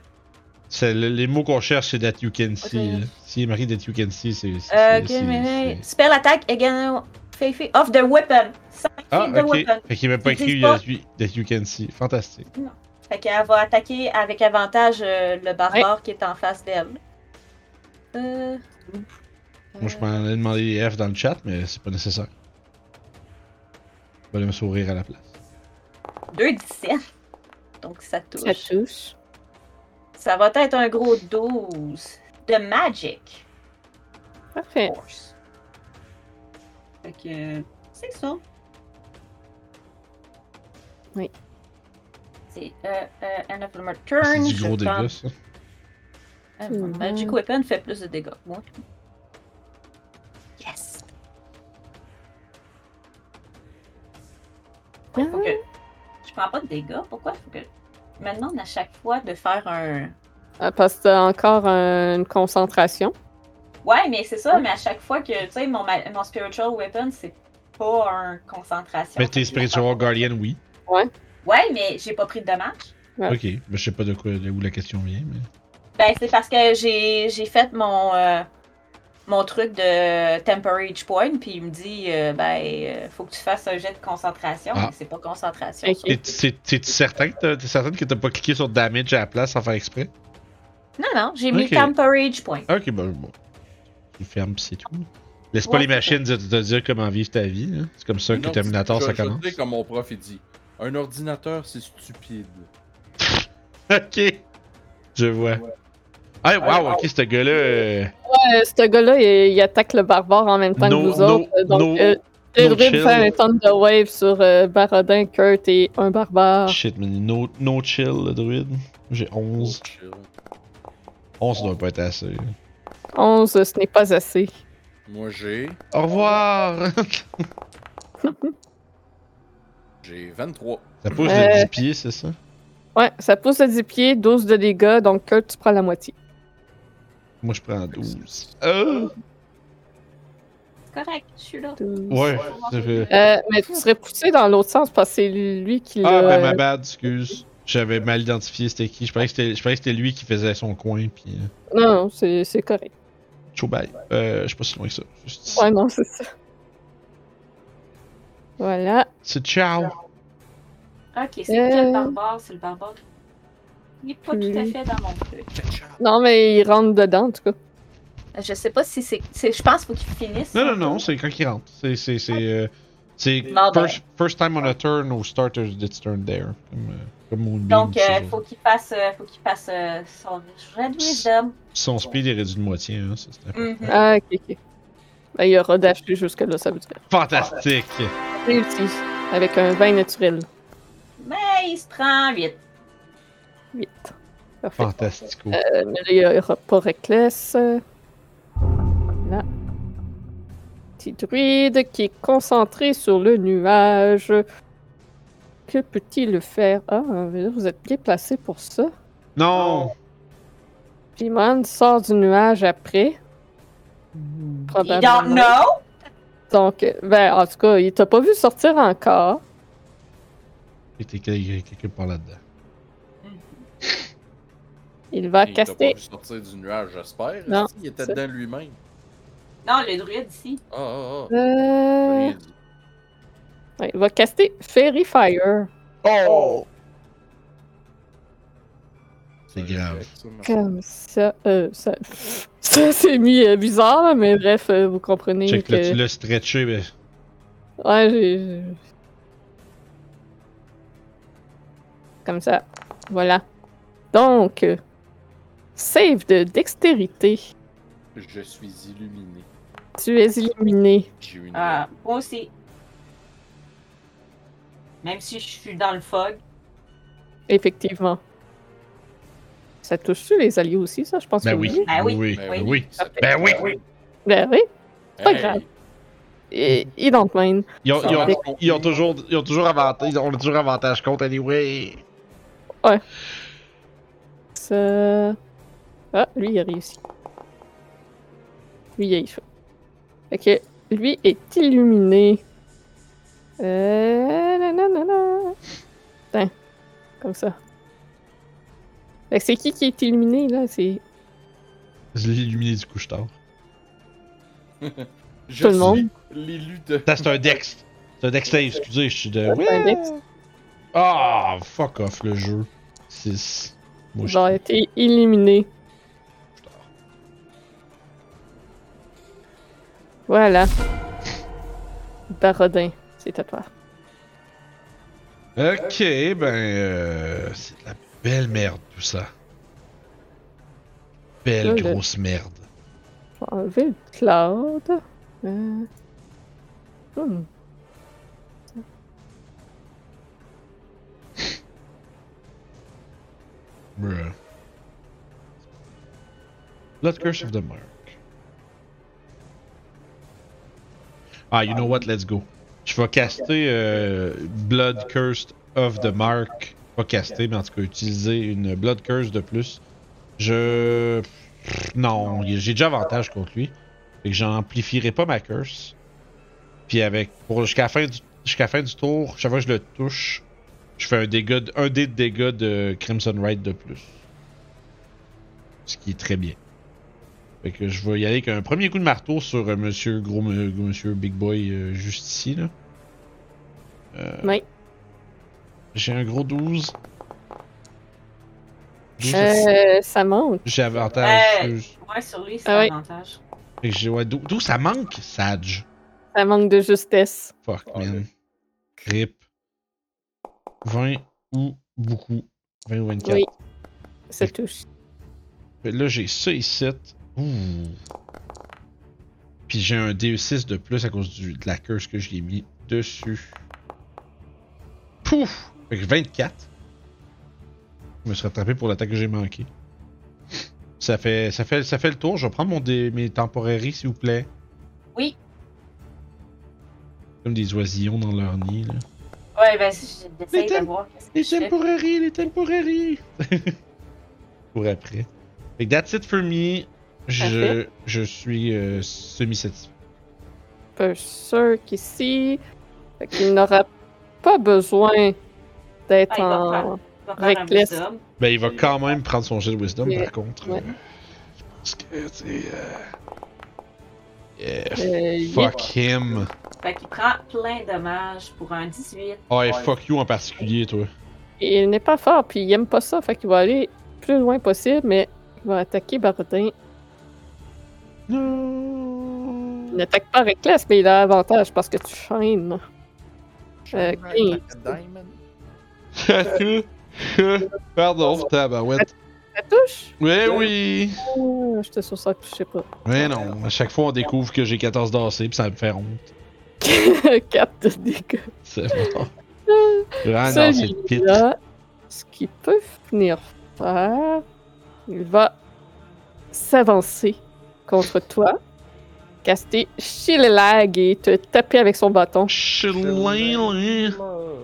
Speaker 1: C'est le- les mots qu'on cherche, c'est that you can see.
Speaker 3: Ok.
Speaker 1: là. Si il est marqué that you can see, c'est. c'est-
Speaker 3: Euh,
Speaker 1: c'est-
Speaker 3: ok, mais.
Speaker 1: c'est-
Speaker 3: Spell attack again. Feifei. Off the weapon. Sans
Speaker 1: Ah,
Speaker 3: the
Speaker 1: ok.
Speaker 3: weapon.
Speaker 1: Fait qu'il n'est même pas
Speaker 3: Ils disent
Speaker 1: écrit
Speaker 3: pas.
Speaker 1: that you- that you can see. Fantastique.
Speaker 3: Fait qu'elle va attaquer avec avantage euh, le barbare qui est en face d'elle. Euh.
Speaker 1: Moi, je m'en allais demander les F dans le chat, mais c'est pas nécessaire. Je vais aller me sourire à la place.
Speaker 3: 2,17. Donc ça touche.
Speaker 2: Ça touche.
Speaker 3: Ça va être un gros 12 de Magic
Speaker 2: Parfait.
Speaker 3: Force. Fait que c'est ça.
Speaker 2: Oui.
Speaker 3: C'est euh, euh, end of the
Speaker 1: C'est
Speaker 3: turn.
Speaker 1: du
Speaker 3: je
Speaker 1: gros
Speaker 3: prends-
Speaker 1: dégât, ça.
Speaker 3: Ah, mon
Speaker 2: Mhm.
Speaker 3: Magic Weapon fait plus de dégâts que moi. Yes! Pourquoi faut que... Je prends pas de dégâts. Pourquoi faut que... Je me demande à chaque fois de faire un...
Speaker 2: Ah, Parce que t'as encore euh, une concentration.
Speaker 3: Ouais, mais c'est ça, mais à chaque fois que, tu sais, mon, ma- mon Spiritual Weapon, c'est pas un concentration.
Speaker 1: Mais tes Spiritual Guardian, oui.
Speaker 3: Ouais, mais j'ai pas pris de dommage.
Speaker 2: Ouais.
Speaker 1: Ok, mais je sais pas de quoi, de où la question vient, mais.
Speaker 3: Ben, c'est parce que j'ai j'ai fait mon... euh, Mon truc de Temporary Each Point, puis il me dit, euh, ben, euh, faut que tu fasses un jet de concentration.
Speaker 1: Ah.
Speaker 3: mais C'est pas concentration.
Speaker 2: Ok.
Speaker 3: ça.
Speaker 1: T'es- t'es- T'es-tu certain que t'as- t'es certaine que t'as pas cliqué sur damage à la place sans faire exprès?
Speaker 3: Non, non, j'ai mis
Speaker 1: Ok.
Speaker 3: Temporage Point.
Speaker 1: Ok, ben bon. Tu fermes, pis c'est tout. Laisse pas
Speaker 3: Ouais,
Speaker 1: les machines te, te dire comment vivre ta vie. hein. C'est comme ça que
Speaker 4: Un ordi-
Speaker 1: Terminator,
Speaker 4: je-
Speaker 1: ça
Speaker 4: je vais te
Speaker 1: commence.
Speaker 4: dire comme mon prof, il dit Un ordinateur, c'est stupide.
Speaker 1: Ok. Je vois. Hey, wow, ok, ce gars-là. euh,
Speaker 2: Euh, ce gars-là, il, il attaque le barbare en même temps
Speaker 1: No,
Speaker 2: que vous
Speaker 1: no,
Speaker 2: autres. euh, Donc,
Speaker 1: no,
Speaker 2: euh, t'es
Speaker 1: no
Speaker 2: obligé de
Speaker 1: chill.
Speaker 2: faire un Thunder Wave sur euh, Barodin, Kurt et un barbare.
Speaker 1: euh, Shit, man. No, no chill, le druide. J'ai 11.
Speaker 4: Chill.
Speaker 1: 11 doit pas être assez.
Speaker 2: 11, euh, ce n'est pas assez.
Speaker 4: Moi, j'ai.
Speaker 1: Au revoir!
Speaker 4: J'ai 23.
Speaker 1: Ça pousse de
Speaker 2: Euh.
Speaker 1: 10 pieds, c'est ça?
Speaker 2: Ouais, ça pousse à 10 pieds, 12 de dégâts, donc Kurt, tu prends la moitié.
Speaker 1: Moi, je prends 12. Euh,
Speaker 3: C'est correct, je suis là.
Speaker 2: 12.
Speaker 1: ouais. ça fait-
Speaker 2: Euh, mais tu serais poussé dans l'autre sens parce que c'est lui qui l'a.
Speaker 1: Ah, ben ma
Speaker 2: euh,
Speaker 1: bad, excuse. J'avais mal identifié c'était qui. Je pensais que c'était- je pensais que c'était lui qui faisait son coin, puis... euh,
Speaker 2: Non, non, c'est c'est correct.
Speaker 1: Tchou, bye. Euh, je suis pas si loin que ça. Juste ici.
Speaker 2: Ouais, non, c'est ça. Voilà.
Speaker 1: C'est ciao!
Speaker 3: Ok, c'est
Speaker 2: Euh.
Speaker 3: quel barbare? C'est le barbare. Il est pas tout à
Speaker 2: Oui.
Speaker 3: fait dans mon truc.
Speaker 2: Non, mais il rentre dedans, en tout cas.
Speaker 3: Je sais pas si c'est. c'est- Je pense qu'il faut qu'il finisse.
Speaker 1: Non, non, non, c'est quand il rentre. C'est... C'est... C'est... euh, c'est
Speaker 3: Non, ben.
Speaker 1: first, first time on a turn ou starters that's turn there. Comme, euh, comme Moonbeam.
Speaker 3: Donc,
Speaker 1: c'est
Speaker 3: euh,
Speaker 1: ça.
Speaker 3: faut qu'il fasse, euh, faut qu'il fasse euh, son jet de wisdom.
Speaker 1: Son speed est réduit de moitié, hein, ça, c'est important.
Speaker 3: Mhm.
Speaker 2: Ah, ok, ok. Ben, il aura dashé jusque-là, ça veut dire.
Speaker 1: Fantastique!
Speaker 2: Réussi. Avec un vin naturel.
Speaker 3: Mais il se prend 8.
Speaker 2: 8. Parfait.
Speaker 1: Fantastico.
Speaker 2: Euh, mais là, il n'y aura pas Reckless. Là. Petit druide qui est concentré sur le nuage. Que peut-il le faire? Ah, vous êtes bien placé pour ça.
Speaker 1: Non!
Speaker 2: Pimon sort du nuage après.
Speaker 3: You don't know?
Speaker 2: Donc, euh, ben, en tout cas, il t'a pas vu sortir encore.
Speaker 1: C'était quelque part là-dedans.
Speaker 2: Il va
Speaker 4: Il t'a pas
Speaker 2: caster.
Speaker 4: vu sortir du nuage, j'espère.
Speaker 2: Non.
Speaker 4: Il était
Speaker 2: Ça.
Speaker 4: dedans lui-même.
Speaker 3: Non, le druide ici.
Speaker 4: Ah, ah, ah.
Speaker 2: Euh,
Speaker 4: Rien dit.
Speaker 2: ouais, il va caster Fairy Fire.
Speaker 1: Oh! C'est
Speaker 4: Ça,
Speaker 1: grave.
Speaker 4: ça, ma-
Speaker 2: Comme ça. euh, ça, ça c'est mis euh, bizarre, là, mais bref, euh, vous comprenez
Speaker 1: Check
Speaker 2: que.
Speaker 1: là, tu l'as stretché, mais.
Speaker 2: Ouais, j'ai. j'ai- Comme ça. Voilà. Donc, euh, save de dextérité.
Speaker 4: Je suis illuminé.
Speaker 2: Tu es illuminé.
Speaker 4: J'ai une.
Speaker 3: Ah, moi aussi. Même si je suis dans le fog.
Speaker 2: Effectivement. Ça touche-tu les alliés aussi, ça? Je pense
Speaker 1: Ben
Speaker 2: que
Speaker 1: oui.
Speaker 3: Ben oui.
Speaker 1: oui.
Speaker 4: Ben
Speaker 1: Ben
Speaker 4: oui.
Speaker 1: oui.
Speaker 3: Ça fait-
Speaker 1: Ben oui.
Speaker 2: Ben oui. pas grave. Et, ils don't mind.
Speaker 1: Ils ont,
Speaker 4: Ça
Speaker 1: ils ont-
Speaker 4: marche.
Speaker 1: ils ont toujours, ils ont toujours avantage, ils ont toujours avantage contre anyway.
Speaker 2: Ça- Ah, lui, il a réussi. Lui, il a échoué. Fait que lui est illuminé. Euh... nanana. Tain. Comme ça. Fait que c'est qui qui est illuminé, là? C'est...
Speaker 1: Je l'ai illuminé du coup, je tard.
Speaker 4: Je
Speaker 2: Tout le
Speaker 4: suis
Speaker 2: monde.
Speaker 4: L'élu de.
Speaker 1: Ça, c'est un Dex. C'est un Dex save, excusez, je suis de.
Speaker 2: C'est un Dex.
Speaker 1: Ah, fuck off le jeu. 6. Moi,
Speaker 2: Ils ont
Speaker 1: je
Speaker 2: été illuminés. Voilà. Barodin, c'est à toi.
Speaker 1: Ok, ben. euh, c'est de la belle merde, tout ça. Belle
Speaker 2: Là, le-
Speaker 1: grosse merde.
Speaker 2: Je vais enlever le cloud. Euh, hmm.
Speaker 1: Bruh. Blood Curse of the Mark. Ah, you know what? Let's go. Je vais caster euh, Blood Curse of the Mark. Pas caster, mais en tout cas, utiliser une Blood Curse de plus. Je. Non, j'ai déjà avantage contre lui. Fait que j'amplifierai pas ma curse. Puis avec. Pour, jusqu'à, la fin du, jusqu'à la fin du tour, chaque fois que je le touche, je fais un dégât, de- un dé de dégâts de Crimson Ride de plus. Ce qui est très bien. Fait que je vais y aller avec un premier coup de marteau sur euh, Monsieur Gros, euh, Monsieur Big Boy euh, juste ici là. Euh,
Speaker 2: Oui.
Speaker 1: J'ai un gros 12. 12
Speaker 2: Euh, ça monte.
Speaker 1: J'ai avantage.
Speaker 3: Euh,
Speaker 1: excuse.
Speaker 3: Ouais, sur lui, c'est
Speaker 2: Ah
Speaker 3: un
Speaker 2: ouais.
Speaker 3: avantage.
Speaker 1: Fait que j'ai ouais, 12, 12, ça manque, Sage.
Speaker 2: Ça manque de justesse.
Speaker 1: Fuck,
Speaker 4: Ah, là.
Speaker 1: man. Rip. 20 ou beaucoup. 20 ou 24.
Speaker 2: Oui. Ça touche.
Speaker 1: Fait que Là, j'ai ça ici. Ouh. Puis j'ai un DE6 de plus à cause du, de la curse que j'ai mis dessus. Pouf! Fait que 24. Je me suis rattrapé pour l'attaque que j'ai manqué. Ça fait, ça, fait, ça fait le tour. Je vais prendre mon dé- mes temporaries, s'il vous plaît.
Speaker 3: Oui.
Speaker 1: Comme des oisillons dans leur nid, là.
Speaker 3: Ouais, ben si, j'essaye
Speaker 1: t'aimes-
Speaker 3: de voir. qu'est-ce que
Speaker 1: Les
Speaker 3: je fais.
Speaker 1: temporaries, les temporaries! Pour après. Fait que that's it for me. Je,
Speaker 2: Parfait.
Speaker 1: je suis euh, semi-satisfait.
Speaker 2: Peu sûr qu'ici. Fait qu'il n'aura pas besoin d'être
Speaker 3: Ah, il va
Speaker 2: en.
Speaker 3: Je vais faire un
Speaker 2: Reckless.
Speaker 3: wisdom.
Speaker 1: Ben, il va quand même prendre son jet de wisdom,
Speaker 2: Yeah.
Speaker 1: par contre.
Speaker 2: Ouais.
Speaker 1: Je pense que, tu sais. euh, yeah,
Speaker 2: Euh, yip.
Speaker 1: Fuck him.
Speaker 3: Fait qu'il prend plein de dommages pour un 18.
Speaker 1: Ouais, Oh, fuck you en particulier, toi.
Speaker 2: Il n'est pas fort, puis il aime pas ça. Fait qu'il va aller plus loin possible, mais il va attaquer Barodin.
Speaker 1: Non.
Speaker 2: Il n'attaque pas avec classe, mais il a avantage parce que tu chaînes. Euh, 15.
Speaker 4: Diamond.
Speaker 1: Pardon, tabarouette.
Speaker 2: Ça touche?
Speaker 1: Mais oui!
Speaker 2: Oh, J'étais sur ça que je sais pas.
Speaker 1: Mais non, à chaque fois on découvre que j'ai 14 d'AC pis ça me fait honte.
Speaker 2: 4 de dégâts.
Speaker 1: C'est bon. Vraiment, Ah non, c'est le pit.
Speaker 2: Celui-là, ce qu'il peut venir faire, il va s'avancer contre toi, caster Shillalag et te taper avec son bâton.
Speaker 1: Chilin,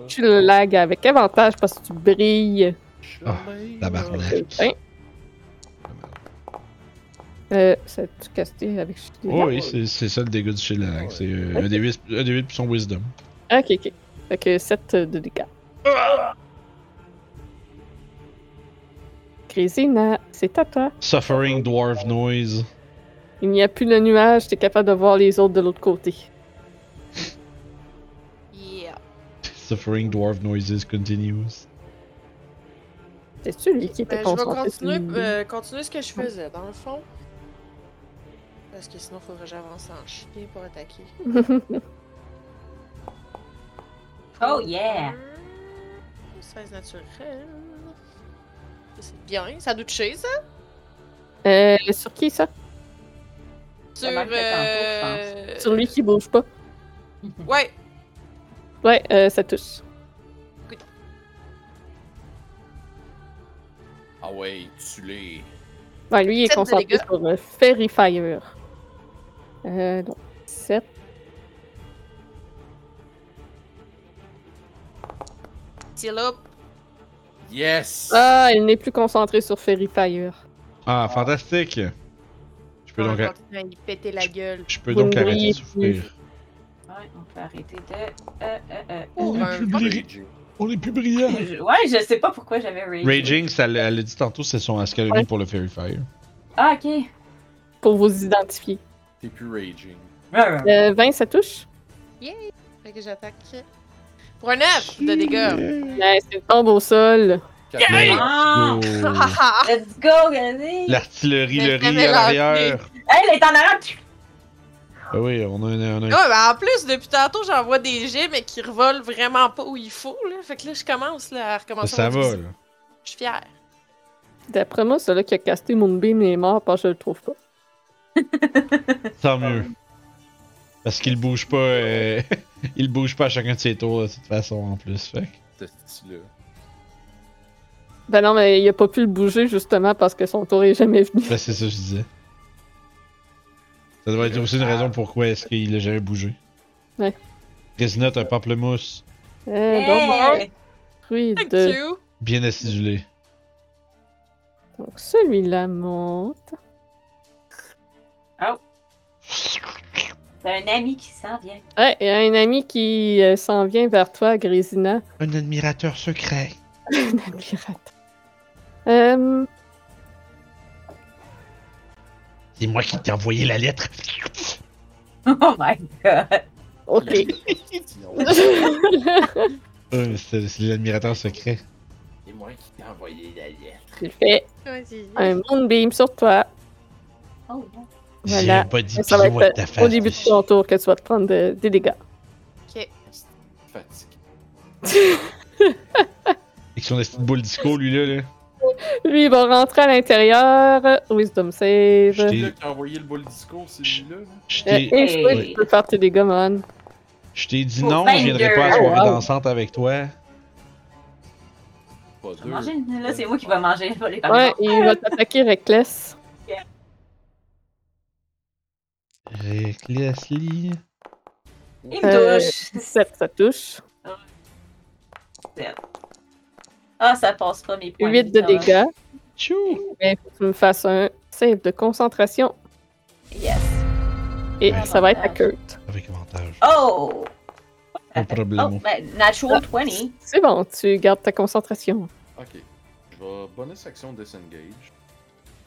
Speaker 2: Shillalag avec avantage parce que tu brilles.
Speaker 1: tabarnak.
Speaker 2: Hein? Euh, ça tu casté avec Shillalag?
Speaker 1: Oh, Oui, c'est c'est ça le dégât du Chilin. C'est euh, un D8 un D8 pis son wisdom.
Speaker 2: Ok, ok. Fait que 7 de dégâts.
Speaker 1: Ah!
Speaker 2: Grésina, c'est à toi.
Speaker 1: Suffering Dwarf Noise.
Speaker 2: Il n'y a plus de nuage, t'es capable de voir les autres de l'autre côté.
Speaker 5: Yeah.
Speaker 1: Suffering Dwarf Noises continues.
Speaker 2: C'est-tu lui qui était
Speaker 5: Ben, je vais
Speaker 2: concentré sur
Speaker 5: continuer,
Speaker 2: lui?
Speaker 5: euh, continuer ce que je faisais, dans le fond. Parce que sinon, faudrait que j'avance en chier pour attaquer.
Speaker 3: Oh yeah!
Speaker 5: 16 naturel. Ça, C'est bien, ça doit toucher, ça?
Speaker 2: Euh, sur qui ça
Speaker 5: Sur,
Speaker 3: marque le
Speaker 5: euh,
Speaker 2: Sur lui qui bouge pas.
Speaker 5: Ouais,
Speaker 2: Ouais, euh, ça touche.
Speaker 4: Ah Ah ouais, tu l'es.
Speaker 2: Ouais, Ben, lui, il est
Speaker 5: Sept de
Speaker 2: concentré
Speaker 5: dégâts.
Speaker 2: sur euh, Fairy Fire. Euh, donc, 7.
Speaker 5: Seal up.
Speaker 4: Yes!
Speaker 2: Ah, elle n'est plus concentrée sur Fairy Fire.
Speaker 1: Ah, fantastique! Je peux
Speaker 5: On
Speaker 1: donc,
Speaker 5: va continuer à
Speaker 2: Oh,
Speaker 5: lui péter la gueule.
Speaker 1: je peux donc
Speaker 2: Oui.
Speaker 1: arrêter de souffrir.
Speaker 3: Ouais, on peut arrêter de. euh, euh, euh,
Speaker 5: Pour
Speaker 1: est
Speaker 5: un-
Speaker 1: plus
Speaker 5: Ah,
Speaker 1: bri- on est plus brillant!
Speaker 3: Je- Ouais, je sais pas pourquoi j'avais Raging.
Speaker 1: Raging, ça, l- elle l'a dit tantôt, c'est son escalier
Speaker 2: Ouais.
Speaker 1: pour le Fairy Fire.
Speaker 3: Ah, ok.
Speaker 2: Pour vous identifier.
Speaker 4: T'es plus raging.
Speaker 2: Euh, 20, ça touche.
Speaker 5: Fait que j'attaque. Pour un 9 de dégâts.
Speaker 2: Nice, elle Ben, tombe au sol.
Speaker 4: Quatre
Speaker 1: Let's
Speaker 4: mains.
Speaker 3: Ah!
Speaker 1: go.
Speaker 5: Ah,
Speaker 3: Let's go, vas-y!
Speaker 1: oh, L'artillerie,
Speaker 5: Mais
Speaker 1: le
Speaker 5: ça
Speaker 1: riz
Speaker 5: m'est
Speaker 1: à l'arrière!
Speaker 3: Elle est en arabe!
Speaker 1: Ah oui, on a un. un-
Speaker 5: Ouais, ben en plus, depuis tantôt, j'envoie des jets, mais qui revolent vraiment pas où il faut. Là. Fait que là, je commence là, à recommencer.
Speaker 1: Ça
Speaker 5: mon
Speaker 1: va,
Speaker 5: division.
Speaker 1: là.
Speaker 5: Je suis fière.
Speaker 2: D'après moi, celui qui a casté Moonbeam est mort parce que je le trouve pas.
Speaker 1: Tant mieux. Parce qu'il bouge pas. euh, il bouge pas à chacun de ses tours de toute façon en plus. Fait. que-
Speaker 4: Ce style-là.
Speaker 2: Ben non, mais il a pas pu le bouger justement parce que son tour est jamais venu.
Speaker 1: Ben, c'est ça que je disais. Ça doit être aussi une raison pourquoi est-ce qu'il a jamais bougé.
Speaker 2: Ouais.
Speaker 1: Grisnotte, un pamplemousse,
Speaker 2: Euh, Donc,
Speaker 3: Hey!
Speaker 2: fruit
Speaker 5: Thank
Speaker 2: de-
Speaker 5: you.
Speaker 1: bien acidulé.
Speaker 2: Donc, celui-là monte.
Speaker 3: T'as un ami qui s'en vient.
Speaker 2: Ouais, il y a un ami qui euh, s'en vient vers toi, Grésina.
Speaker 1: Un admirateur secret.
Speaker 2: un admirateur. Euh,
Speaker 1: C'est moi qui t'ai envoyé la lettre.
Speaker 3: Oh my god!
Speaker 2: ok.
Speaker 4: Sinon,
Speaker 1: Euh, c'est c'est l'admirateur secret.
Speaker 4: C'est moi qui t'ai envoyé la lettre.
Speaker 2: Il fait
Speaker 5: Vas-y.
Speaker 2: un moonbeam sur toi.
Speaker 3: Oh non!
Speaker 2: Voilà.
Speaker 1: J'ai pas dit
Speaker 2: Ça va
Speaker 1: pilou avec
Speaker 2: être
Speaker 1: ta
Speaker 2: euh, au
Speaker 1: face,
Speaker 2: début de
Speaker 1: bitch.
Speaker 2: ton tour que tu vas te prendre de- des dégâts.
Speaker 5: Ok.
Speaker 4: Fatigué.
Speaker 1: Avec son esti de boule disco, lui-là. Là.
Speaker 2: Lui, il va rentrer à l'intérieur. Wisdom save.
Speaker 1: Je t'ai-
Speaker 2: Euh,
Speaker 4: C'est lui qui a envoyé le bol disco, c'est lui-là. là?
Speaker 1: Je t'ai-
Speaker 2: Et je peux- tu peux faire tes dégâts, man.
Speaker 1: je t'ai dit
Speaker 3: Oh,
Speaker 1: non, je viendrai pas à la
Speaker 2: finger.
Speaker 1: soirée
Speaker 2: Oh, wow.
Speaker 1: dansante avec toi.
Speaker 4: Pas
Speaker 3: Je vais manger
Speaker 4: deux.
Speaker 3: une- Là, c'est moi qui vais manger. Je vais les
Speaker 2: Ouais, il va t'attaquer Reckless.
Speaker 1: Recklessly.
Speaker 3: Il
Speaker 2: Euh,
Speaker 3: me touche!
Speaker 2: 17, ça touche.
Speaker 3: Ah, ça passe pas mes points.
Speaker 2: 8 de
Speaker 3: ça va.
Speaker 2: dégâts.
Speaker 1: Tchou!
Speaker 2: Mais faut que tu me fasses un save de concentration.
Speaker 3: Yes!
Speaker 2: Et
Speaker 1: Ouais.
Speaker 2: ça va être à Kurt.
Speaker 1: Avec avantage.
Speaker 3: Oh!
Speaker 1: Pas de
Speaker 3: Oh,
Speaker 1: problème.
Speaker 3: ben, natural 20.
Speaker 2: C'est bon, tu gardes ta concentration.
Speaker 4: Ok. Je vais bonus action disengage.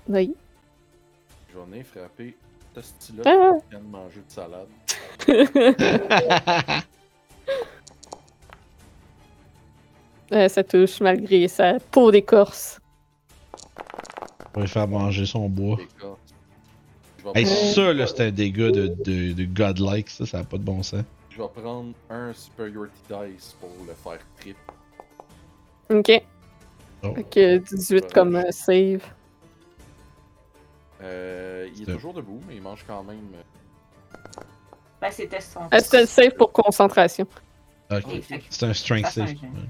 Speaker 2: Oui.
Speaker 4: Je vais venir frapper ce style-là
Speaker 2: Ah.
Speaker 4: qui vient de manger de salade.
Speaker 2: Euh, ça touche malgré sa peau d'écorce.
Speaker 1: On va lui faire manger son bois.
Speaker 4: Des cas. Je vais
Speaker 1: Hey,
Speaker 4: prendre-
Speaker 1: ça, là, c'est un dégât de, de, de godlike, ça, ça a pas de bon sens.
Speaker 4: Je vais prendre un superiority dice pour le faire trip.
Speaker 2: Ok.
Speaker 1: Oh.
Speaker 2: Fait que 18 comme euh, save.
Speaker 4: Euh, il est
Speaker 1: C'est-
Speaker 4: toujours debout, mais il mange quand même.
Speaker 3: Ben, c'était son.
Speaker 2: Ah, C'est le save pour concentration.
Speaker 1: Ok. C'est un strength save.
Speaker 3: Ça fait un jeu.
Speaker 1: Ouais.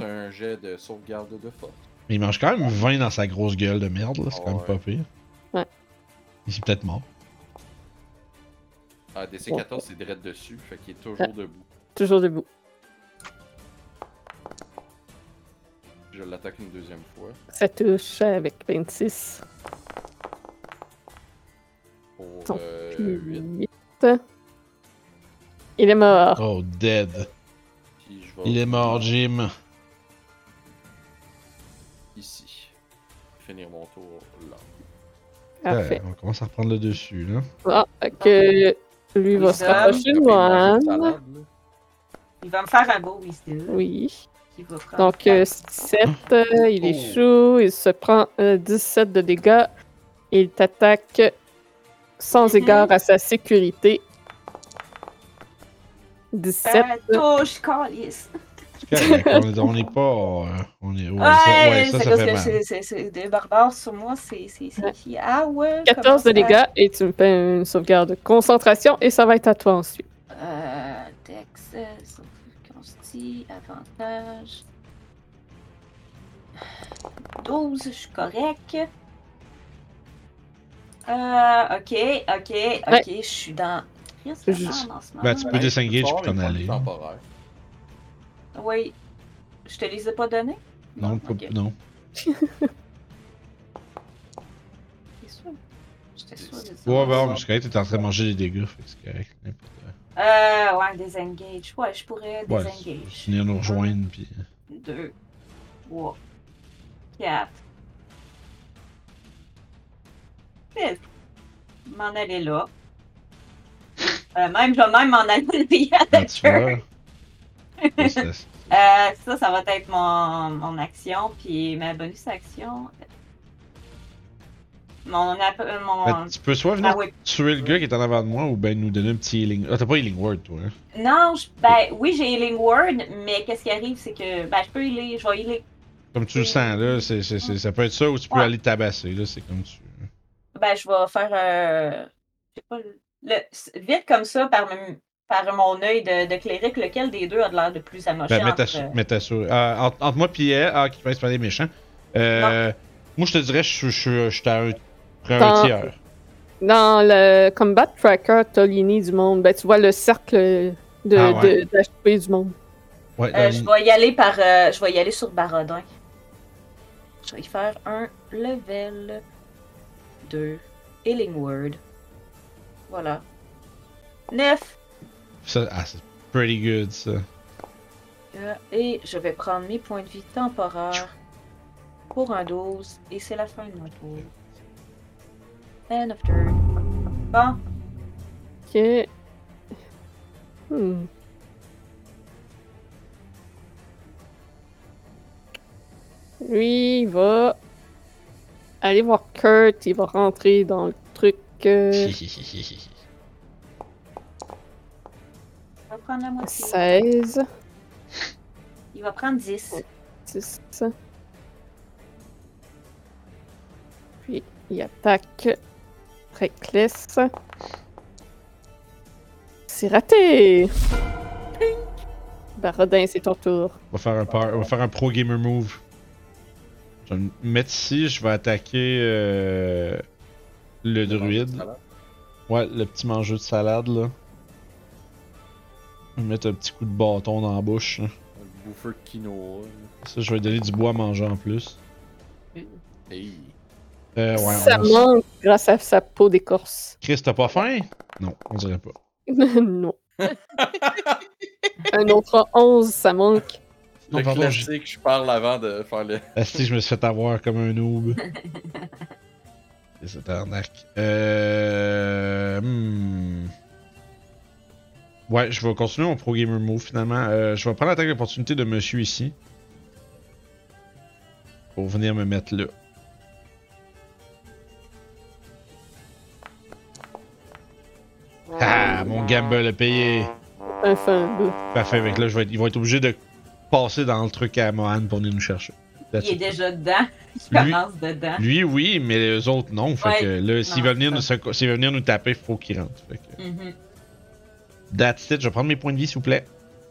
Speaker 4: C'est un jet de sauvegarde de force.
Speaker 1: Mais il mange quand même 20 dans sa grosse gueule de merde, là. C'est quand même
Speaker 4: Ouais.
Speaker 1: pas pire.
Speaker 2: Ouais.
Speaker 1: Il est peut-être mort.
Speaker 4: Ah, DC-14, c'est direct dessus, fait qu'il est toujours debout.
Speaker 2: Toujours debout.
Speaker 4: Je l'attaque une deuxième fois
Speaker 2: Ça touche avec 26.
Speaker 4: pour
Speaker 2: Ton
Speaker 4: euh, 8.
Speaker 2: Huit. Il est mort.
Speaker 1: Oh, dead.
Speaker 4: Puis je vais
Speaker 1: Il est mort, Jim.
Speaker 4: Ici. Finir mon tour là.
Speaker 2: Parfait.
Speaker 1: Ouais, on commence à reprendre le dessus, là.
Speaker 2: Ah, fait que lui va se
Speaker 3: Wisdom.
Speaker 2: rapprocher de
Speaker 4: Après, il mange une
Speaker 2: moi.
Speaker 4: salade, là.
Speaker 3: Il va me faire un beau wisdom.
Speaker 2: Oui.
Speaker 3: Il va prendre
Speaker 2: Donc, euh, 7, euh, il
Speaker 1: Oh.
Speaker 2: est chaud, il se prend euh, 17 de dégâts. Il t'attaque sans
Speaker 3: Mhm.
Speaker 2: égard à sa sécurité. 17.
Speaker 3: Ah, Ça touche, calice.
Speaker 1: Correct, on est- on est pas. euh, on est, ouais, ça, ouais,
Speaker 3: Ouais,
Speaker 1: ça,
Speaker 3: c'est
Speaker 1: ça
Speaker 3: parce
Speaker 1: fait
Speaker 3: que
Speaker 1: mal.
Speaker 3: c'est- c'est- c'est des barbares sur moi, c'est. c'est-
Speaker 2: Ouais.
Speaker 3: c'est- Ah ouais!
Speaker 2: 14 de
Speaker 3: comment ça-
Speaker 2: dégâts et tu me fais une sauvegarde de concentration et ça va être à toi ensuite.
Speaker 3: Euh. Dex, euh, sauf consti, avantage.
Speaker 7: 12, je suis correct. Euh, ok, ok, ok, je suis dans. Christ, la
Speaker 2: Je-
Speaker 7: merde en ce moment.
Speaker 1: Ben, tu peux
Speaker 4: Hey,
Speaker 1: disengage
Speaker 4: fort,
Speaker 1: puis t'en
Speaker 4: mais pas
Speaker 1: aller.
Speaker 4: temporaire.
Speaker 7: Oui. Je te les ai pas donnés?
Speaker 1: Non, pas-
Speaker 7: Ok,
Speaker 1: non.
Speaker 7: t'es sûre? J'étais sûre de ça.
Speaker 1: Ouais, bah, mais c'est correct, t'es en train de manger des dégâts. fait que C'est correct. n'importe quoi.
Speaker 7: Euh, ouais, désengage. Ouais, je pourrais
Speaker 1: Ouais,
Speaker 7: désengage.
Speaker 1: Venir nous rejoindre, puis.
Speaker 7: 2, 3, 4, 6. M'en aller là. Euh, même, je vais même m'en aller derrière
Speaker 1: Quand tu
Speaker 7: Tucker.
Speaker 1: vas. Ouais, c'est-
Speaker 7: Euh, ça, ça va être mon, mon action, puis ma bonus action. Mon. app- euh, mon
Speaker 1: Ben, tu peux soit
Speaker 7: ma
Speaker 1: venir
Speaker 7: whip-
Speaker 1: tuer le gars qui est en avant de moi ou ben nous donner un petit healing. Ah, t'as pas healing word, toi. hein?
Speaker 7: Non, je- ben oui, j'ai Healing Word, mais qu'est-ce qui arrive, c'est que ben, je peux healer, je vais healer.
Speaker 1: Comme tu le sens, là, c'est, c'est, c'est- ça peut être ça ou tu peux
Speaker 7: Ouais.
Speaker 1: aller tabasser, là, c'est comme tu.
Speaker 7: Ben, je vais faire. Euh, je sais pas, le- le- vite comme ça, par, m- par mon œil de, de cléric, lequel des deux a de l'air de plus amoché
Speaker 1: Ben, mets ta,
Speaker 7: entre- euh,
Speaker 1: sou- mets ta sou- ah, entre, entre moi pis elle, ah, qui pense pas des méchants. Euh, moi, je te dirais, je suis- je suis je suis à un, près un
Speaker 2: Dans-
Speaker 1: tiers.
Speaker 2: Dans le combat tracker, t'as l'inné du monde. Ben, tu vois le cercle de,
Speaker 1: Ah ouais.
Speaker 2: de- d'HP du monde.
Speaker 1: Ouais,
Speaker 7: Euh,
Speaker 1: dans-
Speaker 7: je vais y aller par. euh, je vais y aller sur Barodin. Je vais y faire un level 2 Healing Word. Voilà. 9.
Speaker 1: ça- ah, c'est pretty good, ça.
Speaker 7: Et je vais prendre mes points de vie temporaires pour un 12. Et c'est la fin de mon tour. End of turn. Bon.
Speaker 2: Ok. Hmm. Lui, il va aller voir Kurt. Il va rentrer dans le truc. euh,
Speaker 7: Je vais prendre la moitié.
Speaker 2: 16.
Speaker 7: Il va prendre 10.
Speaker 2: Six. Puis il attaque Reckless. C'est raté! Barodin, c'est ton tour.
Speaker 1: On va faire un, par- on va faire un pro gamer move. Je vais me mettre ici, je vais attaquer euh, le druide. Ouais, le petit mangeur de salade là. Je vais mettre un petit coup de bâton dans la bouche. là.
Speaker 4: Le bouffeur de quinoa. là.
Speaker 1: Ça, je vais donner du bois à manger en plus.
Speaker 4: Hey.
Speaker 1: Euh, ouais,
Speaker 2: ça
Speaker 1: on-
Speaker 2: manque grâce à sa peau d'écorce.
Speaker 1: Chris, t'as pas faim? Non, on dirait pas.
Speaker 2: non. Un autre 11, ça manque.
Speaker 1: Non,
Speaker 4: Le
Speaker 1: pardon,
Speaker 4: classique, je parle avant de faire le.
Speaker 1: Asti, je me suis fait avoir comme un noob. C'est cette arnaque. Euh... hmm. Ouais, je vais continuer mon pro gamer move finalement. Euh, je vais prendre l'attaque d'opportunité de monsieur ici. Pour venir me mettre là. Ah, mon gamble a payé.
Speaker 2: Enfin, deux.
Speaker 1: Parfait, avec là, je vais être- ils vont être obligés de passer dans le truc à Mohan pour venir nous chercher. That's
Speaker 7: Il est
Speaker 1: it.
Speaker 7: déjà dedans. Il
Speaker 1: Lui-
Speaker 7: commence dedans.
Speaker 1: Lui, oui, mais les autres, non. Fait
Speaker 7: Ouais.
Speaker 1: que là, s'ils
Speaker 7: Non,
Speaker 1: veulent, venir
Speaker 7: c'est
Speaker 1: nous secou- s'ils veulent venir nous taper, faut qu'ils rentrent. Fait que,
Speaker 7: Mhm.
Speaker 1: that's it. Je vais prendre mes points de vie, s'il vous plaît.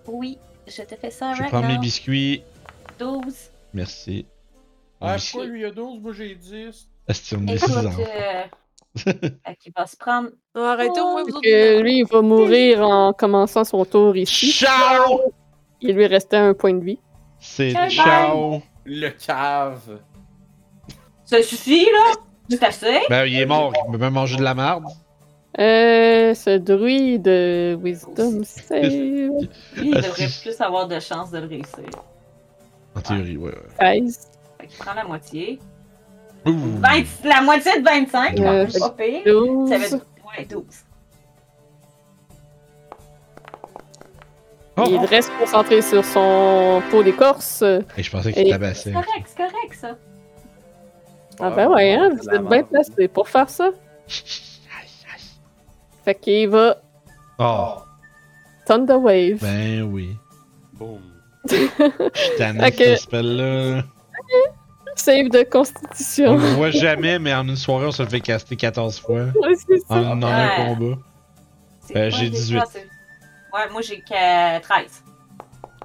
Speaker 7: Oui, je te fais ça
Speaker 1: Je vais
Speaker 7: right
Speaker 1: prendre mes
Speaker 7: now.
Speaker 1: biscuits.
Speaker 7: 12.
Speaker 1: Merci.
Speaker 4: Ah,
Speaker 1: Biscuits. Ah,
Speaker 4: pourquoi lui il a 12, moi j'ai 10.
Speaker 1: Asti, on est
Speaker 7: Écoute,
Speaker 1: six ans.
Speaker 7: euh, fait qu'il va se prendre.
Speaker 5: Non, arrêtez, au moins,
Speaker 2: Fait
Speaker 5: vous autres.
Speaker 2: que lui, il va mourir en commençant son tour ici.
Speaker 1: Ciao!
Speaker 2: Il lui restait un point de vie.
Speaker 1: C'est
Speaker 7: Bye bye.
Speaker 1: ciao!
Speaker 4: Le cave.
Speaker 7: Ça suffit, là? C'est assez?
Speaker 1: Ben, il est mort. Il peut même manger de la marde.
Speaker 2: Euh, ce druide euh, Wisdom Save
Speaker 7: Lui, il
Speaker 1: Ah,
Speaker 7: devrait
Speaker 1: si.
Speaker 7: plus avoir de chances de le réussir.
Speaker 1: En théorie, ouais. ouais.
Speaker 2: 16.
Speaker 7: Fait qu'il prend la moitié.
Speaker 1: Ouh!
Speaker 7: 20 la moitié de 25,
Speaker 2: Euh,
Speaker 7: c'est pas pire. Ça va
Speaker 2: 12.
Speaker 7: être ouais, 12.
Speaker 1: Oh,
Speaker 2: Il
Speaker 1: oh.
Speaker 2: reste concentré sur son pot d'écorce. Ah,
Speaker 1: Et je pensais
Speaker 2: Et-
Speaker 1: qu'il tabassait.
Speaker 7: C'est correct, c'est correct, ça.
Speaker 2: Ah ben ouais, hein, vous êtes bien placé pour faire ça. Fait qu'il va
Speaker 1: Oh,
Speaker 2: Thunder Wave.
Speaker 1: ben oui.
Speaker 4: Boum.
Speaker 1: Je t'annonce
Speaker 2: Ok.
Speaker 1: ce spell-là.
Speaker 2: Save de
Speaker 1: On
Speaker 2: constitution.
Speaker 1: le voit jamais, mais en une soirée, on se le fait caster 14 fois.
Speaker 2: Ouais, c'est ça.
Speaker 1: En, en un
Speaker 7: Ouais.
Speaker 1: combat.
Speaker 7: C'est
Speaker 1: Euh,
Speaker 7: quoi,
Speaker 1: j'ai 18.
Speaker 7: quoi, c'est- Ouais, moi j'ai qu'à 13.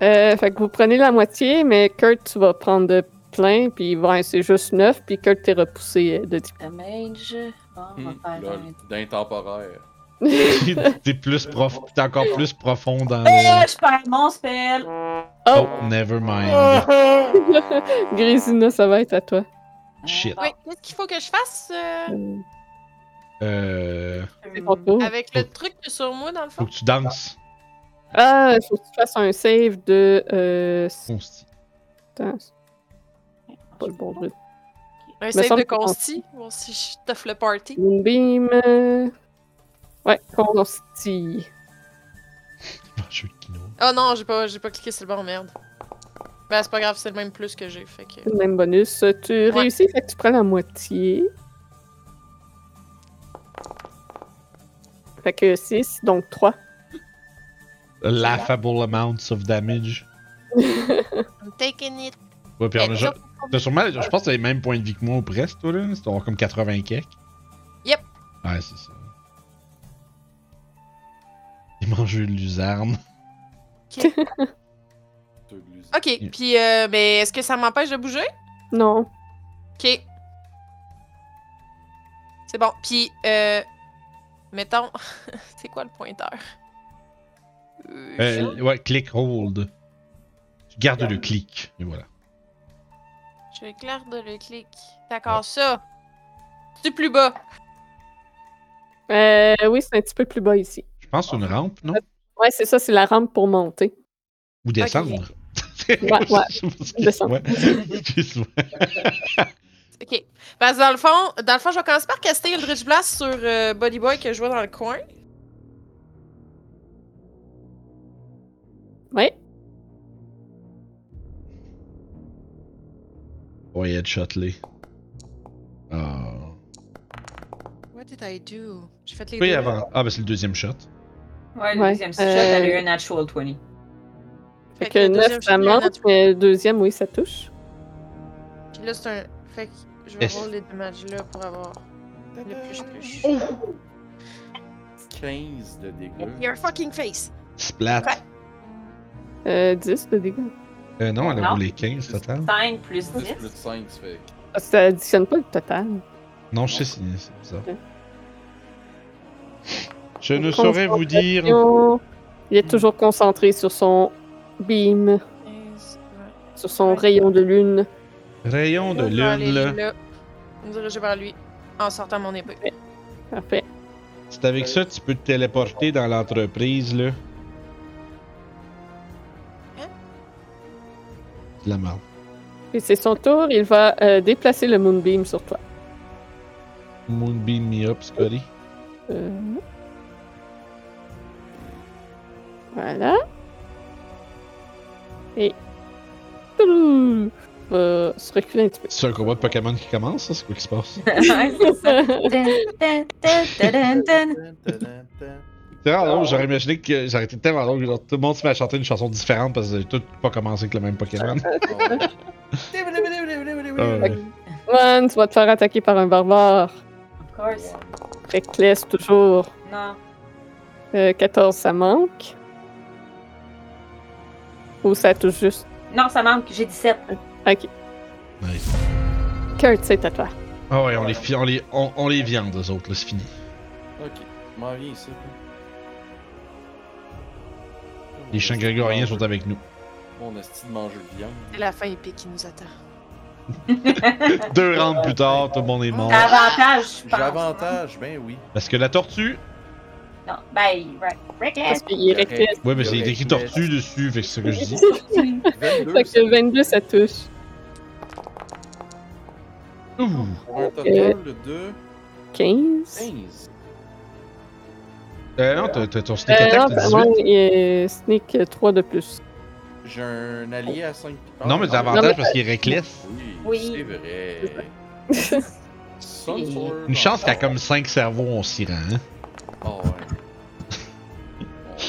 Speaker 2: Euh, fait que vous prenez la moitié, mais Kurt, tu vas prendre de plein, puis ouais, c'est juste 9, puis que t'es repoussé euh, de dix.
Speaker 3: Damage. Bon, on va
Speaker 4: Hum,
Speaker 3: faire
Speaker 4: lol,
Speaker 3: un.
Speaker 4: D'intemporaire.
Speaker 1: t'es plus prof... t'es encore plus profond dans
Speaker 3: Euh,
Speaker 1: le.
Speaker 3: je perds mon spell.
Speaker 1: Oh, never mind.
Speaker 2: Grésina, ça va être à toi.
Speaker 1: Shit.
Speaker 3: Bon,
Speaker 5: Oui, qu'est-ce qu'il faut que je fasse euh,
Speaker 2: Euh,
Speaker 1: Euh,
Speaker 2: c'est ton tour.
Speaker 5: avec le truc sur moi, dans le
Speaker 1: faut
Speaker 5: fond?
Speaker 1: que tu danses.
Speaker 2: Ah, il faut que tu fasses un save de. Euh... s-
Speaker 1: Consti.
Speaker 2: Attends, c'est pas le bon jeu.
Speaker 5: Un
Speaker 2: me
Speaker 5: save
Speaker 2: semble
Speaker 5: de
Speaker 2: que-
Speaker 5: consti, voir si je t'offre le party.
Speaker 2: Moonbeam. euh, Ouais, Consti.
Speaker 1: Je suis le kino.
Speaker 5: Oh non, j'ai pas, j'ai pas cliqué sur le bon, merde. Ben, c'est pas grave, c'est le même plus que j'ai, fait que...
Speaker 2: Le Même bonus. Tu réussis, fait que tu prends la moitié. Fait que 6, donc 3.
Speaker 1: Laughable amounts of damage.
Speaker 5: I'm taking it.
Speaker 1: Ouais, puis on a
Speaker 5: Eh,
Speaker 1: ja-
Speaker 5: ça,
Speaker 1: T'as sûrement, je pense que t'as les mêmes points de vie que moi ou presque, toi, là. C'est d'avoir comme 80 kek.
Speaker 5: Yep.
Speaker 1: Ouais, c'est ça. Il mange une luzerne.
Speaker 4: Deux glues.
Speaker 5: Ok, puis euh, mais est-ce que ça m'empêche de bouger?
Speaker 2: Non.
Speaker 5: Ok. C'est bon. Puis, euh, mettons, c'est quoi le pointeur? Euh,
Speaker 1: Euh, ouais, click hold. Tu gardes le clic. Et voilà.
Speaker 5: Je garde le clic. D'accord, ça. C'est plus bas.
Speaker 2: Euh, oui, c'est un petit peu plus bas ici.
Speaker 1: Je pense que c'est une rampe, non?
Speaker 2: Ouais, c'est ça, c'est la rampe pour monter.
Speaker 1: Ou descendre.
Speaker 2: Ouais, ouais. Descendre.
Speaker 1: Excuse-moi. Excuse-moi.
Speaker 5: Ok. Parce que dans le fond, dans le fond, je vais commencer par caster Eldritch Blast sur euh, Body Boy que je vois dans le coin.
Speaker 2: Ouais.
Speaker 1: Ouais, headshot-lé. Ah.
Speaker 5: What did I do? J'ai fait les
Speaker 1: Oui,
Speaker 5: deux.
Speaker 1: avant. Ah, ben c'est le deuxième shot.
Speaker 3: Ouais, le
Speaker 2: Ouais,
Speaker 3: deuxième shot,
Speaker 2: euh,
Speaker 3: elle a eu un natural 20.
Speaker 2: Fait que 9, ça monte, mais le deuxième, oui, ça touche.
Speaker 5: Puis là, c'est un. Fait que je vais
Speaker 1: Yes.
Speaker 5: voir les deux matchs là pour avoir le plus plus.
Speaker 1: Oh!
Speaker 4: 15 de dégâts.
Speaker 5: Your fucking face!
Speaker 1: Splat.
Speaker 2: Euh, 10 de dégâts.
Speaker 1: Euh, non, elle a
Speaker 3: Non.
Speaker 1: roulé 15 total.
Speaker 3: 5 plus 10.
Speaker 4: 10 plus 5, ça fait.
Speaker 2: Ah, Ça additionne pas le total.
Speaker 1: Non, je sais, c'est c'est bizarre.
Speaker 2: Ouais.
Speaker 1: Je ne saurais vous dire.
Speaker 2: Concentration. Il est toujours concentré sur son beam,
Speaker 5: 15, ouais.
Speaker 2: sur son rayon de lune.
Speaker 1: Rayon de
Speaker 5: Je vais aller
Speaker 1: lune, là.
Speaker 5: là, Me diriger vers lui en sortant mon épée.
Speaker 2: Parfait.
Speaker 1: C'est avec ça que tu peux te téléporter dans l'entreprise, là.
Speaker 5: Hein?
Speaker 1: C'est de la merde.
Speaker 2: Et c'est son tour, il va euh, déplacer le moonbeam sur toi.
Speaker 1: Moonbeam me up, Scotty.
Speaker 2: Euh, Voilà. Et. Toulou! Va se reculer un petit peu.
Speaker 1: C'est un combat de Pokémon qui commence, ça? C'est quoi qui se passe? C'est vraiment
Speaker 2: Ah.
Speaker 1: drôle, j'aurais imaginé que j'aurais été tellement drôle que genre, tout le monde se met à chanter une chanson différente parce que tout pas commencé avec le même Pokémon. Ah ouais.
Speaker 2: One, tu vas te faire attaquer par un barbare.
Speaker 3: Of course.
Speaker 2: Reckless toujours.
Speaker 3: Non.
Speaker 2: Euh, 14, ça manque. Ou ça touche juste.
Speaker 3: Non, ça manque, j'ai 17.
Speaker 2: Ok.
Speaker 1: Nice.
Speaker 2: Kurt, c'est à toi.
Speaker 1: Ah ouais, on les, fi- on les, on, on les viande, eux autres, là, c'est fini.
Speaker 4: Ok, m'en viens ici.
Speaker 1: Les chants grégoriens sont avec nous.
Speaker 4: Mon esti de mangeur de viande.
Speaker 5: C'est la fin épée qui nous attend.
Speaker 2: Ah.
Speaker 1: Deux rounds plus tard, tout le monde est mort.
Speaker 3: T'as avantage, je
Speaker 2: hein.
Speaker 4: J'ai
Speaker 3: pense.
Speaker 4: avantage, ben oui.
Speaker 1: Parce que la tortue.
Speaker 3: Non, ben, right.
Speaker 2: Parce
Speaker 3: Reckless.
Speaker 2: qu'il est reckless.
Speaker 1: Ouais, mais c'est écrit tortue dessus, fait que c'est ce que je dis.
Speaker 4: 22,
Speaker 2: Fait
Speaker 4: c'est
Speaker 2: que 22, ça touche.
Speaker 1: Ouh!
Speaker 4: un total de
Speaker 2: 15.
Speaker 4: 15.
Speaker 1: Euh, non, t'as- t'as ton sneak
Speaker 2: Euh, non,
Speaker 1: attack, t'as 18.
Speaker 2: pardon, il est sneak 3 de plus.
Speaker 4: J'ai un allié à 5
Speaker 1: Non, mais t'as
Speaker 2: Non, mais-
Speaker 1: avantage parce qu'il est reckless.
Speaker 4: Oui,
Speaker 3: Oui.
Speaker 4: c'est vrai.
Speaker 1: Une chance qu'à comme 5 cerveaux, on s'y rend. hein.
Speaker 4: Oh, ouais.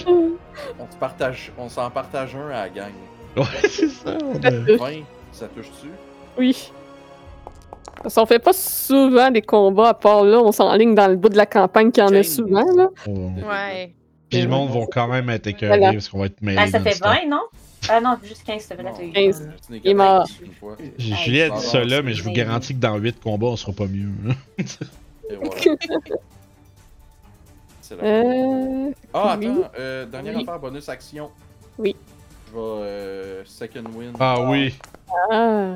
Speaker 4: on on se partage, on s'en partage un à la gang.
Speaker 1: Ouais, c'est ça. on
Speaker 2: Ça
Speaker 1: a-
Speaker 2: touche,
Speaker 4: 20, ça touche-tu?
Speaker 2: oui. Parce qu'on fait pas souvent des combats à part là, on s'enligne dans le bout de la campagne qui en a
Speaker 4: James.
Speaker 2: souvent, là.
Speaker 1: on-
Speaker 5: Ouais.
Speaker 1: Puis le monde va quand même être écœuré
Speaker 2: Voilà.
Speaker 1: parce qu'on va être mêlés.
Speaker 3: Ben, ça fait
Speaker 1: non-stop.
Speaker 3: 20, non? Ah non, juste 15, c'est vrai, t'as eu.
Speaker 2: Quinze.
Speaker 3: raison.
Speaker 4: Tu n'es
Speaker 2: Il est mort.
Speaker 4: capable d'une fois.
Speaker 1: J'ai- Julie a dit ça là, mais je vous
Speaker 3: Mais-
Speaker 1: garantis que dans 8 combats, on sera pas mieux. hein. là.
Speaker 4: Et voilà. C'est la-
Speaker 2: Euh,
Speaker 4: Ah,
Speaker 2: oui.
Speaker 4: attends, euh, dernière
Speaker 2: Oui.
Speaker 4: affaire, bonus action.
Speaker 2: Oui.
Speaker 4: Je vais euh, second win.
Speaker 1: Ah oui.
Speaker 2: ah.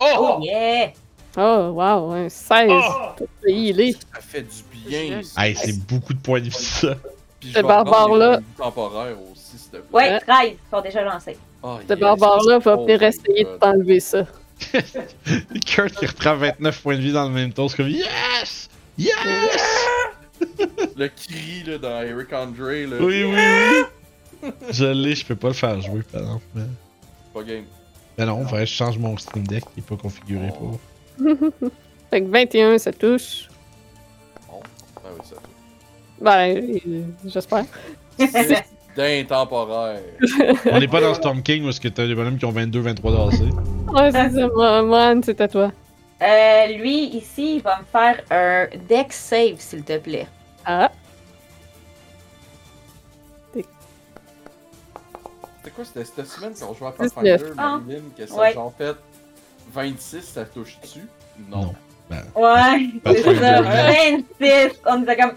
Speaker 3: Oh yeah!
Speaker 2: Oh, wow, un 16.
Speaker 4: Ah!
Speaker 2: Il est.
Speaker 4: Ça fait du bien.
Speaker 5: Je-
Speaker 1: Hey, c'est beaucoup de points de vie, ça.
Speaker 4: Puis
Speaker 2: Ce
Speaker 4: vais prendre
Speaker 2: barbare-là.
Speaker 4: les points temporaires aussi, s'il te plaît.
Speaker 3: Ouais,
Speaker 2: Ouais.
Speaker 3: 13, ils sont déjà lancés.
Speaker 4: Ah,
Speaker 2: Ce
Speaker 4: yes.
Speaker 2: barbare-là va
Speaker 4: Oh
Speaker 2: venir
Speaker 4: my
Speaker 2: essayer de
Speaker 4: God.
Speaker 2: t'enlever ça.
Speaker 1: Kurt qui reprend 29 points de vie dans le même tour. C'est comme Yes! Yes!
Speaker 4: Le cri là, dans Eric Andre, là,
Speaker 1: Oui, oui, oui. Je l'ai, je peux pas le faire jouer, par exemple. Mais,
Speaker 4: pas
Speaker 1: mais
Speaker 4: game.
Speaker 1: Ben non, faudrait que je change mon Steam Deck qui est pas configuré pour.
Speaker 2: Fait que 21, ça touche.
Speaker 4: Ah oui, ça.
Speaker 2: Ben, euh, j'espère.
Speaker 4: D'intemporaire.
Speaker 1: On n'est pas dans Storm King où est-ce que t'as des bonhommes qui ont 22-23 d'AC.
Speaker 2: Ouais, c'est ça, Mo- Mohan, c'est à toi.
Speaker 3: Euh, lui, ici, il va me faire un deck save, s'il te plaît.
Speaker 2: Ah,
Speaker 4: C'était Euh, quoi, c'était cette semaine qu'on jouait à
Speaker 2: 19.
Speaker 4: Pathfinder,
Speaker 3: Ah.
Speaker 4: Marilyn, que ça
Speaker 3: Ouais.
Speaker 4: genre fait 26, ça touche dessus?
Speaker 1: Non.
Speaker 4: Non.
Speaker 3: Ouais,
Speaker 1: Pathfinder.
Speaker 3: c'est ça, 26! On nous a comme.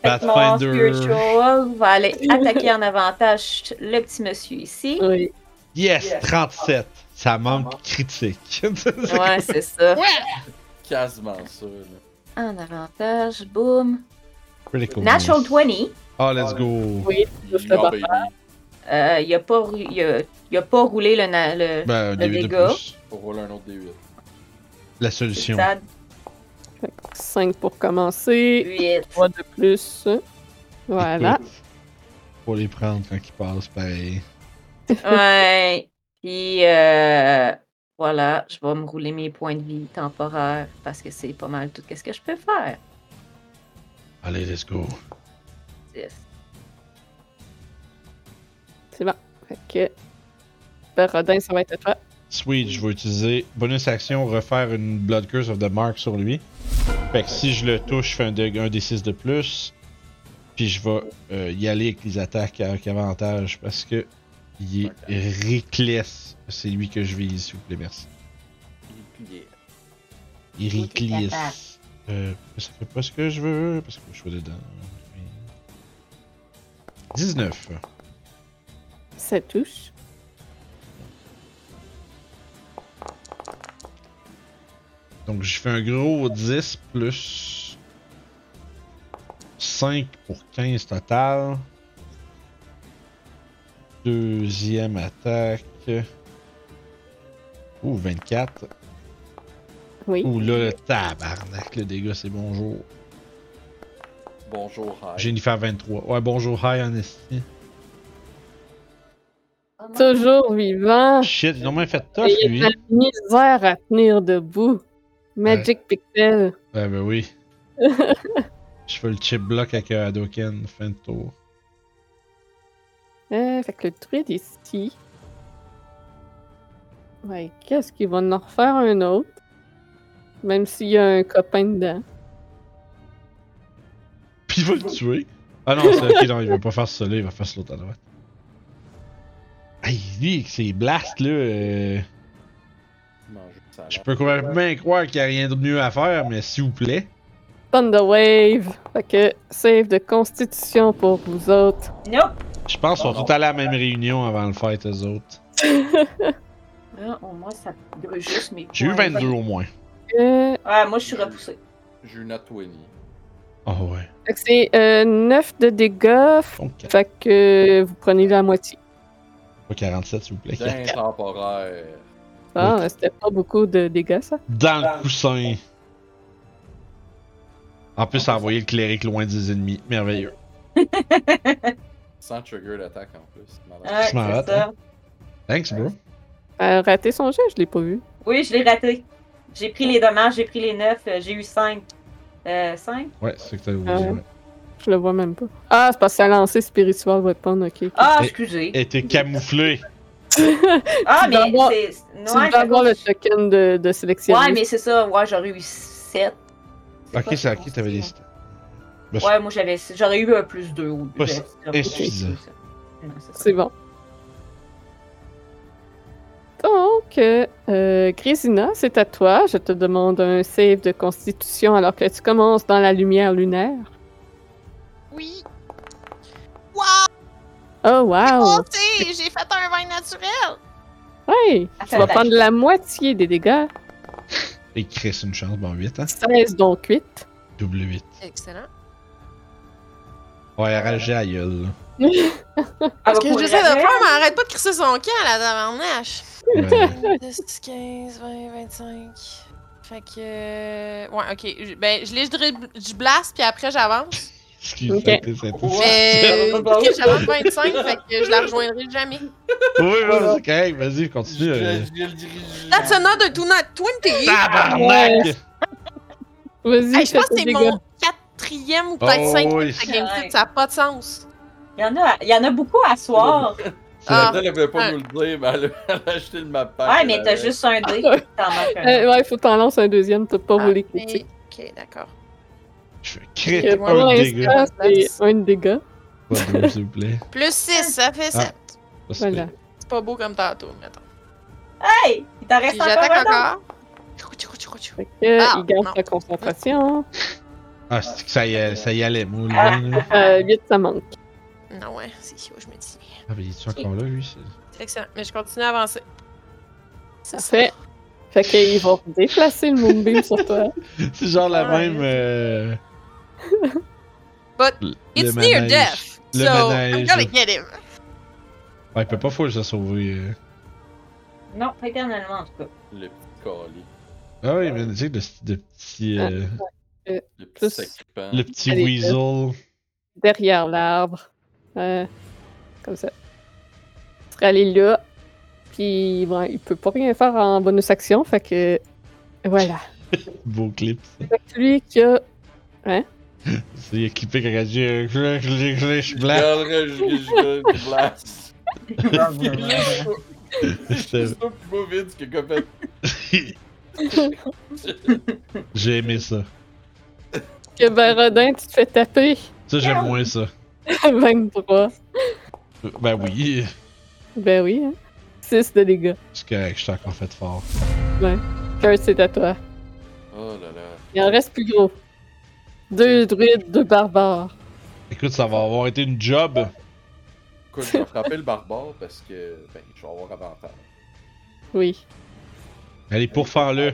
Speaker 3: Fait que mon
Speaker 1: Pathfinder.
Speaker 3: spiritual va aller attaquer en avantage le petit monsieur ici.
Speaker 2: oui.
Speaker 1: Yes!
Speaker 4: Yes.
Speaker 1: 37! Ça manque critique.
Speaker 3: Ouais, c'est ça.
Speaker 4: Quasiment ça, là.
Speaker 3: En avantage, boum.
Speaker 1: Critical
Speaker 3: Natural
Speaker 1: miss.
Speaker 3: 20.
Speaker 1: Ah, let's go!
Speaker 2: Oui, tu touches le
Speaker 4: Ah,
Speaker 2: barbare.
Speaker 4: baby.
Speaker 3: Euh, il, a pas, rou- il, a, il a pas roulé le. na- le...
Speaker 1: Ben,
Speaker 3: Le
Speaker 1: des huit de
Speaker 3: dégât.
Speaker 1: plus.
Speaker 4: Faut rouler un autre D8.
Speaker 1: La solution.
Speaker 3: ça,
Speaker 2: 5 pour commencer.
Speaker 3: 8.
Speaker 2: 3 de plus. Voilà.
Speaker 1: Faut les prendre quand ils passent, ben, pareil.
Speaker 3: Ouais. Puis euh, voilà, je vais me rouler mes points de vie temporaires parce que c'est pas mal tout ce que je peux faire.
Speaker 1: Allez, let's go.
Speaker 3: Dix.
Speaker 2: C'est bon. Fait que. Ben, Rodin, ça va être à toi.
Speaker 1: Sweet, je vais utiliser bonus action, refaire une Blood Curse of the Mark sur lui. Fait que si je le touche, je fais un, dég- un D6 de plus. Puis je vais euh, y aller avec les attaques avec avantage parce que il est Reckless. C'est lui que je vise, s'il vous plaît, merci.
Speaker 4: Et puis, yeah.
Speaker 1: Il
Speaker 3: Tout est
Speaker 1: Reckless.
Speaker 3: capable.
Speaker 1: Euh, ça fait pas ce que je veux parce que je suis dedans. 19.
Speaker 2: Ça touche.
Speaker 1: Donc je fais un gros 10 plus 5 pour 15 total. Deuxième attaque. Ouh, 24.
Speaker 2: Oui.
Speaker 1: Ouh là, le tabarnak, le dégât, c'est bonjour.
Speaker 4: Bonjour, hi.
Speaker 1: Jennifer 23. Ouais, bonjour, hi, Honesty.
Speaker 2: Toujours vivant.
Speaker 1: Shit, ils ont même fait tough,
Speaker 2: Et il
Speaker 1: lui.
Speaker 2: y a de la misère à tenir debout. Magic Pixel.
Speaker 1: Ouais, ben oui. je fais le chip block avec euh, Hadoken, fin de tour.
Speaker 2: Euh, fait que le druide ici. Ouais, qu'est-ce qu'il va en refaire un autre? Même s'il y a un copain dedans.
Speaker 1: Puis il va le tuer. Ah non, c'est ok, non, il veut pas faire celui-là, il va faire l'autre à droite. Hey, lui, avec ses blasts, là, euh,
Speaker 4: Manger ça.
Speaker 1: je peux complètement croire qu'il y a rien de mieux à faire, mais s'il vous plaît.
Speaker 2: Thunder Wave! Fait que save de constitution pour vous autres.
Speaker 3: Nope.
Speaker 1: Je pense
Speaker 3: Ah,
Speaker 1: qu'ils sont tous allés à la même réunion avant le fight, eux autres.
Speaker 3: Là, au moins, ça brûle juste mes points.
Speaker 1: J'ai eu 22 au moins.
Speaker 2: Euh,
Speaker 3: Ouais, moi, je suis repoussée.
Speaker 4: J'ai une at 20.
Speaker 1: Ah ouais.
Speaker 2: fait que c'est euh, 9 de dégâts.
Speaker 1: Donc, quatre-
Speaker 2: Fait que vous prenez la moitié.
Speaker 1: pas 47, s'il vous plaît. quatre-
Speaker 4: D'intemporaire.
Speaker 2: Ah, c'était pas beaucoup de dégâts, ça.
Speaker 1: Dans le coussin. En plus, ça a envoyé le cléric loin des ennemis. Merveilleux.
Speaker 4: Sans trigger d'attaque en plus. c'est malade.
Speaker 3: Ouais,
Speaker 1: Je m'en
Speaker 3: c'est
Speaker 1: rate, hein.
Speaker 3: ça.
Speaker 1: Thanks, bro.
Speaker 2: Euh, raté son jet, je l'ai pas vu.
Speaker 3: Oui, je l'ai raté. J'ai pris les dommages, j'ai pris les 9, j'ai eu 5. Euh, 5?
Speaker 1: Ouais, c'est ce que t'as voulu
Speaker 2: Ah
Speaker 1: dire.
Speaker 2: ouais. Je le vois même pas. Ah, c'est parce que ça a lancé Spiritual Weapon, ok.
Speaker 3: Ah,
Speaker 1: Et-
Speaker 3: excusez.
Speaker 1: Elle était camouflée.
Speaker 3: Ah,
Speaker 2: tu
Speaker 3: mais
Speaker 2: vas voir-
Speaker 3: c'est.
Speaker 2: Tu
Speaker 3: Ouais,
Speaker 2: vas avoir le
Speaker 3: je-
Speaker 2: token de, de sélectionner.
Speaker 3: ouais, mais c'est ça. Ouais, j'aurais eu 7.
Speaker 1: Ok, c'est à qui t'avais des stats. Ben,
Speaker 3: Ouais, moi j'avais j'aurais eu un plus 2 ou
Speaker 1: Pas
Speaker 3: j'avais- j'aurais
Speaker 1: insuffisant.
Speaker 3: eu ça. Non, c'est ça.
Speaker 2: C'est bon. Donc, euh, euh, Grisina, c'est à toi. Je te demande un save de constitution alors que tu commences dans la lumière lunaire.
Speaker 5: Oui.
Speaker 2: Oh, wow!
Speaker 5: Oh, t'sais, j'ai fait un vin naturel.
Speaker 2: Ouais! Tu vas prendre la moitié des dégâts.
Speaker 1: Et Chris, une chance, bon, 8, hein?
Speaker 2: 16, donc 8.
Speaker 1: Double 8.
Speaker 5: Excellent.
Speaker 1: Ouais, rager à gueule, là.
Speaker 5: Parce
Speaker 3: Ah,
Speaker 5: que
Speaker 3: bah, pour
Speaker 5: j'essaie de
Speaker 3: le
Speaker 5: faire, mais arrête pas de crisser son camp, la tabarnache.
Speaker 1: Ouais.
Speaker 5: 10, 15, 20, 25. Fait que. Ouais, ok. Je- Ben, je les dribble- je blast, puis après j'avance.
Speaker 1: Excuse,
Speaker 2: Ok.
Speaker 1: ça a été- ça a été-
Speaker 3: Ouais.
Speaker 5: Mais.
Speaker 3: Ouais.
Speaker 5: parce que J'avance 25, fait que je la rejoindrai jamais.
Speaker 1: Oui, vas-y, ok, vas-y, continue. euh.
Speaker 3: Ah,
Speaker 5: That's another do not 20!
Speaker 1: Tabarnak!
Speaker 2: Vas-y,
Speaker 5: Hey, je pense
Speaker 2: fais
Speaker 5: que
Speaker 2: tes
Speaker 5: c'est
Speaker 2: dégâts.
Speaker 5: mon quatrième ou
Speaker 1: Oh,
Speaker 5: peut-être cinquième
Speaker 1: oui.
Speaker 5: de Game Fit,
Speaker 3: Ouais.
Speaker 5: ça n'a pas de sens.
Speaker 3: Il y, en a, il y en a beaucoup à soir.
Speaker 4: C'est la
Speaker 5: Ah.
Speaker 4: elle voulait pas
Speaker 5: Ah.
Speaker 4: nous le dire, mais elle a, elle a acheté le map pack. euh,
Speaker 3: Ouais, mais
Speaker 4: elle
Speaker 3: t'as
Speaker 4: avait.
Speaker 3: juste un dé. T'en manques un.
Speaker 2: Euh, ouais, faut t'en lancer un deuxième, t'as pas
Speaker 5: Ah,
Speaker 2: voulu
Speaker 5: mais-
Speaker 2: critiquer.
Speaker 5: Ok, d'accord.
Speaker 1: Je fais crit
Speaker 5: Ok,
Speaker 2: Pour
Speaker 1: un
Speaker 5: voilà,
Speaker 1: dégât.
Speaker 2: l'instant, c'est un dégât.
Speaker 1: Pas deux, s'il vous plaît.
Speaker 5: Plus 6, ça fait 7.
Speaker 1: Ça, c'est-
Speaker 2: Voilà.
Speaker 5: C'est pas beau comme tantôt, mettons.
Speaker 3: Hey! Il t'en
Speaker 5: Puis
Speaker 3: reste
Speaker 5: j'attaque
Speaker 3: encore un autre.
Speaker 5: encore. Tchou, tchou, tchou, tchou.
Speaker 2: Fait que,
Speaker 5: Ah,
Speaker 2: il garde
Speaker 5: non.
Speaker 2: sa concentration.
Speaker 1: Ah, c'est que ça y, est- ça y allait, moi, lui.
Speaker 3: Ah.
Speaker 1: là.
Speaker 2: Euh, 8, ça manque.
Speaker 5: Non, ouais, c'est chaud, je me dis.
Speaker 1: Ah, mais il est encore là, lui? c'est-
Speaker 5: C'est excellent, mais je continue à avancer. C'est ça.
Speaker 2: Parfait. Fait qu'ils vont déplacer le Moonbeam sur toi.
Speaker 1: C'est genre la
Speaker 5: Ah, Ouais.
Speaker 1: même. euh,
Speaker 5: But
Speaker 1: le
Speaker 5: It's near
Speaker 1: manège.
Speaker 5: death,
Speaker 1: Le
Speaker 5: so I'm
Speaker 1: manège.
Speaker 5: gonna get him.
Speaker 1: Ouais, il peut pas full se sauver. euh.
Speaker 3: Non, pas éternellement en tout cas.
Speaker 4: Le petit colis.
Speaker 1: Ah oui, mais tu sais, le, le petit, euh,
Speaker 4: Le petit
Speaker 2: Plus-
Speaker 4: sacripant.
Speaker 1: le petit
Speaker 2: Allez,
Speaker 1: weasel.
Speaker 2: derrière l'arbre. Euh, comme ça. Il serait allé là. Puis, bon, il peut pas rien faire en bonus action, fait que. Voilà.
Speaker 1: Beau clip. ça.
Speaker 2: Fait que celui qui a.
Speaker 1: C'est- Il a clippé quand il a dit euh, je je- je- je
Speaker 4: Je
Speaker 1: blague.
Speaker 4: garderai jusqu'à- jusqu'à- je blast.
Speaker 1: C'est-
Speaker 4: C'est pas plus mauvais que comme fait.
Speaker 1: J'ai aimé ça.
Speaker 2: Que Barodin, tu te fais taper.
Speaker 1: Ça, j'aime moins ça.
Speaker 2: 23.
Speaker 1: Euh, Ben oui,
Speaker 2: Ben oui, hein. 6 de dégâts.
Speaker 1: c'est correct, je suis encore fait fort.
Speaker 2: Kurt, c'est à toi.
Speaker 4: Oh là là.
Speaker 2: Il en reste plus gros. Deux druides, deux barbares.
Speaker 1: Écoute, ça va avoir été une job.
Speaker 4: Écoute, je vais frapper le barbare parce que ben, je vais avoir avantage.
Speaker 2: Oui.
Speaker 1: Allez, pour faire le.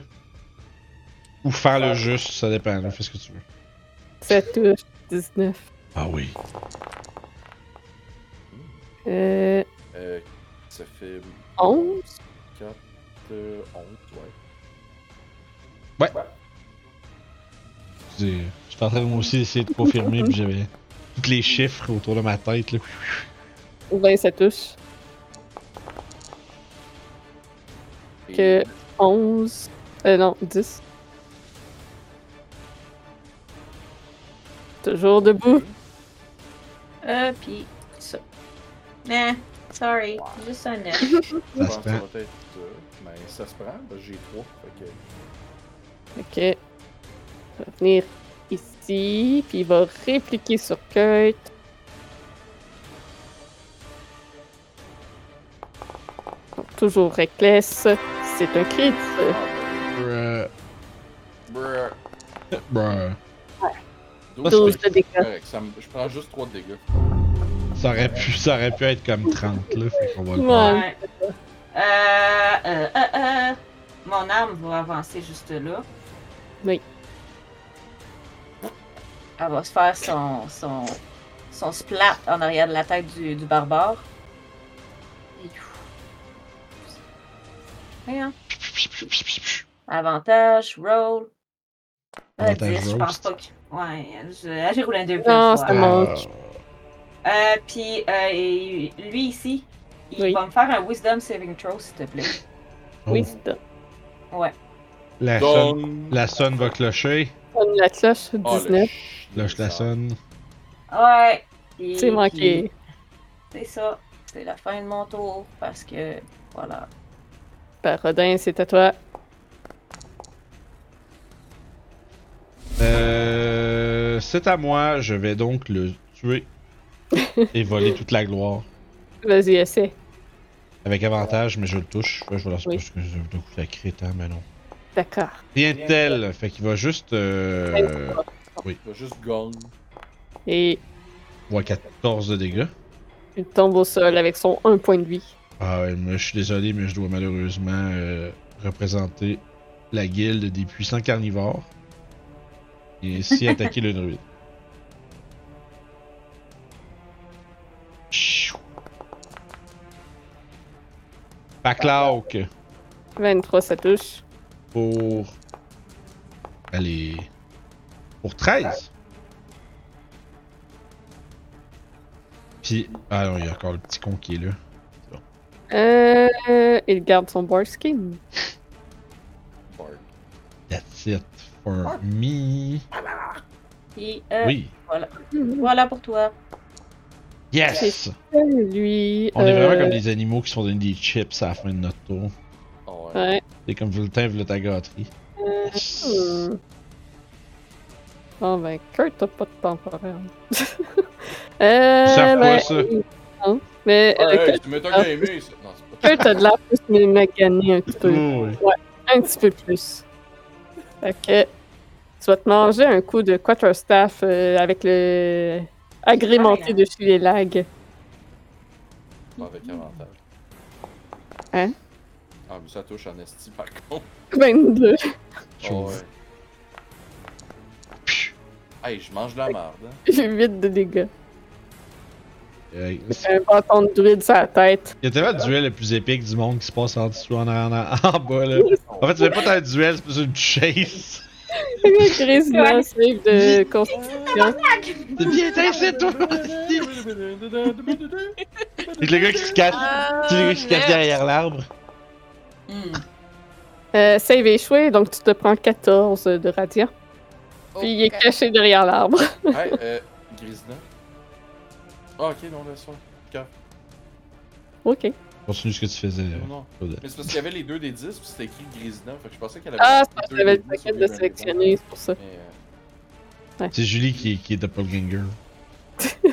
Speaker 1: Ou faire le juste, ça dépend, là, fais ce que tu veux.
Speaker 2: Ça touche. 19.
Speaker 1: Ah oui.
Speaker 2: Euh,
Speaker 4: Euh, ça fait
Speaker 2: 11.
Speaker 4: 4, 11, ouais.
Speaker 1: Je suis en train de moi aussi essayer de confirmer, puis j'avais tous les chiffres autour de ma tête. Là.
Speaker 2: 20, ça touche.
Speaker 4: Et-
Speaker 2: Que- 11. Euh, non, 10. Toujours debout.
Speaker 3: Euh, pis ça. Nah, Eh, sorry. Juste un 9.
Speaker 4: Je
Speaker 1: Ça
Speaker 4: pense
Speaker 1: se
Speaker 4: que ça
Speaker 1: prend.
Speaker 4: va être ça. Mais euh, ben, ça se prend, parce que j'ai 3. Fait que.
Speaker 2: Ok. Il va venir ici, puis il va répliquer sur Kurt. Donc, toujours Reckless. C'est un crit.
Speaker 1: Bruh.
Speaker 4: Bruh.
Speaker 1: Bruh.
Speaker 2: 12 de dégâts.
Speaker 4: Correct, ça me- Je prends juste 3 de dégâts.
Speaker 1: Ça aurait pu, ça aurait pu être comme 30, là, fait qu'on va le
Speaker 2: Ouais.
Speaker 1: prendre.
Speaker 3: Ouais. Euh, euh, euh, euh. Mon arme va avancer juste là.
Speaker 2: Oui.
Speaker 3: Elle va se faire son, son, son splat en arrière de la tête du, du barbare. Et- Voyons. Avantage, roll. Euh,
Speaker 1: Avantage
Speaker 3: 10, je
Speaker 1: roll,
Speaker 3: pense
Speaker 1: c'est-
Speaker 3: pas que. Ouais, je- elle, j'ai roulé un 2
Speaker 2: Non, c'est bon.
Speaker 3: euh, puis euh, et lui ici, il
Speaker 2: Oui.
Speaker 3: va me faire un Wisdom Saving Throw, s'il te plaît.
Speaker 1: Oh.
Speaker 2: Oui, c'est ça.
Speaker 3: Ouais.
Speaker 1: La sonne,
Speaker 4: Donc.
Speaker 1: la sonne va clocher.
Speaker 2: Sonne la cloche,
Speaker 1: Ah,
Speaker 4: Oh,
Speaker 2: 19.
Speaker 4: chien,
Speaker 1: Cloche la
Speaker 4: ça.
Speaker 1: sonne.
Speaker 3: Ouais. Puis-
Speaker 2: C'est manqué.
Speaker 3: puis C'est ça. C'est la fin de mon tour parce que voilà.
Speaker 2: Parodin, c'est à toi.
Speaker 1: Euh. c'est à moi, je vais donc le tuer et voler toute la gloire.
Speaker 2: Vas-y, essaie.
Speaker 1: Avec avantage, mais je le touche. Ouais, je vais lancer
Speaker 2: Oui.
Speaker 1: parce que je vais la crête, hein, mais non.
Speaker 2: D'accord.
Speaker 1: Rien de tel, fait qu'il va juste. Euh,
Speaker 4: Il va juste gong.
Speaker 2: Et
Speaker 1: ouais, 14 de dégâts.
Speaker 2: il tombe au sol avec son un point de vie.
Speaker 1: Ah ouais, moi, je suis désolé, mais je dois malheureusement euh, représenter la guilde des puissants carnivores. Et ainsi attaquer le druide. Chou. Paclauque
Speaker 2: 23, ça touche.
Speaker 1: pour. Allez. Pour 13. Puis. Ah non, il y a encore le petit con qui est là.
Speaker 2: Euh, il garde son bar skin.
Speaker 4: Bark.
Speaker 1: That's it for me.
Speaker 3: Puis, euh,
Speaker 1: Oui.
Speaker 3: Voilà pour toi.
Speaker 1: Yes!
Speaker 2: Lui.
Speaker 1: On est vraiment
Speaker 2: euh,
Speaker 1: comme des animaux qui se font donner des chips à la fin de notre tour.
Speaker 4: Oh, ouais.
Speaker 2: Ouais.
Speaker 1: C'est comme Vultin, v'là ta gâterie. Yes.
Speaker 2: Hmm. Oh ben, Kurt, t'as pas de temporaire. euh,
Speaker 1: savent
Speaker 2: ben,
Speaker 1: pas ça.
Speaker 2: non. Mais euh,
Speaker 4: Hey,
Speaker 2: Kurt,
Speaker 4: hey, tu mets ton
Speaker 2: Ah.
Speaker 4: gamé, ça. Non, c'est pas.
Speaker 2: Kurt a de l'air plus ménagané un petit peu.
Speaker 1: Oh, oui.
Speaker 2: Un petit peu plus. Fait que tu vas te manger un coup de quarterstaff euh, avec le... agrémenté de chez les lags.
Speaker 4: Pas avec avantage.
Speaker 2: Hein?
Speaker 4: Ah, mais ça touche en esti, par contre.
Speaker 2: 22.
Speaker 4: Oh,
Speaker 1: Chaud.
Speaker 4: ouais. Hey, je mange de la merde. Hein.
Speaker 2: J'ai 8 de dégâts.
Speaker 1: Euh,
Speaker 2: J'ai Un bâton de druide sur la tête.
Speaker 1: Il y a tellement de duels le plus épique du monde qui se passe en dessous, en, en, en, en bas, là. En fait, c'est même pas tant un duel, c'est plus une chase.
Speaker 2: Grisement, save de constitution.
Speaker 1: C'est bien c'est toi aussi! C'est le gars qui se cache. C'est le gars qui se cache derrière l'arbre.
Speaker 2: Euh, save échoué, donc tu te prends 14 de radiant. Puis il est
Speaker 5: Oh, Ok.
Speaker 2: caché derrière l'arbre.
Speaker 4: hey, euh, Grisna. Ah, ok, non, laisse
Speaker 1: Euh,
Speaker 4: moi
Speaker 2: ok.
Speaker 1: Continue ce que tu faisais.
Speaker 4: Non, non.
Speaker 1: Claudel.
Speaker 4: Mais c'est parce qu'il y avait les deux des 10, puis c'était écrit Grisna. Fait que je pensais qu'elle avait.
Speaker 2: Ah,
Speaker 4: les
Speaker 2: c'est parce que j'avais le paquet
Speaker 4: deux des 10 au lieu
Speaker 2: de
Speaker 4: d'un des
Speaker 2: sélectionner, c'est pour ça.
Speaker 4: autres. Mais, euh,
Speaker 1: C'est Julie qui, qui est doppelganger.
Speaker 4: je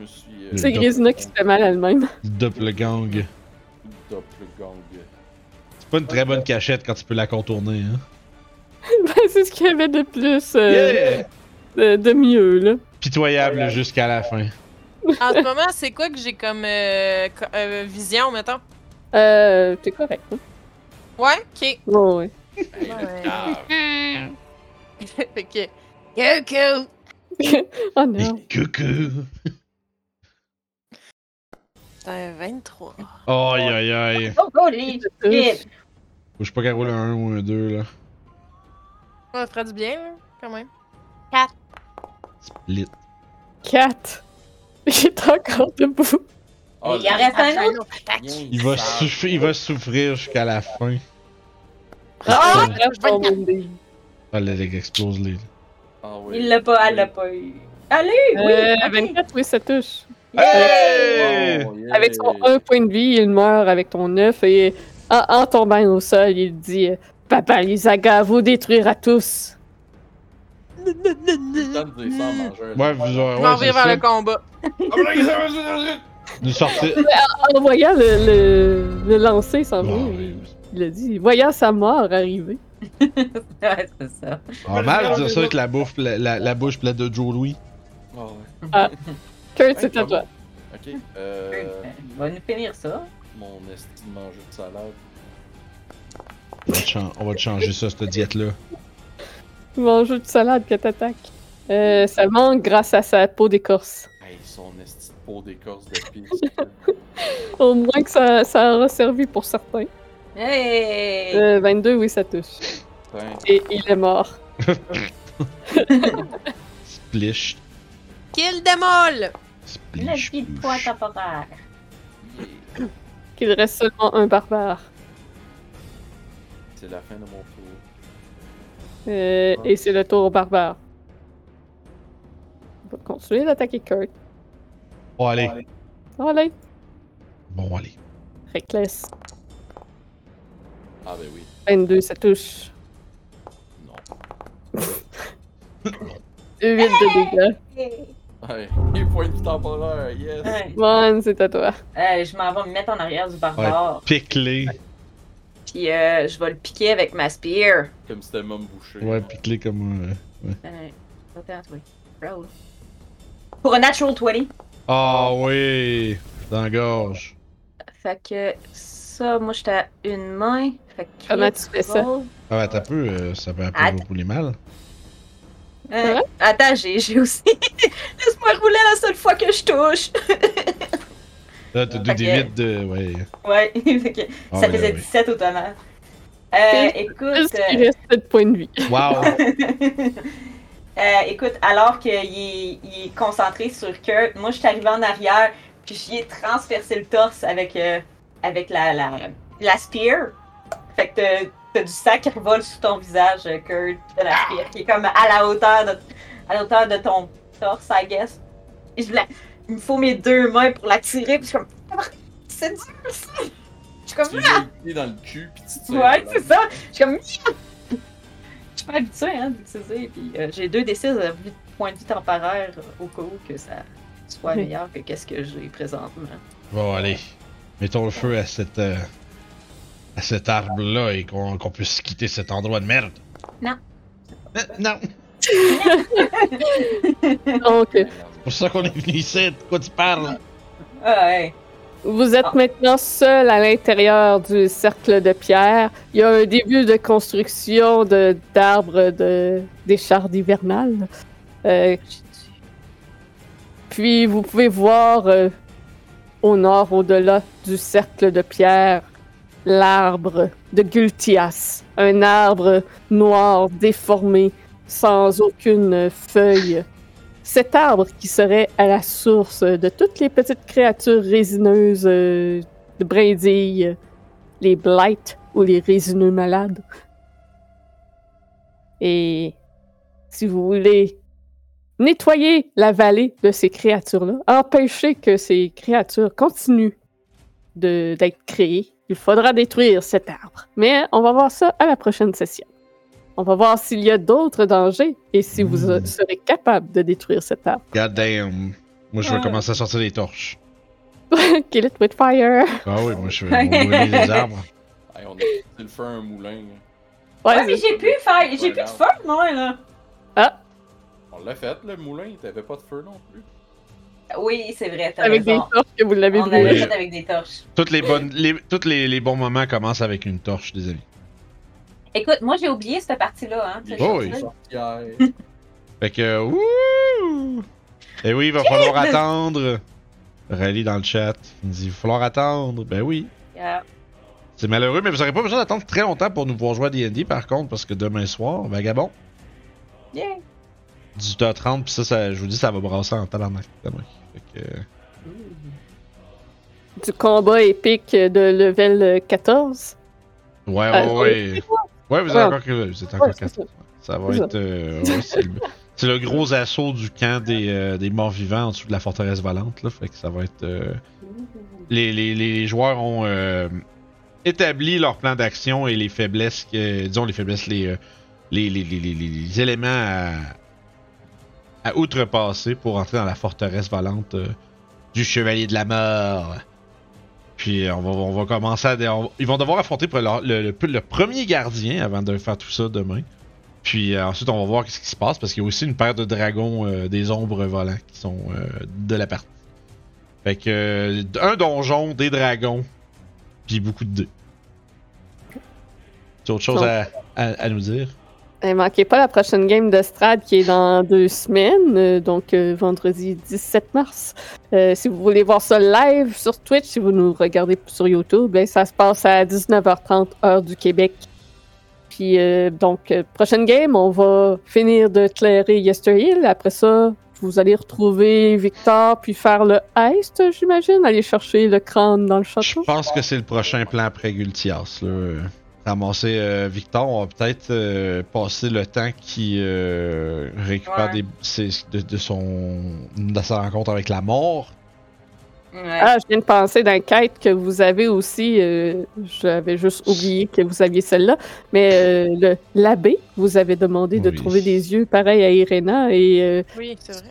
Speaker 4: me suis. euh,
Speaker 1: Le
Speaker 2: C'est
Speaker 1: doppel-
Speaker 2: Grisna qui se fait mal elle-même.
Speaker 1: Doppelgang.
Speaker 4: Doppelgang.
Speaker 1: C'est pas une très bonne cachette quand tu peux la contourner, hein.
Speaker 2: Ben, c'est ce qu'il y avait de plus, euh,
Speaker 1: Yeah!
Speaker 2: de, de mieux, là.
Speaker 1: Pitoyable jusqu'à la fin.
Speaker 5: En ce moment, c'est quoi que j'ai comme euh, co- euh, vision, mettons?
Speaker 2: Euh, t'es correct, hein?
Speaker 5: Ouais, ok.
Speaker 2: Ouais, ouais.
Speaker 4: Hey, le
Speaker 5: Ouais.
Speaker 4: cave.
Speaker 5: fait que. Goku!
Speaker 2: Oh
Speaker 1: Et
Speaker 2: non.
Speaker 1: coucou!
Speaker 5: C'est un 23.
Speaker 1: Aïe aïe aïe.
Speaker 3: Oh, holy shit!
Speaker 1: Faut que je pas qu'elle roule un 1 ou un 2 là.
Speaker 5: Ça ferait du bien, là, quand même.
Speaker 1: Split.
Speaker 2: 4. Il est encore debout.
Speaker 4: Ah,
Speaker 3: Mais il en reste un autre!
Speaker 4: Il
Speaker 1: Il va, souffrir, il va souffrir jusqu'à la fin.
Speaker 5: Ah!
Speaker 1: Ah!
Speaker 2: Là, on oublie.
Speaker 1: les legs explosent les.
Speaker 4: Ah ouais.
Speaker 3: Il l'a pas, elle l'a pas eu. Allez! Oui!
Speaker 2: Euh,
Speaker 3: ok.
Speaker 2: 24, oui, ça touche. Euh,
Speaker 1: Hey!
Speaker 4: Wow, yeah.
Speaker 2: Avec son 1 point de vie, il meurt avec ton 9 et en, en tombant au sol, il dit euh, Papa Lisaga vous détruire à tous.
Speaker 4: Le temps de dire ça en mangeant.
Speaker 1: Ouais, vous aurez.
Speaker 5: Je
Speaker 1: Ouais,
Speaker 5: m'en
Speaker 1: c'est
Speaker 5: vais vers
Speaker 1: ça.
Speaker 5: le combat.
Speaker 4: Ah, mais là, Ah, il s'en va-
Speaker 1: Nous sortir.
Speaker 2: En voyant le, le, le lancer s'en
Speaker 1: Bon,
Speaker 2: venir,
Speaker 1: oui.
Speaker 2: il a dit Voyant sa mort arriver.
Speaker 3: Ouais, c'est ça.
Speaker 1: Ah, mal de dire ça avec la, bouffe, la, la, la bouche pleine de Joe Louis.
Speaker 4: Ah, ouais.
Speaker 2: Kurt,
Speaker 4: Hey,
Speaker 2: c'est à
Speaker 4: bravo.
Speaker 2: toi.
Speaker 4: Ok. Euh,
Speaker 3: On va nous finir ça.
Speaker 4: mon estime manger de salade.
Speaker 1: On va te, chan- on va te changer ça, cette diète-là.
Speaker 2: Mon jeu de salade que t'attaques. Euh, ça manque grâce à sa peau d'écorce.
Speaker 4: Hey, son estime peau d'écorce de pisse.
Speaker 2: Au moins que ça, ça aura servi pour certains.
Speaker 3: Hey!
Speaker 2: Euh, 22, oui, ça touche.
Speaker 4: Putain.
Speaker 2: Et il est mort.
Speaker 1: Splish.
Speaker 5: Kill them all!
Speaker 3: La
Speaker 1: Splish.
Speaker 3: vie de poids
Speaker 1: splish.
Speaker 3: temporaire.
Speaker 2: Qu'il reste seulement un barbare.
Speaker 4: C'est la fin de mon tour.
Speaker 2: Euh, Et c'est le tour au barbare. On va continuer d'attaquer Kurt.
Speaker 1: Bon, Oh, allez.
Speaker 2: Allez,
Speaker 1: Bon, allez.
Speaker 2: Reckless.
Speaker 4: Ah, ben oui.
Speaker 2: 22, ça touche.
Speaker 4: Non.
Speaker 2: 8 de dégâts.
Speaker 4: Ouais. Les points de vie temporaire, yes.
Speaker 3: Ouais.
Speaker 2: Bon, c'est à toi.
Speaker 3: Euh, je m'en vais me mettre en arrière du barbare.
Speaker 1: Pique-les.
Speaker 3: Puis euh, je vais le piquer avec ma spear.
Speaker 4: Comme si c'était un homme bouché.
Speaker 1: Ouais, pique-les comme. euh,
Speaker 3: Euh, attends, oui. Roll. Pour un natural 20.
Speaker 1: Ah oui! Dans la gorge.
Speaker 3: Fait que ça, moi j'étais à une main. Fait que
Speaker 2: Comment
Speaker 3: crit
Speaker 2: tu fais ça?
Speaker 3: roll.
Speaker 1: Ah ouais, t'as peu, euh, ça peut un peu
Speaker 3: Att-
Speaker 1: vous rouler mal.
Speaker 3: Euh,
Speaker 2: Ouais.
Speaker 3: Attends, j'ai j'ai aussi. Laisse-moi rouler la seule fois que je touche.
Speaker 1: Là, t'as deux
Speaker 3: Ok.
Speaker 1: des vides de. Ouais.
Speaker 3: Ouais, fait que
Speaker 1: Ah
Speaker 3: ça
Speaker 1: ouais, ouais.
Speaker 3: faisait 17 au tonnerre. Euh,
Speaker 2: Fais-
Speaker 3: écoute.
Speaker 2: Juste qu'il
Speaker 3: euh,
Speaker 2: reste 7 points de vie.
Speaker 1: Wow!
Speaker 3: Euh, écoute, alors qu'il est, il est concentré sur Kurt, moi je suis arrivée en arrière, puis j'y ai transpercé le torse avec, euh, avec la, la, la spear. Fait que t'as- t'as du sang qui revole sur ton visage, euh, Kurt, de la spear, qui est comme à la hauteur de, à la hauteur de ton torse, I guess. Et je la- il me faut mes deux mains pour la tirer, puis je suis comme, Tabarnak, c'est dur ça! Je suis
Speaker 4: Tu
Speaker 3: comme,
Speaker 4: lui mets le pied dans le cul, pis tu tires.
Speaker 3: Ouais, c'est ça. Je suis comme. Je suis pas habituée, hein, d'utiliser. Puis euh, j'ai deux décisions de vue- point de vue temporaire euh, au cas où que ça soit
Speaker 2: Oui.
Speaker 3: meilleur que qu'est-ce que j'ai présentement.
Speaker 1: Bon, allez. Mettons le feu à cette. euh, à cet arbre-là et qu'on qu'on puisse quitter cet endroit de merde.
Speaker 3: Non.
Speaker 1: Euh, Non!
Speaker 2: Donc,
Speaker 1: C'est pour ça qu'on est venu ici. De quoi tu parles?
Speaker 3: Ah, ouais.
Speaker 2: Vous êtes
Speaker 3: Ah.
Speaker 2: maintenant seul à l'intérieur du cercle de pierre. Il y a un début de construction de- d'arbres de, des chardes hivernales. Euh, puis vous pouvez voir euh, au nord, au-delà du cercle de pierre, l'arbre de Gultias, un arbre noir déformé, sans aucune feuille. Cet arbre qui serait à la source de toutes les petites créatures résineuses euh, de brindilles, euh, les blights ou les résineux malades. Et si vous voulez nettoyer la vallée de ces créatures-là, empêcher que ces créatures continuent de- d'être créées, il faudra détruire cet arbre. Mais on va voir ça à la prochaine session. On va voir s'il y a d'autres dangers et si vous euh,
Speaker 1: Mm.
Speaker 2: serez capable de détruire cet arbre.
Speaker 1: God damn. Moi, je vais
Speaker 3: Ah.
Speaker 1: commencer à sortir les torches.
Speaker 2: Kill it with fire.
Speaker 1: Ah oui, moi, je vais on va brûler les arbres.
Speaker 4: Hey, on a foutu le feu à un moulin. hein.
Speaker 3: Ouais,
Speaker 2: Ouais,
Speaker 3: mais j'ai pu faire. J'ai plus de feu, moi, là.
Speaker 4: On l'a fait, le moulin, t'avais pas de feu non plus.
Speaker 3: Oui, c'est vrai, t'as
Speaker 2: avec des
Speaker 3: raison. Ah,
Speaker 2: torches que vous l'avez
Speaker 3: On
Speaker 2: brûlé.
Speaker 3: avait
Speaker 1: brûlé.
Speaker 3: fait avec des torches.
Speaker 1: Toutes les bonnes, les, toutes les, les bons moments commencent avec une torche, des amis.
Speaker 3: Écoute, moi j'ai oublié cette partie-là. Hein, cette
Speaker 1: Oh oui.
Speaker 3: chose-là.
Speaker 4: Sorcière.
Speaker 1: Fait que, wouh! Et oui, il va falloir
Speaker 3: Jesus!
Speaker 1: attendre. Rally dans le chat. Il dit, il va falloir attendre. Ben oui.
Speaker 3: Yeah.
Speaker 1: C'est malheureux, mais vous n'aurez pas besoin d'attendre très longtemps pour nous voir jouer à D&D, par contre, parce que demain soir, vagabond,
Speaker 3: Yeah.
Speaker 1: 18h30, puis ça, ça, je vous dis, ça va brasser en tabarnak demain. Fait que,
Speaker 2: Du combat épique de level 14.
Speaker 1: ouais,
Speaker 2: Ah,
Speaker 1: ouais, ouais. Ouais, vous êtes
Speaker 2: Ouais.
Speaker 1: encore que vous êtes encore
Speaker 2: Ouais, c'est
Speaker 1: quatre.
Speaker 2: ça.
Speaker 1: Ça va
Speaker 2: C'est ça.
Speaker 1: être. euh, ouais, c'est le, c'est le gros assaut du camp des, euh, des morts vivants en dessous de la forteresse volante. Là, fait que ça va être. euh, les, les- les joueurs ont euh, établi leur plan d'action et les faiblesses, que- disons les faiblesses, les, euh, les, les- les- les- les éléments à, à outrepasser pour entrer dans la forteresse volante euh, du Chevalier de la Mort. Puis euh, on va, on va commencer à. dé- on- ils vont devoir affronter pour leur- le, le- le premier gardien avant de faire tout ça demain. Puis euh, ensuite, on va voir ce qui se passe parce qu'il y a aussi une paire de dragons euh, des ombres volants qui sont euh, de la partie. Fait que euh, un donjon, des dragons, puis beaucoup de dés. Tu as autre chose à, à- à nous dire?
Speaker 2: Ne manquez pas la prochaine game de Strad qui est dans deux semaines, euh, donc euh, vendredi 17 mars. Euh, si vous voulez voir ça live sur Twitch, si vous nous regardez sur YouTube, ben, ça se passe à 19h30 heure du Québec. Puis euh, donc, euh, prochaine game, on va finir de clairer Yesterhill. Après ça, vous allez retrouver Victor, puis faire le heist, j'imagine, aller chercher le crâne dans le
Speaker 1: Je
Speaker 2: château.
Speaker 1: pense que c'est le prochain plan après Gultias. là. Euh, Ramasser euh, Victor, on va peut-être euh, passer le temps qui euh, récupère
Speaker 3: Ouais.
Speaker 1: des, ses- de, de son, de sa rencontre avec la mort.
Speaker 3: Ouais.
Speaker 2: Ah, je viens de penser d'un quête que vous avez aussi. euh, J'avais juste oublié que vous aviez celle-là. Mais euh, le- l'abbé vous avait demandé de
Speaker 1: Oui.
Speaker 2: trouver des yeux pareils à Irena et euh,
Speaker 5: Oui, c'est vrai.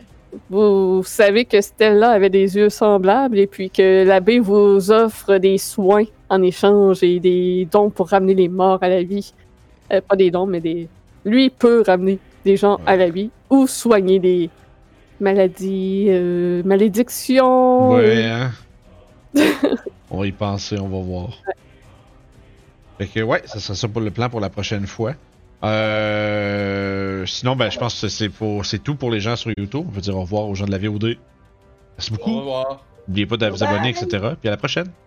Speaker 2: vous savez que Stella avait des yeux semblables et puis que l'abbé vous offre des soins en échange et des dons pour ramener les morts à la vie. Euh, pas des dons, mais des. Lui peut ramener des gens à la vie ou soigner des maladies, euh, malédictions.
Speaker 1: Ouais, hein? on va y penser, on va voir. Fait que, ouais, ça sera ça pour le plan pour la prochaine fois. Euh, sinon, ben, je pense que c'est pour, c'est tout pour les gens sur YouTube. On peut dire au revoir aux gens de la VOD. Merci
Speaker 4: Au
Speaker 1: beaucoup.
Speaker 4: revoir.
Speaker 1: N'oubliez pas de vous abonner, etc. Puis à la prochaine.